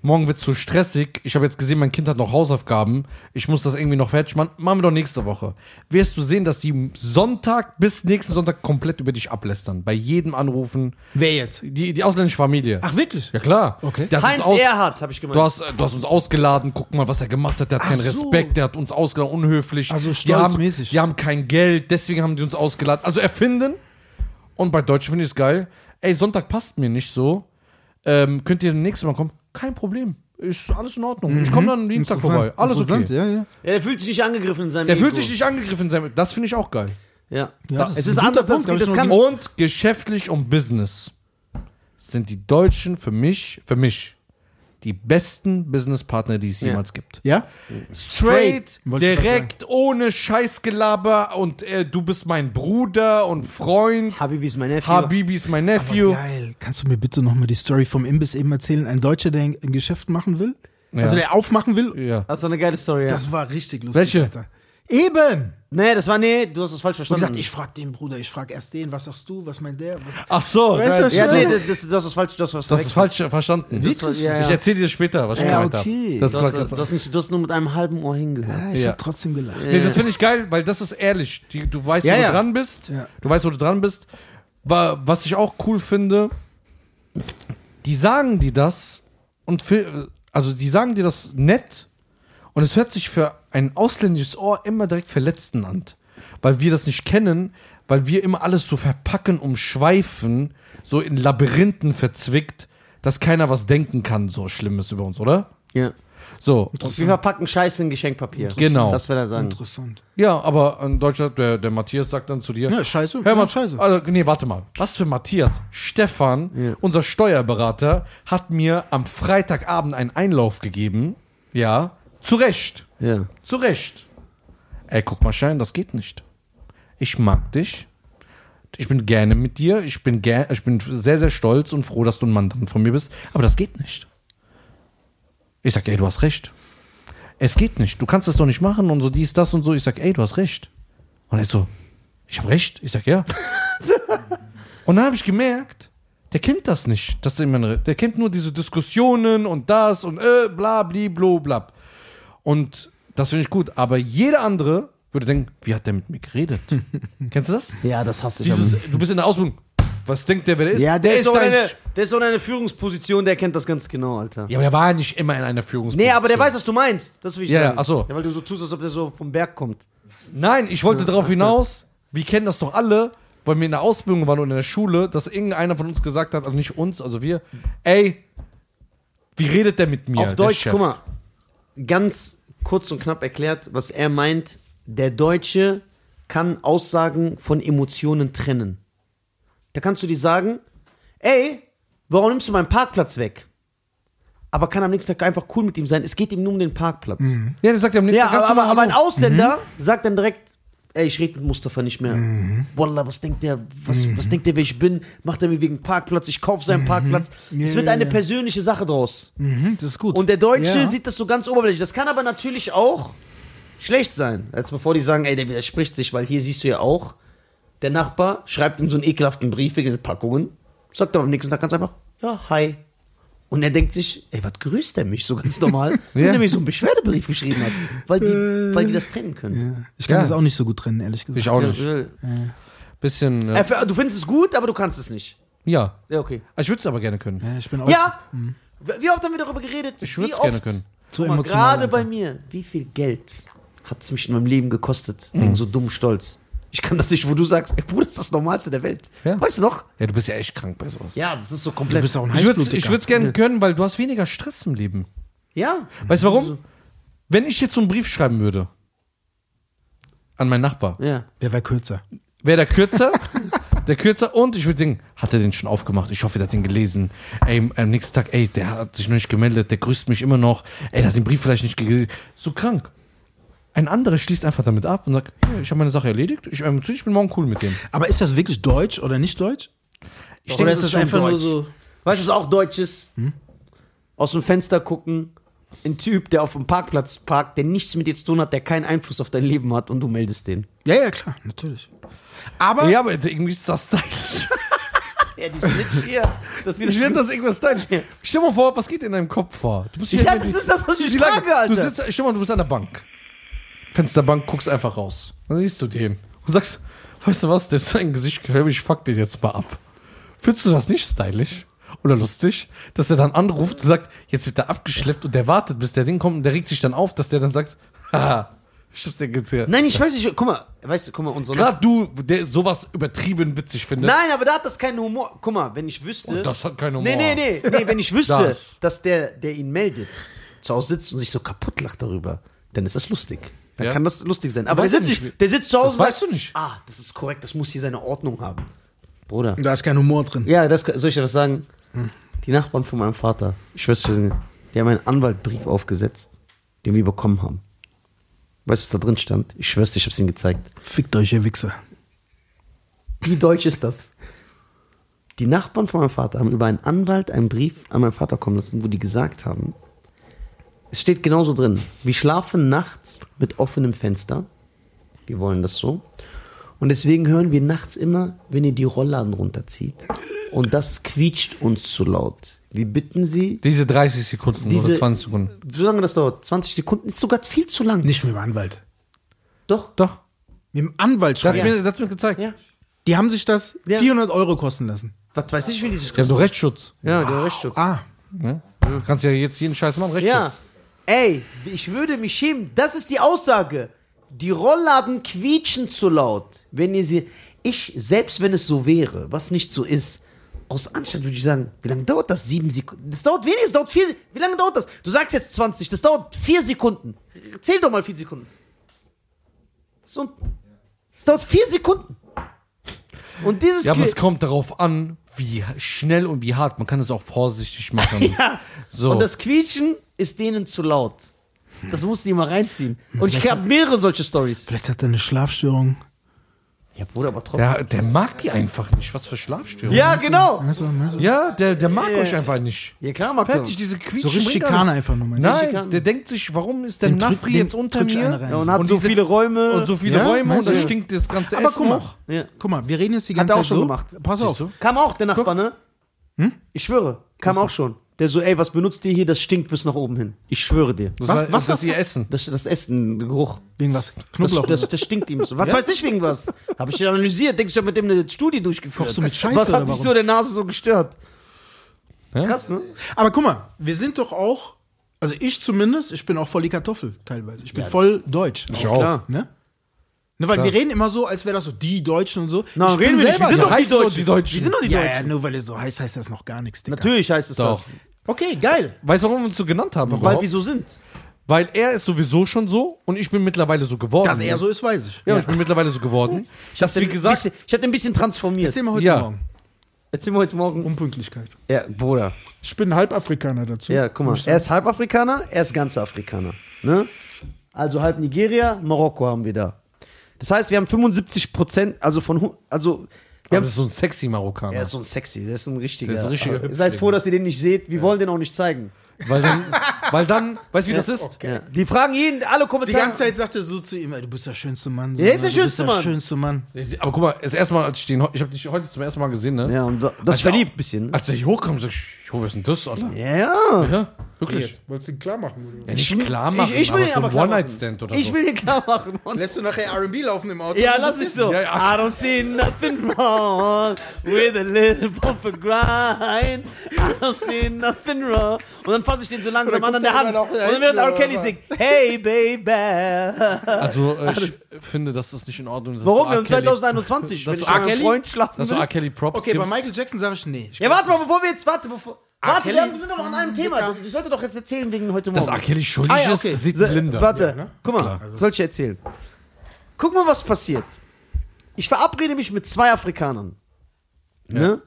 A: morgen wird's zu stressig. Ich habe jetzt gesehen, mein Kind hat noch Hausaufgaben. Ich muss das irgendwie noch fertig machen. Machen wir doch nächste Woche. Wirst du sehen, dass die Sonntag bis nächsten Sonntag komplett über dich ablästern. Bei jedem Anrufen.
C: Wer jetzt?
A: Die, die ausländische Familie.
C: Ach, wirklich?
A: Ja klar.
C: Okay.
A: Der hat uns
B: Heinz
A: aus-
B: Erhardt, habe ich gemeint.
A: Du hast, äh, du hast uns ausgeladen, guck mal, was er gemacht hat. Der hat
C: Ach
A: keinen
C: so.
A: Respekt, der hat uns ausgeladen, unhöflich.
C: Also
A: die haben,
C: stolzmäßig.
A: die haben kein Geld, deswegen haben die uns ausgeladen. Also erfinden. Und bei Deutschen finde ich es geil. Ey, Sonntag passt mir nicht so. Ähm, könnt ihr nächstes Mal kommen? Kein Problem. Ist alles in Ordnung. Ich komme dann am Dienstag vorbei. Alles okay.
C: Mhm. Interessant, Ja, ja.
B: Ja, der fühlt sich nicht angegriffen in seinem
A: Der
B: Ego.
A: fühlt sich nicht angegriffen sein. Das finde ich auch geil.
B: Ja.
C: Ja, das
B: es
C: ist
B: ist
C: ein guter
B: anders, das,
C: Punkt, hab ich
B: das
C: noch
B: kann.
A: Und geschäftlich und Business sind die Deutschen für mich, für mich, die besten Businesspartner, die es jemals gibt.
C: Ja?
A: Straight,
C: Wollte ich
A: direkt, ohne Scheißgelaber und äh, du bist mein Bruder und Freund.
B: Habibi ist mein Neffe.
A: Habibi ist mein Nephew.
C: Geil. Kannst du mir bitte nochmal die Story vom Imbiss eben erzählen? Ein Deutscher, der ein Geschäft machen will? Also der aufmachen will?
A: Ja.
B: Das war eine geile Story, ja.
C: Das war richtig lustig.
A: Welche?
C: Alter. Eben!
B: nee, das war, nee, du hast es falsch
C: Und
B: verstanden.
C: gesagt, ich frag den Bruder, ich frag erst den, was sagst du, was meint der? Was
A: Ach so,
C: Weißt
A: das,
C: du,
B: ja,
A: das,
B: nee, das, das, das ist falsch, das war
A: das ist falsch äh, verstanden.
B: Das war, ja, ja.
A: Ich erzähle dir später, was ich
C: Ja,
A: gemeint hab.
C: okay.
A: Das
B: Du
A: war
B: hast,
A: ganz
B: du, hast nicht, du hast nur mit einem halben Ohr hingehört.
C: Ah, ich
A: Ja.
C: hab trotzdem gelacht.
A: Nee, das finde ich geil, weil das ist ehrlich. Die, du weißt,
C: Ja,
A: wo
C: ja.
A: du dran bist.
C: Ja.
A: Du weißt, wo du dran bist. Wa- Was ich auch cool finde, die sagen dir das und für, also die sagen dir das nett und es hört sich für ein ausländisches Ohr immer direkt verletzten an, weil wir das nicht kennen, weil wir immer alles so verpacken, umschweifen, so in Labyrinthen verzwickt, dass keiner was denken kann, so Schlimmes über uns, oder?
B: Ja.
A: So,
B: Wir verpacken Scheiße in Geschenkpapier.
A: Genau.
B: Das will er sagen.
C: Interessant.
A: ja, aber in Deutschland, der, der Matthias sagt dann zu dir,
C: Ja, scheiße.
A: Hör mal,
C: ja, scheiße.
A: Also, nee, warte mal. Was für Matthias? Stefan, unser Steuerberater, hat mir am Freitagabend einen Einlauf gegeben. Ja, zu Recht.
B: Ja.
A: Zu Recht. Ey, guck mal, Schein, das geht nicht. Ich mag dich. Ich bin gerne mit dir. Ich bin, ger ich bin sehr, sehr stolz und froh, dass du ein Mann von mir bist. Aber das geht nicht. Ich sag, ey, du hast recht. Es geht nicht. Du kannst das doch nicht machen und so dies, das und so. Ich sag, ey, du hast recht. Und er so, ich habe recht. Ich sag, ja. und dann habe ich gemerkt, der kennt das nicht. Das ist immer eine, der kennt nur diese Diskussionen und das und äh, bla, bli, blo, blab. Und das finde ich gut. Aber jeder andere würde denken, wie hat der mit mir
B: *laughs*
A: geredet? Kennst du das?
B: Ja, das hasse ich.
A: Dieses, du bist in der Ausbildung. Was denkt der, wer der ist?
B: ja, der, ist doch in
A: dein-
B: einer, der ist doch in einer Führungsposition, der kennt das ganz genau, Alter.
A: Ja, aber der war ja nicht immer in einer Führungsposition.
B: Nee, aber der weiß, was du meinst. Das will ich
A: Ja,
B: sagen.
A: ja, ach so.
B: Ja, weil du so tust, als ob der so vom Berg kommt.
A: Nein, ich wollte darauf hinaus, wir kennen das doch alle, weil wir in der Ausbildung waren und in der Schule, dass irgendeiner von uns gesagt hat, also nicht uns, also wir, ey, wie redet der mit mir?
B: Auf
A: der
B: Deutsch,
A: Chef?
B: guck mal, ganz kurz und knapp erklärt, was er meint. Der Deutsche kann Aussagen von Emotionen trennen. Da kannst du dir sagen, ey, warum nimmst du meinen Parkplatz weg? Aber kann am nächsten Tag einfach cool mit ihm sein. Es geht ihm nur um den Parkplatz.
C: Mhm.
A: Ja, der sagt ja am nächsten
B: Ja,
A: Tag ganz
B: aber, aber,
A: normal
B: aber ein
A: Hallo.
B: Ausländer sagt dann direkt, ey, ich rede mit Mustafa nicht mehr.
C: Mhm.
B: Wallah, was denkt der, was, was denkt der, wer ich bin? Macht er mir wegen Parkplatz, ich kaufe seinen Parkplatz.
C: Mhm. Ja,
B: es wird
C: ja,
B: eine
C: ja.
B: persönliche Sache draus.
C: Mhm, das ist gut.
B: Und der Deutsche
C: Ja.
B: sieht das so ganz oberflächlich. Das kann aber natürlich auch schlecht sein. Als bevor die sagen, ey, der widerspricht sich, weil hier siehst du ja auch, der Nachbar schreibt ihm so einen ekelhaften Brief wegen den Packungen, sagt aber am nächsten Tag ganz einfach, ja, hi. Und er denkt sich, ey, was grüßt er mich so ganz normal,
A: *laughs*
B: wenn er mir so einen Beschwerdebrief geschrieben hat, weil die, weil die das trennen können.
C: Ja. Ich kann
A: Äh, Ja.
C: das auch nicht so gut trennen, ehrlich gesagt.
A: Ich auch nicht. Bisschen, äh,
B: Äh, Du findest es gut, aber du kannst es nicht.
A: ja.
B: Ja, okay.
A: Ich würde es aber gerne können.
C: Ja, ich bin auch
B: Ja, wie oft haben wir darüber geredet?
A: Ich
B: Wie
A: würde es
B: oft?
A: gerne können.
C: zu
B: Guck mal,
C: emotional.
B: Gerade
C: Alter.
B: bei mir, wie viel Geld hat es mich in meinem Leben gekostet? Wegen so dumm Stolz. Ich kann das nicht, wo du sagst, ey Bruder, das ist das Normalste der Welt.
A: Ja.
B: Weißt du noch?
A: Ja, du bist ja echt krank bei sowas.
B: Ja, das ist so
C: Du
B: komplett.
C: bist auch ein
A: Ich würde es
C: Heißblutiger.
A: ich würd's gerne können, weil du hast weniger Stress im Leben.
B: ja.
A: Weißt du warum? Wenn ich jetzt so einen Brief schreiben würde an meinen Nachbar,
B: ja.
C: Der war kürzer.
A: wäre der kürzer. der kürzer und ich würde denken, hat er den schon aufgemacht? Ich hoffe, der hat den gelesen. Ey, am nächsten Tag, ey, der hat sich noch nicht gemeldet, der grüßt mich immer noch. Ey, der hat den Brief vielleicht nicht gelesen. So krank. Ein anderer schließt einfach damit ab und sagt, ja, ich habe meine Sache erledigt, ich, ähm, ich bin morgen cool mit dem.
C: Aber ist das wirklich deutsch oder nicht deutsch?
A: Ich
C: oder
A: denke, das
C: ist das
A: ist schon
C: einfach nur
A: deutsch.
C: so.
B: Weißt du, was auch deutsch ist? Aus dem Fenster gucken, ein Typ, der auf dem Parkplatz parkt, der nichts mit dir zu tun hat, der keinen Einfluss auf dein Leben hat und du meldest den.
C: Ja, ja, klar, natürlich. Aber
A: Ja, aber irgendwie ist das stylisch.
B: Ja, die Snitch hier. Das
A: Ich werde das irgendwas teilen. Stell mal vor, was geht in deinem Kopf vor? Du bist
B: ja, das ist das, was ich frage,
A: Du
B: Alter.
A: sitzt, stell mal, du bist an der Bank. Fensterbank, guckst einfach raus. Dann siehst du den und sagst, weißt du was, der ist ein Gesicht gefällt mir, ich fuck den jetzt mal ab. Findest du das nicht stylisch? Oder lustig, dass er dann anruft und sagt, jetzt wird er abgeschleppt und der wartet, bis der Ding kommt und der regt sich dann auf, dass der dann sagt, haha, ich hab's dir gezählt.
B: Nein, ich weiß nicht, guck mal, weißt du, guck mal, unser.
A: Gerade du, der sowas übertrieben witzig findet.
B: Nein, aber da hat das keinen Humor. Guck mal, wenn ich wüsste.
A: Und Ne? Oh, das hat keinen Humor.
B: Nee, nee, nee, nee, wenn ich
A: *laughs*
B: wüsste,
A: Das.
B: dass der, der ihn meldet, zu Hause sitzt und sich so kaputt lacht darüber, dann ist das lustig. Dann
A: Ja.
B: kann das lustig sein. Aber der
A: weißt
B: sitzt,
A: ja
B: sich-
A: nicht, wie-
B: der sitzt zu Hause und
A: Das weißt
B: sagt,
A: du nicht.
B: ah, das ist korrekt, das muss hier seine Ordnung haben. Bruder.
C: Da ist kein Humor drin.
B: Ja, das, soll ich dir was sagen? Die Nachbarn von meinem Vater, ich weiß nicht, die haben einen Anwaltbrief aufgesetzt, den wir bekommen haben. Weißt du, was da drin stand? Ich schwör's dir, ich hab's ihnen gezeigt.
C: Fickt euch, ihr Wichser.
B: Wie deutsch ist das? Die Nachbarn von meinem Vater haben über einen Anwalt einen Brief an meinen Vater kommen lassen, wo die gesagt haben, es steht genauso drin, wir schlafen nachts mit offenem Fenster, wir wollen das so, und deswegen hören wir nachts immer, wenn ihr die Rollladen runterzieht, und das quietscht uns zu laut. Wir bitten Sie,
A: Diese 30 Sekunden
B: Diese-
A: oder 20 Sekunden.
B: so lange das dauert, 20 Sekunden ist sogar viel zu lang.
C: Nicht mit dem Anwalt.
B: Doch,
A: Doch,
C: Mit dem Anwalt
A: das hat
C: schreiben.
A: mir, das hat's mir gezeigt.
B: ja.
C: Die haben sich das
B: Ja.
C: 400 Euro kosten lassen.
B: Was weiß ich, wie die sich
A: Ja, du Rechtsschutz.
B: Ja, der Rechtsschutz.
C: Ah,
A: Ne? Du kannst ja jetzt jeden Scheiß machen, Rechtsschutz.
B: Ja. Ey, ich würde mich schämen. Das ist die Aussage. Die Rollladen quietschen zu laut. Wenn ihr sie. Ich, selbst wenn es so wäre, was nicht so ist, aus Anstand würde ich sagen, wie lange dauert das? Sieben Sekunden. Das dauert wenig, das dauert vier. Wie lange dauert das? Du sagst jetzt 20, das dauert vier Sekunden. Zähl doch mal vier Sekunden. So. Das dauert vier Sekunden. Und dieses
A: Ja, aber
B: Qui-
A: es kommt darauf an, wie schnell und wie hart. Man kann es auch vorsichtig machen.
C: *laughs*
B: Ja. *laughs*
A: So.
B: Und das Quietschen ist denen zu laut. Das mussten die mal reinziehen. Und ich habe mehrere solche Stories.
C: vielleicht hat er eine Schlafstörung.
B: Ja, Bruder, aber trotzdem.
A: der, der mag die einfach nicht. Was für Schlafstörungen.
B: Ja, genau.
C: Weißt du, weißt du?
A: Ja, der, der mag euch einfach nicht.
B: Ja, klar, mag
A: Fertig,
B: das.
A: diese Quietschen.
C: So richtig
A: bringt alles.
C: Schikane einfach nur. meinst du?
A: Nein,
B: Schikane.
A: der denkt sich, warum ist der
C: Den tritt-
A: Nafri
C: den
A: jetzt unter
C: tritt einer
A: mir?
C: rein.
B: Ja, und hat
A: Und
B: so
A: diese-
B: viele Räume.
A: Und so viele
C: Ja,
A: Räume und
C: meinst
A: dann
C: du?
A: stinkt das ganze
C: Aber
A: Essen
C: guck mal,
A: hoch.
B: ja.
C: guck mal, wir reden jetzt die
B: Hat
C: ganze
B: er
C: Zeit
B: auch schon
C: so.
B: gemacht.
C: Pass auf.
A: du?
B: Kam auch der Nachbar, ne?
C: Hm?
B: Ich schwöre, kam auch schon. Der so, ey, was benutzt ihr hier? Das stinkt bis nach oben hin. Ich schwöre dir.
A: Das
C: Was-
A: war-
C: was-
A: das ist ihr Essen.
B: Das, das Essen, der Geruch.
C: Wegen was?
B: Das,
C: Knoblauch. ne?
B: das, das stinkt ihm so. Was weiß ich wegen was? Habe ich den analysiert? Denkst du, ich habe mit dem eine Studie durchgeführt?
C: Kochst du mit Scheiße
B: Was
C: oder
B: hat dich
C: warum?
B: so der Nase so gestört?
A: Ja?
B: Krass, ne?
C: Aber guck mal, wir sind doch auch, also ich zumindest, ich bin auch voll die Kartoffel teilweise. Ich bin voll deutsch.
A: Ich auch.
B: Klar.
C: Ne? Ne, weil wir reden immer so, als wäre das so die Deutschen und so.
B: Nein,
C: ich
B: reden
C: bin
B: wir nicht. Wir
C: selber
B: sind
C: so.
B: doch die
A: Heißt doch
B: Deutschen.
A: die Deutschen.
B: Wir sind doch die
C: ja,
B: Deutschen.
C: ja, nur weil es so heißt, heißt das noch gar nichts, Digga.
B: Natürlich heißt es
A: Doch.
B: das.
C: Okay, geil.
A: Weißt du, warum wir uns so genannt haben?
B: Weil
A: überhaupt?
B: wir so sind.
A: Weil er ist sowieso schon so und ich bin mittlerweile so geworden.
C: Dass er so ist, weiß ich.
A: Ja, ich bin mittlerweile so geworden. Ich hab's wie gesagt.
B: bisschen, ich hab den ein bisschen transformiert.
C: Erzähl mal heute
A: Ja.
C: Morgen.
B: Erzähl mir heute Morgen.
C: Unpünktlichkeit.
B: Ja, Bruder.
C: Ich bin Halbafrikaner dazu.
B: Ja, guck mal. Er ist halb Afrikaner, er ist ganzer Afrikaner. Ne? Also halb Nigeria, Marokko haben wir da. Das heißt, wir haben 75 Prozent, also von, hu- also, wir
A: Aber
B: haben,
A: das ist so ein sexy Marokkaner.
B: *laughs* er ist so ein sexy, der ist ein richtiger.
A: Der ist ein richtiger
B: Aber ihr
A: Hübschling.
B: seid froh, dass ihr den nicht seht, wir wollen den auch nicht zeigen.
A: Weil dann, weil dann weißt du, wie das ist?
B: Ja. Die fragen jeden, alle
C: Die
B: Kommentare.
C: ganze Zeit sagt er so zu ihm, ey, du bist der schönste Mann. So,
B: Er ist der
C: du
B: schönste
C: bist
B: Mann.
C: Der schönste Mann.
B: Oh.
A: Aber guck mal, das erste Mal, als ich den, ich habe dich heute zum ersten Mal gesehen, ne?
B: Ja, und da- das ist
A: er-
B: verliebt ein bisschen. ne?
A: Als er hier hochkam, sag ich, jo, was ist denn das, Alter?
B: Ja, ja.
A: Ja, wirklich.
C: Wolltest du ihn klar machen?
A: Ja, nicht klar machen,
B: ich, ich will
A: aber
B: den
A: so
B: aber
A: ein
B: klar
A: One-Night-Stand
B: machen.
A: oder
B: Ich
A: so.
B: will den klar machen. Und
C: Lässt du nachher R&B laufen im Auto?
B: Ja, lass ich so.
A: Ja, ja.
B: I don't see nothing wrong with a little bump of grind. I don't see nothing wrong. Und dann fasse ich den so langsam
C: Oder
B: an an
C: guckt
B: der
C: er
B: Hand.
C: immer noch
B: und dann wird
C: hinten,
B: R.
C: oder
B: Kelly
C: was?
B: singen. Hey, baby.
A: Also,
B: *laughs*
A: äh, ich finde, das ist nicht in Ordnung. dass du
B: Warum?
A: R.
B: Wir haben
A: Kelly-
B: 2021.
A: Dass
B: Wenn
A: du
B: ich mit
A: R.
B: meinem
A: Kelly-
B: Freund schlafen
A: Dass du
B: will.
A: R. Kelly Props
C: Okay, bei
A: gibst.
C: Michael Jackson sage ich nee. Ich
B: Ja, warte mal, bevor wir jetzt, warte, bevor... Warte,
C: Kelly-
B: Leon, wir sind doch noch an einem Thema. Du, du solltest doch jetzt erzählen wegen heute Morgen.
A: Dass R. Kelly schuldig
B: Ah, ja, okay.
A: ist, sieht
B: Se-
A: Linda.
B: Warte, guck mal, soll ich erzählen? Guck mal, was passiert. Ich verabrede mich mit zwei Afrikanern. Ne?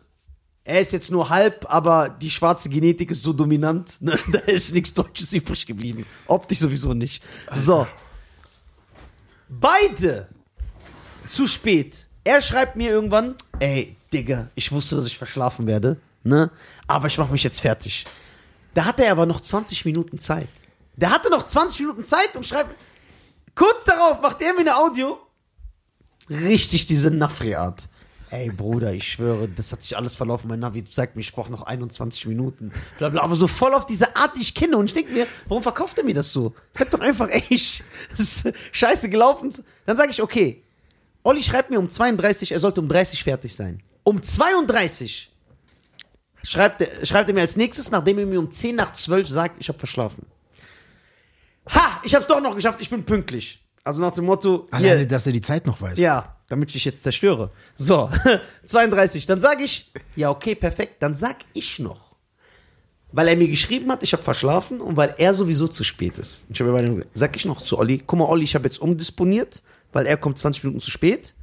B: Er ist jetzt nur halb, aber die schwarze Genetik ist so dominant, ne? *laughs* da ist nichts Deutsches übrig geblieben. Optisch sowieso nicht. So. Beide zu spät. Er schreibt mir irgendwann, ey, Digga, ich wusste, dass ich verschlafen werde, ne? Aber ich mache mich jetzt fertig. Da hatte er aber noch 20 Minuten Zeit. Der hatte noch 20 Minuten Zeit und schreibt. Kurz darauf macht er mir eine Audio. Richtig diese Nafri-Art. Ey, Bruder, ich schwöre, das hat sich alles verlaufen. Mein Navi sagt mir, ich brauche noch 21 Minuten. Bla, bla, aber so voll auf diese Art, die ich kenne. Und ich denke mir, warum verkauft er mir das so? Sag doch einfach, ey, ich, *laughs* das ist scheiße gelaufen. Dann sage ich, okay, Olli schreibt mir um 32, er sollte um 30 fertig sein. Um 32 schreibt er, schreibt er mir als nächstes, nachdem er mir um 10 nach 12 sagt, ich habe verschlafen. Ha, ich hab's doch noch geschafft, ich bin pünktlich. Also nach dem Motto,
C: Alleine,
B: hier,
C: dass er die Zeit noch weiß.
B: ja, damit ich dich jetzt zerstöre. So, *laughs* 32. Dann sage ich, ja, okay, perfekt. Dann sag ich noch. Weil er mir geschrieben hat, ich habe verschlafen und weil er sowieso zu spät ist. Ich habe beide sag ich noch zu Olli, guck mal, Olli, ich habe jetzt umdisponiert, weil er kommt 20 Minuten zu spät.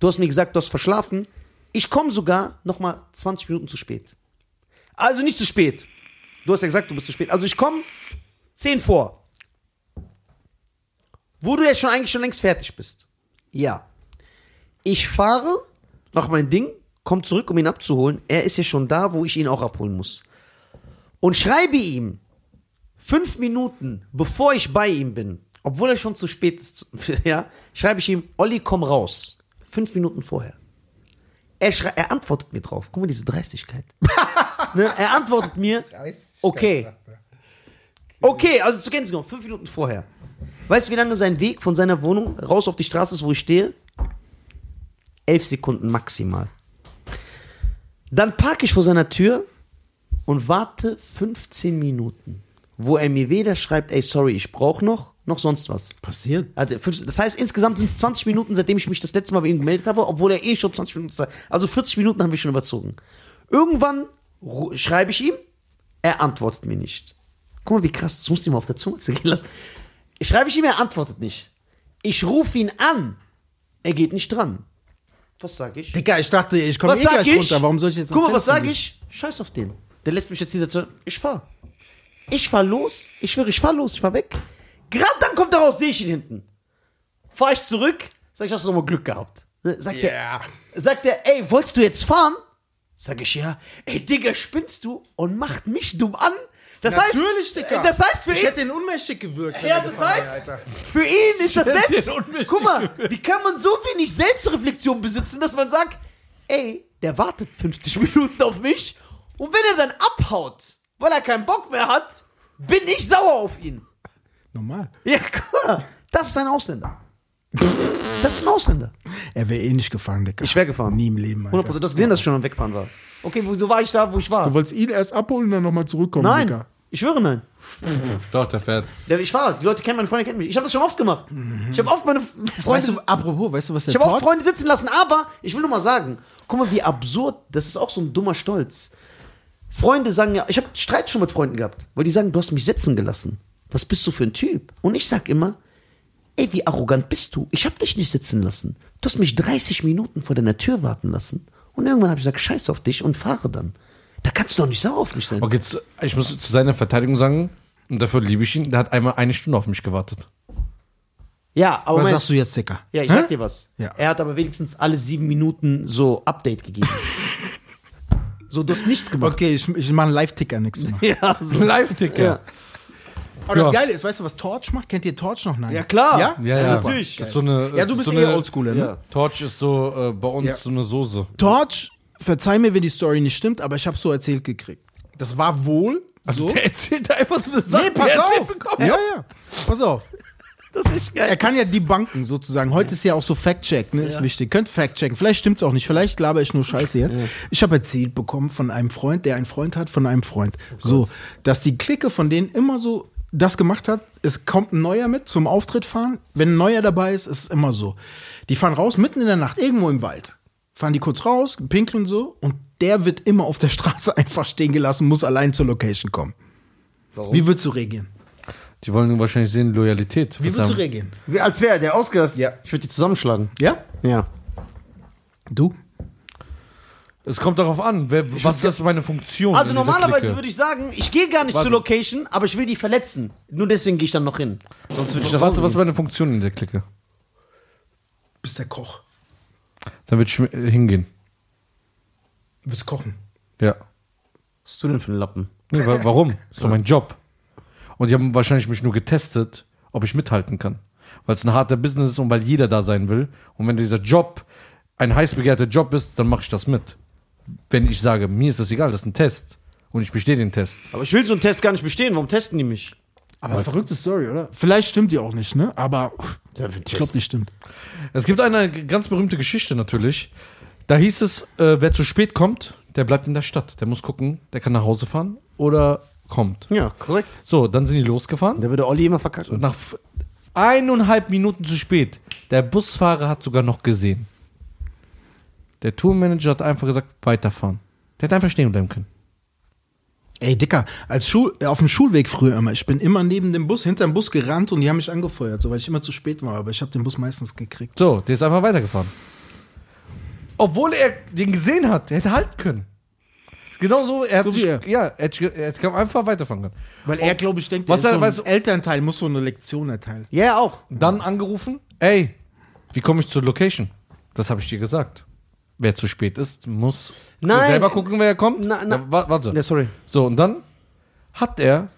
B: Du hast mir gesagt, du hast verschlafen. Ich komme sogar nochmal 20 Minuten zu spät. Also nicht zu spät. Du hast ja gesagt, du bist zu spät. Also ich komme 10 vor. Wo du jetzt schon eigentlich schon längst fertig bist. Ja. Ich fahre, mach mein Ding, komm zurück, um ihn abzuholen. Er ist ja schon da, wo ich ihn auch abholen muss. Und schreibe ihm fünf Minuten, bevor ich bei ihm bin, obwohl er schon zu spät ist, *laughs* ja, schreibe ich ihm, Olli, komm raus. Fünf Minuten vorher. Er, schrei- er antwortet mir drauf. Guck mal, diese Dreistigkeit. *laughs* ne? Er antwortet mir, okay. Okay, also zur Kenntnis genommen, fünf Minuten vorher. Weißt du, wie lange sein Weg von seiner Wohnung raus auf die Straße ist, wo ich stehe? Elf Sekunden maximal. Dann parke ich vor seiner Tür und warte 15 Minuten, wo er mir weder schreibt, ey, sorry, ich brauche noch, noch sonst was.
C: Passiert.
B: Also, 15 das heißt, insgesamt sind es 20 Minuten, seitdem ich mich das letzte Mal bei ihm gemeldet habe, obwohl er eh schon 20 Minuten Zeit Also 40 Minuten haben wir schon überzogen. Irgendwann ru- schreibe ich ihm, er antwortet mir nicht. Guck mal, wie krass, das musst du ihm auf der Zunge zergehen lassen. Schreibe ich ihm, er antwortet nicht. Ich rufe ihn an, er geht nicht dran. Was sage ich?
C: Dicker, ich dachte, ich komme eh
B: Was sag
C: gleich
B: ich?
C: runter. Warum soll ich jetzt
B: Guck mal, was
C: sage
B: sag ich? Scheiß auf den. Der lässt mich jetzt dieser Zeit. Ich fahr. Ich fahr los. Ich schwöre, ich fahr los. Ich fahr weg. Gerade dann kommt er raus, sehe ich ihn hinten. Fahr ich zurück. Sag ich, hast du nochmal Glück gehabt. Ne? Sagt
C: Ja.
B: er, sagt er, ey, wolltest du jetzt fahren? Sag ich, ja. Ey, Digga, spinnst du? Und macht mich dumm an? Das
C: Natürlich,
B: heißt,
C: Dicker.
B: Das heißt für
C: ich
B: ihn,
C: hätte ihn unmächtig gewirkt. wenn
B: ja,
C: er
B: das
C: gefahren wäre,
B: heißt,
C: Alter.
B: für ihn ist *laughs* das
A: hätte
B: selbst.
A: den unmächtig
B: Guck mal, wie kann man so wenig Selbstreflexion besitzen, dass man sagt, ey, der wartet 50 Minuten auf mich und wenn er dann abhaut, weil er keinen Bock mehr hat, bin ich sauer auf ihn.
C: Normal.
B: Ja, guck mal, das ist ein Ausländer. Das ist ein Ausländer.
C: Er wäre eh nicht gefahren, Dicker.
B: Ich wär gefahren.
C: Nie im Leben, Alter.
B: 100%, du hast gesehen, dass ich schon am Wegfahren war. Okay, wieso war ich da, wo ich war?
C: Du wolltest ihn erst abholen und dann nochmal zurückkommen,
B: Nein,
C: Dicker.
B: ich schwöre nein.
A: Doch, der fährt.
B: Ja, Ich fahre, die Leute kennen meine Freunde, kennen mich. Ich habe das schon oft gemacht. Ich habe oft meine Freunde...
C: Mhm. Weißt du, apropos, weißt du, was der
B: Ich habe auch
C: Tod...
B: Freunde sitzen lassen, aber ich will nur mal sagen, guck mal, wie absurd, das ist auch so ein dummer Stolz. Freunde sagen ja, ich habe Streit schon mit Freunden gehabt, weil die sagen, du hast mich sitzen gelassen. Was bist du für ein Typ? Und ich sag immer, ey, wie arrogant bist du? Ich habe dich nicht sitzen lassen. Du hast mich 30 Minuten vor deiner Tür warten lassen. Und irgendwann habe ich gesagt, scheiß auf dich und fahre dann. Da kannst du doch nicht sauer auf mich sein.
A: Okay, zu- ich muss zu seiner Verteidigung sagen, und dafür liebe ich ihn, der hat einmal eine Stunde auf mich gewartet.
B: Ja, aber
C: Was
B: mein-
C: sagst du jetzt, Dicker?
B: Ja, ich
C: Hä?
B: sag dir was.
C: Ja.
B: Er hat aber wenigstens alle sieben Minuten so Update
C: *laughs*
B: gegeben. so, du hast nichts gemacht.
C: Okay, ich, ich mache einen Live-Ticker nächstes Mal.
B: *laughs* Ja, so.
A: Live-Ticker.
C: Aber Oh, das
A: Ja.
C: Geile ist, weißt du, was Torch macht? Kennt ihr Torch noch? Nein.
B: Ja, klar.
C: Ja?
A: Ja, ja.
B: Natürlich.
A: Das ist so eine,
C: Ja, du bist
A: so
C: eher
A: eine-
C: Oldschooler, ne?
B: Ja.
A: Torch ist so äh, bei uns
C: Ja.
A: so eine Soße.
C: Torch, verzeih mir, wenn die Story nicht stimmt, aber ich habe so erzählt gekriegt. Das war wohl so.
A: Also *laughs* Der erzählt einfach so eine Sache.
C: Also, Nee, pass
A: der erzählt
C: auf!
A: bekommen.
C: Ja, ja. Pass auf.
B: Das ist echt
C: Er
B: geil.
C: kann ja die Banken sozusagen. Heute ist ja auch so Fact-Check, ne? Ist wichtig. Könnt Fact-Checken. Vielleicht stimmt's auch nicht. Vielleicht laber ich nur Scheiße jetzt. Ich habe erzählt bekommen von einem Freund, der einen Freund hat, von einem Freund. so, dass die Clique von denen immer so das gemacht hat. Es kommt ein Neuer mit zum Auftritt fahren. Wenn ein Neuer dabei ist, ist es immer so. Die fahren raus mitten in der Nacht irgendwo im Wald. Fahren die kurz raus, pinkeln so und der wird immer auf der Straße *laughs* einfach stehen gelassen, muss allein zur Location kommen. Wie würdest du reagieren?
A: Die wollen nur wahrscheinlich sehen, Loyalität.
C: Wie
A: Was
C: würdest du
A: haben-
C: reagieren?
B: Äh, Als wäre der ausgehört.
C: Ja.
B: Ich würde die zusammenschlagen.
C: Ja?
B: Ja.
C: Du?
A: Es kommt darauf an, wer, was ist meine Funktion?
B: Also
A: in dieser
B: normalerweise
A: Clique?
B: würde ich sagen, ich gehe gar nicht
A: Warte.
B: zur Location, aber ich will die verletzen. Nur deswegen gehe ich dann noch hin. Sonst würde ich nach
A: Was,
B: Hause
A: was ist
B: gehen.
A: meine Funktion in der Clique?
C: Bist der Koch.
A: Dann würde ich äh, hingehen.
C: Du wirst kochen.
A: Ja.
B: Was hast du denn für einen Lappen?
A: Nee, wa warum? Ist doch mein Job. Und die haben wahrscheinlich mich nur getestet, ob ich mithalten kann. Weil es ein harter Business ist und weil jeder da sein will. Und wenn dieser Job ein heiß begehrter Job ist, dann mache ich das mit. Wenn ich sage, mir ist das egal, das ist ein Test und ich bestehe den Test.
B: Aber ich will so einen Test gar nicht bestehen. Warum testen die mich?
C: Aber verrückte Story, oder? Vielleicht stimmt die auch nicht, ne? Aber ich glaube, die stimmt.
A: Es gibt eine ganz berühmte Geschichte natürlich. Da hieß es, äh, wer zu spät kommt, der bleibt in der Stadt. Der muss gucken, der kann nach Hause fahren oder kommt.
B: Ja, korrekt.
A: So, dann sind die losgefahren.
B: Da würde Olli immer verkacken.
A: Und nach f- eineinhalb Minuten zu spät. Der Busfahrer hat sogar noch gesehen. Der Tourmanager hat einfach gesagt, weiterfahren. Der hätte einfach stehen bleiben können.
C: Ey, Dicker, als Schul äh, auf dem Schulweg früher immer, ich bin immer neben dem Bus, hinterm Bus gerannt und die haben mich angefeuert, so, weil ich immer zu spät war, aber ich habe den Bus meistens gekriegt.
A: So, der ist einfach weitergefahren. Obwohl er den gesehen hat, der hätte halten können. Ist Genau so, er hat
C: So
A: sich,
C: wie er.
A: ja, er hätte, er hätte einfach weiterfahren können.
C: Weil
B: Oh.
C: er, glaube ich, denkt,
A: Was er-
C: er ist so
A: weißt du-
C: ein Elternteil muss so eine Lektion erteilen.
B: Ja, ja, auch.
A: Dann angerufen, ey, wie komme ich zur Location? Das habe ich dir gesagt. Wer zu spät ist, muss
B: Nein.
A: selber gucken, wer kommt.
B: Na, na.
A: Ja, wa- warte.
B: Ja, sorry.
A: So, und dann hat er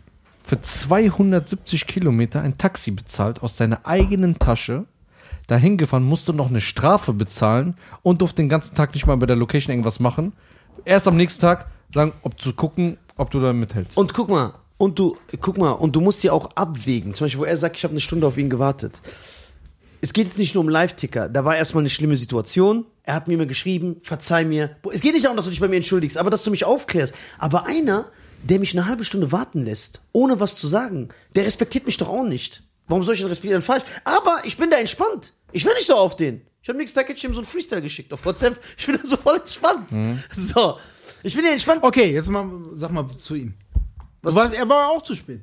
A: für 270 Kilometer ein Taxi bezahlt aus seiner eigenen Tasche, dahin gefahren, musste noch eine Strafe bezahlen und durfte den ganzen Tag nicht mal bei der Location irgendwas machen. Erst am nächsten Tag sagen, ob zu gucken, ob du da mithältst.
B: Und guck mal, und du, guck mal, und du musst ja auch abwägen. Zum Beispiel, wo er sagt, ich habe eine Stunde auf ihn gewartet. Es geht jetzt nicht nur um Live-Ticker. Da war erstmal eine schlimme Situation. Er hat mir mal geschrieben, verzeih mir. Es geht nicht darum, dass du dich bei mir entschuldigst, aber dass du mich aufklärst. Aber einer, der mich eine halbe Stunde warten lässt, ohne was zu sagen, der respektiert mich doch auch nicht. Warum soll ich ihn respektieren? Falsch. Aber ich bin da entspannt. Ich will nicht so auf den. Ich habe nächsten Tag hätte ich ihm so einen Freestyle geschickt auf WhatsApp. Ich bin da so voll entspannt. So. Ich bin ja entspannt.
C: Okay, jetzt mal, sag mal zu ihm. Du warst, er war auch zu spät.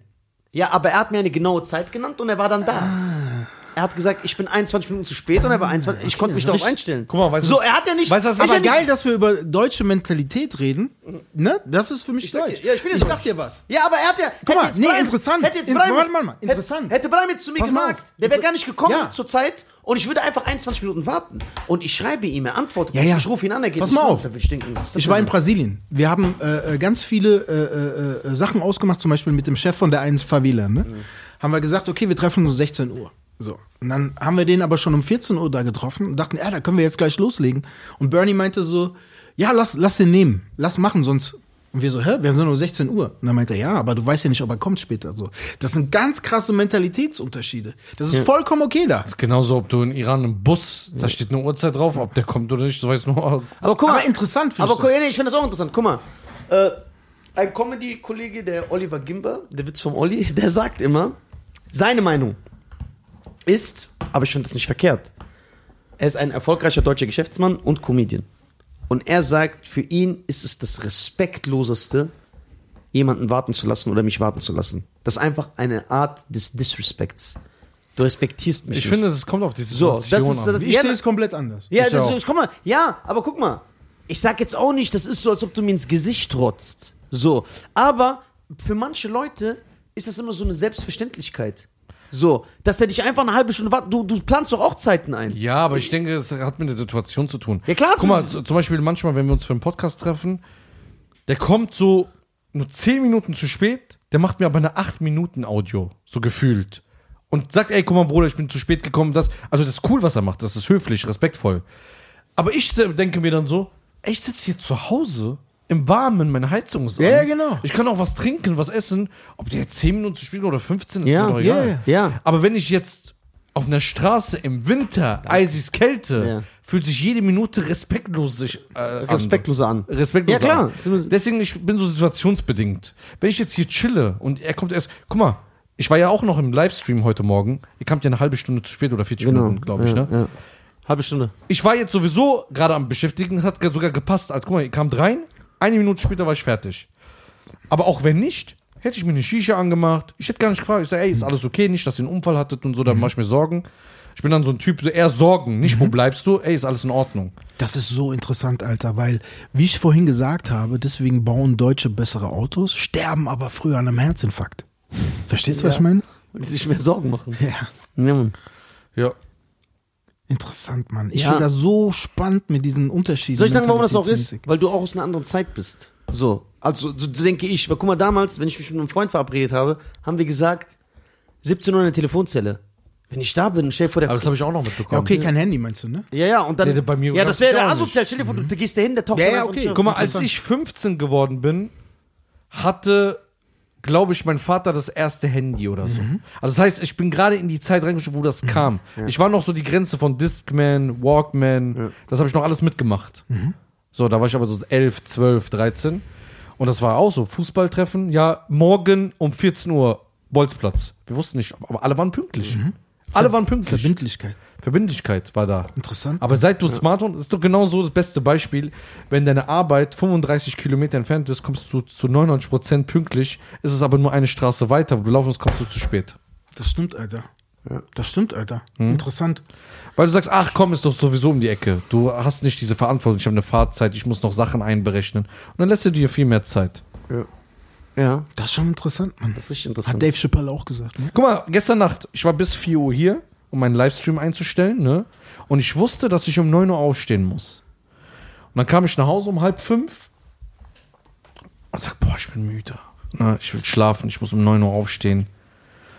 B: Ja, aber er hat mir eine genaue Zeit genannt und er war dann da.
C: Ah.
B: Er hat gesagt, ich bin 21 Minuten zu spät und er war 21. Ich konnte mich darauf einstellen.
A: Guck mal, weißt du
B: so,
A: was-
B: er hat ja nicht.
A: weißt du was-
B: ist
C: Aber
B: ja
C: geil,
B: Nicht,
C: dass wir über deutsche Mentalität reden. Ne? Das ist für mich
B: Ich sag
C: deutsch.
B: dir- ja, ich bin ja
C: ich sag
B: deutsch.
C: dir was.
B: ja, aber er hat ja.
C: Guck
B: hätte
C: mal,
B: jetzt
C: nee, interessant.
B: Hätte jetzt
C: In-
B: Brian,
C: warte mal, warte mal, interessant.
B: Hätte, hätte Brian jetzt zu mir
C: Pass mal
B: gesagt,
C: auf.
B: der wäre gar nicht gekommen
C: Ja.
B: zur Zeit und ich würde einfach 21 Minuten warten. Und ich schreibe ihm, er antwortet.
C: Ja, ja.
B: Ich rufe ihn an, er geht
C: Pass
B: nicht
C: mal
B: ran.
C: auf.
B: Da würde ich denken, was ist das
C: Ich war
B: denn?
C: in Brasilien. Wir haben äh, äh, ganz viele äh, äh, äh, Sachen ausgemacht, zum Beispiel mit dem Chef von der einen Favela. Ne? Haben wir gesagt, okay, wir treffen uns um 16 Uhr. So. Und dann haben wir den aber schon um 14 Uhr da getroffen und dachten, ja, da können wir jetzt gleich loslegen. Und Bernie meinte so, ja, lass, lass den nehmen, lass machen, sonst. Und wir so, hä, wir sind um 16 Uhr. Und dann meinte er, ja, aber du weißt ja nicht, ob er kommt später. So. Das sind ganz krasse Mentalitätsunterschiede. Das ist vollkommen okay da.
A: Genauso, ob du in Iran im Bus, da steht eine Uhrzeit drauf, ob der kommt oder nicht, du weißt nur.
B: Aber guck mal,
C: Aber interessant finde
B: aber
C: ich
B: guck-
C: das.
B: nee, ich finde das auch interessant. Guck mal, äh, ein Comedy-Kollege, der Oliver Gimber, der Witz vom Olli, *laughs* der sagt immer, seine Meinung ist, aber ich finde das nicht verkehrt. Er ist ein erfolgreicher deutscher Geschäftsmann und Comedian. Und er sagt, für ihn ist es das respektloseste, jemanden warten zu lassen oder mich warten zu lassen. Das ist einfach eine Art des Disrespects. Du respektierst mich
A: Ich
B: nicht.
A: finde, es kommt auf die
B: So,
A: Situation
B: das ist-
A: an.
B: das-
C: Ich
B: Ja,
C: sehe es komplett anders.
B: Ja,
A: Ist ja
B: das
A: auch-
B: ist, guck mal, ja, aber guck mal. Ich sag jetzt auch nicht, das ist so, als ob du mir ins Gesicht rotzt. So. Aber für manche Leute ist das immer so eine Selbstverständlichkeit. So, dass der dich einfach eine halbe Stunde wartet. Du, du planst doch auch Zeiten ein.
A: Ja, aber ich denke, es hat mit der Situation zu tun.
B: Ja, klar,
A: Guck mal,
B: das-
A: z- zum Beispiel manchmal, wenn wir uns für einen Podcast treffen, der kommt so nur 10 Minuten zu spät, der macht mir aber eine 8 Minuten Audio, so gefühlt. Und sagt, ey, guck mal, Bruder, ich bin zu spät gekommen. Das, also das ist cool, was er macht. Das ist höflich, respektvoll. Aber ich se- denke mir dann so, ey, ich sitze hier zu Hause im Warmen, meine Heizung ist
C: Ja,
A: an.
C: ja, genau.
A: Ich kann auch was trinken, was essen. Ob der jetzt 10 Minuten zu spät oder 15, ist
B: Ja,
A: mir doch
C: ja,
A: egal.
B: ja.
A: Aber wenn ich jetzt auf einer Straße im Winter, eisig Kälte,
B: Ja.
A: fühlt sich jede Minute respektlos sich äh,
B: Respektlos an.
A: An. Respektlos
B: Ja, klar.
A: An. Deswegen ich bin so situationsbedingt. Wenn ich jetzt hier chille und er kommt erst, guck mal, ich war ja auch noch im Livestream heute Morgen. Ihr kamt ja eine halbe Stunde zu spät oder 40
B: Genau.
A: Minuten, glaube ich, ne?
B: Halbe Stunde.
A: Ich war jetzt sowieso gerade am Beschäftigen, das hat ge- sogar gepasst. Also, guck mal, ihr kamt rein, eine Minute später war ich fertig. Aber auch wenn nicht, hätte ich mir eine Shisha angemacht. Ich hätte gar nicht gefragt. Ich sage, ey, ist alles okay, nicht, dass ihr einen Unfall hattet und so, dann mach ich mir Sorgen. Ich bin dann so ein Typ, so eher Sorgen, nicht wo bleibst du, ey, ist alles in Ordnung.
C: Das ist so interessant, Alter, weil, wie ich vorhin gesagt habe, deswegen bauen Deutsche bessere Autos, sterben aber früher an einem Herzinfarkt. Verstehst du, was ich meine?
B: Und die sich mehr Sorgen machen.
C: Ja.
B: Ja, Mann.
A: Ja.
C: Interessant, Mann. Ich
B: Ja.
C: finde das so spannend mit diesen Unterschieden.
B: Soll ich sagen, warum das auch ist?
C: mentalitätsmäßig.
B: Weil du auch aus einer anderen Zeit bist. So. Also, so denke ich. Weil guck mal, damals, wenn ich mich mit einem Freund verabredet habe, haben wir gesagt, 17 Uhr in der Telefonzelle. Wenn ich da bin, stell dir vor, der.
A: Aber das habe ich auch noch mitbekommen.
C: Ja, okay, kein Handy meinst du, ne?
B: ja, ja, und dann.
A: Nee, bei mir
B: ja, das
A: gab's
B: wäre
A: ja
B: der
A: auch nicht. Mhm.
B: asozial. Stell dir vor, du, du gehst da hin, der taucht
C: Ja,
B: dann
C: ja,
B: einfach
C: okay.
B: unter-
A: Guck mal, also- als
C: Interessant.
A: ich 15 geworden bin, hatte, glaube ich, mein Vater das erste Handy oder so. Also das heißt, ich bin gerade in die Zeit reingeschoben, wo das kam. Ich war noch so die Grenze von Discman, Walkman, das habe ich noch alles mitgemacht. So, da war ich aber so 11, 12, 13. Und das war auch so, Fußballtreffen, ja, morgen um 14 Uhr, Bolzplatz. Wir wussten nicht, aber alle waren pünktlich. Alle waren pünktlich.
C: Verbindlichkeit.
A: Verbindlichkeit war da.
C: Interessant.
A: Aber seit du Smartphone, ist doch genau so das beste Beispiel, wenn deine Arbeit 35 Kilometer entfernt ist, kommst du zu 99 Prozent pünktlich, ist es aber nur eine Straße weiter, wo du laufen musst, kommst du zu spät.
C: Das stimmt, Alter. Das stimmt, Alter.
B: Hm?
C: Interessant.
A: Weil du sagst, ach komm, ist doch sowieso um die Ecke. Du hast nicht diese Verantwortung, ich habe eine Fahrzeit, ich muss noch Sachen einberechnen. Und dann lässt du dir viel mehr Zeit.
B: Ja,
C: Das ist schon interessant, Mann.
B: das ist richtig
C: Hat
B: interessant.
C: Dave Chappelle auch gesagt, ne?
A: Guck mal, gestern Nacht, ich war bis 4 Uhr hier, um meinen Livestream einzustellen, ne? Und ich wusste, dass ich um 9 Uhr aufstehen muss. Und dann kam ich nach Hause um halb fünf und sag, boah, ich bin müde. Ne? Ich will schlafen, ich muss um 9 Uhr aufstehen.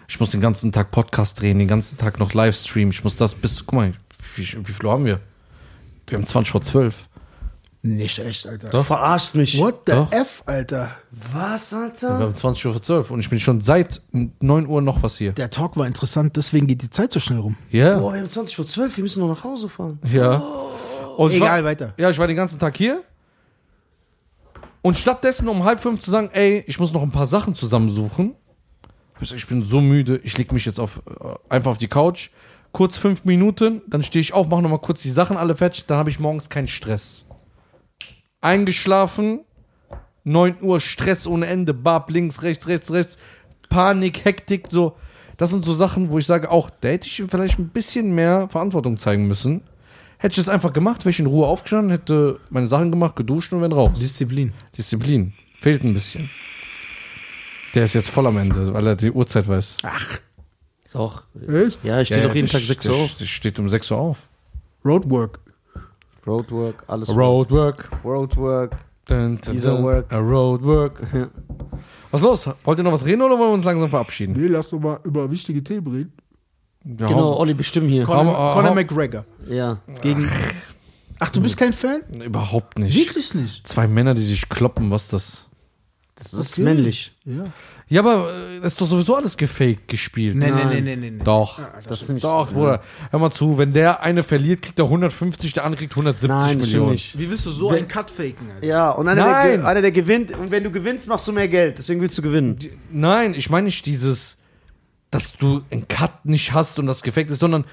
A: Ich muss den ganzen Tag Podcast drehen, den ganzen Tag noch Livestream. Ich muss das bis, guck mal, wie, wie viel Uhr haben wir? Wir haben 20 vor 12.
C: Nicht echt, Alter.
A: Doch.
B: Verarscht mich.
C: What the
A: Doch.
C: F, Alter?
B: Was,
A: Wir
B: Alter?
A: haben 20 Uhr vor 12 und ich bin schon seit 9 Uhr noch was hier.
C: Der Talk war interessant, deswegen geht die Zeit so schnell rum.
A: Ja.
B: Boah, wir haben 20 Uhr 12, wir müssen noch nach Hause fahren.
A: Ja. Und ich
C: Egal,
A: war,
C: weiter.
A: Ja, ich war den ganzen Tag hier. Und stattdessen um halb fünf zu sagen, ey, ich muss noch ein paar Sachen zusammensuchen. hab ich gesagt, Ich bin so müde, ich leg mich jetzt auf, äh, einfach auf die Couch. Kurz fünf Minuten, dann stehe ich auf, mache nochmal kurz die Sachen alle fertig, dann habe ich morgens keinen Stress. Eingeschlafen, 9 Uhr, Stress ohne Ende, Bab, links, rechts, rechts, rechts, Panik, Hektik, so. Das sind so Sachen, wo ich sage, auch da hätte ich vielleicht ein bisschen mehr Verantwortung zeigen müssen. Hätte ich das einfach gemacht, wäre ich in Ruhe aufgestanden, hätte meine Sachen gemacht, geduscht und wenn raus.
C: Disziplin.
A: Disziplin fehlt ein bisschen. Der ist jetzt voll am Ende, weil er die Uhrzeit weiß.
E: Doch. Ja, ich stehe doch jeden
A: der
E: Tag
A: sch-
E: 6
A: der
E: Uhr
A: sch- Der steht um 6 Uhr auf.
C: Roadwork.
E: auf. Roadwork, alles.
A: Roadwork.
E: Roadwork.
A: Dun, dun,
E: Dieser
A: dun.
E: Work.
A: A Roadwork.
E: Ja.
A: Was los? Wollt ihr noch was reden oder wollen wir uns langsam verabschieden?
C: Nee, lass doch mal über wichtige Themen reden.
A: Ja,
E: Genau, Olli, bestimmt hier.
A: Komm.
C: Conor,
A: Hau- hau-
C: Conor McGregor.
E: Ja.
C: Gegen. Ach, du bist kein Fan?
A: Überhaupt nicht.
C: Wirklich nicht.
A: Zwei Männer, die sich kloppen, was das?
E: Das ist
C: Okay.
E: männlich.
C: Ja.
A: Ja, aber äh, das ist doch sowieso alles gefaked gespielt.
C: Nee, nee, nee, nee, nee, nee.
A: Doch.
E: Ah, Das ist nicht.
A: Doch, Bruder. Hör mal zu, wenn der eine verliert, kriegt er 150, der andere kriegt 170
E: Nein, das stimmt
A: Millionen.
E: nicht.
C: Wie willst du so einen Cut faken, Alter?
B: Ja, und einer der,
A: Nein.
B: ge- einer, der gewinnt, und wenn du gewinnst, machst du mehr Geld. Deswegen willst du gewinnen.
A: Die- Nein, ich meine nicht dieses, dass du einen Cut nicht hast und das gefaked ist, sondern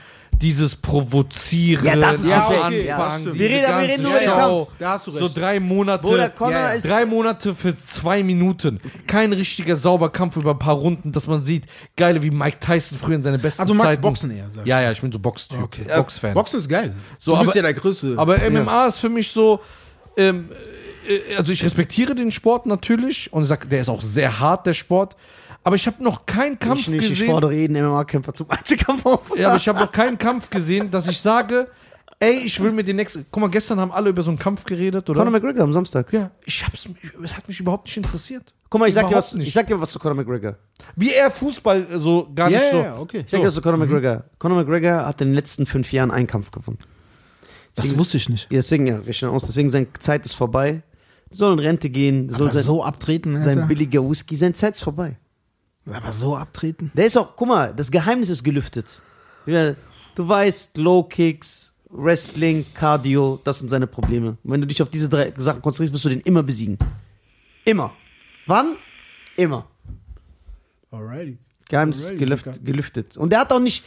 A: dieses Provozieren.
B: Ja, das ist
A: am
B: okay.
A: Anfang,
B: Ja,
C: das stimmt.
A: diese
B: Wir reden- wir reden
A: ganze
B: nur über den
A: Show.
C: Kampf. Da hast du
A: So
C: recht.
A: drei Monate.
B: Bruder, Connor
C: Ja, ja.
B: ist.
A: Drei Monate für zwei Minuten. Kein richtiger sauber Kampf über ein paar Runden, dass man sieht, geile wie Mike Tyson früher in seine besten
C: Ah, du magst
A: Zeiten.
C: Boxen eher, sagst du?
A: Ja, ja, ich bin so Box-Typ. Box-Fan.
C: Boxen ist geil.
A: So,
C: du bist
A: aber-
C: ja der Größte.
A: Aber MMA ist für mich so. Ähm, äh, also ich respektiere den Sport natürlich und sag, der ist auch sehr hart, der Sport. Aber ich habe noch keinen Kampf
B: Ich, nicht, ich
A: gesehen.
B: fordere jeden MMA-Kämpfer zum *laughs* Einzelkampf auf.
A: *laughs* Ja, aber ich habe noch keinen Kampf gesehen, dass ich sage, ey, ich will mir den nächsten. Guck mal, gestern haben alle über so einen Kampf geredet, oder?
B: Conor McGregor am Samstag.
A: ja, ich hab's, es hat mich überhaupt nicht interessiert.
B: Guck mal, ich sag, dir
A: Überhaupt
B: was,
A: nicht.
B: ich sag dir was zu Conor McGregor.
A: Wie er Fußball äh, so gar
C: ja,
A: nicht
C: ja,
A: so.
C: ja, okay.
B: Ich sag dir was zu Conor McGregor. Conor McGregor hat in den letzten fünf Jahren einen Kampf gewonnen.
C: Das wusste ich nicht.
B: Deswegen, ja, rechnen aus. Deswegen, seine Zeit ist vorbei. Soll in Rente gehen. Soll
C: Aber
B: sein,
C: so abtreten,
B: sein
C: Alter.
B: billiger Whisky. Seine Zeit ist vorbei.
C: Aber so abtreten.
B: Der ist auch, guck mal, das Geheimnis ist gelüftet. Ja, Du weißt, Low Kicks, Wrestling, Cardio, das sind seine Probleme. Und wenn du dich auf diese drei Sachen konzentrierst, wirst du den immer besiegen. Immer. Wann? Immer.
C: Alrighty.
B: Geheimnis
C: Alright, Dicker.
B: gelüft, gelüftet. Und der hat auch nicht.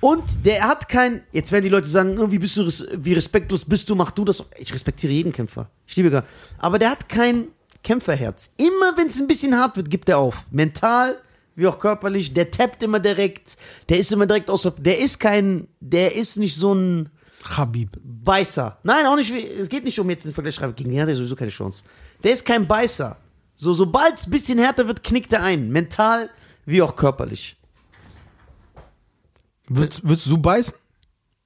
B: Und der hat kein. Jetzt werden die Leute sagen, oh, wie, bist du, res- wie respektlos bist du, mach du das. Ich respektiere jeden Kämpfer. Ich liebe gar. Aber der hat kein Kämpferherz. Immer wenn es ein bisschen hart wird, gibt er auf. Mental, wie auch körperlich. Der tappt immer direkt. Der ist immer direkt außer. Der ist kein. Der ist nicht so ein.
C: Habib.
B: Beißer. Nein, auch nicht. wie- Es geht nicht um jetzt den Vergleich schreiben. Gegen den hat er sowieso keine Chance. Der ist kein Beißer. So, sobald es ein bisschen härter wird, knickt er ein. Mental wie auch körperlich.
C: Würdest, würdest du beißen?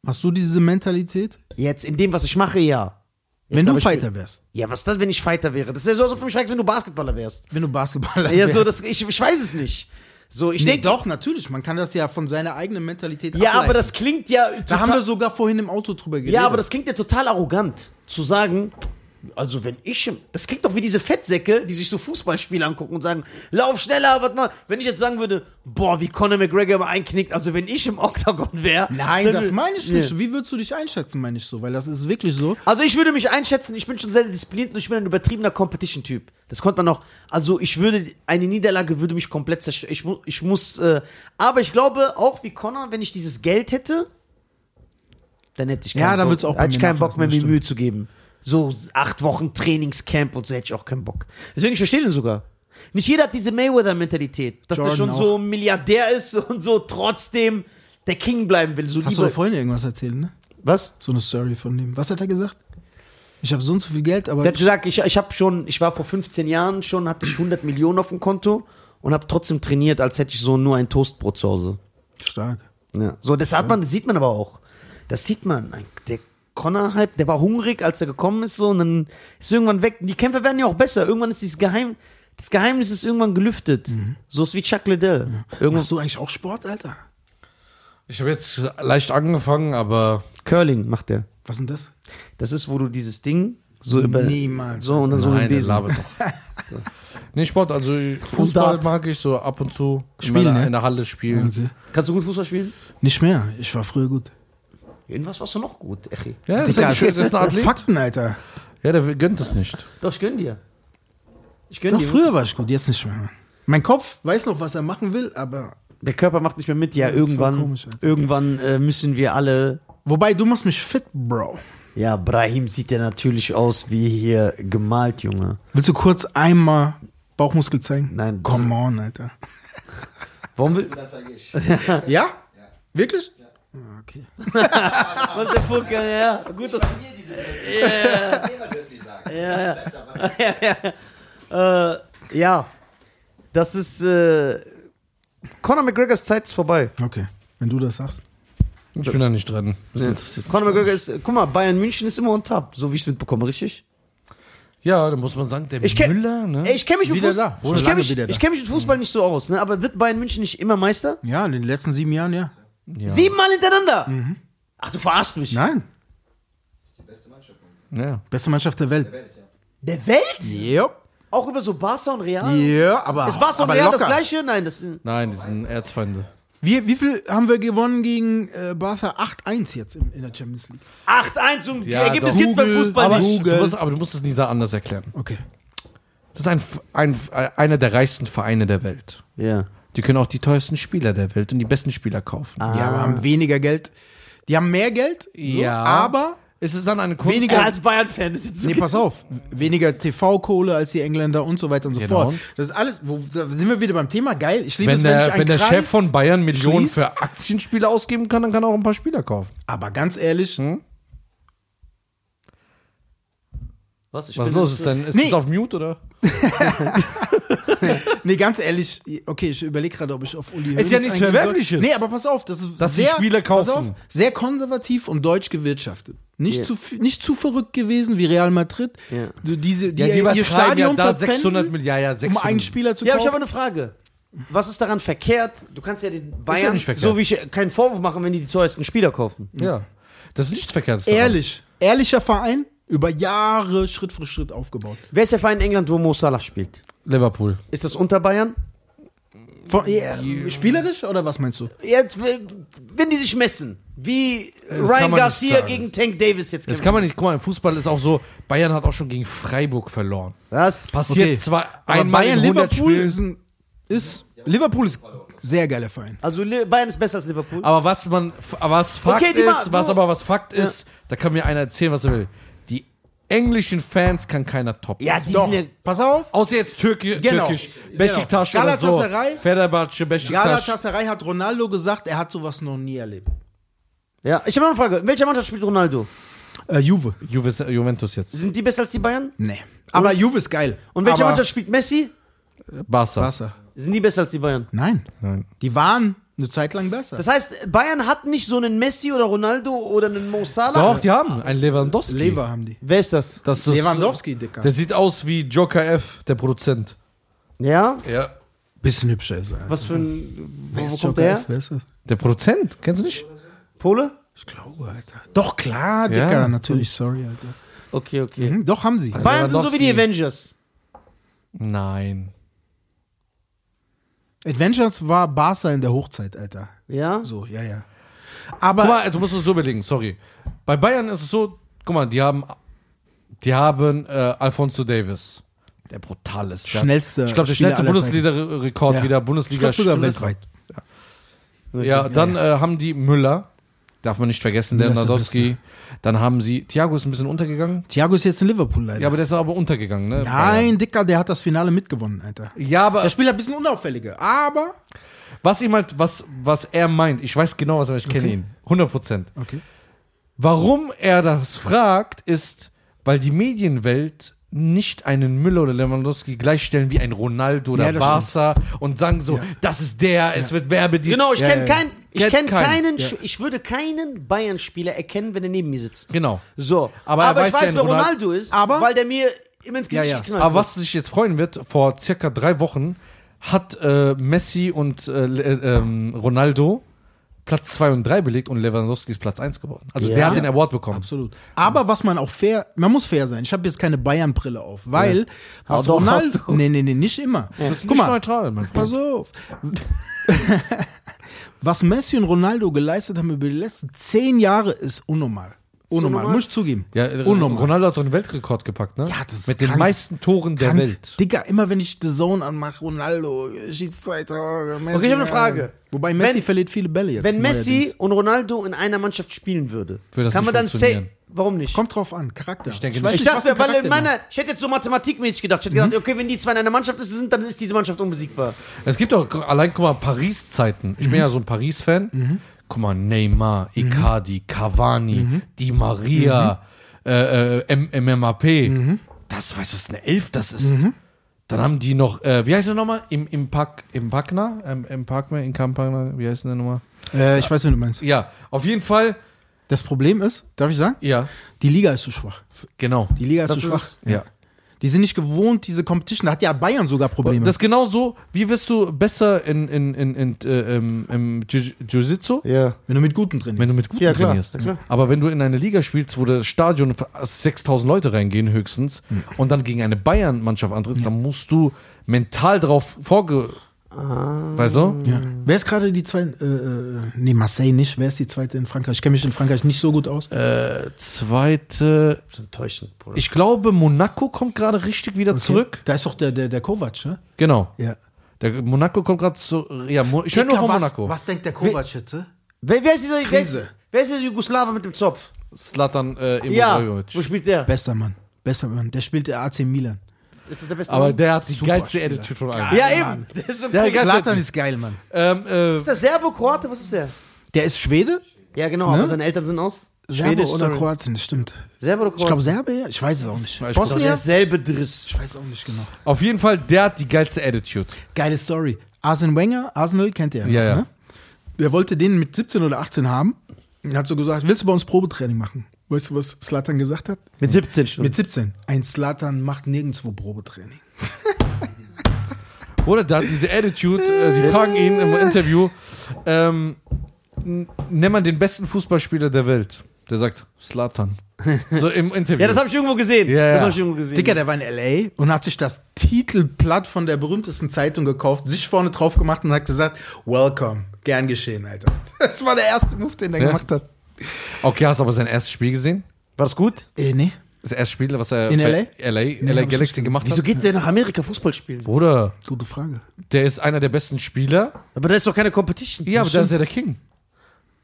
C: Hast du diese Mentalität?
B: Jetzt in dem, was ich mache, ja. Jetzt
C: wenn
B: aber
C: du
B: ich
C: Fighter
B: bin-
C: wärst.
B: Ja, was ist das, wenn ich Fighter wäre? Das ist ja so, als ob du mich fragst, wenn du Basketballer wärst.
C: Wenn du Basketballer
B: Ja, so,
C: wärst.
B: das, ich, ich weiß es nicht. So, ich
C: nee,
B: denke.
C: doch, natürlich. Man kann das ja von seiner eigenen Mentalität
B: Ja,
C: ableiten.
B: aber das klingt ja.
C: Da
B: total-
C: haben wir sogar vorhin im Auto drüber geredet.
B: Ja, aber das klingt ja total arrogant, zu sagen, also wenn ich, im- das klingt doch wie diese Fettsäcke, die sich so Fußballspiele angucken und sagen, lauf schneller, was mal. Wenn ich jetzt sagen würde, boah, wie Conor McGregor immer einknickt, also wenn ich im Oktagon wäre.
C: Nein, das meine ich nicht.
B: Nee.
C: Wie würdest du dich einschätzen, meine ich so? Weil das ist wirklich so.
B: Also ich würde mich einschätzen, ich bin schon sehr diszipliniert und ich bin ein übertriebener Competition-Typ. Das konnte man noch. Also ich würde, eine Niederlage würde mich komplett zerstören. Ich, mu ich muss, äh, aber ich glaube, auch wie Conor, wenn ich dieses Geld hätte, dann hätte ich keinen
C: Ja, dann
B: Bock,
C: würd's auch bei
B: hätte ich
C: mir
B: keinen Bock
C: nachlassen,
B: mehr,
C: das
B: mir
C: stimmt.
B: Mühe zu geben. So acht Wochen Trainingscamp und so hätte ich auch keinen Bock. Deswegen, ich verstehe den sogar. Nicht jeder hat diese Mayweather-Mentalität, dass der
C: Jordan
B: schon so Milliardär ist *laughs* und so trotzdem der King bleiben will. So
C: Hast du
B: lieber-
C: doch vorhin irgendwas erzählt, ne?
B: Was?
C: So eine Story von dem. Was hat er gesagt? Ich habe so und so viel Geld, aber
B: Der hat gesagt, ich, ich habe schon, ich war vor 15 Jahren schon, hatte ich 100 Millionen auf dem Konto und habe trotzdem trainiert, als hätte ich so nur ein Toastbrot zu Hause.
C: stark.
B: Ja. So, das hat man, das sieht man aber auch. Das sieht man. Ein- Der Connor Hype, der war hungrig, als er gekommen ist, so und dann ist er irgendwann weg. Und Die Kämpfer werden ja auch besser. Irgendwann ist dieses Geheim, das Geheimnis ist irgendwann gelüftet. So ist wie Chuck Liddell. Irgendwas
C: Machst du eigentlich auch Sport, Alter?
A: Ich habe jetzt leicht angefangen, aber
B: Curling macht der.
C: Was denn das?
B: Das ist, wo du dieses Ding so über
C: Niemals.
B: so und dann so mit dem
A: nein, der
B: Besen.
A: labert doch. Nee, Sport, also Fußball
B: Dart.
A: mag ich so ab und zu
C: Spielen,
A: in, meiner,
C: ne?
A: in der Halle spielen.
C: Okay.
B: Kannst du gut Fußball spielen?
C: Nicht mehr. Ich war früher gut.
B: Irgendwas warst du noch gut, Echi.
A: Ja, das
C: Digga,
A: ist, schön, das ist ein Athlet.
C: Fakten, Alter.
A: Ja, der gönnt es nicht.
B: Doch, ich gönn dir. Ich gönn
C: Doch,
B: dir.
C: früher war ich gut, jetzt nicht mehr. Mein Kopf weiß noch, was er machen will, aber.
B: Der Körper macht nicht mehr mit. Ja,
C: Das ist
B: irgendwann,
C: voll komisch, Alter.
B: irgendwann äh, müssen wir alle.
C: Wobei, du machst mich fit, Bro.
B: Ja, Brahim sieht ja natürlich aus wie hier gemalt, Junge.
C: Willst du kurz einmal Bauchmuskel zeigen?
B: Nein, das-
C: Come on, Alter.
B: Warum will.
D: Dann zeige ich.
C: Ja? Wirklich? Ah, Okay.
B: Was ist der Vorgang? Ja, gut, das.
D: Bei mir diese yeah. Das Thema dürfen nicht sagen. Ja, ja. dabei.
B: Äh, ja, das ist. Äh, Conor McGregors Zeit ist vorbei.
C: Okay. Wenn du das sagst.
A: Ich bin da nicht drin. Das interessiert mich
B: Conor
A: gar nicht.
B: McGregor ist. Guck mal, Bayern München ist immer on top, so wie ich es mitbekomme, richtig?
A: Ja, da muss man sagen, der
B: Ich kenn-
A: Müller, ne?
B: Ey, ich kenne mich, im
C: Wieder
B: Fuß-
C: da. Schon
B: ich kenn
C: lange
B: mich,
C: wieder da.
B: ich kenn mich mit Fußball nicht so aus, ne? aber wird Bayern München nicht immer Meister?
C: Ja, in den letzten sieben Jahren, ja.
A: ja.
B: Siebenmal hintereinander? Ach, du verarschst mich.
C: Nein.
D: Das ist die beste Mannschaft der
A: Ja.
C: Beste Mannschaft der Welt.
D: Welt. Ja.
B: Der Welt?
C: Yep.
B: Auch über so Barca und Real?
C: Ja, aber.
B: Ist Barca und
C: aber
B: Real
C: locker.
B: das gleiche? Nein, das ist.
A: Nein, die sind Erzfeinde.
C: Wie, wie viel haben wir gewonnen gegen äh, Barca? 8-1 jetzt in, in der Champions League.
B: 8-1 und
A: Ja,
B: Ergebnis
A: doch.
B: gibt beim
C: Google,
B: Fußball
C: aber-
B: nicht.
A: Du
C: Google.
A: musst, aber du musst es Nisa anders erklären.
C: Okay.
A: Das ist ein, F- ein, F- äh, einer der reichsten Vereine der Welt.
B: Ja.
A: Die können auch die teuersten Spieler der Welt und die besten Spieler kaufen.
C: Die haben- haben weniger Geld. Die haben mehr Geld, so,
A: Ah. Ja.
C: aber.
A: Ist es dann eine Kunst?
C: Weniger-
B: Er als Bayern-Fan ist jetzt so.
C: Nee, pass auf. Weniger TV-Kohle als die Engländer und so weiter und so
A: Genau.
C: fort. Das ist alles, wo, da sind wir wieder beim Thema. Geil, ich liebe
A: Wenn
C: es, wenn, ich
A: der,
C: einen
A: wenn der
C: Kreis,
A: Chef von Bayern Millionen
C: schließt.
A: für Aktienspiele ausgeben kann, dann kann er auch ein paar Spieler kaufen.
C: Aber ganz ehrlich,
A: Hm?
B: Was, ich
A: Was
B: bin
A: los
B: jetzt-
A: ist denn? Ist
C: Nee.
A: das auf Mute oder?
C: nee, ganz ehrlich, okay, ich überlege gerade, ob ich auf
A: Ist
C: Uli
A: ja
C: Hoeneß
A: nichts
C: eingehen soll.
A: Verwerfliches.
C: Nee, aber pass auf, das ist
A: Dass die Spieler
C: pass
A: kaufen.
C: auf, sehr konservativ und deutsch gewirtschaftet. Nicht, zu, viel- nicht zu verrückt gewesen wie Real Madrid.
B: Ja.
C: Du- Diese, die,
A: Ja, die
C: ihr
A: übertreiben ja
C: Stadion
A: da
C: verpfänden,
A: 600 Milliarden. Ja,
C: um
A: 600.
C: einen Spieler zu
B: Ja, aber ich
C: kaufen.
B: habe eine Frage. Was ist daran verkehrt? Du kannst ja den Bayern,
A: nicht verkehrt.
B: so wie ich, keinen Vorwurf machen, wenn die die teuersten Spieler kaufen.
A: Ja. Das ist nichts Verkehrtes. daran.
C: Ehrlich, ehrlicher Verein, über Jahre Schritt für Schritt aufgebaut.
B: Wer ist der Verein in England, wo Mo Salah spielt?
A: Liverpool.
B: Ist das unter Bayern?
C: Von, ja, spielerisch oder was meinst du?
B: Jetzt, äh, wenn die sich messen, wie
A: kann man
B: Ryan
A: nicht
B: Garcia
A: sagen.
B: gegen Tank Davis jetzt
A: Das kann man nicht. Guck mal, im Fußball ist auch so, Bayern hat auch schon gegen Freiburg verloren.
B: Was?
A: Passiert
C: Okay.
A: zwar
C: Aber
A: einmal
C: Bayern
A: in 100
C: Liverpool
A: Spielen.
C: ist ein ist, Liverpool ist sehr geiler Verein.
B: Also Li- Bayern ist besser als Liverpool.
A: Aber was man, f- aber was Fakt
B: Okay, die ma-
A: ist, was
B: du-
A: aber was Fakt ist, da kann mir einer erzählen, was er will. Die englischen Fans kann keiner toppen.
B: Ja, die
C: Doch,
B: sind ja
C: pass auf.
A: Außer jetzt Türki
C: Genau.
A: türkisch. Beşiktaş oder so.
C: Galatasaray.
A: Fenerbahce, Beşiktaş.
C: Galatasaray hat Ronaldo gesagt, er hat sowas noch nie erlebt.
B: Ja, ich habe noch eine Frage. In welcher Mannschaft spielt Ronaldo?
C: Äh, Juve.
A: Juves, Juventus jetzt.
B: Sind die besser als die Bayern?
C: Nee. Aber Juve ist geil.
B: Und welche
C: Aber
B: Mannschaft spielt Messi?
A: Barca.
C: Wasser.
B: Sind die besser als die Bayern?
C: Nein.
A: Nein.
C: Die waren eine Zeit lang besser.
B: Das heißt, Bayern hat nicht so einen Messi oder Ronaldo oder einen Mo Salah.
A: Doch, die haben einen Lewandowski.
C: Lever haben die.
B: Wer ist das?
A: Das ist,
C: Lewandowski, Dicker.
A: Der sieht aus wie Joker F, der Produzent.
B: Ja?
A: Ja.
C: Bisschen hübscher ist er.
B: Was für ein. Wo,
C: Wer
B: wo
C: ist
B: kommt
C: Joker
B: der
C: F?
B: her?
C: Wer ist das?
A: Der Produzent, kennst du nicht?
B: Pole?
C: Ich glaube, Alter. Doch, klar, Dicker,
A: Ja.
C: natürlich, sorry, Alter.
B: Okay, okay.
C: Mhm, doch, haben sie.
B: Bayern sind so wie die Avengers.
A: Nein.
C: Adventures war Barca in der Hochzeit, Alter.
B: Ja?
C: So, ja, ja.
A: Guck
C: Aber
A: mal, du musst es so überlegen, sorry. Bei Bayern ist es so, guck mal, die haben, die haben äh, Alfonso Davis, der brutal ist. Der,
C: Schnellster
A: Ich glaube, der
C: Spieler
A: schnellste
C: aller
A: Bundesliga-Rekord wieder,
C: Ja. ich glaube
A: Bundesliga
C: sogar
A: Stunde-
C: weltweit.
A: Ja, dann Äh, haben die Müller, darf man nicht vergessen, der
C: Müller ist der
A: Nadowski. Dann haben sie, Thiago ist ein bisschen untergegangen.
C: Thiago ist jetzt in Liverpool, leider.
A: Ja, aber der ist aber untergegangen, ne?
C: Nein, Dicker, der hat das Finale mitgewonnen, Alter.
A: Bayern. Ja, aber
C: Der Spieler ein bisschen unauffälliger, aber.
A: was ihm halt, was, was er meint, ich weiß genau, was er meint, ich kenne ihn. 100 Prozent.
C: Okay.
A: Warum er das fragt, ist, weil die Medienwelt nicht einen Müller oder Lewandowski gleichstellen wie ein Ronaldo oder
C: Ja, das
A: Barca und sagen so,
C: Ja.
A: das ist der, es wird Werbedienst.
E: Genau, ich
C: Ja,
E: kenne
C: ja, ja.
E: keinen. Ich
A: Kennt
E: kenne
A: keinen.
E: keinen. Sch- Ich würde keinen Bayern-Spieler erkennen, wenn er neben mir sitzt.
A: Genau.
E: So.
A: Aber
E: Aber,
A: er
E: ich
A: weiß ja
E: weiß,
A: in
E: wer
A: Ronald-
E: Ronaldo ist,
C: Aber-
E: weil der mir immer ins Gesicht
C: Ja, ja.
E: geknallt
A: Aber
E: wird.
A: was sich jetzt freuen wird, vor circa drei Wochen hat äh, Messi und äh, Le- äh, ähm, Ronaldo Platz 2 und 3 belegt und Lewandowski ist Platz 1 geworden. Also der hat den Award bekommen.
C: Absolut. Aber was man auch fair, man muss fair sein. Ich habe jetzt keine Bayern-Brille auf, weil was
B: doch,
C: Ronaldo.
B: hast
C: Nee, nee, nee, nicht immer.
A: Das ist
C: Guck
A: nicht
C: mal,
A: neutral, mein Freund.
C: pass auf. *laughs* was Messi und Ronaldo geleistet haben über die letzten zehn Jahre ist unnormal. Unnormal, muss ich zugeben.
A: Ja, äh,
C: unnormal.
A: Ronaldo hat doch einen Weltrekord gepackt, ne?
C: Ja, das ist
A: Mit den
C: krank.
A: meisten Toren der
C: Krank.
A: Welt.
C: Digga, immer wenn ich The Zone anmache, Ronaldo schießt zwei Tore. Messi,
B: Okay, ich hab eine Frage.
C: Wobei Messi
B: Wenn-
C: verliert viele Bälle jetzt.
B: Wenn Messi
C: neuerdings.
B: und Ronaldo in einer Mannschaft spielen würde,
A: Würde das
B: kann man
A: nicht
B: dann
A: funktionieren.
B: say, warum nicht?
C: Kommt drauf an, Charakter. Ich
A: denke
C: weiß
A: nicht.
B: ich
C: was
B: dachte,
C: für
B: weil
C: Charakter
B: in
C: die haben.
B: meiner, ich hätte jetzt so mathematikmäßig gedacht. Ich hätte gedacht, okay, wenn die zwei in einer Mannschaft sind, dann ist diese Mannschaft unbesiegbar.
A: Es gibt doch, gu- allein, guck mal, Paris-Zeiten.
C: Mhm.
A: Ich bin ja so ein Paris-Fan. Guck mal, Neymar, Icardi, Cavani,
C: Mhm.
A: Di Maria, äh, äh, M- MMAP.
C: Mhm.
A: Das, weißt du, das ist eine Elf, das ist. Dann haben die noch, äh, wie heißt der nochmal? Im, im Park, im Packner? Im, im Parkmer, in Kampagner, wie heißt denn der nochmal?
C: Äh, ich weiß, wen du meinst.
A: Ja, auf jeden Fall,
C: Das Problem ist, darf ich sagen?
A: ja,
C: Die Liga ist zu schwach.
A: genau.
C: Die Liga ist
B: Das
C: zu
B: ist
C: schwach.
B: es.
A: Ja.
C: Die sind nicht gewohnt, diese Competition. Da hat ja Bayern sogar Probleme.
A: Das ist genauso, wie wirst du besser in, in, in, in, äh, im, im Jiu- Jiu-Jitsu?
B: Ja.
C: wenn du mit guten trainierst.
A: Wenn du mit guten
B: Ja, klar,
A: trainierst.
B: ja, klar.
A: Aber wenn du in eine Liga spielst, wo das Stadion für 6000 Leute reingehen höchstens und dann gegen eine Bayern-Mannschaft antrittst, dann musst du mental drauf vorge...
B: Ah.
A: Weißt du?
C: ja. Wer ist gerade die zweite? Äh, äh, nee, Marseille nicht. Wer ist die zweite in Frankreich? Ich kenne mich in Frankreich nicht so gut aus.
A: Zweite...
B: Das ist enttäuschend, Bruder.
A: Ich glaube, Monaco kommt gerade richtig wieder zurück.
C: Da ist doch der, der, der Kovac, ne?
A: Genau.
C: Ja.
A: Der Monaco kommt gerade zu... Ja, Mo ich höre nur
C: Dicker,
A: von
C: was,
A: Monaco.
C: Was denkt der Kovac jetzt? äh? hä?
B: Wer, wer ist dieser wer ist,
C: Krise.
B: wer ist dieser Jugoslawe mit dem Zopf?
A: Slatan äh,
B: Ja.
A: Ibrahimovic.
B: Wo spielt der?
C: Bester Mann. Bester Mann. Der spielt der AC Milan.
B: Ist das der beste?
A: Aber
B: Mann?
A: der hat die
C: Super
A: geilste
C: Spieler.
A: Attitude von allen.
B: ja, eben. Der ist so
A: Der
B: cool.
A: ganze-
C: Zlatan ist geil, Mann.
A: Ähm, äh,
B: Ist der Serbo, Kroate? Was ist der?
C: Der ist Schwede?
B: Ja, genau, aber seine Eltern sind aus.
C: Serbe
B: Schwedisch,
C: oder
B: sorry.
C: Kroatien, das stimmt.
B: Serbo oder Kroate?
C: Ich glaube Serbe, ja. Ich weiß es auch nicht.
A: glaub,
B: Doch,
C: Bosnien?
B: derselbe Driss.
C: Ich weiß auch nicht genau.
A: auf jeden Fall, der hat die geilste Attitude.
C: Geile Story. Arsene Wenger, Arsenal kennt ihr
A: Ja, ja.
C: Ne? Der wollte den mit 17 oder 18 haben. Er hat so gesagt, willst du bei uns Probetraining machen? Weißt du, was Slatan gesagt hat?
B: Mit 17 schon.
C: Mit 17. Ein Slatan macht nirgendwo Probetraining.
A: Oder der hat diese Attitude, äh, die fragen ihn im Interview, ähm, n- nenn mal den besten Fußballspieler der Welt. Der sagt, Slatan. So im Interview.
B: ja, das habe ich irgendwo gesehen.
A: Ja, ja.
B: Das habe ich irgendwo gesehen.
C: Dicker, der war in L.A. und hat sich das Titelblatt von der berühmtesten Zeitung gekauft, sich vorne drauf gemacht und hat gesagt, welcome. Gern geschehen, Alter. *laughs* Das war der erste Move, den er
A: Ja.
C: gemacht hat.
A: okay, hast aber sein erstes Spiel gesehen?
B: War das gut?
C: Äh, nee.
A: Das erste Spiel, was er
C: In
A: bei LA,
C: LA?
A: LA
C: hab ich nicht
A: Galaxy
C: gesehen.
A: gemacht
B: Wieso
A: hat?
B: geht der nach Amerika Fußball spielen?
A: Bruder,
C: Gute Frage.
A: der ist einer der besten Spieler.
B: Aber da ist doch keine Competition.
A: Ja, aber da ist er der King.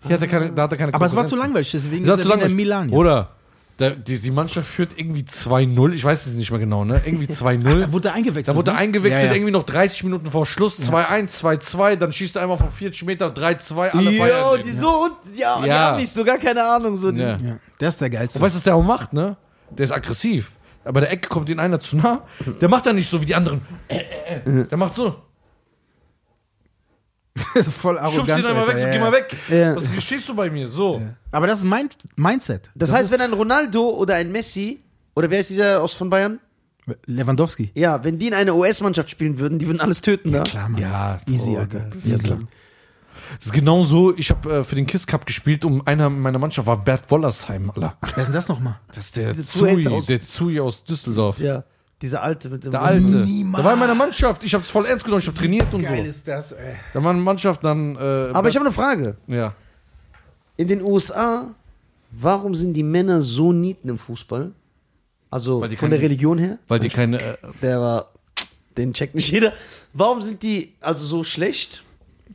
A: Hier hat er keine, da hat er keine
C: Aber es war
A: Konkurrenz.
C: zu langweilig, deswegen
A: Das
C: ist
A: war
C: er
A: zu
C: wieder
A: langweilig.
C: in Milan. jetzt.
A: Oder? Der, die, die Mannschaft führt irgendwie 2-0, ich weiß es nicht mehr genau, ne? Irgendwie 2-0.
C: Da wurde er eingewechselt.
A: Da wurde
C: ne?
A: eingewechselt,
C: Ja, ja.
A: irgendwie noch 30 Minuten vor Schluss, 2-1, 2-2, dann schießt er einmal von 40 Meter 3-2, alle
B: Ja,
A: feiern
B: die
A: den.
B: so und ja, die
A: Ja.
B: haben nicht so gar keine Ahnung. So die-
A: Ja. Und
C: Ja, der ist der geilste.
A: weißt du, was der auch macht, ne? Der ist aggressiv. Aber der Ecke kommt ihm einer zu nah. Der macht dann nicht so wie die anderen. Äh, äh, äh. Der macht so.
C: *laughs* voll arrogant.
A: Schubst ihn einmal weg,
C: Alter.
A: so,
C: Ja,
A: geh
C: ja.
A: mal weg.
B: Ja.
A: Was stehst du bei mir? So.
C: Aber das ist mein Mindset.
B: Das, heißt, wenn ein Ronaldo oder ein Messi oder wer ist dieser aus von Bayern?
C: Lewandowski.
B: Ja, wenn die in einer US-Mannschaft spielen würden, die würden alles töten, ne?
C: Klar, Mann.
A: Ja,
C: Easy,
A: oh,
C: Alter.
A: Das
C: Easy.
A: ist genau so. Ich habe äh, für den Kiss Cup gespielt und einer meiner Mannschaft war Bert Wollersheim, Alter.
C: Wer ist denn das nochmal?
A: Das ist der
B: Diese
A: Zui,
B: Zuhälter aus-
A: der Zui aus Düsseldorf.
B: Ja. Dieser alte mit dem.
A: Der Alte.
C: Niemals.
A: Der war in meiner Mannschaft. Ich hab's voll ernst genommen. Ich hab trainiert und
C: Geil
A: so.
C: ist das, ey.
A: Da war eine Mannschaft dann. Äh,
B: Aber ich habe eine Frage.
A: Ja.
B: In den USA, warum sind die Männer so nieten im Fußball? Also
A: Weil die
B: von
A: keine-
B: der Religion her?
A: Weil die keine. Äh,
B: Der war. Den checkt nicht jeder. Warum sind die also so schlecht?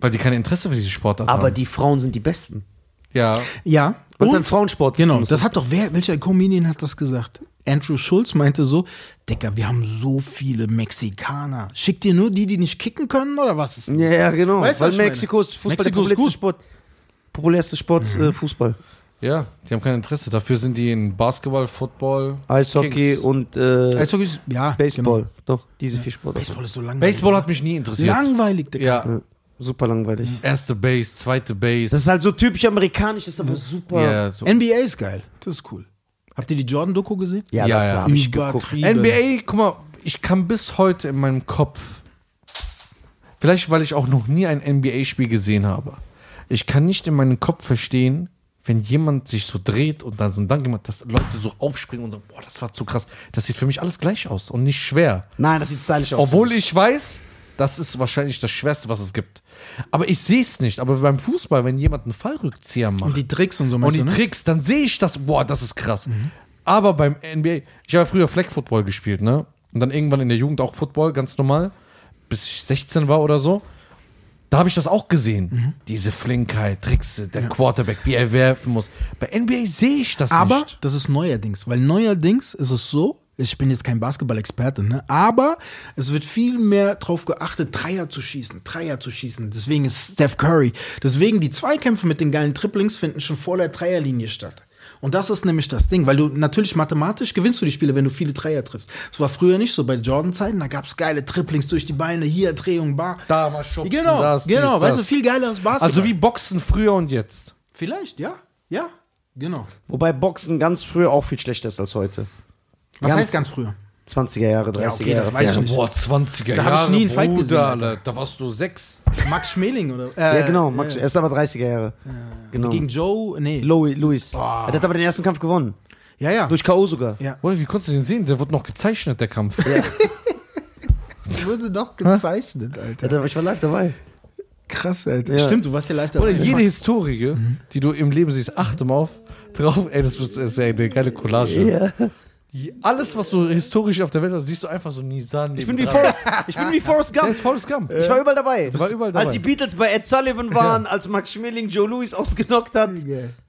A: weil die kein Interesse für diese Sportart
B: Aber
A: haben.
B: die Frauen sind die Besten.
A: Ja.
C: Ja.
B: Weil es
C: und-
B: ein Frauensport
C: Genau,
B: ist.
C: das hat doch wer, welcher Comedian hat das gesagt? Andrew Schulz meinte so, Dicker, wir haben so viele Mexikaner. Schickt ihr nur die, die nicht kicken können oder was ist?
B: Ja, ja, genau.
C: Weißt du,
B: Weil
C: was ich meine?
B: Mexiko ist Fußball
C: Mexiko ist
B: der populärste
C: gut.
B: Sport. Populärste Sport
A: Mhm.
B: äh, Fußball.
A: Ja. Die haben kein Interesse. Dafür sind die in Basketball, Football,
B: Eishockey
A: Kings.
B: und äh,
C: Eishockey ist, ja,
B: Baseball.
C: Genau.
B: Doch, diese vier Sportarten.
C: Baseball ist so langweilig.
A: Baseball hat mich nie interessiert.
C: langweilig, Dicker.
A: Ja.
B: Super langweilig.
A: Erste Base, zweite Base.
B: Das ist halt so typisch amerikanisch, ist aber super.
A: Mhm. ja, so.
C: NBA ist geil. Das ist cool. Habt ihr die Jordan-Doku gesehen?
B: Ja,
A: Ja,
B: das
A: ja.
B: hab ich geguckt.
A: NBA, guck mal, ich kann bis heute in meinem Kopf, vielleicht weil ich auch noch nie ein NBA-Spiel gesehen habe, ich kann nicht in meinem Kopf verstehen, wenn jemand sich so dreht und dann so ein Dank macht, dass Leute so aufspringen und sagen, boah, das war zu krass. Das sieht für mich alles gleich aus und nicht schwer.
B: Nein, das sieht stylisch aus.
A: Obwohl ich weiß, das ist wahrscheinlich das Schwerste, was es gibt. Aber ich sehe es nicht. Aber beim Fußball, wenn jemand einen Fallrückzieher macht
C: Und die Tricks und so,
A: und
C: meinst
A: die
C: du, ne?
A: Tricks, dann sehe ich das, boah, das ist krass. Aber beim NBA, ich habe ja früher Flag Football gespielt, ne? Und dann irgendwann in der Jugend auch Football, ganz normal, bis ich 16 war oder so. Da habe ich das auch gesehen. Diese Flinkheit, Tricks, der Quarterback, wie er werfen muss. Bei NBA sehe ich das
C: Aber
A: nicht.
C: das ist neuerdings, weil neuerdings ist es so, ich bin jetzt kein Basketball-Experte, ne? aber es wird viel mehr drauf geachtet, Dreier zu schießen, Dreier zu schießen. Deswegen ist Steph Curry. Deswegen die Zweikämpfe mit den geilen Triplings finden schon vor der Dreierlinie statt. Und das ist nämlich das Ding, weil du natürlich mathematisch gewinnst du die Spiele, wenn du viele Dreier triffst. Das war früher nicht so bei Jordan-Zeiten, da gab es geile Triplings durch die Beine, hier Drehung, Bar.
A: Da mal schubsen,
C: Genau,
A: das, dies,
C: genau,
A: das.
C: weißt du, viel geiler als Basketball.
A: Also wie Boxen früher und jetzt.
C: Vielleicht, ja, ja, genau.
B: Wobei Boxen ganz früher auch viel schlechter ist als heute.
C: Was
B: Ganz-
C: heißt ganz früher?
B: 20er Jahre, 30er
C: okay,
B: Jahre.
C: das weiß ich
B: ja.
C: nicht.
A: Boah, 20er
C: Da hab ich
A: Jahre,
C: nie einen Fight gesehen,
A: Bruder,
C: Alter.
A: Alter. da warst du sechs.
C: Max Schmeling oder? äh,
B: Ja, genau, Max, er ist aber 30er Jahre. genau.
C: Gegen Joe, nee.
B: Louis. Louis. Er hat aber den ersten Kampf gewonnen.
C: ja, ja.
B: Durch K.O. sogar.
C: Ja.
A: Bruder, wie konntest du den sehen? Der wurde noch gezeichnet, der
C: *laughs*
A: Kampf.
C: wurde doch gezeichnet, Alter.
B: Alter, ich war live dabei.
C: Krass, Alter.
B: Ja.
C: Stimmt, du warst ja Mhm. leichter.
A: Oder jede Historie, die du im Leben siehst, achte mal auf, drauf, ey, das, wird- das wäre eine geile Collage. Je- Alles, was du historisch auf der Welt hast, siehst du einfach so Nisan.
B: Ich bin wie Forrest, ich bin wie Forrest
A: Der
B: Gump.
A: ist Forrest Gump.
B: Ich war überall dabei.
A: war überall dabei.
B: Als die Beatles bei Ed Sullivan waren, als Max Schmeling Joe Louis ausgenockt hat.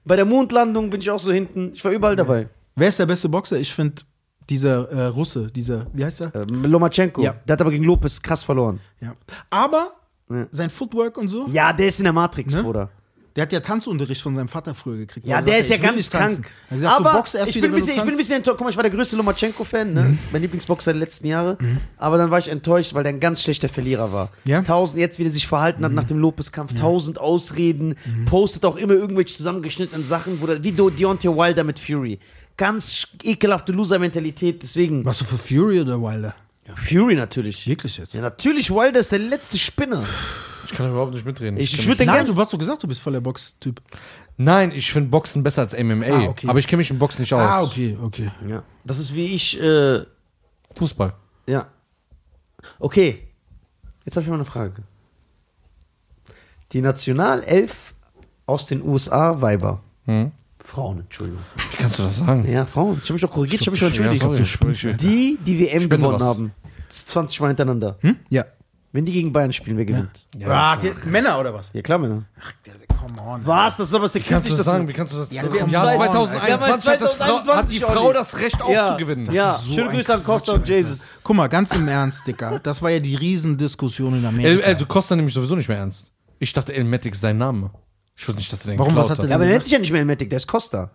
B: Bei der Mondlandung bin ich auch so hinten. Ich war überall dabei.
C: Wer ist der beste Boxer? Ich finde dieser äh, Russe, dieser, wie heißt er?
B: Ähm, Lomachenko.
C: Ja.
B: Der hat aber gegen Lopez krass verloren.
C: Ja. Aber
B: Ja.
C: sein Footwork und so,
B: Ja, der ist in der Matrix,
C: Ne?
B: Bruder.
C: der hat ja Tanzunterricht von seinem Vater früher gekriegt. Also
B: Ja,
C: Er sagt,
B: der ist ja
C: ich will
B: ganz
C: nicht tanzen.
B: krank.
C: Er hat gesagt,
B: aber
C: du boxst erst
B: ich,
C: wieder,
B: bin ein
C: wenn du
B: bisschen, ich bin ein
C: tanzt. Mhm.
B: bisschen enttäuscht. Guck mal, ich war der größte Lomachenko-Fan, ne? Mein Lieblingsboxer der letzten Jahre. Aber dann war ich enttäuscht, weil der ein ganz schlechter Verlierer war.
C: Ja? Mhm.
B: Tausend, jetzt wieder sich verhalten hat nach dem Lopez-Kampf. Tausend Ausreden. Postet auch immer irgendwelche zusammengeschnittenen Sachen, wo der, wie Do- Deontay Wilder mit Fury. Ganz sch- ekelhafte Loser-Mentalität. Deswegen.
C: Warst du für Fury oder Wilder?
B: Fury natürlich.
C: Wirklich jetzt?
B: Ja, natürlich, Wilder ist der letzte Spinner.
A: Ich kann überhaupt nicht mitreden.
B: Ich, ich
A: kenn mich-
B: würde den
C: Nein,
B: gerne.
C: du hast doch gesagt, du bist voller Box-Typ.
A: Nein, ich finde Boxen besser als MMA.
C: Ah, okay.
A: Aber ich kenne mich im Boxen nicht aus.
C: Ah, okay, okay.
B: Ja. Das ist wie ich. Äh,
A: Fußball.
B: Ja. Okay. Jetzt habe ich mal eine Frage. Die Nationalelf aus den USA Weiber.
A: Hm?
B: Frauen, Entschuldigung.
A: Wie kannst du das sagen?
B: Ja, Frauen. Ich habe mich doch korrigiert, ich habe mich doch
A: Ja,
B: entschuldigt.
A: sorry, entschuldigt.
B: die, die WM
A: Spinne
B: gewonnen
A: was. Hm?
B: haben, das ist 20 Mal hintereinander.
C: Ja.
B: Wenn die gegen Bayern spielen, wer gewinnt? Ja,
C: Ach, die, Männer oder was?
B: klar, Männer.
C: Come on.
B: Was? Das ist aber
A: Kannst
B: sexistisch.
A: du das
B: dass-
A: sagen? Wie kannst du das
C: Ja,
A: sagen?
C: wir
A: Im
C: haben
A: Jahr
C: zwei-
A: 2021 hat, das Frau, hat die
B: 2021,
A: Frau
B: Olli.
A: das Recht
B: ja,
A: aufzugewinnen.
B: Ja,
C: Das ist so
B: schöne
C: Ah, oh, ein
B: Grüße an Costa
C: Quatsch,
B: und Jesus.
C: Guck mal, ganz im Ernst, Dicker. Das war ja die Riesendiskussion in
A: El,
C: Amerika.
A: also Costa nehme ich sowieso nicht mehr ernst. Ich dachte, El Matic ist sein Name. Ich wusste nicht, dass er den
C: Warum, was
A: geklaut
C: hat er
B: Ja,
A: hat.
B: aber der nennt sich ja nicht mehr Elmatic, der ist Costa.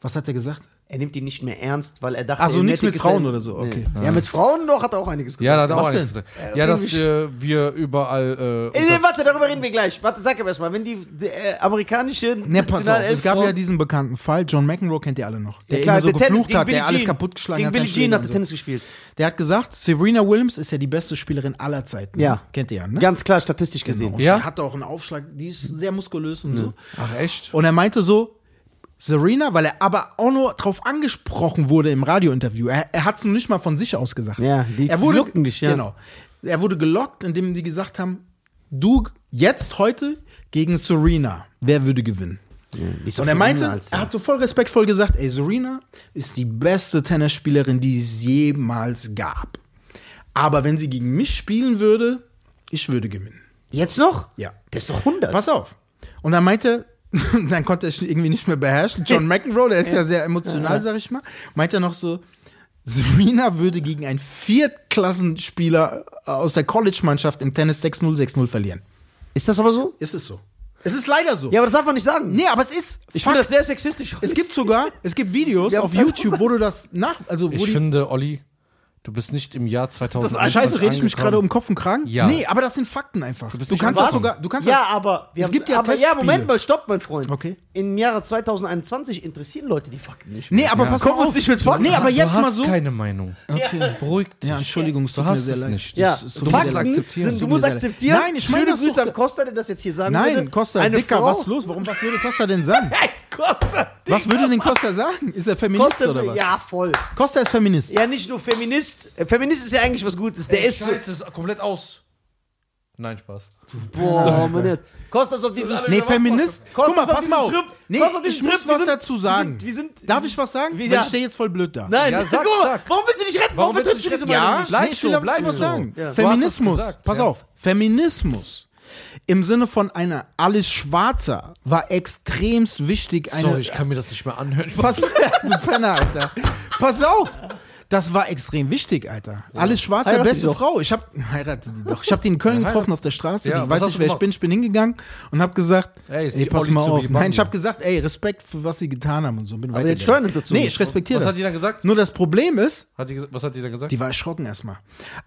C: Was hat er gesagt?
B: er nimmt die nicht mehr ernst, weil er dachte,
C: Also
B: ey,
C: nichts
B: Matic
C: mit
B: ist
C: Frauen
B: ein-
C: oder so, okay.
B: Nee. Ja, mit Frauen doch hat er auch einiges gesagt.
A: Ah. Ja, da hat er auch
C: Was
A: einiges
C: denn?
A: gesagt. Ja, dass äh, wir überall. Äh,
B: Ey, nee,
A: unter-
B: warte, darüber reden wir gleich. Warte, sag aber erstmal, wenn die, die äh, amerikanische
C: Ne, pass auf, es gab
B: Frauen-
C: ja diesen bekannten Fall, John McEnroe kennt ihr alle noch, der
B: Ja, klar,
C: immer so
B: Tennis
C: geflucht
B: gegen
C: hat,
B: Billie
C: der alles
B: Jean.
C: kaputtgeschlagen
B: Gegen
C: hat. sein
B: Billie Jean
C: Schläger
B: hat
C: und
B: er
C: so.
B: Tennis gespielt.
C: Der hat gesagt, Serena Williams ist ja die beste Spielerin aller Zeiten. ne?
B: Ja.
C: Kennt ihr ja, ne?
B: Ganz klar, statistisch gesehen.
C: Genau. Und
A: Ja.
C: Die hat auch einen Aufschlag, die ist sehr muskulös
B: Mhm.
C: und so.
A: Ach, echt?
C: Und er meinte so, Serena, weil er aber auch nur drauf angesprochen wurde im Radiointerview. Er, er hat es noch nicht mal von sich aus gesagt.
B: Ja, die
C: er wurde,
B: locken dich, ja.
C: Genau. Er wurde gelockt, indem die gesagt haben, du jetzt heute gegen Serena, wer würde gewinnen? Und er meinte, er hat so voll respektvoll gesagt, ey, Serena ist die beste Tennisspielerin, die es jemals gab. Aber wenn sie gegen mich spielen würde, ich würde gewinnen.
B: Jetzt noch?
C: Ja.
B: Der ist doch 100.
C: Pass auf. Und dann meinte, *laughs* dann konnte er sich irgendwie nicht mehr
B: *laughs*
C: beherrschen. John McEnroe, der ist ja sehr emotional, sag ich mal, meinte er noch so, Serena würde gegen einen Viertklassenspieler äh, aus der College-Mannschaft im Tennis 6-0, 6-0 verlieren.
B: Ist das aber so?
C: Es ist so. Es ist leider so.
B: Ja, aber das darf man nicht sagen.
C: Nee, aber es ist.
B: Ich finde das sehr sexistisch.
C: Es gibt sogar, es gibt Videos
B: Wir haben
C: auf YouTube, wo du das nach, also wo
A: Ich
C: die,
A: finde, Olli, du bist nicht im Jahr 2000.
C: das, ah, scheiße, rede ich mich gerade um Kopf und Kragen?
A: Ja.
C: Nee, aber das sind Fakten einfach. Du,
A: bist nicht
C: kannst
A: am
C: das
A: Wahnsinn.
C: sogar, du kannst
B: ja,
C: das,
B: aber wir
C: Es
B: haben,
C: gibt ja
B: aber, Ja,
C: Testspiele.
B: Moment mal, stopp, mein Freund.
C: Okay.
B: Im Jahre 2021 interessieren Leute die Fakten nicht.
C: Nee, aber pass mal auf. nee, aber jetzt
A: du hast
C: mal so.
A: keine Meinung.
C: Okay.
A: Beruhig dich.
C: Ja, Entschuldigung, es
A: Du
C: tut mir
A: hast
C: sehr
A: es
C: leid.
A: nicht.
B: Ja,
C: Das ist- tut mir
B: Fakten
C: sehr leid.
A: akzeptieren.
B: Sind, du
C: Tut mir
B: musst
C: sehr leid.
B: akzeptieren.
C: Nein, ich meine
B: Schöne
C: das
B: Grüße
C: doch-
B: an Costa, der das jetzt hier sagen
C: Nein,
B: würde.
C: Costa,
B: Eine
C: Dicker,
B: Frau-
C: was los? Warum, was würde Costa
B: *laughs*
C: denn sagen?
B: Ey, Costa,
C: Was würde denn Costa sagen? Ist er Feminist
B: Costa
C: oder was?
B: Ja, voll.
C: Costa ist Feminist.
B: Ja, nicht nur Feminist. Äh, Feminist ist ja eigentlich was Gutes. Der ist so.
A: scheiße, ist komplett aus. Nein, Spaß.
B: Boah, Mann. der- Costa ist auf diesen.
C: Nee, Feminist.
B: Costa
C: Guck mal,
B: ist auf
C: pass
B: diesem
C: mal auf.
B: Trip.
C: Nee,
B: Costa auf
C: ich
B: diesem
C: muss
B: Trip. Wir
C: was
B: sind-
C: dazu
B: wir
C: sagen.
B: sind- wir sind-
C: Darf
B: wir
C: ich was sagen?
B: wir-
C: Weil
B: ja.
C: Ich stehe jetzt voll blöd da.
B: Nein,
A: Ja, sag,
B: *laughs* Guck mal,
A: sag.
B: warum willst du nicht retten? Warum, willst du nicht diese Meinung
C: Ja,
B: nicht?
C: bleib
A: Nee,
C: ich
A: so,
C: will dazu
A: bleib
C: was
A: so.
C: sagen.
A: Ja. Du hast es
C: Feminismus,
A: gesagt,
C: pass
A: ja.
C: auf, Feminismus im Sinne von einer alles Schwarzer war extremst wichtig. Eine,
A: Sorry, ich kann mir das nicht mehr anhören.
C: Pass, *laughs* du Penner, Alter. Pass auf. Das war extrem wichtig, Alter. Alles schwarze,
B: Heirate
C: beste
B: die doch.
C: Frau. Ich hab, heirate die doch. Ich hab die in Köln getroffen auf der Straße.
A: Ja,
C: die
A: was
C: weiß
A: hast
C: nicht,
A: du
C: wer ich
A: gemacht?
C: bin. Ich bin hingegangen und hab gesagt,
A: Ey,
C: ey,
A: ist die
C: pass
A: Olli
C: mal
A: zu
C: auf.
A: Bibandi.
C: Nein, ich hab gesagt, ey, Respekt für was sie getan haben und so. Bin
B: die
C: weitergegangen.
B: hat Steuern hinterzogen.
C: Nee, ich respektiere
A: Was
C: das.
A: hat die dann gesagt?
C: Nur das Problem ist,
A: Hat die, ges- was hat die dann gesagt?
C: die war erschrocken erstmal.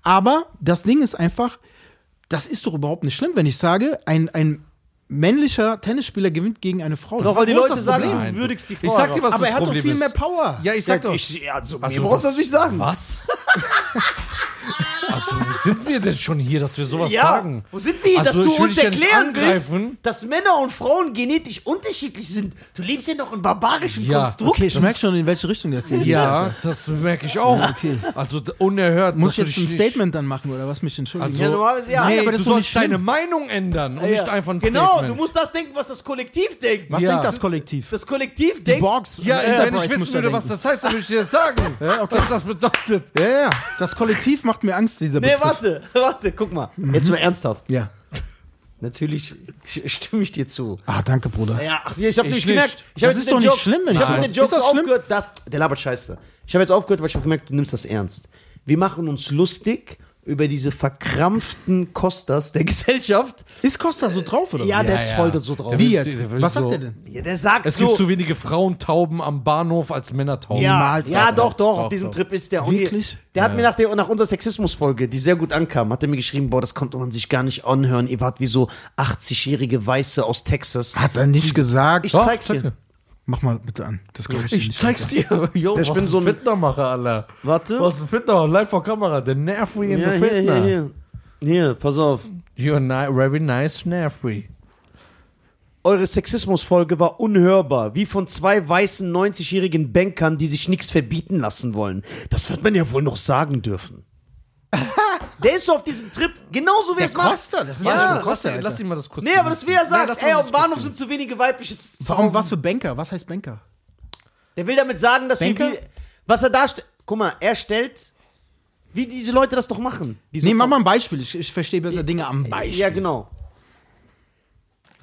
C: Aber das Ding ist einfach, das ist doch überhaupt nicht schlimm, wenn ich sage, ein, ein männlicher Tennisspieler gewinnt gegen eine Frau. Das
B: Doch,
C: ist
B: weil die
C: ein großes
B: Leute sagen,
C: Problem.
A: Nein,
B: du würdigst die Frau.
A: Ich sag dir, was
C: aber
A: das
C: er hat doch
A: Problem
C: viel
A: ist.
C: mehr Power.
A: Ja, ich sag doch.
B: Ich, also,
A: Also,
B: mir brauchst du
A: was-
B: das nicht sagen. *laughs*
A: Was? also, wie sind wir denn schon hier, dass wir sowas
B: ja,
A: sagen?
B: wo sind wir?
A: Also,
B: dass
A: ich
B: du
A: will
B: uns
A: dich ja nicht
B: erklären willst,
A: angreifen.
B: dass Männer und Frauen genetisch unterschiedlich sind. Du lebst ja noch in barbarischem
A: Ja,
B: Konstrukt.
C: Okay, ich merke schon, in welche Richtung das hier geht.
A: Ja, das merke ich auch. Also d- unerhört.
C: Muss ich
A: dass du
C: jetzt
A: dich
C: ein
A: nicht-
C: Statement dann machen oder was mich entschuldigen?
A: Also,
B: Ja, normalerweise ja.
A: Nee,
C: Nein, aber das
A: du
C: ist doch
A: sollst
C: nicht schlimm.
A: deine Meinung ändern und
B: Ja.
A: nicht einfach ein
B: Genau,
A: Statement.
B: du musst das denken, was das Kollektiv denkt.
C: was
A: Ja.
C: denkt das Kollektiv?
B: Das Kollektiv
C: Die
B: denkt.
C: Borgs,
A: ja,
C: äh,
A: wenn ich
C: Enterprise muss
A: wissen
C: da
A: würde, was
C: denken.
A: das heißt, dann würde ich dir das sagen, was das bedeutet.
C: Ja, ja, das Kollektiv macht mir Angst, dieser
B: Nee,
C: Begriff.
B: warte, *laughs* warte, guck mal. Jetzt mal ernsthaft.
C: Ja.
B: Natürlich sch- stimme ich dir zu.
C: Ah, danke, Bruder.
B: Ja, ach, ich habe
A: Ich
B: nicht gemerkt.
A: nicht.
B: Ich hab
C: Das
B: jetzt
C: ist
B: mit den
C: doch nicht
B: Jokes-
C: schlimm, wenn
B: ich
C: ich
B: habe
C: das-
B: mit den Jokes
C: Ist das schlimm?
B: aufgehört. Das, der labert scheiße. Ich habe jetzt aufgehört, weil ich habe gemerkt, du nimmst das ernst. Wir machen uns lustig über diese verkrampften Kostas der *laughs* Gesellschaft.
C: Ist Costa so drauf oder
B: Ja,
C: was?
B: der ist voll so drauf.
A: Der
C: Wie
A: will-
C: jetzt?
A: der will
C: Was
A: so-
C: sagt er denn?
B: Ja, der sagt
A: Es
B: so.
A: gibt zu wenige Frauentauben am Bahnhof als Männertauben.
B: ja,
C: Niemals,
B: ja
C: Alter.
B: doch, doch,
A: Doch,
B: auf diesem
A: doch.
B: Trip ist der.
C: Wirklich?
B: Und der hat mir nach, der, nach unserer Sexismus-Folge, die sehr gut ankam, hat er mir geschrieben, boah, das konnte man sich gar nicht anhören. Ihr wart wie so 80-jährige Weiße aus Texas.
C: Hat er nicht gesagt.
B: Ich
C: Doch.
B: zeig's dir.
A: *laughs*
C: Mach mal bitte an. Das glaube ich, dir
A: Ich
C: nicht.
A: zeig's dir. Yo,
B: Ich bin so ein-
A: Fitnermacher, Alter.
B: Warte.
A: Was ein Fitnermacher, live vor Kamera. Der Nervy in the Fitner.
B: hier. Hier, pass auf.
A: You're ni very nice, Nervy.
B: Eure Sexismusfolge war unhörbar, wie von zwei weißen 90-jährigen Bankern, die sich nichts verbieten lassen wollen. Das wird man ja wohl noch sagen
C: *laughs*
B: dürfen. der ist so auf diesem Trip, genauso wie er
C: Der
B: es macht.
C: Costa, das ist
B: Ja,
C: ja schon
B: lass
C: Costa,
A: ihn-
C: Alter.
A: ihn mal das kurz.
B: Nee, aber das will er sagen.
A: lass
B: Ey,
A: uns
B: auf dem
A: kurz
B: Bahnhof sind zu wenige weibliche.
C: Warum, was für Banker? Was heißt Banker?
B: Der will damit sagen, dass
C: Banker?
B: wir. Was er darstellt. Guck mal, er stellt. Wie diese Leute das doch machen. Diese
C: Nee, mach mal ein Beispiel. Ich, ich verstehe besser Dinge am Beispiel.
B: Ja, genau.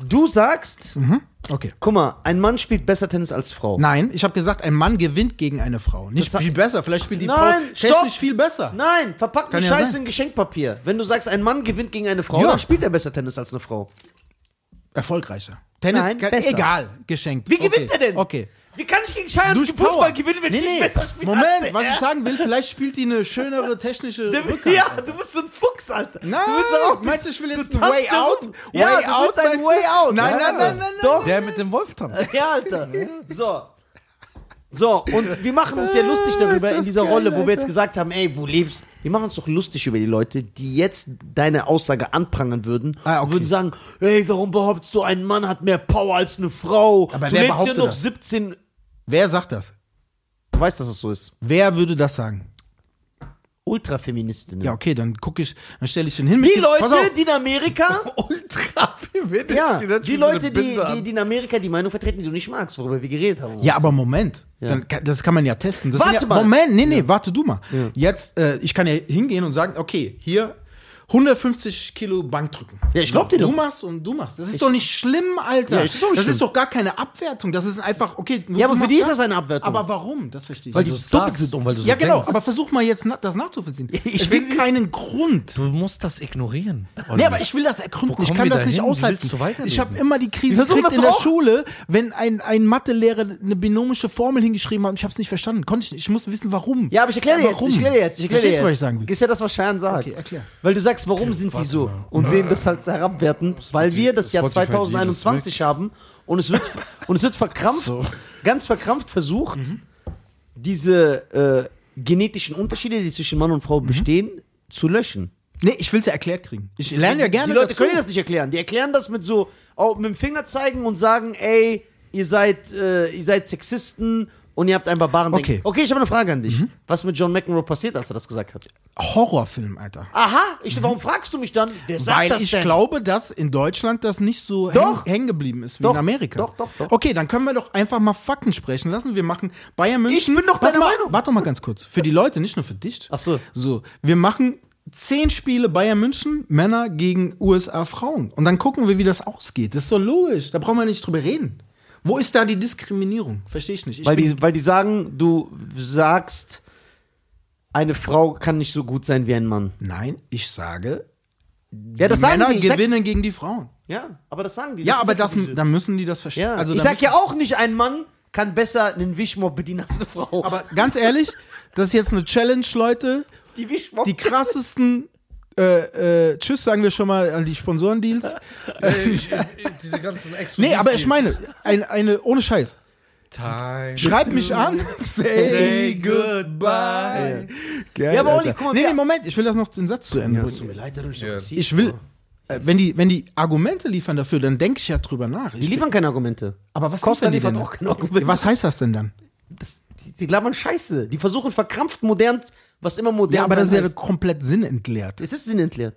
B: Du sagst,
C: Mhm. Okay.
B: guck mal, ein Mann spielt besser Tennis als Frau.
C: Nein, ich habe gesagt, ein Mann gewinnt gegen eine Frau. Nicht
B: Das hat-
C: viel besser. Vielleicht spielt die
B: Nein,
C: Frau
B: stopp.
C: technisch viel besser.
B: Nein, verpack
C: Kann
B: die
C: ja
B: Scheiße
C: sein.
B: in Geschenkpapier. Wenn du sagst, ein Mann gewinnt gegen eine Frau,
C: Ja.
B: dann spielt er besser Tennis als eine Frau.
C: Erfolgreicher. Tennis,
B: Nein,
C: kann,
B: besser.
C: egal, geschenkt.
B: Wie gewinnt er denn?
C: Okay.
H: Wie kann ich gegen Scheiern
C: Durch Power.
H: Fußball gewinnen, wenn
C: Nee,
H: ich
C: nee.
H: nicht besser spiele? als
C: Moment,
H: der?
C: was ich sagen will, vielleicht spielt die eine schönere technische
H: Der-
B: *laughs*
C: Rückhand.
H: Ja, du bist so ein Fuchs, Alter.
C: Nein,
H: du willst auch
C: meinst du, ich will jetzt
H: du
C: ein Way
H: tanzt
C: Out?
H: herum.
C: Way
H: Ja, du
C: Out,
H: willst ein
C: meinst
H: Way
C: du?
H: Out.
C: Nein,
H: Ja.
C: nein, nein, nein,
H: Doch.
A: Der mit dem Wolf tanzt.
B: *laughs*
H: Ja, Alter.
C: Ne?
H: So. So, und wir machen uns ja lustig darüber
C: Ah, ist
H: in
C: das
H: dieser
C: geil,
H: Rolle, wo wir jetzt
C: Alter.
H: gesagt haben, ey, du lebst.
B: Wir machen uns doch lustig über die Leute, die jetzt deine Aussage anprangern würden
C: Ah,
B: und
C: okay.
B: würden sagen, hey, warum behauptest du, ein Mann hat mehr Power als eine Frau?
C: Aber
B: du
C: wer
B: lebst ja
C: behauptet
B: noch
C: das?
B: 17...
C: Wer sagt das?
B: Du weißt, dass das so ist.
C: Wer würde das sagen?
B: Ultrafeministinnen.
C: Ja, okay, dann gucke ich, dann stelle ich den hin. mit
B: Die
C: dem- Pass
B: Leute,
C: auf.
B: die in
C: *laughs*
B: Amerika...
A: Ultra feministisch.
B: Ja,
A: hat
B: die
A: schon so eine
B: Leute, die,
A: Binde an.
B: die, die in Amerika die Meinung vertreten, die du nicht magst, worüber wir geredet haben.
C: Ja, aber Moment. Dann, kann- das kann man ja testen. Das sind
B: Warte
C: ja,
B: mal.
C: Moment, nee, nee, warte du mal. Jetzt, äh, ich kann ja hingehen und sagen, okay, hier 150 Kilo Bank drücken.
B: Ja, ich glaub dir
C: Du
B: doch.
C: machst und du machst. Das ist doch nicht schlimm, Alter.
B: Ja, ist doch nicht
C: das ist
B: schlimm.
C: doch gar keine Abwertung. Das ist einfach, okay. nur
B: Ja,
C: du
B: aber für
C: machst
B: die ist das eine Abwertung.
C: Aber warum? Das verstehe ich.
A: weil
C: nicht.
A: die
B: du dumm
A: dumm
B: bist.
A: sind und weil du so
C: ja, genau.
A: denkst.
C: Aber versuch mal jetzt na, das nachzuvollziehen.
B: *laughs* Ich
C: es
B: will-
C: gibt keinen Grund.
A: du musst das ignorieren.
C: Nee, aber ich will das ergründen.
A: Wo
C: Ich
A: kommen
C: kann
A: wir
C: das
A: da
C: nicht
A: hin? Wie
C: aushalten.
A: willst du weiterleben?
C: ich habe immer die Krise
B: Wir versuchen
C: gekriegt
B: das
C: in der
B: doch auch.
C: Schule, wenn ein, ein Mathelehrer eine binomische Formel hingeschrieben hat und ich habe es nicht verstanden. Konnte ich, nicht. ich muss wissen, warum.
B: Ja, aber ich erkläre dir jetzt,
C: warum.
B: ich erkläre dir jetzt, ich erkläre dir
C: Verstehst
B: jetzt.
C: du, was ich sagen will?
B: Ist ja das, was Schein sagt.
C: Okay, erklär.
B: Weil du sagst, warum sind die so? Und sehen
C: Ah.
B: das halt herabwertend, weil wir das Jahr
A: Spotify, die ist
B: 2021 haben und es
C: *laughs*
B: wird, und es wird verkrampft, ganz verkrampft versucht,
C: Mhm.
B: diese äh, genetischen Unterschiede, die zwischen Mann und
C: Mhm.
B: Frau bestehen, zu löschen.
C: Nee, ich will es ja erklärt kriegen. Ich lerne ja gerne
B: Die Leute
C: dazu.
B: können das nicht erklären. Die erklären das mit so, oh, mit dem Finger zeigen und sagen, ey, ihr seid, äh, ihr seid Sexisten und ihr habt ein barbaren
C: Okay.
B: okay, Mhm. ich habe eine Frage an dich. Was mit John McEnroe passiert, als er das gesagt hat?
C: Horrorfilm, Alter.
B: Aha, ich, warum fragst du mich dann? Wer sagt das
C: Weil ich
B: denn?
C: glaube, dass in Deutschland das nicht so
B: Doch.
C: häng- hängen geblieben ist wie
B: Doch,
C: in Amerika.
B: doch, doch, doch.
C: Okay, dann können wir doch einfach mal Fakten sprechen lassen. Wir machen Bayern München.
B: bin doch
C: Pass
B: deiner
C: mal,
B: Meinung.
C: Warte doch mal ganz kurz. Für die Leute, nicht nur für dich.
B: Ach so.
C: So, wir machen zehn Spiele Bayern München, Männer gegen USA Frauen. Und dann gucken wir, wie das ausgeht. Das ist doch logisch. Da brauchen wir nicht drüber reden. Wo ist da die Diskriminierung? Verstehe ich nicht. Ich
B: weil,
C: bin-
B: die, weil die sagen, du sagst, eine Frau kann nicht so gut sein wie ein Mann.
C: Nein, ich sage,
B: Ja, das
C: die
B: sagen
C: Männer
B: die. Ich sag-
C: gewinnen gegen die Frauen.
B: Ja, aber das sagen die.
C: Ja,
B: ist
C: aber
B: ja
C: das,
B: diese-
C: dann müssen die das verstehen.
B: Ja.
C: Also,
B: ich
C: da
B: sag
C: müssen-
B: ja auch nicht, ein Mann kann besser einen Wischmob bedienen als eine Frau.
C: Aber ganz ehrlich, das ist jetzt eine Challenge, Leute.
B: die Wischmob.
C: Die krassesten. Äh, äh, tschüss, sagen wir schon mal an die Sponsorendeals.
A: Äh, diese ganzen Exklusiv
C: Nee, aber ich meine, ein, eine, ohne Scheiß.
A: Time.
C: Schreib mich *laughs* an. Say goodbye. Geil,
B: Ja, aber Olli,
C: Alter.
B: guck mal,
C: Nee,
B: wir-
C: nee, Moment, ich will das noch den Satz zu Ende
B: Tut mir
C: bringen.
B: leid, sei doch nicht so
A: Ja.
B: aggressiv.
C: Ich will, äh, wenn die, wenn die Argumente liefern dafür, dann denke ich ja drüber nach.
B: Die
C: Ich,
B: liefern keine Argumente.
C: aber was
B: Costa
C: liefern die
B: liefert
C: denn?
B: auch keine Argumente.
C: Was heißt das denn dann?
B: Das, die, die labern Scheiße. Die versuchen verkrampft modern, was immer modern
C: Ja, aber das ist
B: sein
C: ja
B: heißt.
C: komplett sinnentleert.
B: Es ist sinnentleert.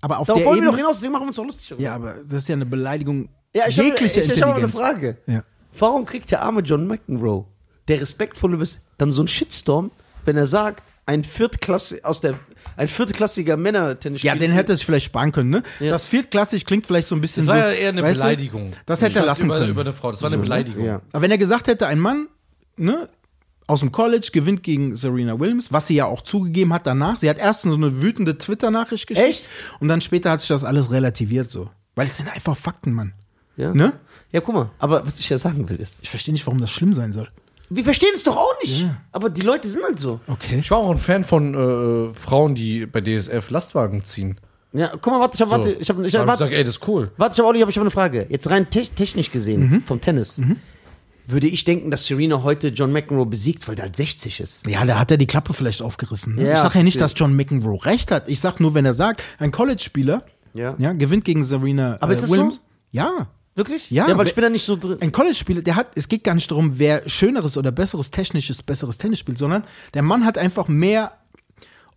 C: Aber auf
B: Darauf
C: der
B: wollen wir
C: Ebene.
B: doch hinaus, deswegen machen wir uns doch lustig. darüber.
C: Ja, aber das ist ja eine Beleidigung
B: Ja, ich
C: jeglicher
B: hab, ich, ich hab mal eine
C: Intelligenz.
B: Frage.
C: Ja.
B: Warum kriegt der arme John McEnroe, der respektvolle ist, dann so einen Shitstorm, wenn er sagt, ein Viertklasse aus der ein viertklassiger Männertennis
C: ja, den hätte ich vielleicht sparen können, ne?
B: Ja.
C: Das viertklassig klingt vielleicht so ein bisschen
A: Das war
C: so,
A: ja eher eine
C: weißt du,
A: Beleidigung.
C: das hätte er
A: Statt
C: lassen
A: über,
C: können.
A: Über eine Frau. Das war eine Beleidigung.
B: ja.
C: Aber wenn er gesagt hätte, ein Mann, ne, aus dem College gewinnt gegen Serena Williams, was sie ja auch zugegeben hat danach. Sie hat erst so eine wütende Twitter-Nachricht geschickt
B: Echt?
C: und dann später hat sich das alles relativiert so. Weil es sind einfach Fakten, Mann.
B: Ja.
C: Ne?
B: ja, guck mal, aber was ich ja sagen will ist,
C: Ich verstehe nicht, warum das schlimm sein soll.
B: wir verstehen es doch auch nicht. Aber die Leute sind halt so.
C: Okay.
A: Ich war auch ein Fan von äh, Frauen, die bei DSF Lastwagen ziehen.
B: Ja, guck mal, warte, ich hab,
A: So.
B: warte, ich hab, ich
A: Da
B: hab,
A: hab ich
B: warte,
A: gesagt, ey, das ist cool.
B: Warte, ich habe Olli, aber ich habe eine Frage. Jetzt rein te technisch gesehen, vom Tennis, würde ich denken, dass Serena heute John McEnroe besiegt, weil der halt 60 ist.
C: Ja, da hat er die Klappe vielleicht aufgerissen. Ne?
B: Ja,
C: ich sage ja nicht,
B: verstehe.
C: dass John McEnroe recht hat. Ich sage nur, wenn er sagt, ein College-Spieler
B: Ja.
C: ja, gewinnt gegen Serena äh,
B: Aber ist das
C: Williams.
B: so?
C: Ja.
B: Wirklich?
C: Ja,
B: ja weil
C: aber-
B: ich bin da nicht so drin.
C: Ein College-Spieler, der hat, es geht gar nicht darum, wer schöneres oder besseres technisches, besseres Tennis spielt, sondern der Mann hat einfach mehr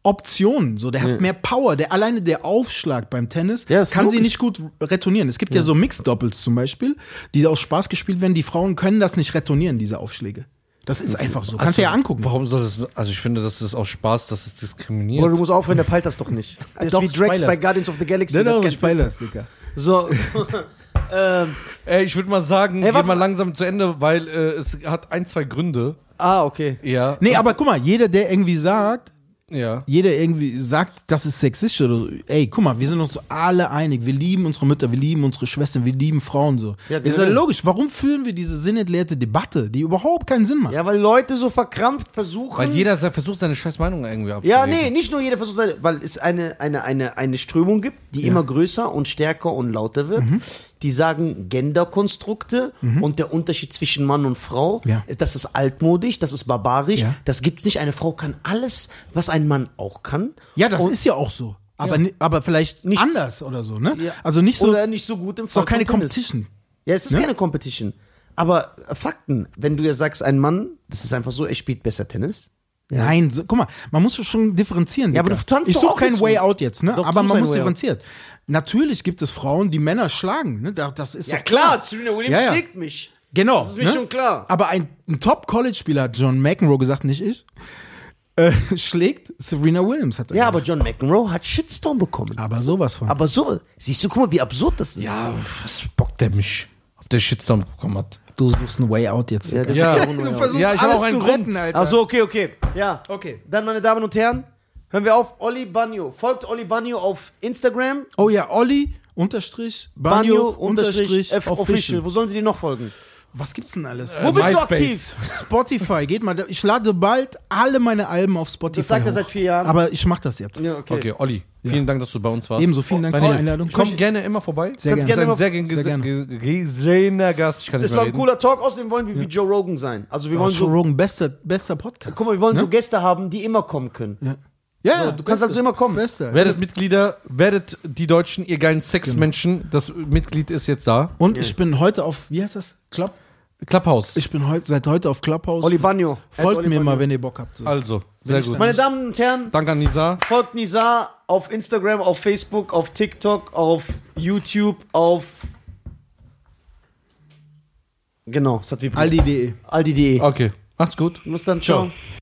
C: Optionen, so der hat mehr Power, der alleine der Aufschlag beim Tennis
B: Ja, ist
C: kann sie
B: logisch.
C: nicht gut retournieren. Es gibt ja, so Mixed-Doppels zum Beispiel, die aus Spaß gespielt werden. Die Frauen können das nicht retournieren, diese Aufschläge. Das ist einfach so. Kannst du ja angucken.
A: Warum soll das? Also ich finde, das ist auch Spaß, dass es diskriminiert.
B: Bro, du musst aufhören, der peilt das doch *laughs* nicht. Der ist
C: Doch,
B: wie Drax
C: ich peil
B: bei
C: das.
B: Guardians of the Galaxy.
C: Der
B: der
C: doch
B: kennt-
C: nicht Pfeilers, Dicker.
B: so, *laughs* ähm,
A: Ey, ich würde mal sagen,
B: Ey,
A: geh
B: warte
A: mal
B: mal.
A: langsam zu Ende, weil äh, es hat ein, zwei Gründe.
B: ah, okay.
A: Ja.
C: Nee, aber guck mal, jeder, der irgendwie sagt,
A: Ja.
C: jeder irgendwie sagt, das ist sexistisch oder ey, guck mal, wir sind uns alle einig, wir lieben unsere Mütter, wir lieben unsere Schwestern, wir lieben Frauen so.
B: Ja,
C: ist ja
B: generell.
C: logisch, warum führen wir diese sinnentleerte Debatte, die überhaupt keinen Sinn macht?
B: Ja, weil Leute so verkrampft versuchen.
C: Hm.
A: Weil jeder se- versucht, seine scheiß Meinung irgendwie abzugeben.
B: ja, nee, nicht nur jeder versucht, weil es eine, eine, eine, eine Strömung gibt, die immer größer und stärker und lauter wird.
C: Mhm.
B: Die sagen Genderkonstrukte und der Unterschied zwischen Mann und Frau,
C: Ja.
B: das ist altmodisch, das ist barbarisch,
C: Ja.
B: das gibt's nicht. Eine Frau kann alles, was ein Mann auch kann.
C: Ja, das
B: Und-
C: ist ja auch so. Aber, ni- aber vielleicht
B: Nicht-
C: anders oder so, ne?
B: Ja.
C: Also nicht so,
B: Oder nicht so gut im
C: ist auch keine
B: von Tennis.
C: Competition.
B: Ja, es ist
C: Ne?
B: keine Competition. Aber äh, Fakten, wenn du ja sagst, ein Mann, das ist einfach so, er spielt besser Tennis.
C: Nein, so, guck mal, man muss schon differenzieren.
B: Ja, aber
C: Dicker.
B: du tanzt
C: ich
B: doch
C: suche
B: auch
C: keinen
B: dazu.
C: Way Out jetzt, ne?
B: Doch,
C: aber
B: du
C: man
B: suchst
C: muss
B: einen Way Out.
C: differenziert. Natürlich gibt es Frauen, die Männer schlagen, ne? Da- Das ist doch
B: Serena
C: Williams Ja, ja. schlägt
B: mich.
C: Genau.
B: Das ist mir schon klar.
C: Aber ein, ein Top-College-Spieler hat John McEnroe gesagt, nicht ich, äh, *laughs* schlägt Serena Williams. Hat er
B: Ja, aber
C: gesagt.
B: John McEnroe hat Shitstorm bekommen.
C: aber sowas von.
B: Aber so, siehst du, guck mal, wie absurd das ist.
A: Ja, was bockt der mich? Ob der Shitstorm bekommen hat.
C: du suchst einen Way Out jetzt.
B: Ja,
C: Digga.
B: das-
A: Ja,
C: Du versuchst
A: ja ich habe
C: alles
A: auch einen
C: zu
A: Grund.
C: retten, Alter.
B: Ach so, okay, okay. Ja.
C: halt, Okay.
B: Dann, meine Damen und Herren, hören wir auf. Olli Bagno. Folgt Olli Bagno auf Instagram.
C: Oh ja, Olli unterstrich Banjo unterstrich Äh,
B: F official. Wo sollen sie dir noch folgen?
C: Was gibt's denn alles? Äh,
B: Wo bist du
A: MySpace.
B: aktiv?
C: Spotify, geht mal. da- Ich lade bald alle meine Alben auf Spotify.
B: sagt er
C: hoch.
B: seit vier Jahren.
C: Aber ich mach das jetzt.
B: Ja,
A: Okay, Olli, vielen Dank, dass du bei uns warst.
C: Ebenso vielen Dank für die
A: Daniel,
C: Einladung.
A: Komm gerne immer vorbei.
C: Sehr
A: Kannst
C: gerne.
A: sein, Sehr
C: Sehr
A: gerne.
C: gerne.
A: ge- Gesehener Gast. Ich kann nicht
B: Das war
A: mehr
B: ein
A: reden.
B: cooler Talk. Außerdem wollen wir wie Joe Rogan sein. Also wir
C: Oh,
B: wollen
C: Joe
B: so,
C: Rogan, Ne? bester, bester Podcast.
B: guck mal, wir wollen so Gäste haben, die immer kommen können.
C: ja. Ja,
B: So, du kannst also immer kommen.
C: Bester.
A: Werdet Mitglieder, werdet die Deutschen, ihr geilen
C: Genau.
A: Sexmenschen. Das Mitglied ist jetzt da.
C: Und ich bin heute auf, wie heißt das? Club?
A: Clubhouse.
C: Ich bin heute, seit heute auf Clubhouse.
B: Olli Bagno. At
C: Folgt
B: Olli
C: mir
B: Bagno.
C: mal, wenn ihr Bock habt. So.
A: also, sehr gut.
B: Meine Damen und Herren,
A: Danke an Nisa.
B: folgt Nizar auf Instagram, auf Facebook, auf TikTok, auf YouTube, auf. Genau, es hat vibriert.
C: Aldi.de.
B: Aldi.de.
A: Okay, macht's gut.
B: Muss dann, ciao.
A: Ciao.